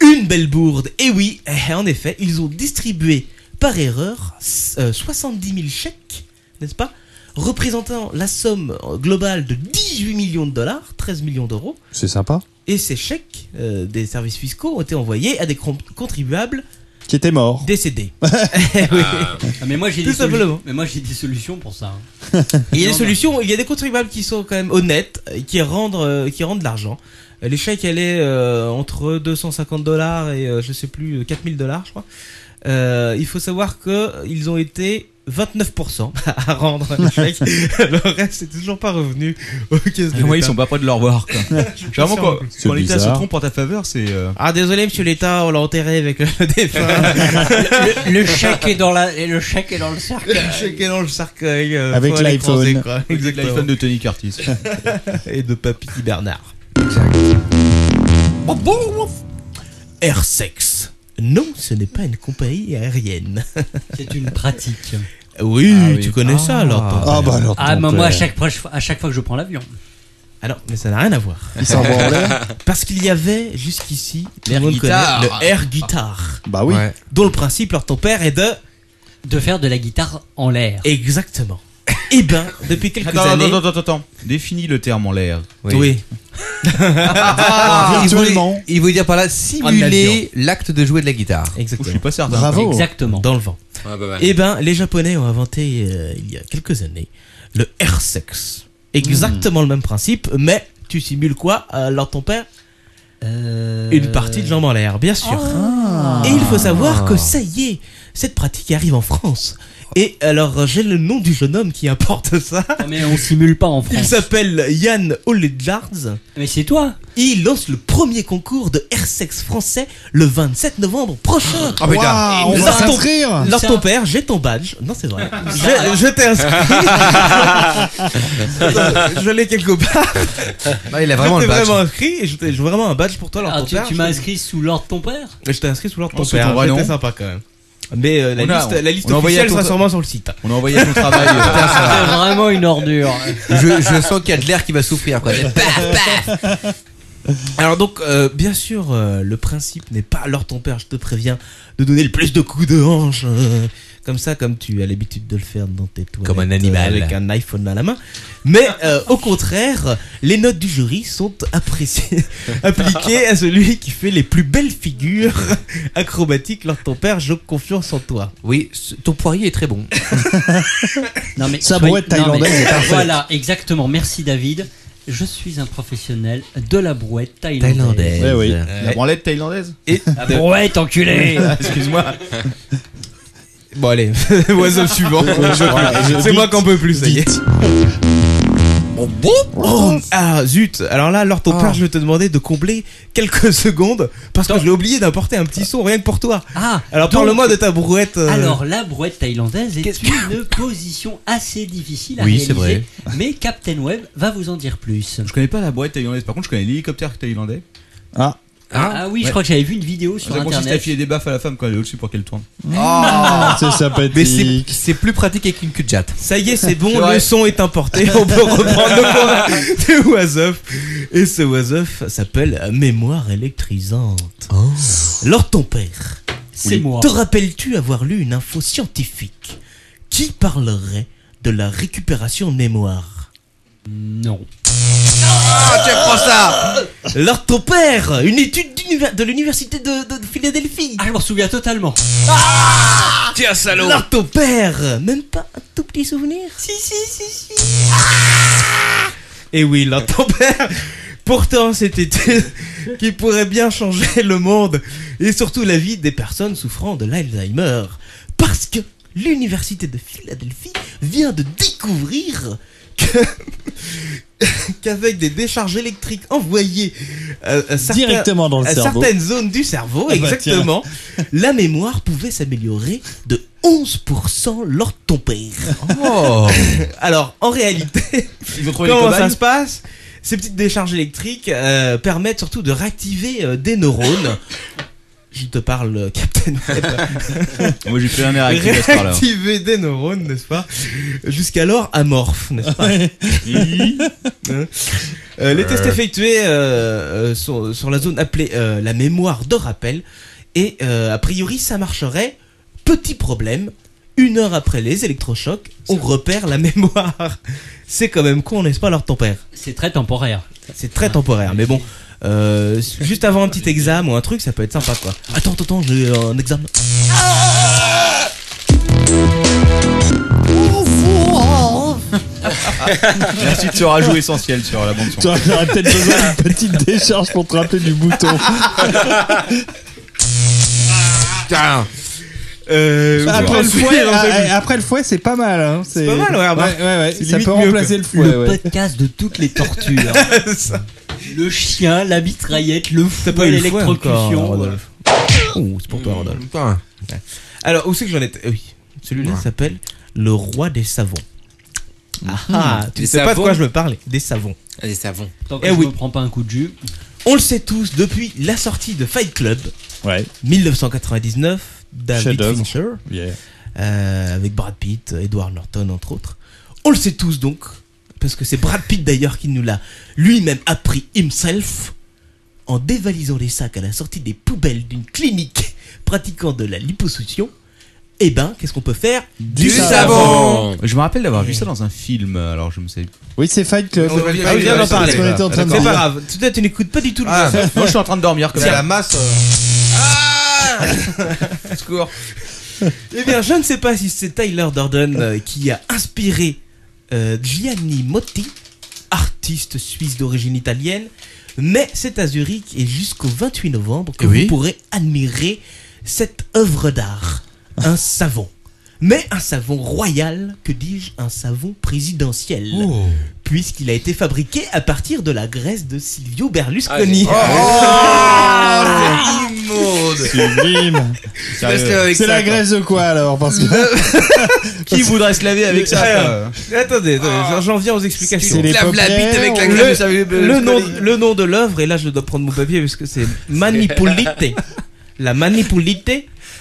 une belle bourde. Et oui, eh, en effet, ils ont distribué par erreur s- euh, 70 000 chèques, n'est-ce pas Représentant la somme euh, globale de 18 millions de dollars, 13 millions d'euros.
C'est sympa.
Et ces chèques euh, des services fiscaux ont été envoyés à des crom- contribuables
Qui était mort.
décédés. Eh oui.
Ah, mais moi j'ai
Tout
des solu-
simplement.
Mais moi j'ai des solutions pour ça. hein.
Et il y a des
Non,
solutions, il y a des contribuables qui sont quand même honnêtes, euh, qui rendent, euh, qui rendent de l'argent. Euh, Les chèques, elle est euh, entre 250 dollars et euh, je sais plus, euh, 4000 dollars, je crois. Euh, il faut savoir que ils ont été 29% à rendre à l'échec. le reste n'est toujours pas revenu aux caisses de
Ah, Moi, ils
l'État.
sont pas prêts de le revoir. quoi. Généralement, quand,
C'est
quand l'État se
bizarre.
trompe en ta faveur, c'est. euh,
Ah désolé monsieur l'État, on l'a enterré avec le défunt. le,
le chèque est dans la, et le chèque est dans le cercle.
Le chèque est dans le cercueil. euh,
Avec
faut aller
l'iPhone.
creuser, quoi.
Avec
Exactement.
l'iPhone de
Tony Curtis.
Et de Papy Bernard. Airsex. Non, ce n'est pas une compagnie aérienne.
C'est une pratique.
Oui, tu connais ça Bah alors. ton père.
Ah, mais moi, à chaque, fois, à chaque fois que je prends l'avion.
Ah non, mais ça n'a rien à voir.
Il s'en va en l'air.
Parce qu'il y avait jusqu'ici tout
L'air
le monde
guitare.
connaît le air guitar.
Bah oui. Ouais.
Dont le principe, alors ton père est de
de faire de la guitare en l'air.
Exactement. Eh ben, depuis quelques
Attends,
années.
attends, attends, attends, attends. Définis le terme en l'air.
Oui.
Ah, il, voulait, il voulait dire par là
En avion.
simuler l'acte de jouer de la guitare.
Exactement.
Je suis pas certain.
Exactement. Dans le vent.
Ouais, bah ouais.
Eh ben, les Japonais ont inventé euh, il y a quelques années le air sex. Exactement le même principe, mais tu simules quoi euh, lors de ton père Une partie de jambes en l'air, bien sûr. Ah. Et il faut savoir que ça y est, cette pratique arrive en France. Et alors, euh, j'ai le nom du jeune homme qui importe ça.
Mais on simule pas en France.
Il s'appelle Yann Oledjards.
Mais c'est toi.
Il lance le premier concours de air sex français le 27 novembre prochain.
Ah, putain. Waouh, on va
Lors ton-
s'inscrire.
Lors
Ça-
ton père, j'ai ton badge. Non, c'est vrai.
Ça-
Je, je t'ai inscrit. je l'ai quelque part.
Ah, il a vraiment
je
le
t'ai
badge.
vraiment inscrit et je t'ai j'ai vraiment un badge pour toi, lors
Ah,
ton
tu,
père.
tu
Je
m'as
t'ai-
inscrit sous l'ordre de ton père
Je t'ai inscrit sous l'ordre de ton
Sous ton
père.
vrai nom.
C'était sympa quand même. Mais euh, la,
On a-
liste, la liste
on a envoyé
officielle
à ton-
sera sûrement sur le site.
On a envoyé à ton travail, euh, Putain, ça-
C'est vraiment une ordure.
Je, je sens qu'il y a de l'air qui va souffrir. Quoi.
Alors donc, euh, bien sûr, euh, le principe n'est pas, alors ton père, je te préviens, de donner le plus de coups de hanche, euh, comme ça, comme tu as l'habitude de le faire dans tes toilettes.
Comme un
euh,
animal.
Avec un iPhone à la main. Mais euh, au contraire, les notes du jury sont appréciées, appliquées à celui qui fait les plus belles figures acrobatiques lors de ton père, j'ai confiance en toi.
Oui, ce- ton poirier est très bon.
Non mais
Sa
soyez-
brouette
non,
thaïlandaise
mais-
est parfaite.
Voilà, exactement. Merci David. Je suis un professionnel de la brouette thaïlandaise.
Thaïlandaise.
Ouais, oui. Euh, La branlette thaïlandaise
Et
La brouette, enculé
Excuse-moi.
Bon allez, oiseau suivant. C'est moi qui en peux plus, ça y est. Bon, bon. Oh, ah zut Alors là, alors ton père, je vais te demander de combler quelques secondes parce que je l'ai oublié d'apporter un petit son rien que pour toi.
Ah
Alors
donc-
parle-moi de ta brouette. euh,
Alors la brouette thaïlandaise est une position assez difficile à
Oui,
réaliser.
c'est vrai.
Mais Captain Web va vous en dire plus.
Je connais pas la boîte thaïlandaise. Par contre, je connais l'hélicoptère thaïlandais.
Ah.
Ah, ah oui, je crois que j'avais vu une vidéo sur
Ça consiste à
internet.
filer des baffes à la femme quand elle est au-dessus pour qu'elle tourne.
Ah, c'est sympathique.
Mais c'est-
c'est plus pratique avec une queue de jatte.
Ça y est, c'est bon,
C'est
le
vrai.
son est importé, on peut reprendre le point de Wasoff. Et ce Wasoff s'appelle Mémoire électrisante. Lors de ton père,
C'est moi.
Te rappelles-tu avoir lu une info scientifique qui parlerait de la récupération de mémoire
Non.
Ah, tu prends ça Lors de ton père, une étude d'univers- de l'université de, de Philadelphie. Ah,
Ah, je m'en souviens totalement.
Tiens, salaud Lors de ton père, même pas un tout petit souvenir
Si, si, si, si.
Et oui, là, ton père. Pourtant, c'était qui pourrait bien changer le monde et surtout la vie des personnes souffrant de l'Alzheimer. Parce que l'université de Philadelphie vient de découvrir que qu'avec des décharges électriques envoyées euh, à certains-
Directement dans le
à
cerveau.
certaines zones du cerveau,
Ah bah
exactement, la mémoire pouvait s'améliorer de 11% lors de ton père.
Oh.
Alors, en réalité,
Ils ont trouvé les
comment
cobayes
ça se passe Ces petites décharges électriques euh, permettent surtout de réactiver euh, des neurones. Je te parle, euh, Captain. Web.
Moi, j'ai plus rien à réactiver à ce soir-là.
Réactiver des neurones, n'est-ce pas Jusqu'alors amorphes, n'est-ce pas Hein Euh, Les tests
Ouais.
effectués euh, euh, sur, sur la zone appelée euh, la mémoire de rappel. Et euh, a priori, ça marcherait. Petit problème, une heure après les électrochocs, on repère la mémoire. C'est quand même con, n'est-ce pas, alors ton père
C'est très temporaire.
C'est très temporaire, mais bon. euh, juste avant un petit examen ou un truc, ça peut être sympa quoi. Attends, attends, attends, j'ai un examen.
Merci de ce rajout essentiel sur la bande son.
Tu aurais peut-être besoin d'une petite décharge pour te rappeler du bouton.
Putain.
Euh,
après, le
ensuite,
fouet,
on s'est vu.
ah, après le fouet, c'est pas mal. hein. C'est
pas mal, ouais, remarque.
ouais,
C'est
Ça
limite
peut
mieux
remplacer
que-
le fouet.
le
ouais.
podcast de toutes les tortures. le chien, la mitraillette, le fou,
pas eu le fouet
l'électrocution.
encore,
voilà. Hmm,
Rodolphe. Oh, c'est pour toi, Rodolphe. Ouais. Alors, où c'est que j'en étais Euh, Oui, celui-là
Ouais.
s'appelle Le Roi des Savons. Ah, ah,
Des
tu ne sais pas de
savons
quoi je me parlais Des savons.
Ah, des savons.
Tant que
Eh
je
oui.
me prends pas un coup de jus.
On le sait tous, depuis la sortie de Fight Club, 1999, David
Chef-d'œuvre.
Fincher,
Yeah.
euh, avec Brad Pitt, Edward Norton, entre autres. On le sait tous donc, parce que c'est Brad Pitt d'ailleurs qui nous l'a lui-même appris himself, en dévalisant les sacs à la sortie des poubelles d'une clinique pratiquant de la liposuction. Eh ben, qu'est-ce qu'on peut faire
Je me rappelle d'avoir vu ça dans un film, alors je me sais.
Oui, c'est Fight Club.
Ah oui, on vient d'en parler. C'est pas grave. Tu tu n'écoutes pas du tout le
Ah,
message.
moi, je suis en train de dormir, Ah. comme
Tiens. euh.
ça.
Secours. Eh bien, je ne sais pas si c'est Tyler Durden euh, qui a inspiré euh, Gianni Motti, artiste suisse d'origine italienne, mais c'est à Zurich et jusqu'au 28 novembre que
Oui.
vous pourrez admirer cette œuvre d'art, un savon. Mais un savon royal, que dis-je, un savon présidentiel, puisqu'il a été fabriqué à partir de la graisse de Silvio Berlusconi.
Ah,
Sublime.
Parce que avec
C'est
ça,
la
quoi.
graisse de quoi alors Parce que
Qui voudrait se laver avec ça
Ah,
quoi Ah. Attendez, attendez, j'en viens aux explications.
C'est les Lave la bite paupières avec la
Le-
graisse, ça veut-
le,
euh,
nom,
coller.
le nom de l'œuvre, et là je dois prendre mon papier parce que c'est manipulite. La manipulite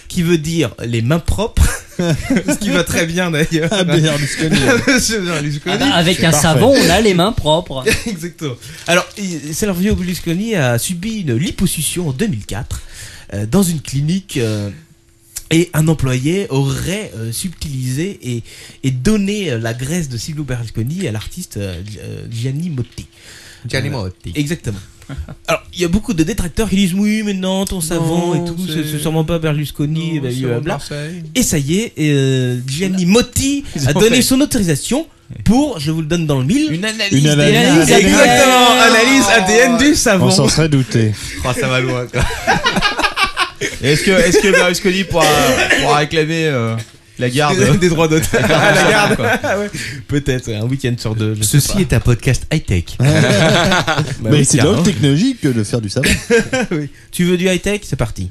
qui veut dire les mains propres. Ce qui va très bien d'ailleurs.
Ah, Berlusconi.
Monsieur Berlusconi.
Ah bah, avec un savon, on a les mains propres.
Exactement. Alors, il- Silvio Berlusconi a subi une liposuction en 2004 euh, dans une clinique euh, et un employé aurait euh, subtilisé et, et donné euh, la graisse de Silvio Berlusconi à l'artiste euh, Gi- euh, Gianni Motti.
Gianni
Voilà.
Motti.
Exactement. Alors, il y a beaucoup de détracteurs qui disent oui, mais non, ton savon et tout,
c'est-
c'est c'est sûrement pas Berlusconi,
Non,
bah,
c'est
blablabla.
Marseille.
Et ça y est, euh, Gianni Motti
Ils
a
ont
donné
fait.
son autorisation pour, je vous le donne dans le mille, une analyse,
Une analyse ADN.
Exactement, analyse ADN du savon.
On s'en serait douté.
Oh, ça va loin. quoi.
Est-ce que, est-ce que Berlusconi pourra, pourra réclamer euh, la garde
Des droits d'auteur.
Ah, la garde.
Peut-être un week-end sur deux. je sais
Ceci
pas.
est un podcast high-tech.
Bah
Mais
oui,
c'est de la
carrément.
haute technologie que de faire du savon.
Oui. Tu veux du high-tech C'est parti.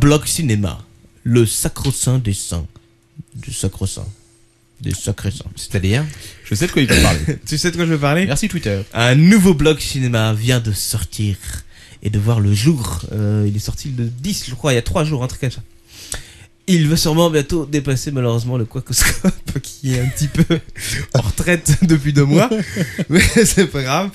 Bloc cinéma. Le sacro-saint des saints. Du sacro-saint. Des sacrés saints. C'est-à-dire
Je sais de quoi il va parler.
Tu sais de quoi je veux parler
Merci Twitter.
Euh, Un nouveau blog cinéma vient de sortir et de voir le jour. Euh, il est sorti le 10, je crois, il y a 3 jours, un truc comme ça. Il va sûrement bientôt dépasser malheureusement le Quacoscope qui est un petit peu en retraite depuis deux mois. Mais c'est pas grave.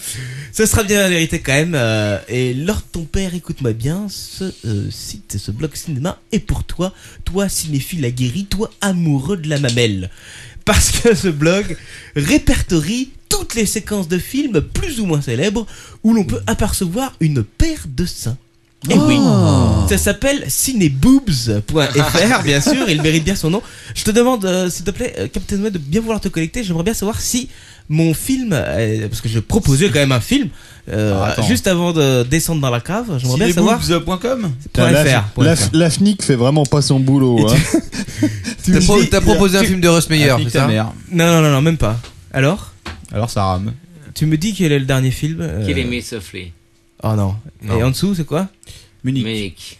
Ce sera bien la vérité quand même. euh, et Lord ton père, écoute-moi bien, ce euh, site, ce blog cinéma est pour toi. Toi, cinéphile aguerri, toi, amoureux de la mamelle. Parce que ce blog répertorie toutes les séquences de films plus ou moins célèbres où l'on peut apercevoir une paire de seins. Et oui,
Oh.
ça s'appelle cinéboobs.fr, bien sûr, il mérite bien son nom. Je te demande, euh, s'il te plaît, euh, Captain Web, de bien vouloir te connecter. J'aimerais bien savoir si mon film, euh, parce que je proposais quand même un film, euh,
Alors, attends.
juste avant de descendre dans la cave, j'aimerais bien savoir.
Cinéboobs.com
Point
la,
fr, point
la-
fr.
la FNIC fait vraiment pas son boulot. hein.
Tu me dis- tu-
Nique ta mère.
Non, non, non, non, même pas. Alors
Alors ça rame.
Tu me dis quel est le dernier film euh,
Kill Me Softly.
Oh non. Et en dessous, c'est quoi
Munich.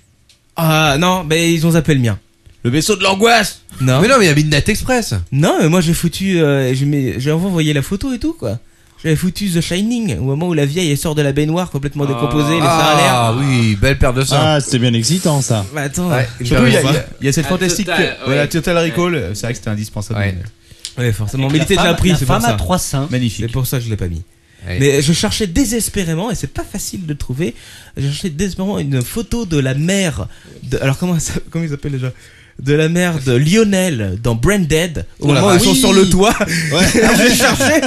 Ah non, mais ils ont zappé le mien.
Le vaisseau de l'angoisse
Non.
Mais non, mais il y a Midnight Express.
Non, mais moi j'ai foutu. euh, je mets- j'ai envoyé la photo et tout, quoi. J'avais foutu The Shining, au moment où la vieille elle sort de la baignoire complètement décomposée, les seins à l'air.
Ah oui, belle paire de seins.
Ah, c'était bien excitant ça.
Bah attends.
Surtout, il y, a-
hein.
il y a- il y a cette
Un
fantastique.
Ah, total, ouais.
Voilà, Total Recall, euh, c'est vrai que c'était indispensable.
Ouais. Ouais, forcément.
Avec
Mais il
la
était déjà
femme-
pris,
la
c'est pour
femme
ça.
à trois seins.
Magnifique. C'est pour ça que je l'ai pas mis.
Ouais.
Mais je cherchais désespérément, et c'est pas facile de trouver, je cherchais désespérément une photo de la mère. De, alors comment, ça, comment il s'appelle déjà de la mère de Lionel dans Branded au
Oh la
moment où ils
vache.
sont
Oui.
sur le toit
Ouais.
je les cherchais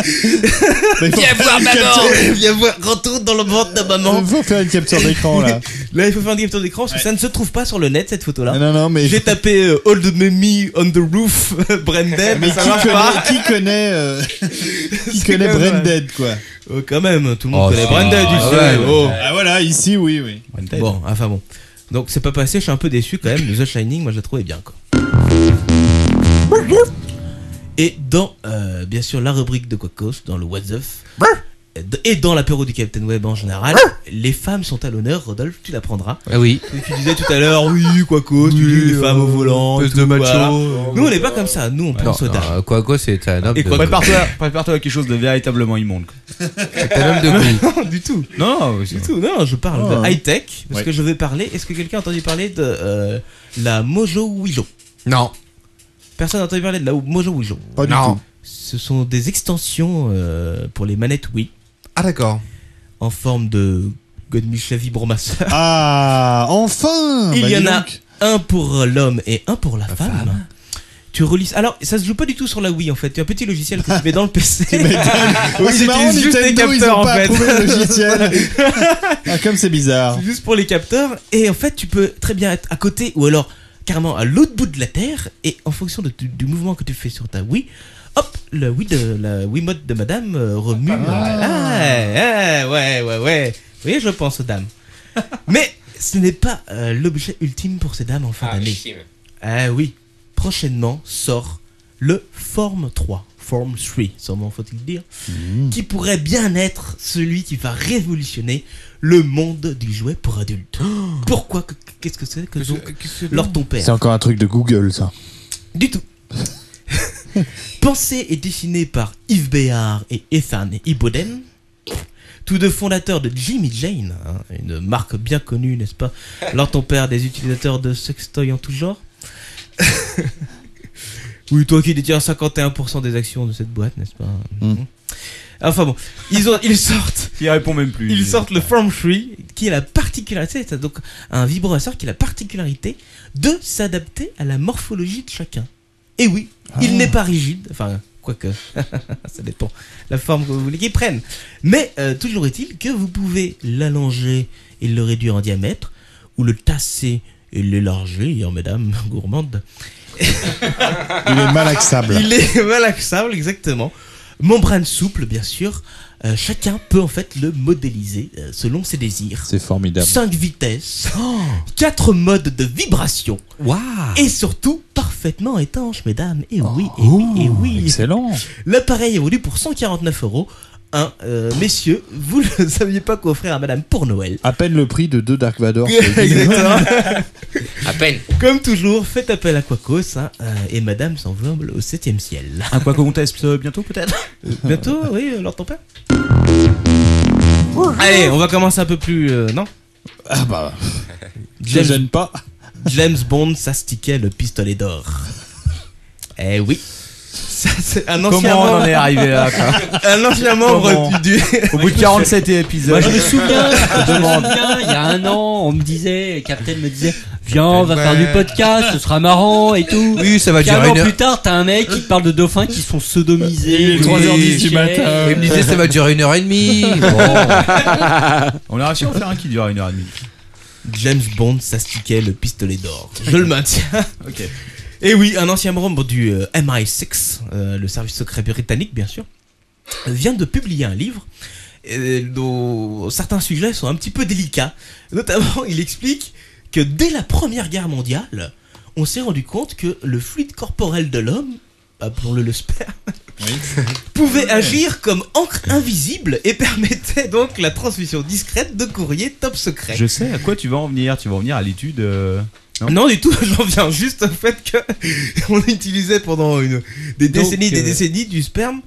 Viens voir maman.
viens voir retourne dans le ventre de maman
Il faut faire une capture d'écran là.
Là, il faut faire une capture d'écran parce que ça ne se trouve pas sur le net cette photo-là.
Non, non, mais.
J'ai tapé euh, Old Mummy on the Roof, Branded,
Mais
ça
qui
marche
connaît,
pas.
qui connaît, euh, qui
C'est
connaît
quand même-
Branded quoi
Euh, quand même, tout le monde
Oh,
connaît
si.
Branded
Ah,
ici.
ouais,
oh.
ouais. Ah, voilà, ici oui, oui.
Bon, enfin bon. Donc c'est pas passé, je suis un peu déçu quand même. The Shining, moi je la trouvais bien quoi. Et dans, euh, bien sûr, la rubrique de Quacos, dans le What's Up, et dans l'apéro du Captain Web en général, les femmes sont à l'honneur, Rodolphe, tu l'apprendras.
Ah oui. euh,
Tu disais tout à l'heure, oui, Quacos, tu dis les femmes au volant.
espèce
tout,
de macho.
voilà. Nous on n'est pas comme ça, nous on pense au
euh,
tard.
Quaco, c'est un homme
Et
de-
quoi Prépare-toi prépare-toi à quelque chose de véritablement immonde.
C'est un homme de goût.
Non, du tout.
Non,
du tout. Non, je parle de
Ah.
high tech parce
Ouais.
que je vais parler. Est-ce que quelqu'un a entendu parler de euh, la Mojo Willow Non. Personne n'a entendu parler de la Mojo Willow.
Pas du Non. tout.
Ce sont des extensions euh, pour les manettes Wii. Ah d'accord. En forme de Godmicha vibromasseur.
Ah, enfin
Il
Bah,
y
dis
en a
donc.
un pour l'homme et un pour la, femme. Tu relis. Alors, ça se joue pas du tout sur la Wii en fait. Tu as un petit logiciel que tu mets dans le PC.
Oui, c'est marrant, Nintendo, ils ont pas approuvé le logiciel.
ah, comme c'est bizarre. C'est juste pour les capteurs. Et en fait, tu peux très bien être à côté ou alors carrément à l'autre bout de la Terre. Et en fonction de tu- du mouvement que tu fais sur ta Wii, hop, le Wii de, la Wiimote de madame euh, remue. Ah, ah, ouais, ouais, ouais. Oui, je pense aux dames. Mais ce n'est pas euh, l'objet ultime pour ces dames en fin d'année. Ah oui, prochainement sort le Form 3, Form 3, sûrement faut-il dire, qui pourrait bien être celui qui va révolutionner le monde du jouet pour adultes. Pourquoi que- Oh. Qu'est-ce que c'est que donc leur ton père
C'est encore un truc de Google, ça.
Du tout. Pensé et dessiné par Yves Béard et Ethan Iboden, tous deux fondateurs de Jimmy Jane, hein, une marque bien connue, n'est-ce pas Leur ton père des utilisateurs de sextoy en tout genre Oui, toi qui détiens 51% des actions de cette boîte, n'est-ce pas hein. Enfin bon, ils, ont, ils sortent.
Il répond même plus.
Ils sortent le Form Free, qui est la particularité, c'est donc un vibromasseur qui a la particularité de s'adapter à la morphologie de chacun. Et oui,
Ah.
il n'est pas rigide, enfin, quoique, ça dépend la forme que vous voulez qu'il prenne. Mais euh, toujours est-il que vous pouvez l'allonger et le réduire en diamètre, ou le tasser et l'élargir, mesdames gourmandes.
Il est malaxable.
Il est malaxable, exactement. Membrane souple, bien sûr. Euh, chacun peut en fait le modéliser euh, selon ses désirs.
C'est formidable. Oh.
5 vitesses, 4 modes de vibration. Et surtout, parfaitement étanche, mesdames. Et oui, et oui, et oui.
Oh, Excellent.
L'appareil est vendu pour 149 euros. Hein, euh, messieurs, vous ne saviez pas quoi offrir à madame pour Noël.
À peine le prix de deux Dark Vador.
Exactement.
À peine.
Comme toujours, faites appel à Quacos hein, euh, et madame s'envole au 7ème ciel.
Un quoi qu'on teste euh, bientôt peut-être
Bientôt, oui, euh, Lord ton père. Allez, on va commencer un peu plus. euh, non Ah bah.
Je gêne
pas. James Bond s'astiquait le pistolet d'or. Eh oui. Ça, c'est un ancien
Comment on en
membre-
est arrivé là
Un ancien membre
Comment
du.
Au bout de 47 épisodes.
Moi, je me souviens, je me
Demande.
souviens, il y a un an, on me disait, Captain me disait, viens, on va
Ouais.
faire du podcast, ce sera marrant et tout.
Oui, ça va
Puis un
durer
an
une heure.
plus tard, t'as un mec qui te parle de dauphins qui sont sodomisés.
Il est
qui
3h10 du
sont
matin. Il me disait, ça va durer une heure et demie.
On a réussi à en faire un qui dure une heure et demie.
James Bond s'astiquait le pistolet d'or. Je le maintiens.
Ok.
Et oui, un ancien membre du euh, MI6, euh, le service secret britannique bien sûr, vient de publier un livre euh, dont certains sujets sont un petit peu délicats. Notamment, il explique que dès la Première Guerre mondiale, on s'est rendu compte que le fluide corporel de l'homme, appelons-le le sperme, pouvait agir comme encre invisible et permettait donc la transmission discrète de courriers top secret.
Je sais à quoi tu vas en venir. Tu vas en venir à l'étude. euh,
Non, du tout, j'en viens juste au fait que on utilisait pendant une, des
Donc,
décennies des
euh,
décennies du sperme.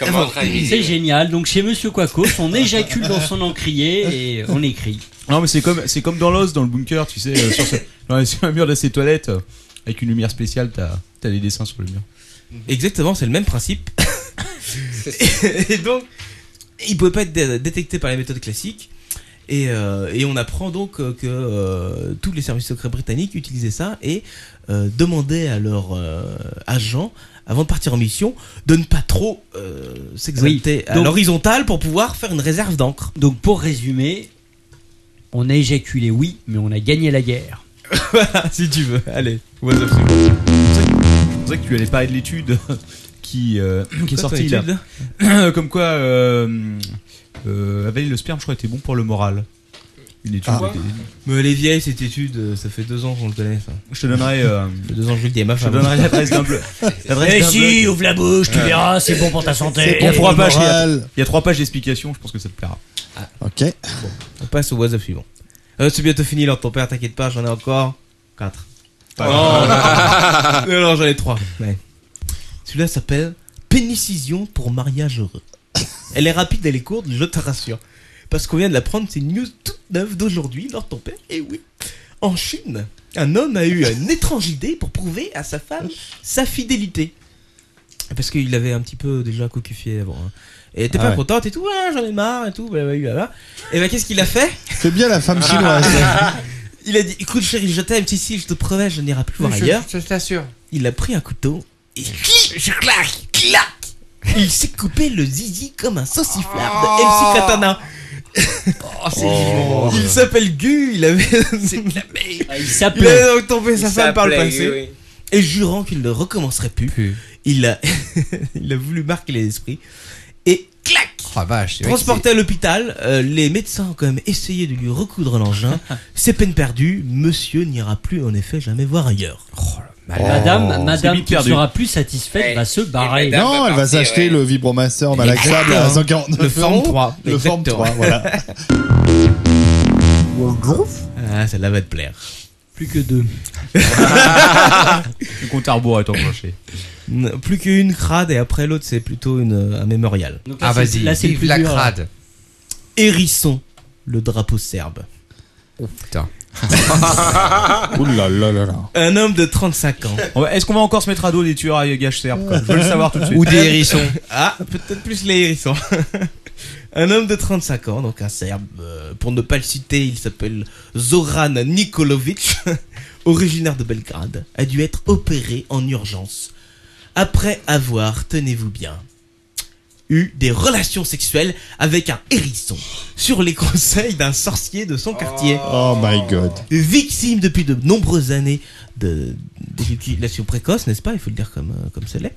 Enfin,
C'est génial. Donc chez Monsieur Quacos, on éjacule dans son encrier et on écrit.
Non, mais c'est comme, c'est comme dans l'os, dans le bunker, tu sais, euh, sur, ce- non, sur un mur de ses toilettes, euh, avec une lumière spéciale, t'as as des dessins sur le mur.
Exactement, c'est le même principe. et donc, il pouvait pas être dé- détecté par les méthodes classiques. Et, euh, et on apprend donc euh, que euh, tous les services secrets britanniques utilisaient ça et euh, demandaient à leurs euh, agents, avant de partir en mission, de ne pas trop euh, s'exalter
Oui,
à
donc-
l'horizontale pour pouvoir faire une réserve d'encre.
Donc pour résumer, on a éjaculé, oui, mais on a gagné la guerre.
si tu veux, allez.
C'est pour ça que tu allais parler de l'étude qui, euh, qui est
Quoi, ton
sortie là. Comme quoi, euh, euh, avaler le sperme, je crois, était bon pour le moral. Une étude.
Ah. Mais elle est vieille cette étude, euh, ça fait deux ans qu'on le connaît ça.
Je te donnerai. euh,
Ça fait deux ans que je le dis à ma
je te
femme.
donnerai l'adresse d'un bleu. l'adresse
Eh
d'un
si,
bleu.
ouvre la bouche, tu verras, c'est bon pour ta santé.
Il y a
Et
trois
le
pages. il y a-
moral.
Il y a trois pages d'explications. Je pense que ça te plaira.
Ok. on passe au WhatsApp suivant. Euh, c'est bientôt fini, Lord ton père, t'inquiète pas, j'en ai encore quatre. Oh,
Pas
non,
grave.
non, non, j'en ai trois. Ouais. Celui-là s'appelle Pénicision pour mariage heureux. Elle est rapide, elle est courte, je te rassure. Parce qu'on vient de la prendre, c'est une news toute neuve d'aujourd'hui, Lord ton père, et oui. En Chine, un homme a eu une étrange idée pour prouver à sa femme sa fidélité. Parce qu'il avait un petit peu déjà cocufié avant. hein. Et elle était
Ah
pas
ouais.
contente et tout, Ah, j'en ai marre et tout, blablabla. Et ben qu'est-ce qu'il a fait
C'est bien la femme chinoise.
Il a dit écoute chérie, je t'aime, si si, je te promets, je n'irai plus voir
Oui, je-
ailleurs.
je
t'assure. Il a pris un couteau et clic, je claque, clac. Il s'est coupé le zizi comme un sauciflard de MC Katana.
Oh. c'est mignon.
Il s'appelle Gu, il avait. il
Ah, s'appelait.
Il avait donc tombé sa
Il
femme par le
s'appelait,
passé.
oui, oui.
Et jurant qu'il ne recommencerait plus, il a, il a voulu marquer les esprits. Et clac
Ah vache, c'est vrai que
Transporté à l'hôpital, euh, les médecins ont quand même essayé de lui recoudre l'engin. C'est peine perdue, monsieur n'ira plus en effet jamais voir ailleurs.
Oh, Bah,
Oh,
Madame, madame qui ne sera
plus satisfaite
va se barrer.
Non, elle va s'acheter le vibromasseur malaxable à 149
Le Form
euros.
3,
Le Form
exactement.
3, voilà.
Ah, celle-là va te plaire.
Plus que deux.
Le compte à rebours est enclenché. Plus qu'une crade et après l'autre c'est plutôt une, euh, un mémorial.
Donc là, Ah, c'est- vas-y, là, c'est le vive plus la dur, là. crade.
Hérisson, le drapeau serbe. Oh putain.
Ouh là là là là.
Un homme de 35 Euh, ans.
On va- Est-ce qu'on va encore se mettre à dos des tueurs à gage serbes quoi Je veux le savoir tout de suite.
Ah, peut-être plus les hérissons. un homme de 35 ans, donc un Serbe, euh, pour ne pas le citer, il s'appelle Zoran Nikolovic, originaire de Belgrade, a dû être opéré en urgence. Après avoir, tenez-vous bien, eu des relations sexuelles avec un hérisson, sur les conseils d'un sorcier de son quartier.
Oh my god.
Victime depuis de nombreuses années de d'éjaculation précoce, n'est-ce pas Il faut le dire comme euh, comme cela.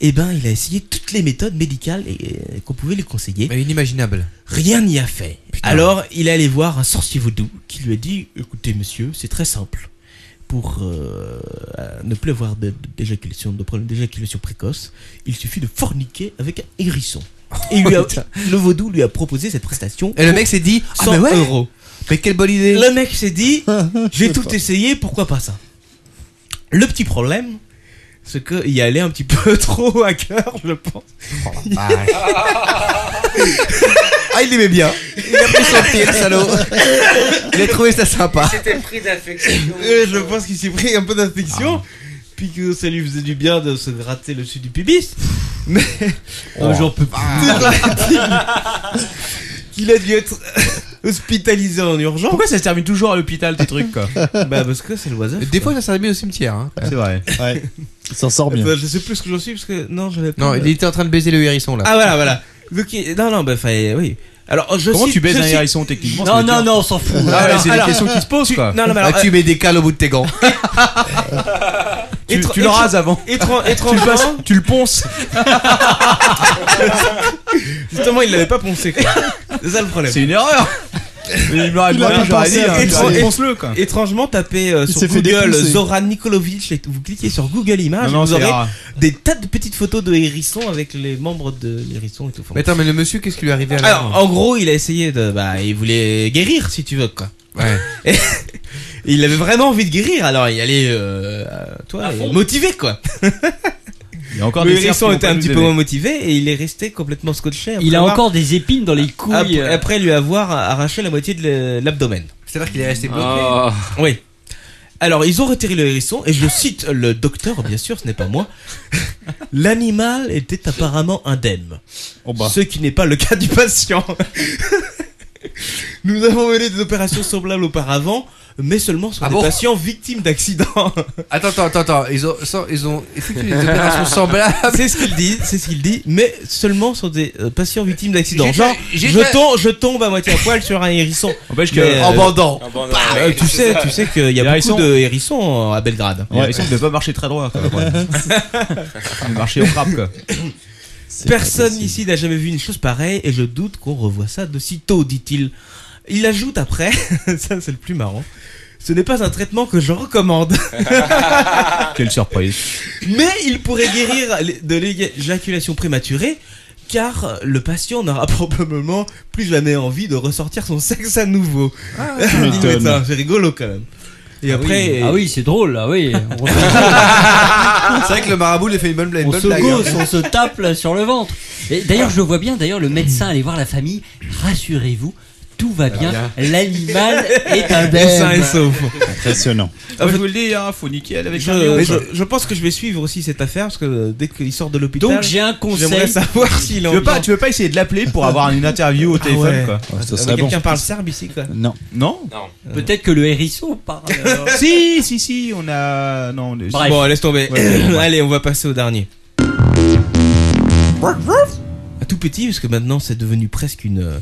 Eh ben, il a essayé toutes les méthodes médicales et, et qu'on pouvait lui conseiller. Mais inimaginable. Rien n'y a fait. Alors, il est allé voir un sorcier vaudou qui lui a dit "Écoutez, monsieur, c'est très simple. Pour euh, euh, ne plus avoir de- de- d'éjaculation, de problème d'éjaculation précoce, il suffit de forniquer avec un hérisson." Et lui a- le vaudou lui a proposé cette prestation.
Et le
pour
mec s'est dit, ah
100
bah ouais.
euros. Mais quelle bonne idée Le mec s'est dit, j'ai tout essayé, pourquoi pas ça Le petit problème, c'est qu'il y allait un petit peu trop à cœur, je pense. ah, il aimait bien. Il a pris son pied, le salaud. Il a trouvé ça sympa.
C'était pris d'affection.
Euh, je pense qu'il s'est pris un peu d'affection. Puis que ça lui faisait du bien de se gratter le dessus du pubis. Mais un
Oh.
jour, peu plus. Il a dû être hospitalisé en urgence.
Pourquoi ça se termine toujours à l'hôpital tes trucs quoi
Bah parce que c'est le WhatsApp.
Des fois, ça s'est mis au cimetière. hein.
C'est vrai.
Ouais. Il s'en sort bien.
Bah, je sais plus ce que j'en suis parce que non, j'avais pas
Non,
de-
il était en train de baiser le hérisson là.
Ah voilà, voilà. Donc, il- non, non, bah fallait, oui. Alors, euh, Oh, je
ben, Comment
cite-
tu baises
je
un
cite-
hérisson, techniquement,
Non,
ça veut
non,
dire-
non, on s'en fout.
Ah,
Alors,
c'est des
alors,
questions qui se posent,
tu-
quoi.
Non, non, mais alors, euh,
Ah, tu mets des cales au bout de tes gants.
Tu,
tu le rases avant.
Étrange,
Tu le passes-
tu le ponces.
Justement, il l'avait pas poncé. quoi. C'est ça le problème.
C'est une erreur. Il m'aurait
Il a
bien
pas
j'aurais
pensé
dit,
à
hein,
étran-
j'aurais- ponce-le quoi.
Étrangement, tapez euh,
Il
sur
s'est fait
Google
défoncer.
Zoran Nikolovic et vous cliquez sur Google Images,
Non, non,
vous
c'est
aurez
rare.
des tas de petites photos de hérissons avec les membres de l'hérisson et tout.
Mais attends, mais le monsieur, qu'est-ce qui lui est arrivé à la
Alors, en gros, il a essayé de. Bah, il voulait guérir, si tu veux, quoi.
Ouais.
Et il avait vraiment envie de guérir, alors il allait. Euh, euh, toi,
fond.
motivé, quoi.
Il y a encore
le
des Serbes qui
hérisson
vont
était
pas
un
nous
petit peu
aimer.
moins motivé et il est resté complètement scotché. après
Il a
avoir-
encore des épines dans les couilles.
après,
euh.
après lui avoir arraché la moitié de le- l'abdomen. C'est-à-dire qu'il est resté
bloqué. Ah.
Oui. Alors, ils ont retiré le hérisson, et je cite le docteur, bien sûr, ce n'est pas moi. L'animal était apparemment indemne.
Oh, bah.
Ce qui n'est pas le cas du patient. Nous avons mené des opérations semblables auparavant, mais seulement sur
Ah
des
bon
patients victimes d'accidents.
Attends, attends, attends, attends, ils ont, sans- ils ont effectué des opérations semblables.
C'est ce qu'il dit, c'est ce qu'il dit, mais seulement sur des euh, patients victimes d'accidents.
J'ai
Genre,
déjà- j'ai
je
déjà-
tombe, je tombe à moitié à poil sur un hérisson.
N'empêche que-
Mais,
En
euh,
bandant.
bah,
En bandant,
euh,
ouais.
tu sais, tu sais qu'il y a
Les
beaucoup
hérissons.
de hérissons euh, à Belgrade.
Les hérissons ne devaient pas marcher très droit. quoi, après. Ils marchaient au crabe quoi.
Personne ici n'a jamais vu une chose pareille et je doute qu'on revoie ça de sitôt, dit-il. Il ajoute après, ça c'est le plus marrant. Ce n'est pas un traitement que je recommande.
Quelle surprise.
Mais il pourrait guérir de l'éjaculation prématurée car le patient n'aura probablement plus jamais envie de ressortir son sexe à nouveau.
Ah,
Dit le
m'étonnes.
médecin. c'est rigolo quand même. Et
Ah
après,
oui. Ah oui, c'est drôle, là, oui. On se-
C'est vrai que le marabout, il a fait une bonne blague.
on
bonne
se
blague, hein.
gosse, on se tape là, sur le ventre. Et d'ailleurs, je le vois bien. D'ailleurs, le médecin allait voir la famille. Rassurez-vous, tout va bien. L'animal est un
Le sain
bête.
est sauf.
Impressionnant. Ah, je vous le dis, hein, faut nickel avec
Je,
un hein, lion.
mais je- je pense que je vais suivre aussi cette affaire parce que euh, dès qu'il sort de l'hôpital.
Donc, j'ai un conseil.
J'aimerais savoir s'il en Ah
Tu veux pas- tu veux pas essayer de l'appeler pour avoir une interview au téléphone, quoi. Ouais, ça serait
Quelqu'un
bon.
parle serbe ici quoi.
Non. Non
Peut-être que le hérisson parle. alors.
si, si, si, on a. Non, on est-
Bref.
Bon, laisse tomber.
Ouais, ouais, ouais.
Allez, on va passer au dernier. À tout petit, parce que maintenant c'est devenu presque une. euh,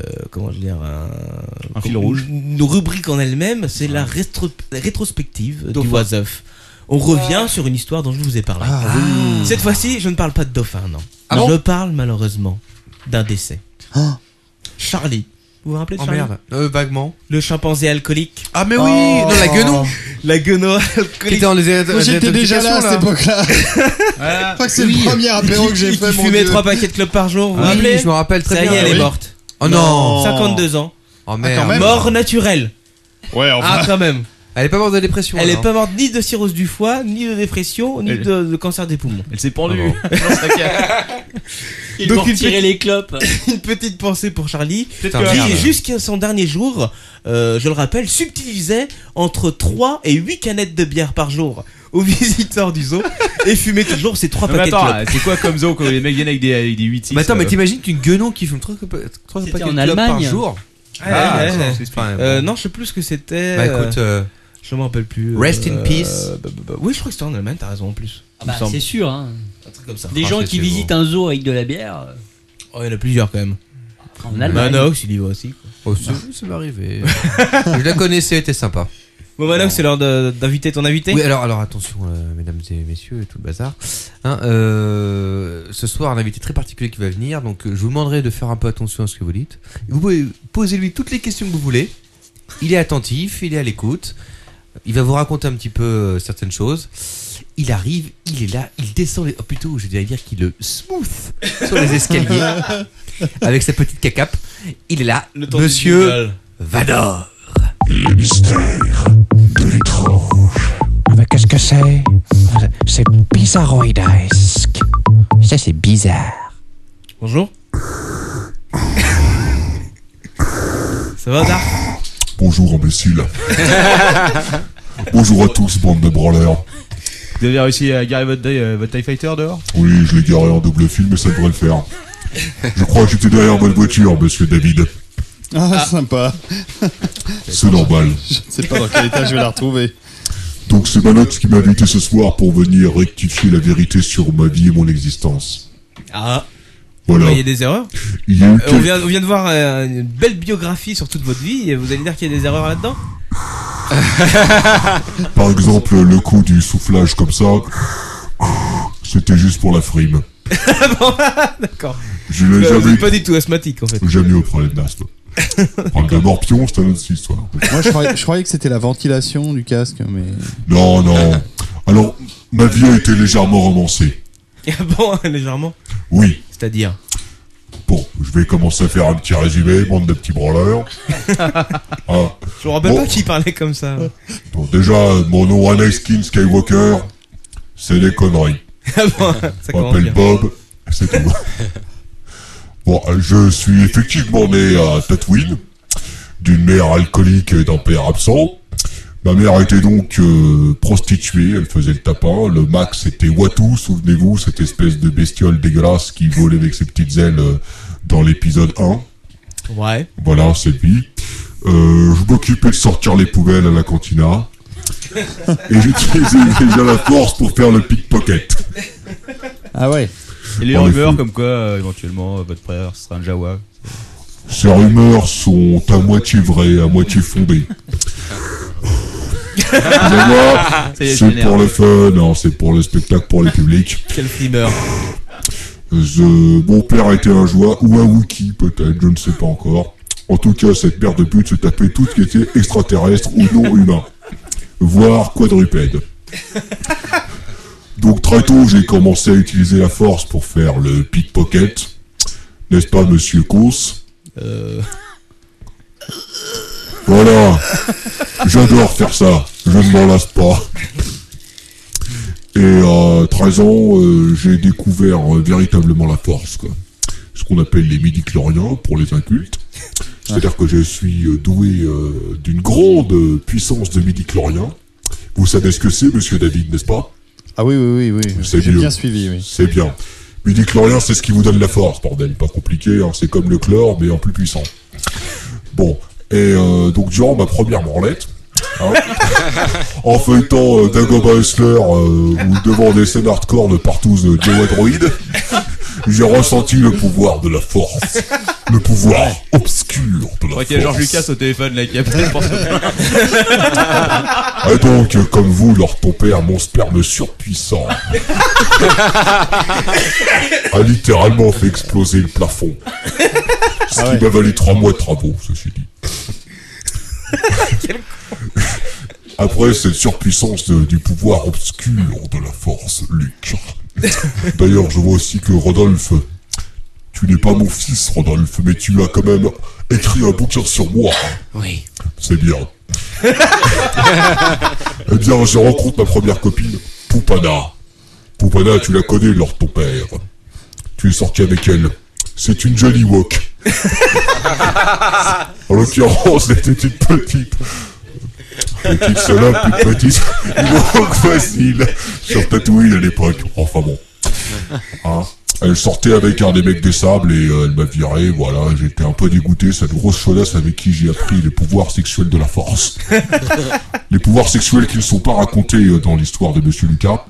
euh, comment je veux dire un,
fil
comme-
rouge.
Une, une rubrique en elle-même, c'est la, rétro- la rétrospective du Wasoff. On revient sur une histoire dont je vous ai parlé. Ah. Cette fois-ci, je ne parle pas de dauphin, non.
Ah bon Ah.
je parle malheureusement d'un décès. Charlie. Vous vous rappelez de
Oh
Charlie
merde, Euh, vaguement.
Le chimpanzé alcoolique. Oh.
Ah mais oui, non la guenon.
La guenon alcoolique.
Qui était en les
Moi, j'étais déjà là à cette époque-là. Je crois que c'est le premier apéro que j'ai
Qui-
fait,
Qui
mon
fumait
Dieu.
trois paquets de clopes par jour, vous vous
Ah oui,
rappelez
je me rappelle très
Ça
bien.
y est, elle
Oui.
est morte.
Oh non.
52 ans.
Oh merde.
Ah, quand même. Mort naturelle.
Ouais,
enfin. Ah, quand même.
Elle est pas morte de dépression.
Elle
alors.
est pas morte ni de cirrhose du foie, ni de dépression, ni
Elle-
de, de cancer des poumons.
Elle s'est pendue.
Ils m'ont retiré les clopes.
une petite pensée pour Charlie, qui
Putain, merde.
jusqu'à son dernier jour, euh, je le rappelle, subtilisait entre 3 et 8 canettes de bière par jour aux visiteurs du zoo et fumait toujours ses 3
Non, mais
paquets
attends, euh,
de clopes.
c'est quoi comme zoo quand les mecs viennent avec des, avec des euh, 8
Mais attends, mais t'imagines qu'une guenon qui fume 3 paquets de
C'était
clopes par jour Ah,
Ouais, ouais, ouais.
c'est pas-
Ah, Euh, non, je sais plus ce que c'était.
Bah écoute,
euh,
euh,
je me rappelle plus.
Rest in
euh,
peace.
bah, bah, bah, oui, je crois que c'était en Allemagne, t'as raison en plus.
Ah
il me
bah,
semble.
c'est sûr. Hein.
Un truc comme ça.
Des
Ah,
gens
c'est-
qui
c'est
visitent un zoo avec de la bière. euh,
Oh, il y en a plusieurs quand même.
En Allemagne.
Manox, il y va aussi. quoi.
Oh, ça, ça m'est arrivé. Je la connaissais, elle était sympa.
Bon, Manox, c'est l'heure de- d'inviter ton invité.
Oui, alors, alors attention, euh, mesdames et messieurs, et tout le bazar. Hein, euh, ce soir, un invité très particulier qui va venir, donc euh, je vous demanderai de faire un peu attention à ce que vous dites. Vous pouvez poser lui toutes les questions que vous voulez. Il est attentif, il est à l'écoute. Il va vous raconter un petit peu euh, certaines choses. Il arrive, il est là, il descend les. Oh, plutôt, je vais dire qu'il le smooth sur les escaliers avec sa petite cacape. Il est là,
Le temps du
monsieur
jingle.
Vador.
Le mystère de l'étrange.
Mais qu'est-ce que c'est C'est bizarroïdesque. Ça, c'est bizarre.
Bonjour. Ça va, Dar
Bonjour, imbécile. Bonjour à tous, bande de branleurs.
Vous avez réussi à garer votre, die- euh, votre TIE Fighter dehors
Oui, je l'ai garé en double fil, mais ça devrait le faire. Je crois que j'étais derrière votre voiture, monsieur David.
Ah, sympa.
C'est normal.
Je ne sais pas dans quel état je vais la retrouver.
Donc c'est Manox qui m'a invité ce soir pour venir rectifier la vérité sur ma vie et mon existence.
Ah.
Voilà.
Bah, Il y a des erreurs.
Il y a eu
Euh, on,
quel-
vient, on vient de voir euh, une belle biographie sur toute votre vie et vous allez dire qu'il y a des erreurs là-dedans
Par exemple, le coup du soufflage comme ça, c'était juste pour la frime.
Bon, D'accord.
Je
Vous
l'ai
vous
jamais,
êtes pas du tout asthmatique en fait.
jamais eu au problème d'asthme. Problème de morpion, c'est une autre histoire.
Moi, je croyais, je croyais que c'était la ventilation du casque, mais.
Non, non. Alors, ma vie a été légèrement romancée.
Ah bon, légèrement.
Oui.
C'est-à-dire
Bon, je vais commencer à faire un petit résumé, bande de petits branleurs. Ah,
Je me rappelle
Bon.
pas qui parlait comme ça.
bon, déjà, mon nom Anakin Skywalker, c'est des conneries.
Ah bon, ça
On
commence
m'appelle
bien.
Bob, c'est tout. bon, euh, je suis effectivement né à Tatooine, d'une mère alcoolique et d'un père absent. Ma mère était donc euh, prostituée, elle faisait le tapin. Le Max était Watu, souvenez-vous, cette espèce de bestiole dégueulasse qui volait avec ses petites ailes euh, dans l'épisode 1.
Ouais.
Voilà, c'est lui. Euh, je m'occupais de sortir les poubelles à la cantina. Et j'utilisais déjà la force pour faire le pickpocket.
Ah ouais.
Et les
En
rumeurs
effet.
comme quoi, euh, éventuellement, euh, votre frère sera un Jawa.
Ces rumeurs sont à moitié vraies, à moitié fondées. Mais moi,
Ça y est, je
c'est
m'énerve.
pour le fun, hein, c'est pour le spectacle, pour le public.
Quel frimeur.
Euh, The- mon père était un joie ou un Wookie peut-être, je ne sais pas encore. En tout cas, cette merde de pute se tapait tout ce qui était extraterrestre ou non humain, voire quadrupède. Donc très tôt, j'ai commencé à utiliser la force pour faire le pickpocket. N'est-ce pas, monsieur Cons Voilà. J'adore faire ça. Je ne m'en lasse pas. Et à 13 ans, euh, j'ai découvert euh, véritablement la force, quoi. Ce qu'on appelle les midi-chloriens pour les incultes. C'est-à-dire que je suis euh, doué euh, d'une grande euh, puissance de midi-chloriens. Vous savez ce que c'est, monsieur David, n'est-ce pas
Ah oui, oui, oui, oui.
C'est
J'ai
mieux.
bien suivi, oui.
C'est bien. Midi-chlorien, c'est ce qui vous donne la force, bordel. Pas compliqué, hein, c'est comme le chlore, mais en plus puissant. Bon, et euh, donc durant ma première branlette, hein, en feuilletant euh, Dagobah Hustler euh, ou devant des scènes hardcore de partout de Joe Droid, j'ai ressenti le pouvoir de la force. Le pouvoir obscur de la
Ouais, qu'il y a
force.
Georges Lucas au téléphone là qui appelle pour
Et donc, euh, comme vous, leur tombé à mon sperme surpuissant. a littéralement fait exploser le plafond. Ce qui m'a valu trois mois de travaux, ceci dit. Après cette surpuissance de- du pouvoir obscur de la force, Luc. D'ailleurs, je vois aussi que Rodolphe, tu n'es pas mon fils, Rodolphe, mais tu as quand même écrit un bouquin sur moi.
Oui.
C'est bien. Eh bien, je rencontre ma première copine, Poupana. Poupana, tu la connais, lors de ton père. Tu es sorti avec elle. C'est une jolie wok. en l'occurrence, c'était une petite. Petite salope, une petite wok facile. Sur Tatooine à l'époque. Enfin bon. Hein. Elle sortait avec un des mecs des sables et euh, elle m'a viré, voilà, j'étais un peu dégoûté, cette grosse chaudasse avec qui j'ai appris les pouvoirs sexuels de la force. les pouvoirs sexuels qui ne sont pas racontés euh, dans l'histoire de Monsieur Lucas,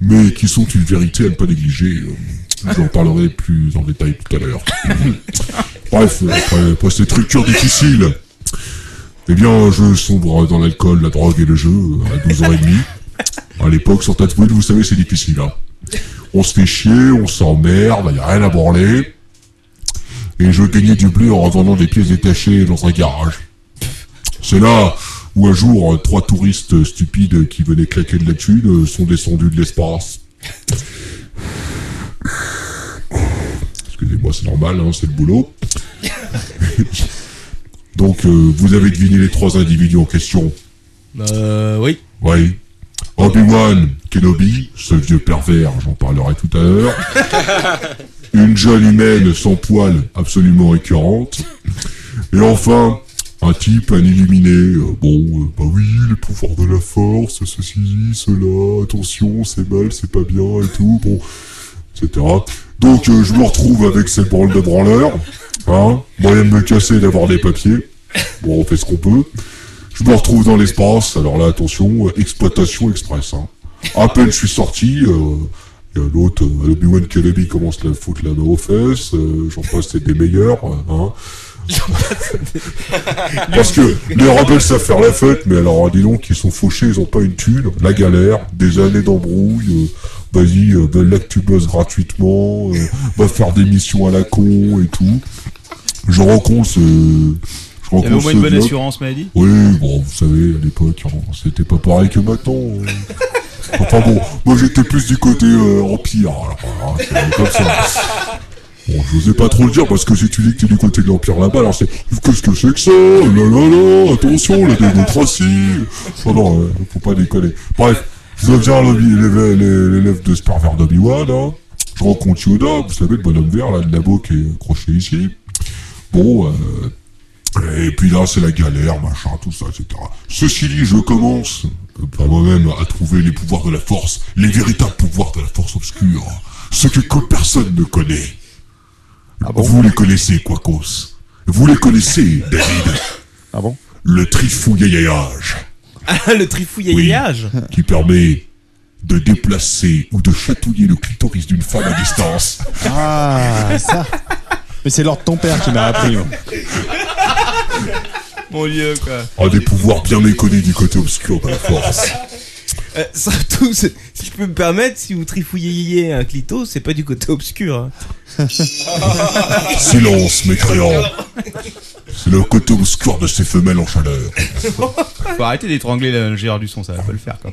mais qui sont une vérité à ne pas négliger. euh, J'en parlerai plus en détail tout à l'heure. Bref, euh, après, après cette rupture difficile, eh bien, je sombre dans l'alcool, la drogue et le jeu euh, à 12 ans et demi. À l'époque, sur Tatooine, vous savez, c'est difficile. hein. On se fait chier, on s'emmerde, il a rien à branler. Et je gagnais du blé en revendant des pièces détachées dans un garage. C'est là où un jour, euh, trois touristes euh, stupides qui venaient claquer de la thune euh, sont descendus de l'espace. Excusez-moi, c'est normal, hein, c'est le boulot. Donc, euh, vous avez deviné les trois individus en question.
Euh, oui.
Oui. Obi-Wan Kenobi, ce vieux pervers, j'en parlerai tout à l'heure. Une jeune humaine sans poils, absolument récurrente. Et enfin, un type, un illuminé. euh, bon, euh, bah oui, les pouvoirs de la force, ceci, cela, attention, c'est mal, c'est pas bien et tout, bon, etc. Donc, euh, je me retrouve avec ces branles de branleurs. Hein, moyen de me casser et d'avoir des papiers. Bon, on fait ce qu'on peut. Je me retrouve dans l'espace, alors là, attention, euh, exploitation express. Hein. À peine je suis sorti, euh, il y a l'autre, euh, Obi-Wan Kenobi commence la foutre la main aux fesses, euh, j'en passe, c'est des meilleurs. euh, Hein. Parce que les rebelles savent faire la fête, mais alors dis donc, ils sont fauchés, ils ont pas une thune, la galère, des années d'embrouille, euh, vas-y, euh, ben là que tu bosses gratuitement, euh, va faire des missions à la con et tout. Je euh, rencontre ce... Je
Il y avait au
rencontre
moins
ce
une bonne
bloc.
assurance maladie
Oui, bon, vous savez, à l'époque, hein, c'était pas pareil que maintenant. euh. Enfin bon, moi j'étais plus du côté euh, empire, alors, hein, c'est comme ça. Bon, je n'osais pas trop le dire parce que si tu dis que t'es du côté de l'Empire là-bas, alors c'est qu'est-ce que c'est que ça La la la, attention, la démocratie Non, non, euh, faut pas déconner. Bref, je deviens l'obi- l'élève l'élève de ce pervers d'Obi-Wan. hein. Je rencontre Yoda, vous savez, le bonhomme vert, là, de labo qui est accroché ici. Bon, euh, et puis là, c'est la galère, machin, tout ça, etc. Ceci dit, je commence euh, par moi-même à trouver les pouvoirs de la force, les véritables pouvoirs de la force obscure, ceux que, que personne ne connaît.
Ah
Vous les connaissez, Quacos. Vous les connaissez, David. Ah bon Le trifouillaillage.
Ah, le trifouillaillage
qui permet de déplacer ou de chatouiller le clitoris d'une femme à distance.
Ah, ça. Mais c'est l'ordre de ton père qui m'a appris. moi.
Mon dieu quoi
Un des pouvoirs bien méconnus du côté obscur de la force.
Euh, surtout, c'est- si je peux me permettre, si vous trifouillez un clito, c'est pas du côté obscur. hein.
Silence, mécréant. C'est le côté obscur de ces femelles en chaleur.
Faut arrêter d'étrangler le gérard du son, ça va pas le faire quoi.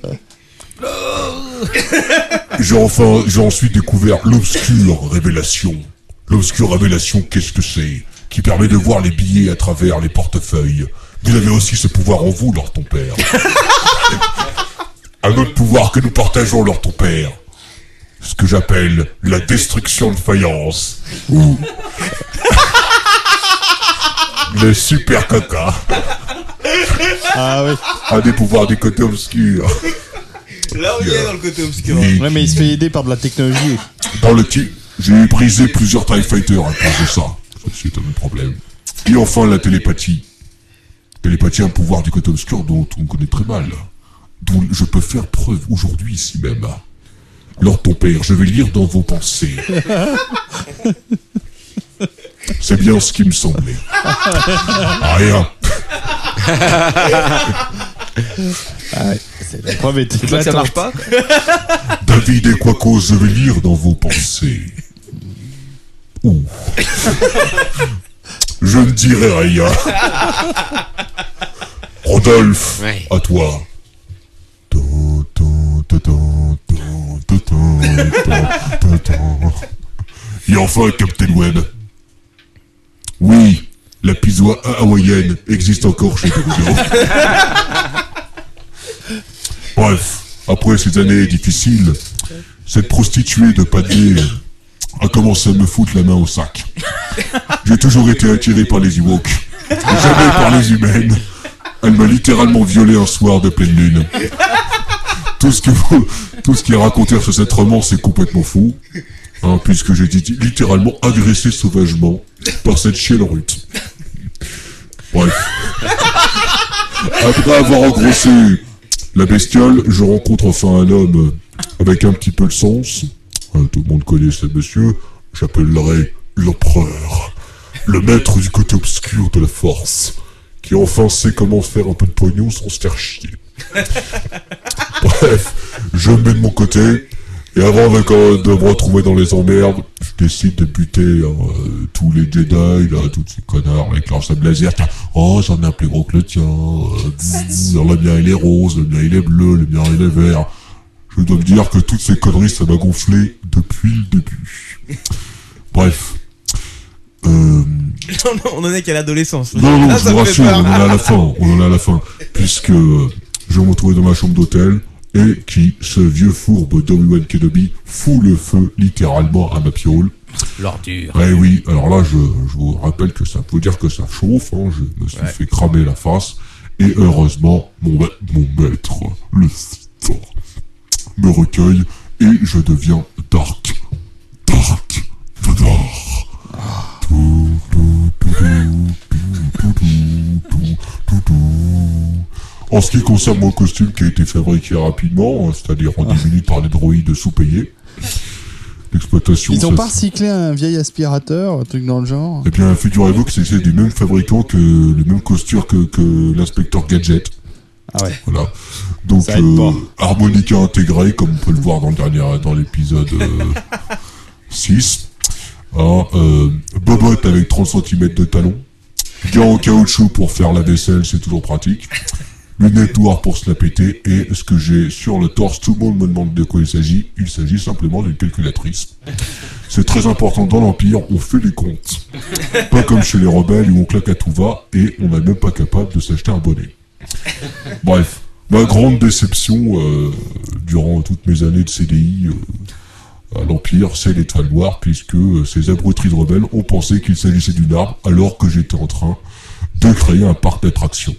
J'ai enfin, j'ai ensuite découvert l'obscure révélation. L'obscure révélation, qu'est-ce que c'est Qui permet de voir les billets à travers les portefeuilles. Vous avez aussi ce pouvoir en vous, Lord ton père. Un autre pouvoir que nous partageons, Lord ton père. Ce que j'appelle la destruction de faïence. Ou... le super caca.
Ah oui.
Un des pouvoirs du côté obscur.
Là, on y est dans le côté obscur.
Ouais, mais il se fait aider par de la technologie.
Dans le type, j'ai brisé plusieurs TIE Fighters à cause de ça. C'est un autre problème. Et enfin, la télépathie. Télépathie, un pouvoir du côté obscur dont on connaît très mal. Dont je peux faire preuve aujourd'hui ici même. Lord ton père, je vais lire dans vos pensées. C'est bien ce qui me semblait. Rien.
Ah La preuve est
C'est pas que ça marche
pas
David et Quacos, je vais lire dans vos pensées. Ouh. je ne dirai rien. Rodolphe,
Ouais.
à toi. Et enfin, Captain Web. Oui, la pizza hawaïenne existe encore chez Dodo. Bref, après ces années difficiles, cette prostituée de pâté a commencé à me foutre la main au sac. J'ai toujours été attiré par les Ewoks, jamais par les humaines. Elle m'a littéralement violé un soir de pleine lune. Tout ce, que vous- tout ce qui est raconté sur cette romance est complètement faux, hein, puisque j'ai été littéralement agressé sauvagement par cette chienne rute. Bref. Après avoir engrossé la bestiole, je rencontre enfin un homme avec un petit peu de sens. Hein, Tout le monde connaît ce monsieur. J'appellerai l'empereur, le maître du côté obscur de la force, qui enfin sait comment faire un peu de pognon sans se faire chier. Bref, je me mets de mon côté, et avant de, de me retrouver dans les emmerdes, je décide de buter hein, euh, tous les Jedi, là, tous ces connards avec leur sable laser. Tiens, oh, j'en ai un plus gros que le tien. euh, zzz, zzz, le mien, il est rose, le mien, il est bleu, le mien, il est vert. Je dois me dire que toutes ces conneries, ça m'a gonflé depuis le début. Bref. Euh,
Non, non, on en est qu'à l'adolescence.
non, non, je
Là, Ah, ça
vous
me fait
rassure, on
peur.
en est à la fin, on en est à la fin. Puisque euh, je vais me retrouver dans ma chambre d'hôtel et qui, ce vieux fourbe d'Obi-Wan Kenobi, fout le feu littéralement à ma piole.
L'ordure.
Eh oui, alors là, je, je vous rappelle que ça peut dire que ça chauffe, hein, je me suis fait cramer la face, et heureusement, mon, ma- mon maître, le Sith, me recueille, et je deviens Dark. Dark Vador. Tout, tout, tout, tout, tout, tout, tout, tout, tout. En ce qui concerne mon costume qui a été fabriqué rapidement, hein, c'est-à-dire en
Ah.
10 minutes par les droïdes sous-payés, l'exploitation...
Ils ont
ça
pas
se-
recyclé un vieil aspirateur, un truc dans le genre.
eh bien, figurez-vous que c'est- c'est du même fabricant que le même costure que, que l'inspecteur Gadget.
Ah ouais.
Voilà. Donc,
Ça aide
euh, harmonica intégrée, comme on peut le voir dans le dernier, dans l'épisode euh, 6. Hein, euh, bobotte avec 30 cm de talon. Gant en caoutchouc pour faire la vaisselle, c'est toujours pratique. Lunettes noires pour se la péter. Et ce que j'ai sur le torse, tout le monde me demande de quoi il s'agit. Il s'agit simplement d'une calculatrice. C'est très important dans l'Empire, on fait les comptes. Pas comme chez les rebelles où on claque à tout va et on n'est même pas capable de s'acheter un bonnet. Bref, ma grande déception euh, durant toutes mes années de CDI euh, à l'Empire, c'est l'étoile noire, puisque euh, ces abrutis de rebelles ont pensé qu'il s'agissait d'une arme alors que j'étais en train de créer un parc d'attractions.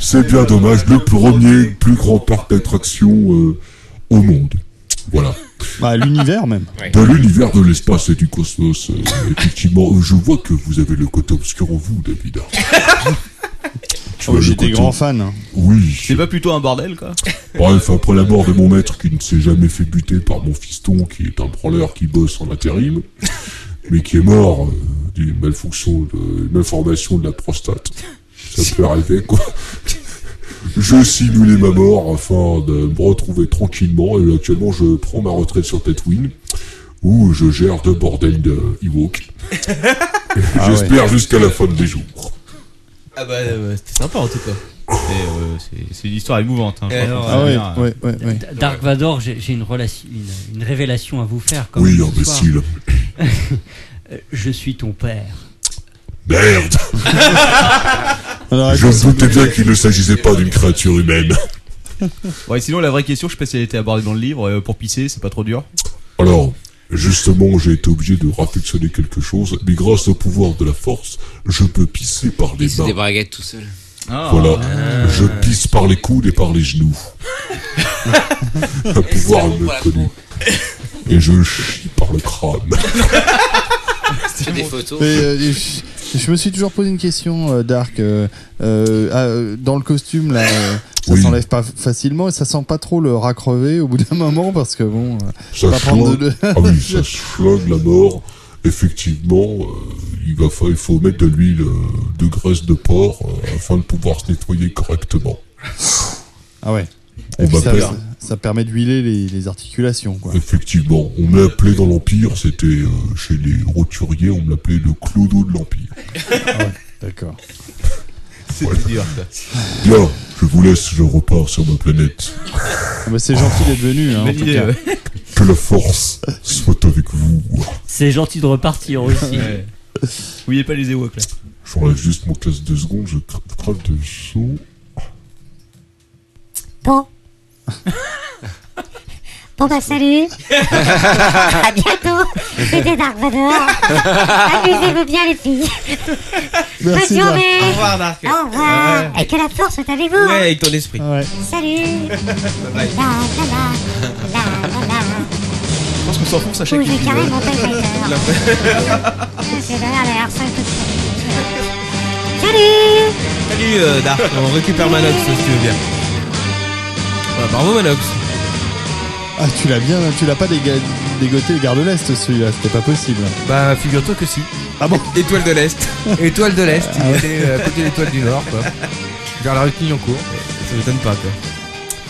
c'est bien dommage, le premier plus grand parc d'attractions euh, au monde. Voilà.
Bah, l'univers même.
De l'univers de l'espace et du cosmos, euh, effectivement, euh, je vois que vous avez le côté obscur en vous, David. Tu vois, le
J'étais
côté-
grand fan.
Oui.
C'est pas plutôt un bordel quoi
Bref, après la mort de mon maître qui ne s'est jamais fait buter par mon fiston, qui est un branleur qui bosse en intérim, mais qui est mort euh, d'une malfonction, de, une malformation de la prostate. Ça peut arriver, quoi. Je simulais ma mort afin de me retrouver tranquillement et actuellement je prends ma retraite sur Tatooine où je gère deux bordels de Ewok. J'espère
ouais.
jusqu'à la fin des jours.
Ah bah, euh, c'était sympa en tout cas.
Et, euh, c'est- C'est une histoire émouvante. hein, je
Eh,
crois
alors,
Ah
qu'on
Ah
va dire, euh,
Dark Vador, j'ai j'ai une, relation- une, une révélation à vous faire. Comme
Oui,
ce soir.
imbécile.
Euh, Je suis ton père.
Merde Je me doutais bien qu'il ne s'agissait pas d'une créature humaine.
Ouais, sinon, la vraie question, je sais pas si elle était abordée dans le livre, euh, pour pisser, c'est pas trop dur.
Alors, justement, j'ai été obligé de réflexionner quelque chose, mais grâce au pouvoir de la force, je peux pisser par les
Il se
mains.
débraguette tout seul.
Voilà,
Ah.
je pisse par les coudes et par les genoux. Un pouvoir
savon pour la
inconnu. Et je chie par le crâne.
C'est des photos.
Et, euh, et je, je me suis toujours posé une question, euh, Dark. euh, euh, ah, euh, dans le costume, là, euh, ça s'enlève pas facilement et ça sent pas trop le rat crevé au bout d'un moment parce que bon, euh,
Ça
pas prendre
chlingue.
de.
Ah oui, ça chlingue la mort. Effectivement, euh, il va falloir, il faut mettre de l'huile euh, de graisse de porc euh, afin de pouvoir se nettoyer correctement.
Ah ouais.
On
Et puis
va
ça,
faire.
ça- ça permet d'huiler les, les articulations, quoi.
Effectivement, on me l'appelait dans l'Empire, c'était euh, chez les roturiers, on me l'appelait le clodo de l'Empire.
Ah D'accord.
C'est dur, ça.
Bien, je vous laisse, je repars sur ma planète.
Ah bah, c'est gentil d'être venu, hein, en
Bonne
tout
idée,
cas.
ouais.
Que la force soit avec vous.
C'est gentil de repartir aussi.
Ouais. Oubliez pas les Ewoks là.
J'enlève juste mon casque deux secondes, je cra- crave de chaud.
Bon. bon bah salut. à bientôt. C'était Dark Vador. Amusez-vous bien les filles.
Merci,
Bonne
Dark.
journée.
Au revoir, Dark.
Au revoir.
Ouais.
Et que la force soit avec vous.
Ouais,
hein.
avec ton esprit.
Salut.
Bye.
La, la, la.
Je pense qu'on s'enfonce à chaque
Ouh, j'ai
épisode.
carrément pas le
La-
C'est derrière les harcèles. Salut.
Salut euh, Dark, on récupère Manox si tu veux bien. Bah, bravo Manox.
Ah, tu l'as bien, tu l'as pas déga- dégoté le garde de l'Est, celui-là, c'était pas possible.
Bah, figure-toi que si.
Ah bon
Étoile de l'Est.
Étoile de l'Est,
Ah
il
ouais.
était euh, à côté de l'étoile du Nord, quoi. Vers la rue Clignancourt.
Ça m'étonne pas quoi.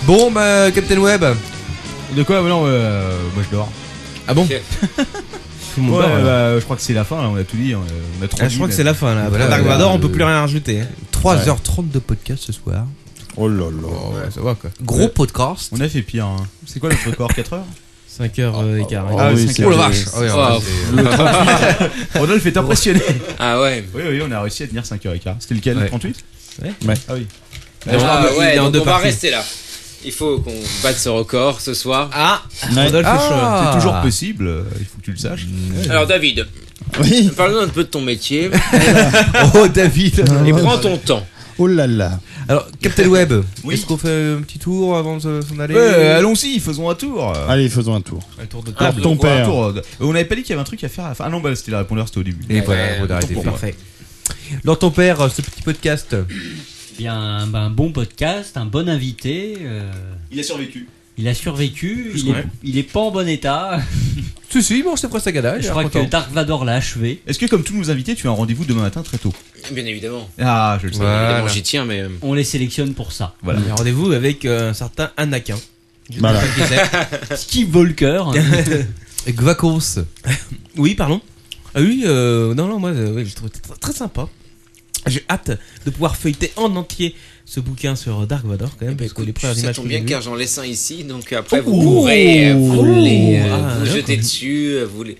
Bon, bah, Captain Web.
De quoi Non, euh, moi je dors.
Ah bon
Tout le monde dort, alors. bah, je crois que c'est la fin, là, on a tout dit. On a, on a trop
Ah, je
dit,
crois
bah.
que
mais-
c'est la fin là. Après
Voilà,
Dark
euh,
Vador, on
euh,
peut plus rien rajouter. hein.
3h30 de podcast ce soir.
Oh là
là. ça va quoi.
Gros
Ouais.
podcast.
On a fait pire. hein. C'est quoi notre record 4 heures
5 heures euh, et quart.
Ah oui,
c'est-
c'est-
Ah ouais,
c'est-
alors,
Oh,
c'est-
pff. Rodolphe est impressionné.
Ah ouais.
Oui, oui, on a réussi à tenir 5h15. C'était lequel
Ouais.
38
Ouais.
Ah oui.
Ah,
Ah
il
ouais,
est en
donc
deux
on va
parties.
rester là. Il faut qu'on batte ce record ce soir.
Ah,
Rodolphe
Ah.
Chauve. hein. C'est toujours possible, euh, il faut que tu le saches.
Mm.
Alors David,
oui.
parle-nous un peu de ton métier.
Oh, David.
Et prends ton temps.
Oh là là.
Alors, Captain Web,
Oui.
est-ce qu'on fait un petit tour avant de s'en aller
Ouais, allons-y, faisons un tour.
Allez, faisons un tour.
Un tour de
Par
table.
ton
On va un
père.
tour. Euh, On n'avait pas dit qu'il y avait un truc à faire à la fin. Ah non, bah, c'était la répondeur, c'était au début.
Et voilà, la répondeur
Autant
était
pour moi.
parfait. Dans ton père, euh, ce petit podcast.
Eh Bien, un, bah, un bon podcast, un bon invité. euh,
Il a survécu.
il a survécu.
Plus
Il
quand
est,
même.
il est pas en bon état.
Si, si, bon, c'est presque Sagada.
Je crois que Dark Vador l'a achevé.
Est-ce que, comme tous nos invités, tu as un rendez-vous demain matin très tôt
Bien évidemment.
Ah, je le sais.
Bien évidemment, j'y tiens, mais. euh,
On les sélectionne pour ça.
Voilà.
Il y a Rendez-vous avec euh, un certain Anakin. Je sais
Voilà.
pas qui c'est.
Steve Volker. hein.
Gvakos.
oui, pardon. Ah oui, euh, non, non, moi, euh, ouais, je le trouve très, très sympa. J'ai hâte de pouvoir feuilleter en entier ce bouquin sur Dark Vador quand
Eh ben
même, parce que les premières
Ça
images.
tombe
que
bien
j'ai
car
vues-
j'en laisse un ici, donc euh, après vous
Oh.
pourrez euh, vous,
Oh.
les, euh,
Ah,
vous
d'accord.
jeter dessus, euh, vous les.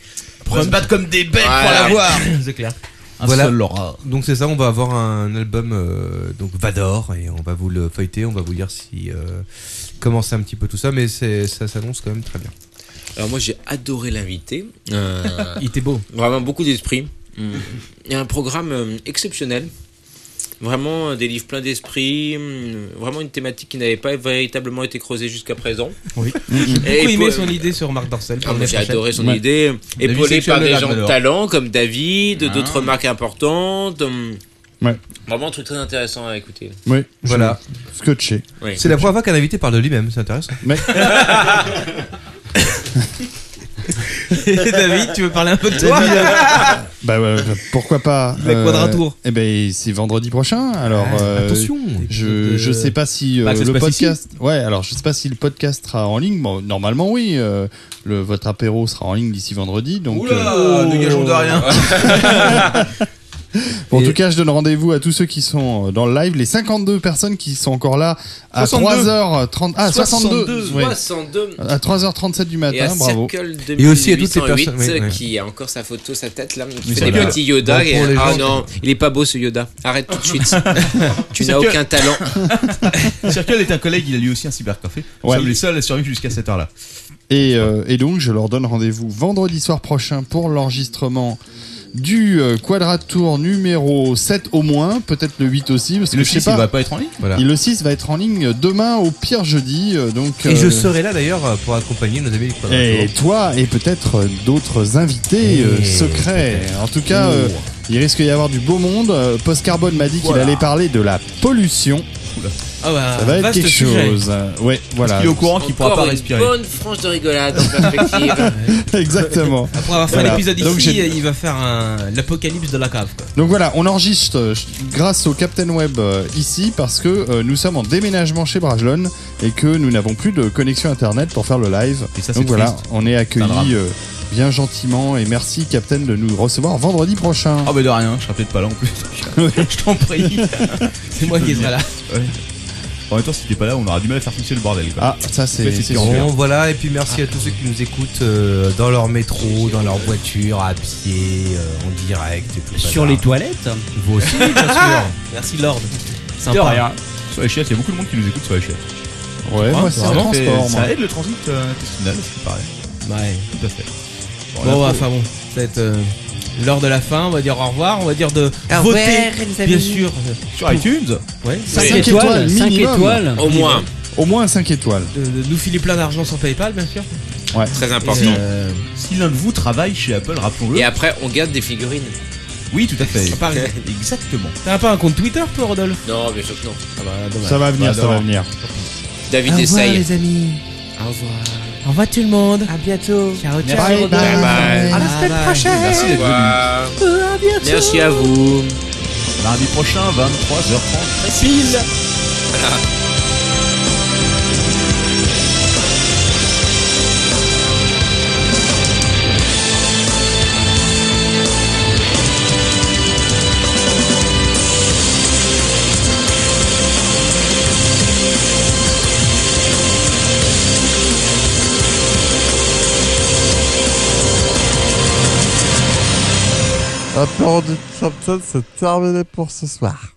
On va se battre comme des bêtes
Voilà.
pour l'avoir.
C'est clair.
voilà.
seul Laura.
Donc c'est ça, on va avoir un album euh, donc Vador et on va vous le feuilleter, on va vous dire si euh, comment c'est un petit peu tout ça, mais c'est- ça s'annonce quand même très bien.
Alors moi j'ai adoré l'invité. Euh,
Il était beau.
Vraiment beaucoup d'esprit. Mm. Il y a un programme euh, exceptionnel. Vraiment euh, des livres pleins d'esprit. mm, Vraiment une thématique qui n'avait pas véritablement été creusée jusqu'à présent.
Oui.
J'ai
beaucoup aimé son idée sur Marc Dorcel.
Ah,
pour
moi,
les
j'ai
fourchettes.
adoré son
Ouais.
idée,
La vie
épaulé par
sexuelle de
des
Dark
gens de
Vador.
talent comme David,
Ah.
d'autres marques importantes. hum.
Ouais.
Vraiment un truc très intéressant à écouter.
Oui.
Voilà.
je- Scotché.
Oui.
C'est la première fois qu'un invité parle de lui-même, c'est intéressant.
Mais-
David, tu veux parler un peu de toi
David, Bah, ouais, bah, pourquoi pas
La Quadratour.
Eh ben c'est vendredi prochain. Alors
Ah,
euh,
attention.
Je je sais pas si euh,
Max, c'est
le
pas
podcast. Ouais, alors je sais pas si le podcast sera en ligne. Bon, normalement oui. euh, le votre apéro sera en ligne d'ici vendredi. Donc.
Oula,
euh,
dégageons de rien.
Bon, en tout cas, je donne rendez-vous à tous ceux qui sont euh, dans le live, les 52 personnes qui sont encore là à
62.
3h30 ah 62 oui.
62.
à 3h37 du matin,
et à
bravo.
Circle 2808, qui a encore sa photo, sa tête là, qui fait des petits Yoda. et- ah non, il est pas beau ce Yoda. Arrête tout de suite. tu n'as
Circle-
aucun talent.
Circle est un collègue, il a lui aussi un cybercafé. Nous
Ouais.
sommes les seuls à survivre jusqu'à cette heure-là.
Et, euh, et donc, je leur donne rendez-vous vendredi soir prochain pour l'enregistrement du euh, Quadratour numéro 7 au moins, peut-être le 8 aussi, parce
Le
que je sais
6, il
pas.
va pas être en ligne Voilà.
Et le 6 va être en ligne demain, au pire jeudi. euh, donc,
Et je
euh,
serai là d'ailleurs pour accompagner nos amis du Quadratour.
Et toi, et peut-être euh, d'autres
Eh,
invités euh,
Et
secrets.
peut-être.
En tout cas, euh,
Oh.
il risque d'y avoir du beau monde. Euh, Post Carbone m'a dit qu'il
Voilà.
allait parler de la pollution.
Ah bah,
Ça va être
vaste
quelque
sujet.
chose. hein. Ouais, voilà.
Encore une Bonne frange de rigolade en perspective.
Exactement.
Après avoir fait
Voilà.
l'épisode
Donc
ici,
j'ai-
il va faire un- l'apocalypse de la cave. quoi.
Donc voilà, on enregistre euh, grâce au Captain Web euh, ici parce que euh, nous sommes en déménagement chez Brajlon et que nous n'avons plus de connexion internet pour faire le live.
c'est
Donc voilà,
triste.
on est
C'est un drame.
accueillis euh, bien gentiment et merci Captain de nous recevoir vendredi prochain.
Ah bah de rien, je serai peut-être pas là en plus. je t'en prie.
C'est moi qui serai là.
Ouais. En même temps, si t'es pas là, on aura du mal à faire fonctionner le bordel. quoi.
Ah, ça c'est
Ouais,
c'est
sûr.
sûr.
Bon, voilà, et puis merci à tous ceux qui nous écoutent euh, dans leur métro, dans leur voiture, à pied, euh, en direct. et tout le
Sur
bazar.
les toilettes.
Vous aussi, bien sûr.
Ah, Merci Lord.
De
Sympa.
rien. Sur les chiottes, il y a beaucoup de monde qui nous écoute sur les chiottes.
Ouais, moi, c'est
ça
un
fait-
transport, moi.
Ça aide le transit euh, intestinal, c'est pareil.
Ouais.
Tout à fait.
Bon,
là,
bah,
faut-
enfin bon, ça va être euh, l'heure de la fin. On va dire au revoir. On va dire de
Au
voter,
revoir, les
bien
amis.
sûr.
Sur iTunes
Ouais.
Cinq
Cinq
étoiles,
cinq
minimum.
étoiles.
Au moins.
Au moins 5 étoiles.
De, de nous filer plein d'argent sur PayPal, bien sûr.
Ouais.
Très
Et,
important.
euh,
Si l'un de vous travaille chez Apple, rappelons-le.
Et après, on garde des figurines.
Oui, tout à fait.
Ça paraît.
Exactement.
T'as pas un compte Twitter, toi, Rodolphe
Non, bien sûr que non.
Ah bah,
Ça va venir, ça va venir.
David
Au revoir,
essaye.
Ah
Ah,
les amis.
Au revoir.
Au revoir, tout le monde. À bientôt. Ciao, ciao.
Merci, Rodolphe. Bye bye.
À la semaine
Bye bye.
prochaine.
Merci d'être venu.
À bientôt.
Merci à vous.
Mardi prochain, 23h30.
Facile.
Ah,
La période du champion, c'est terminé pour ce soir.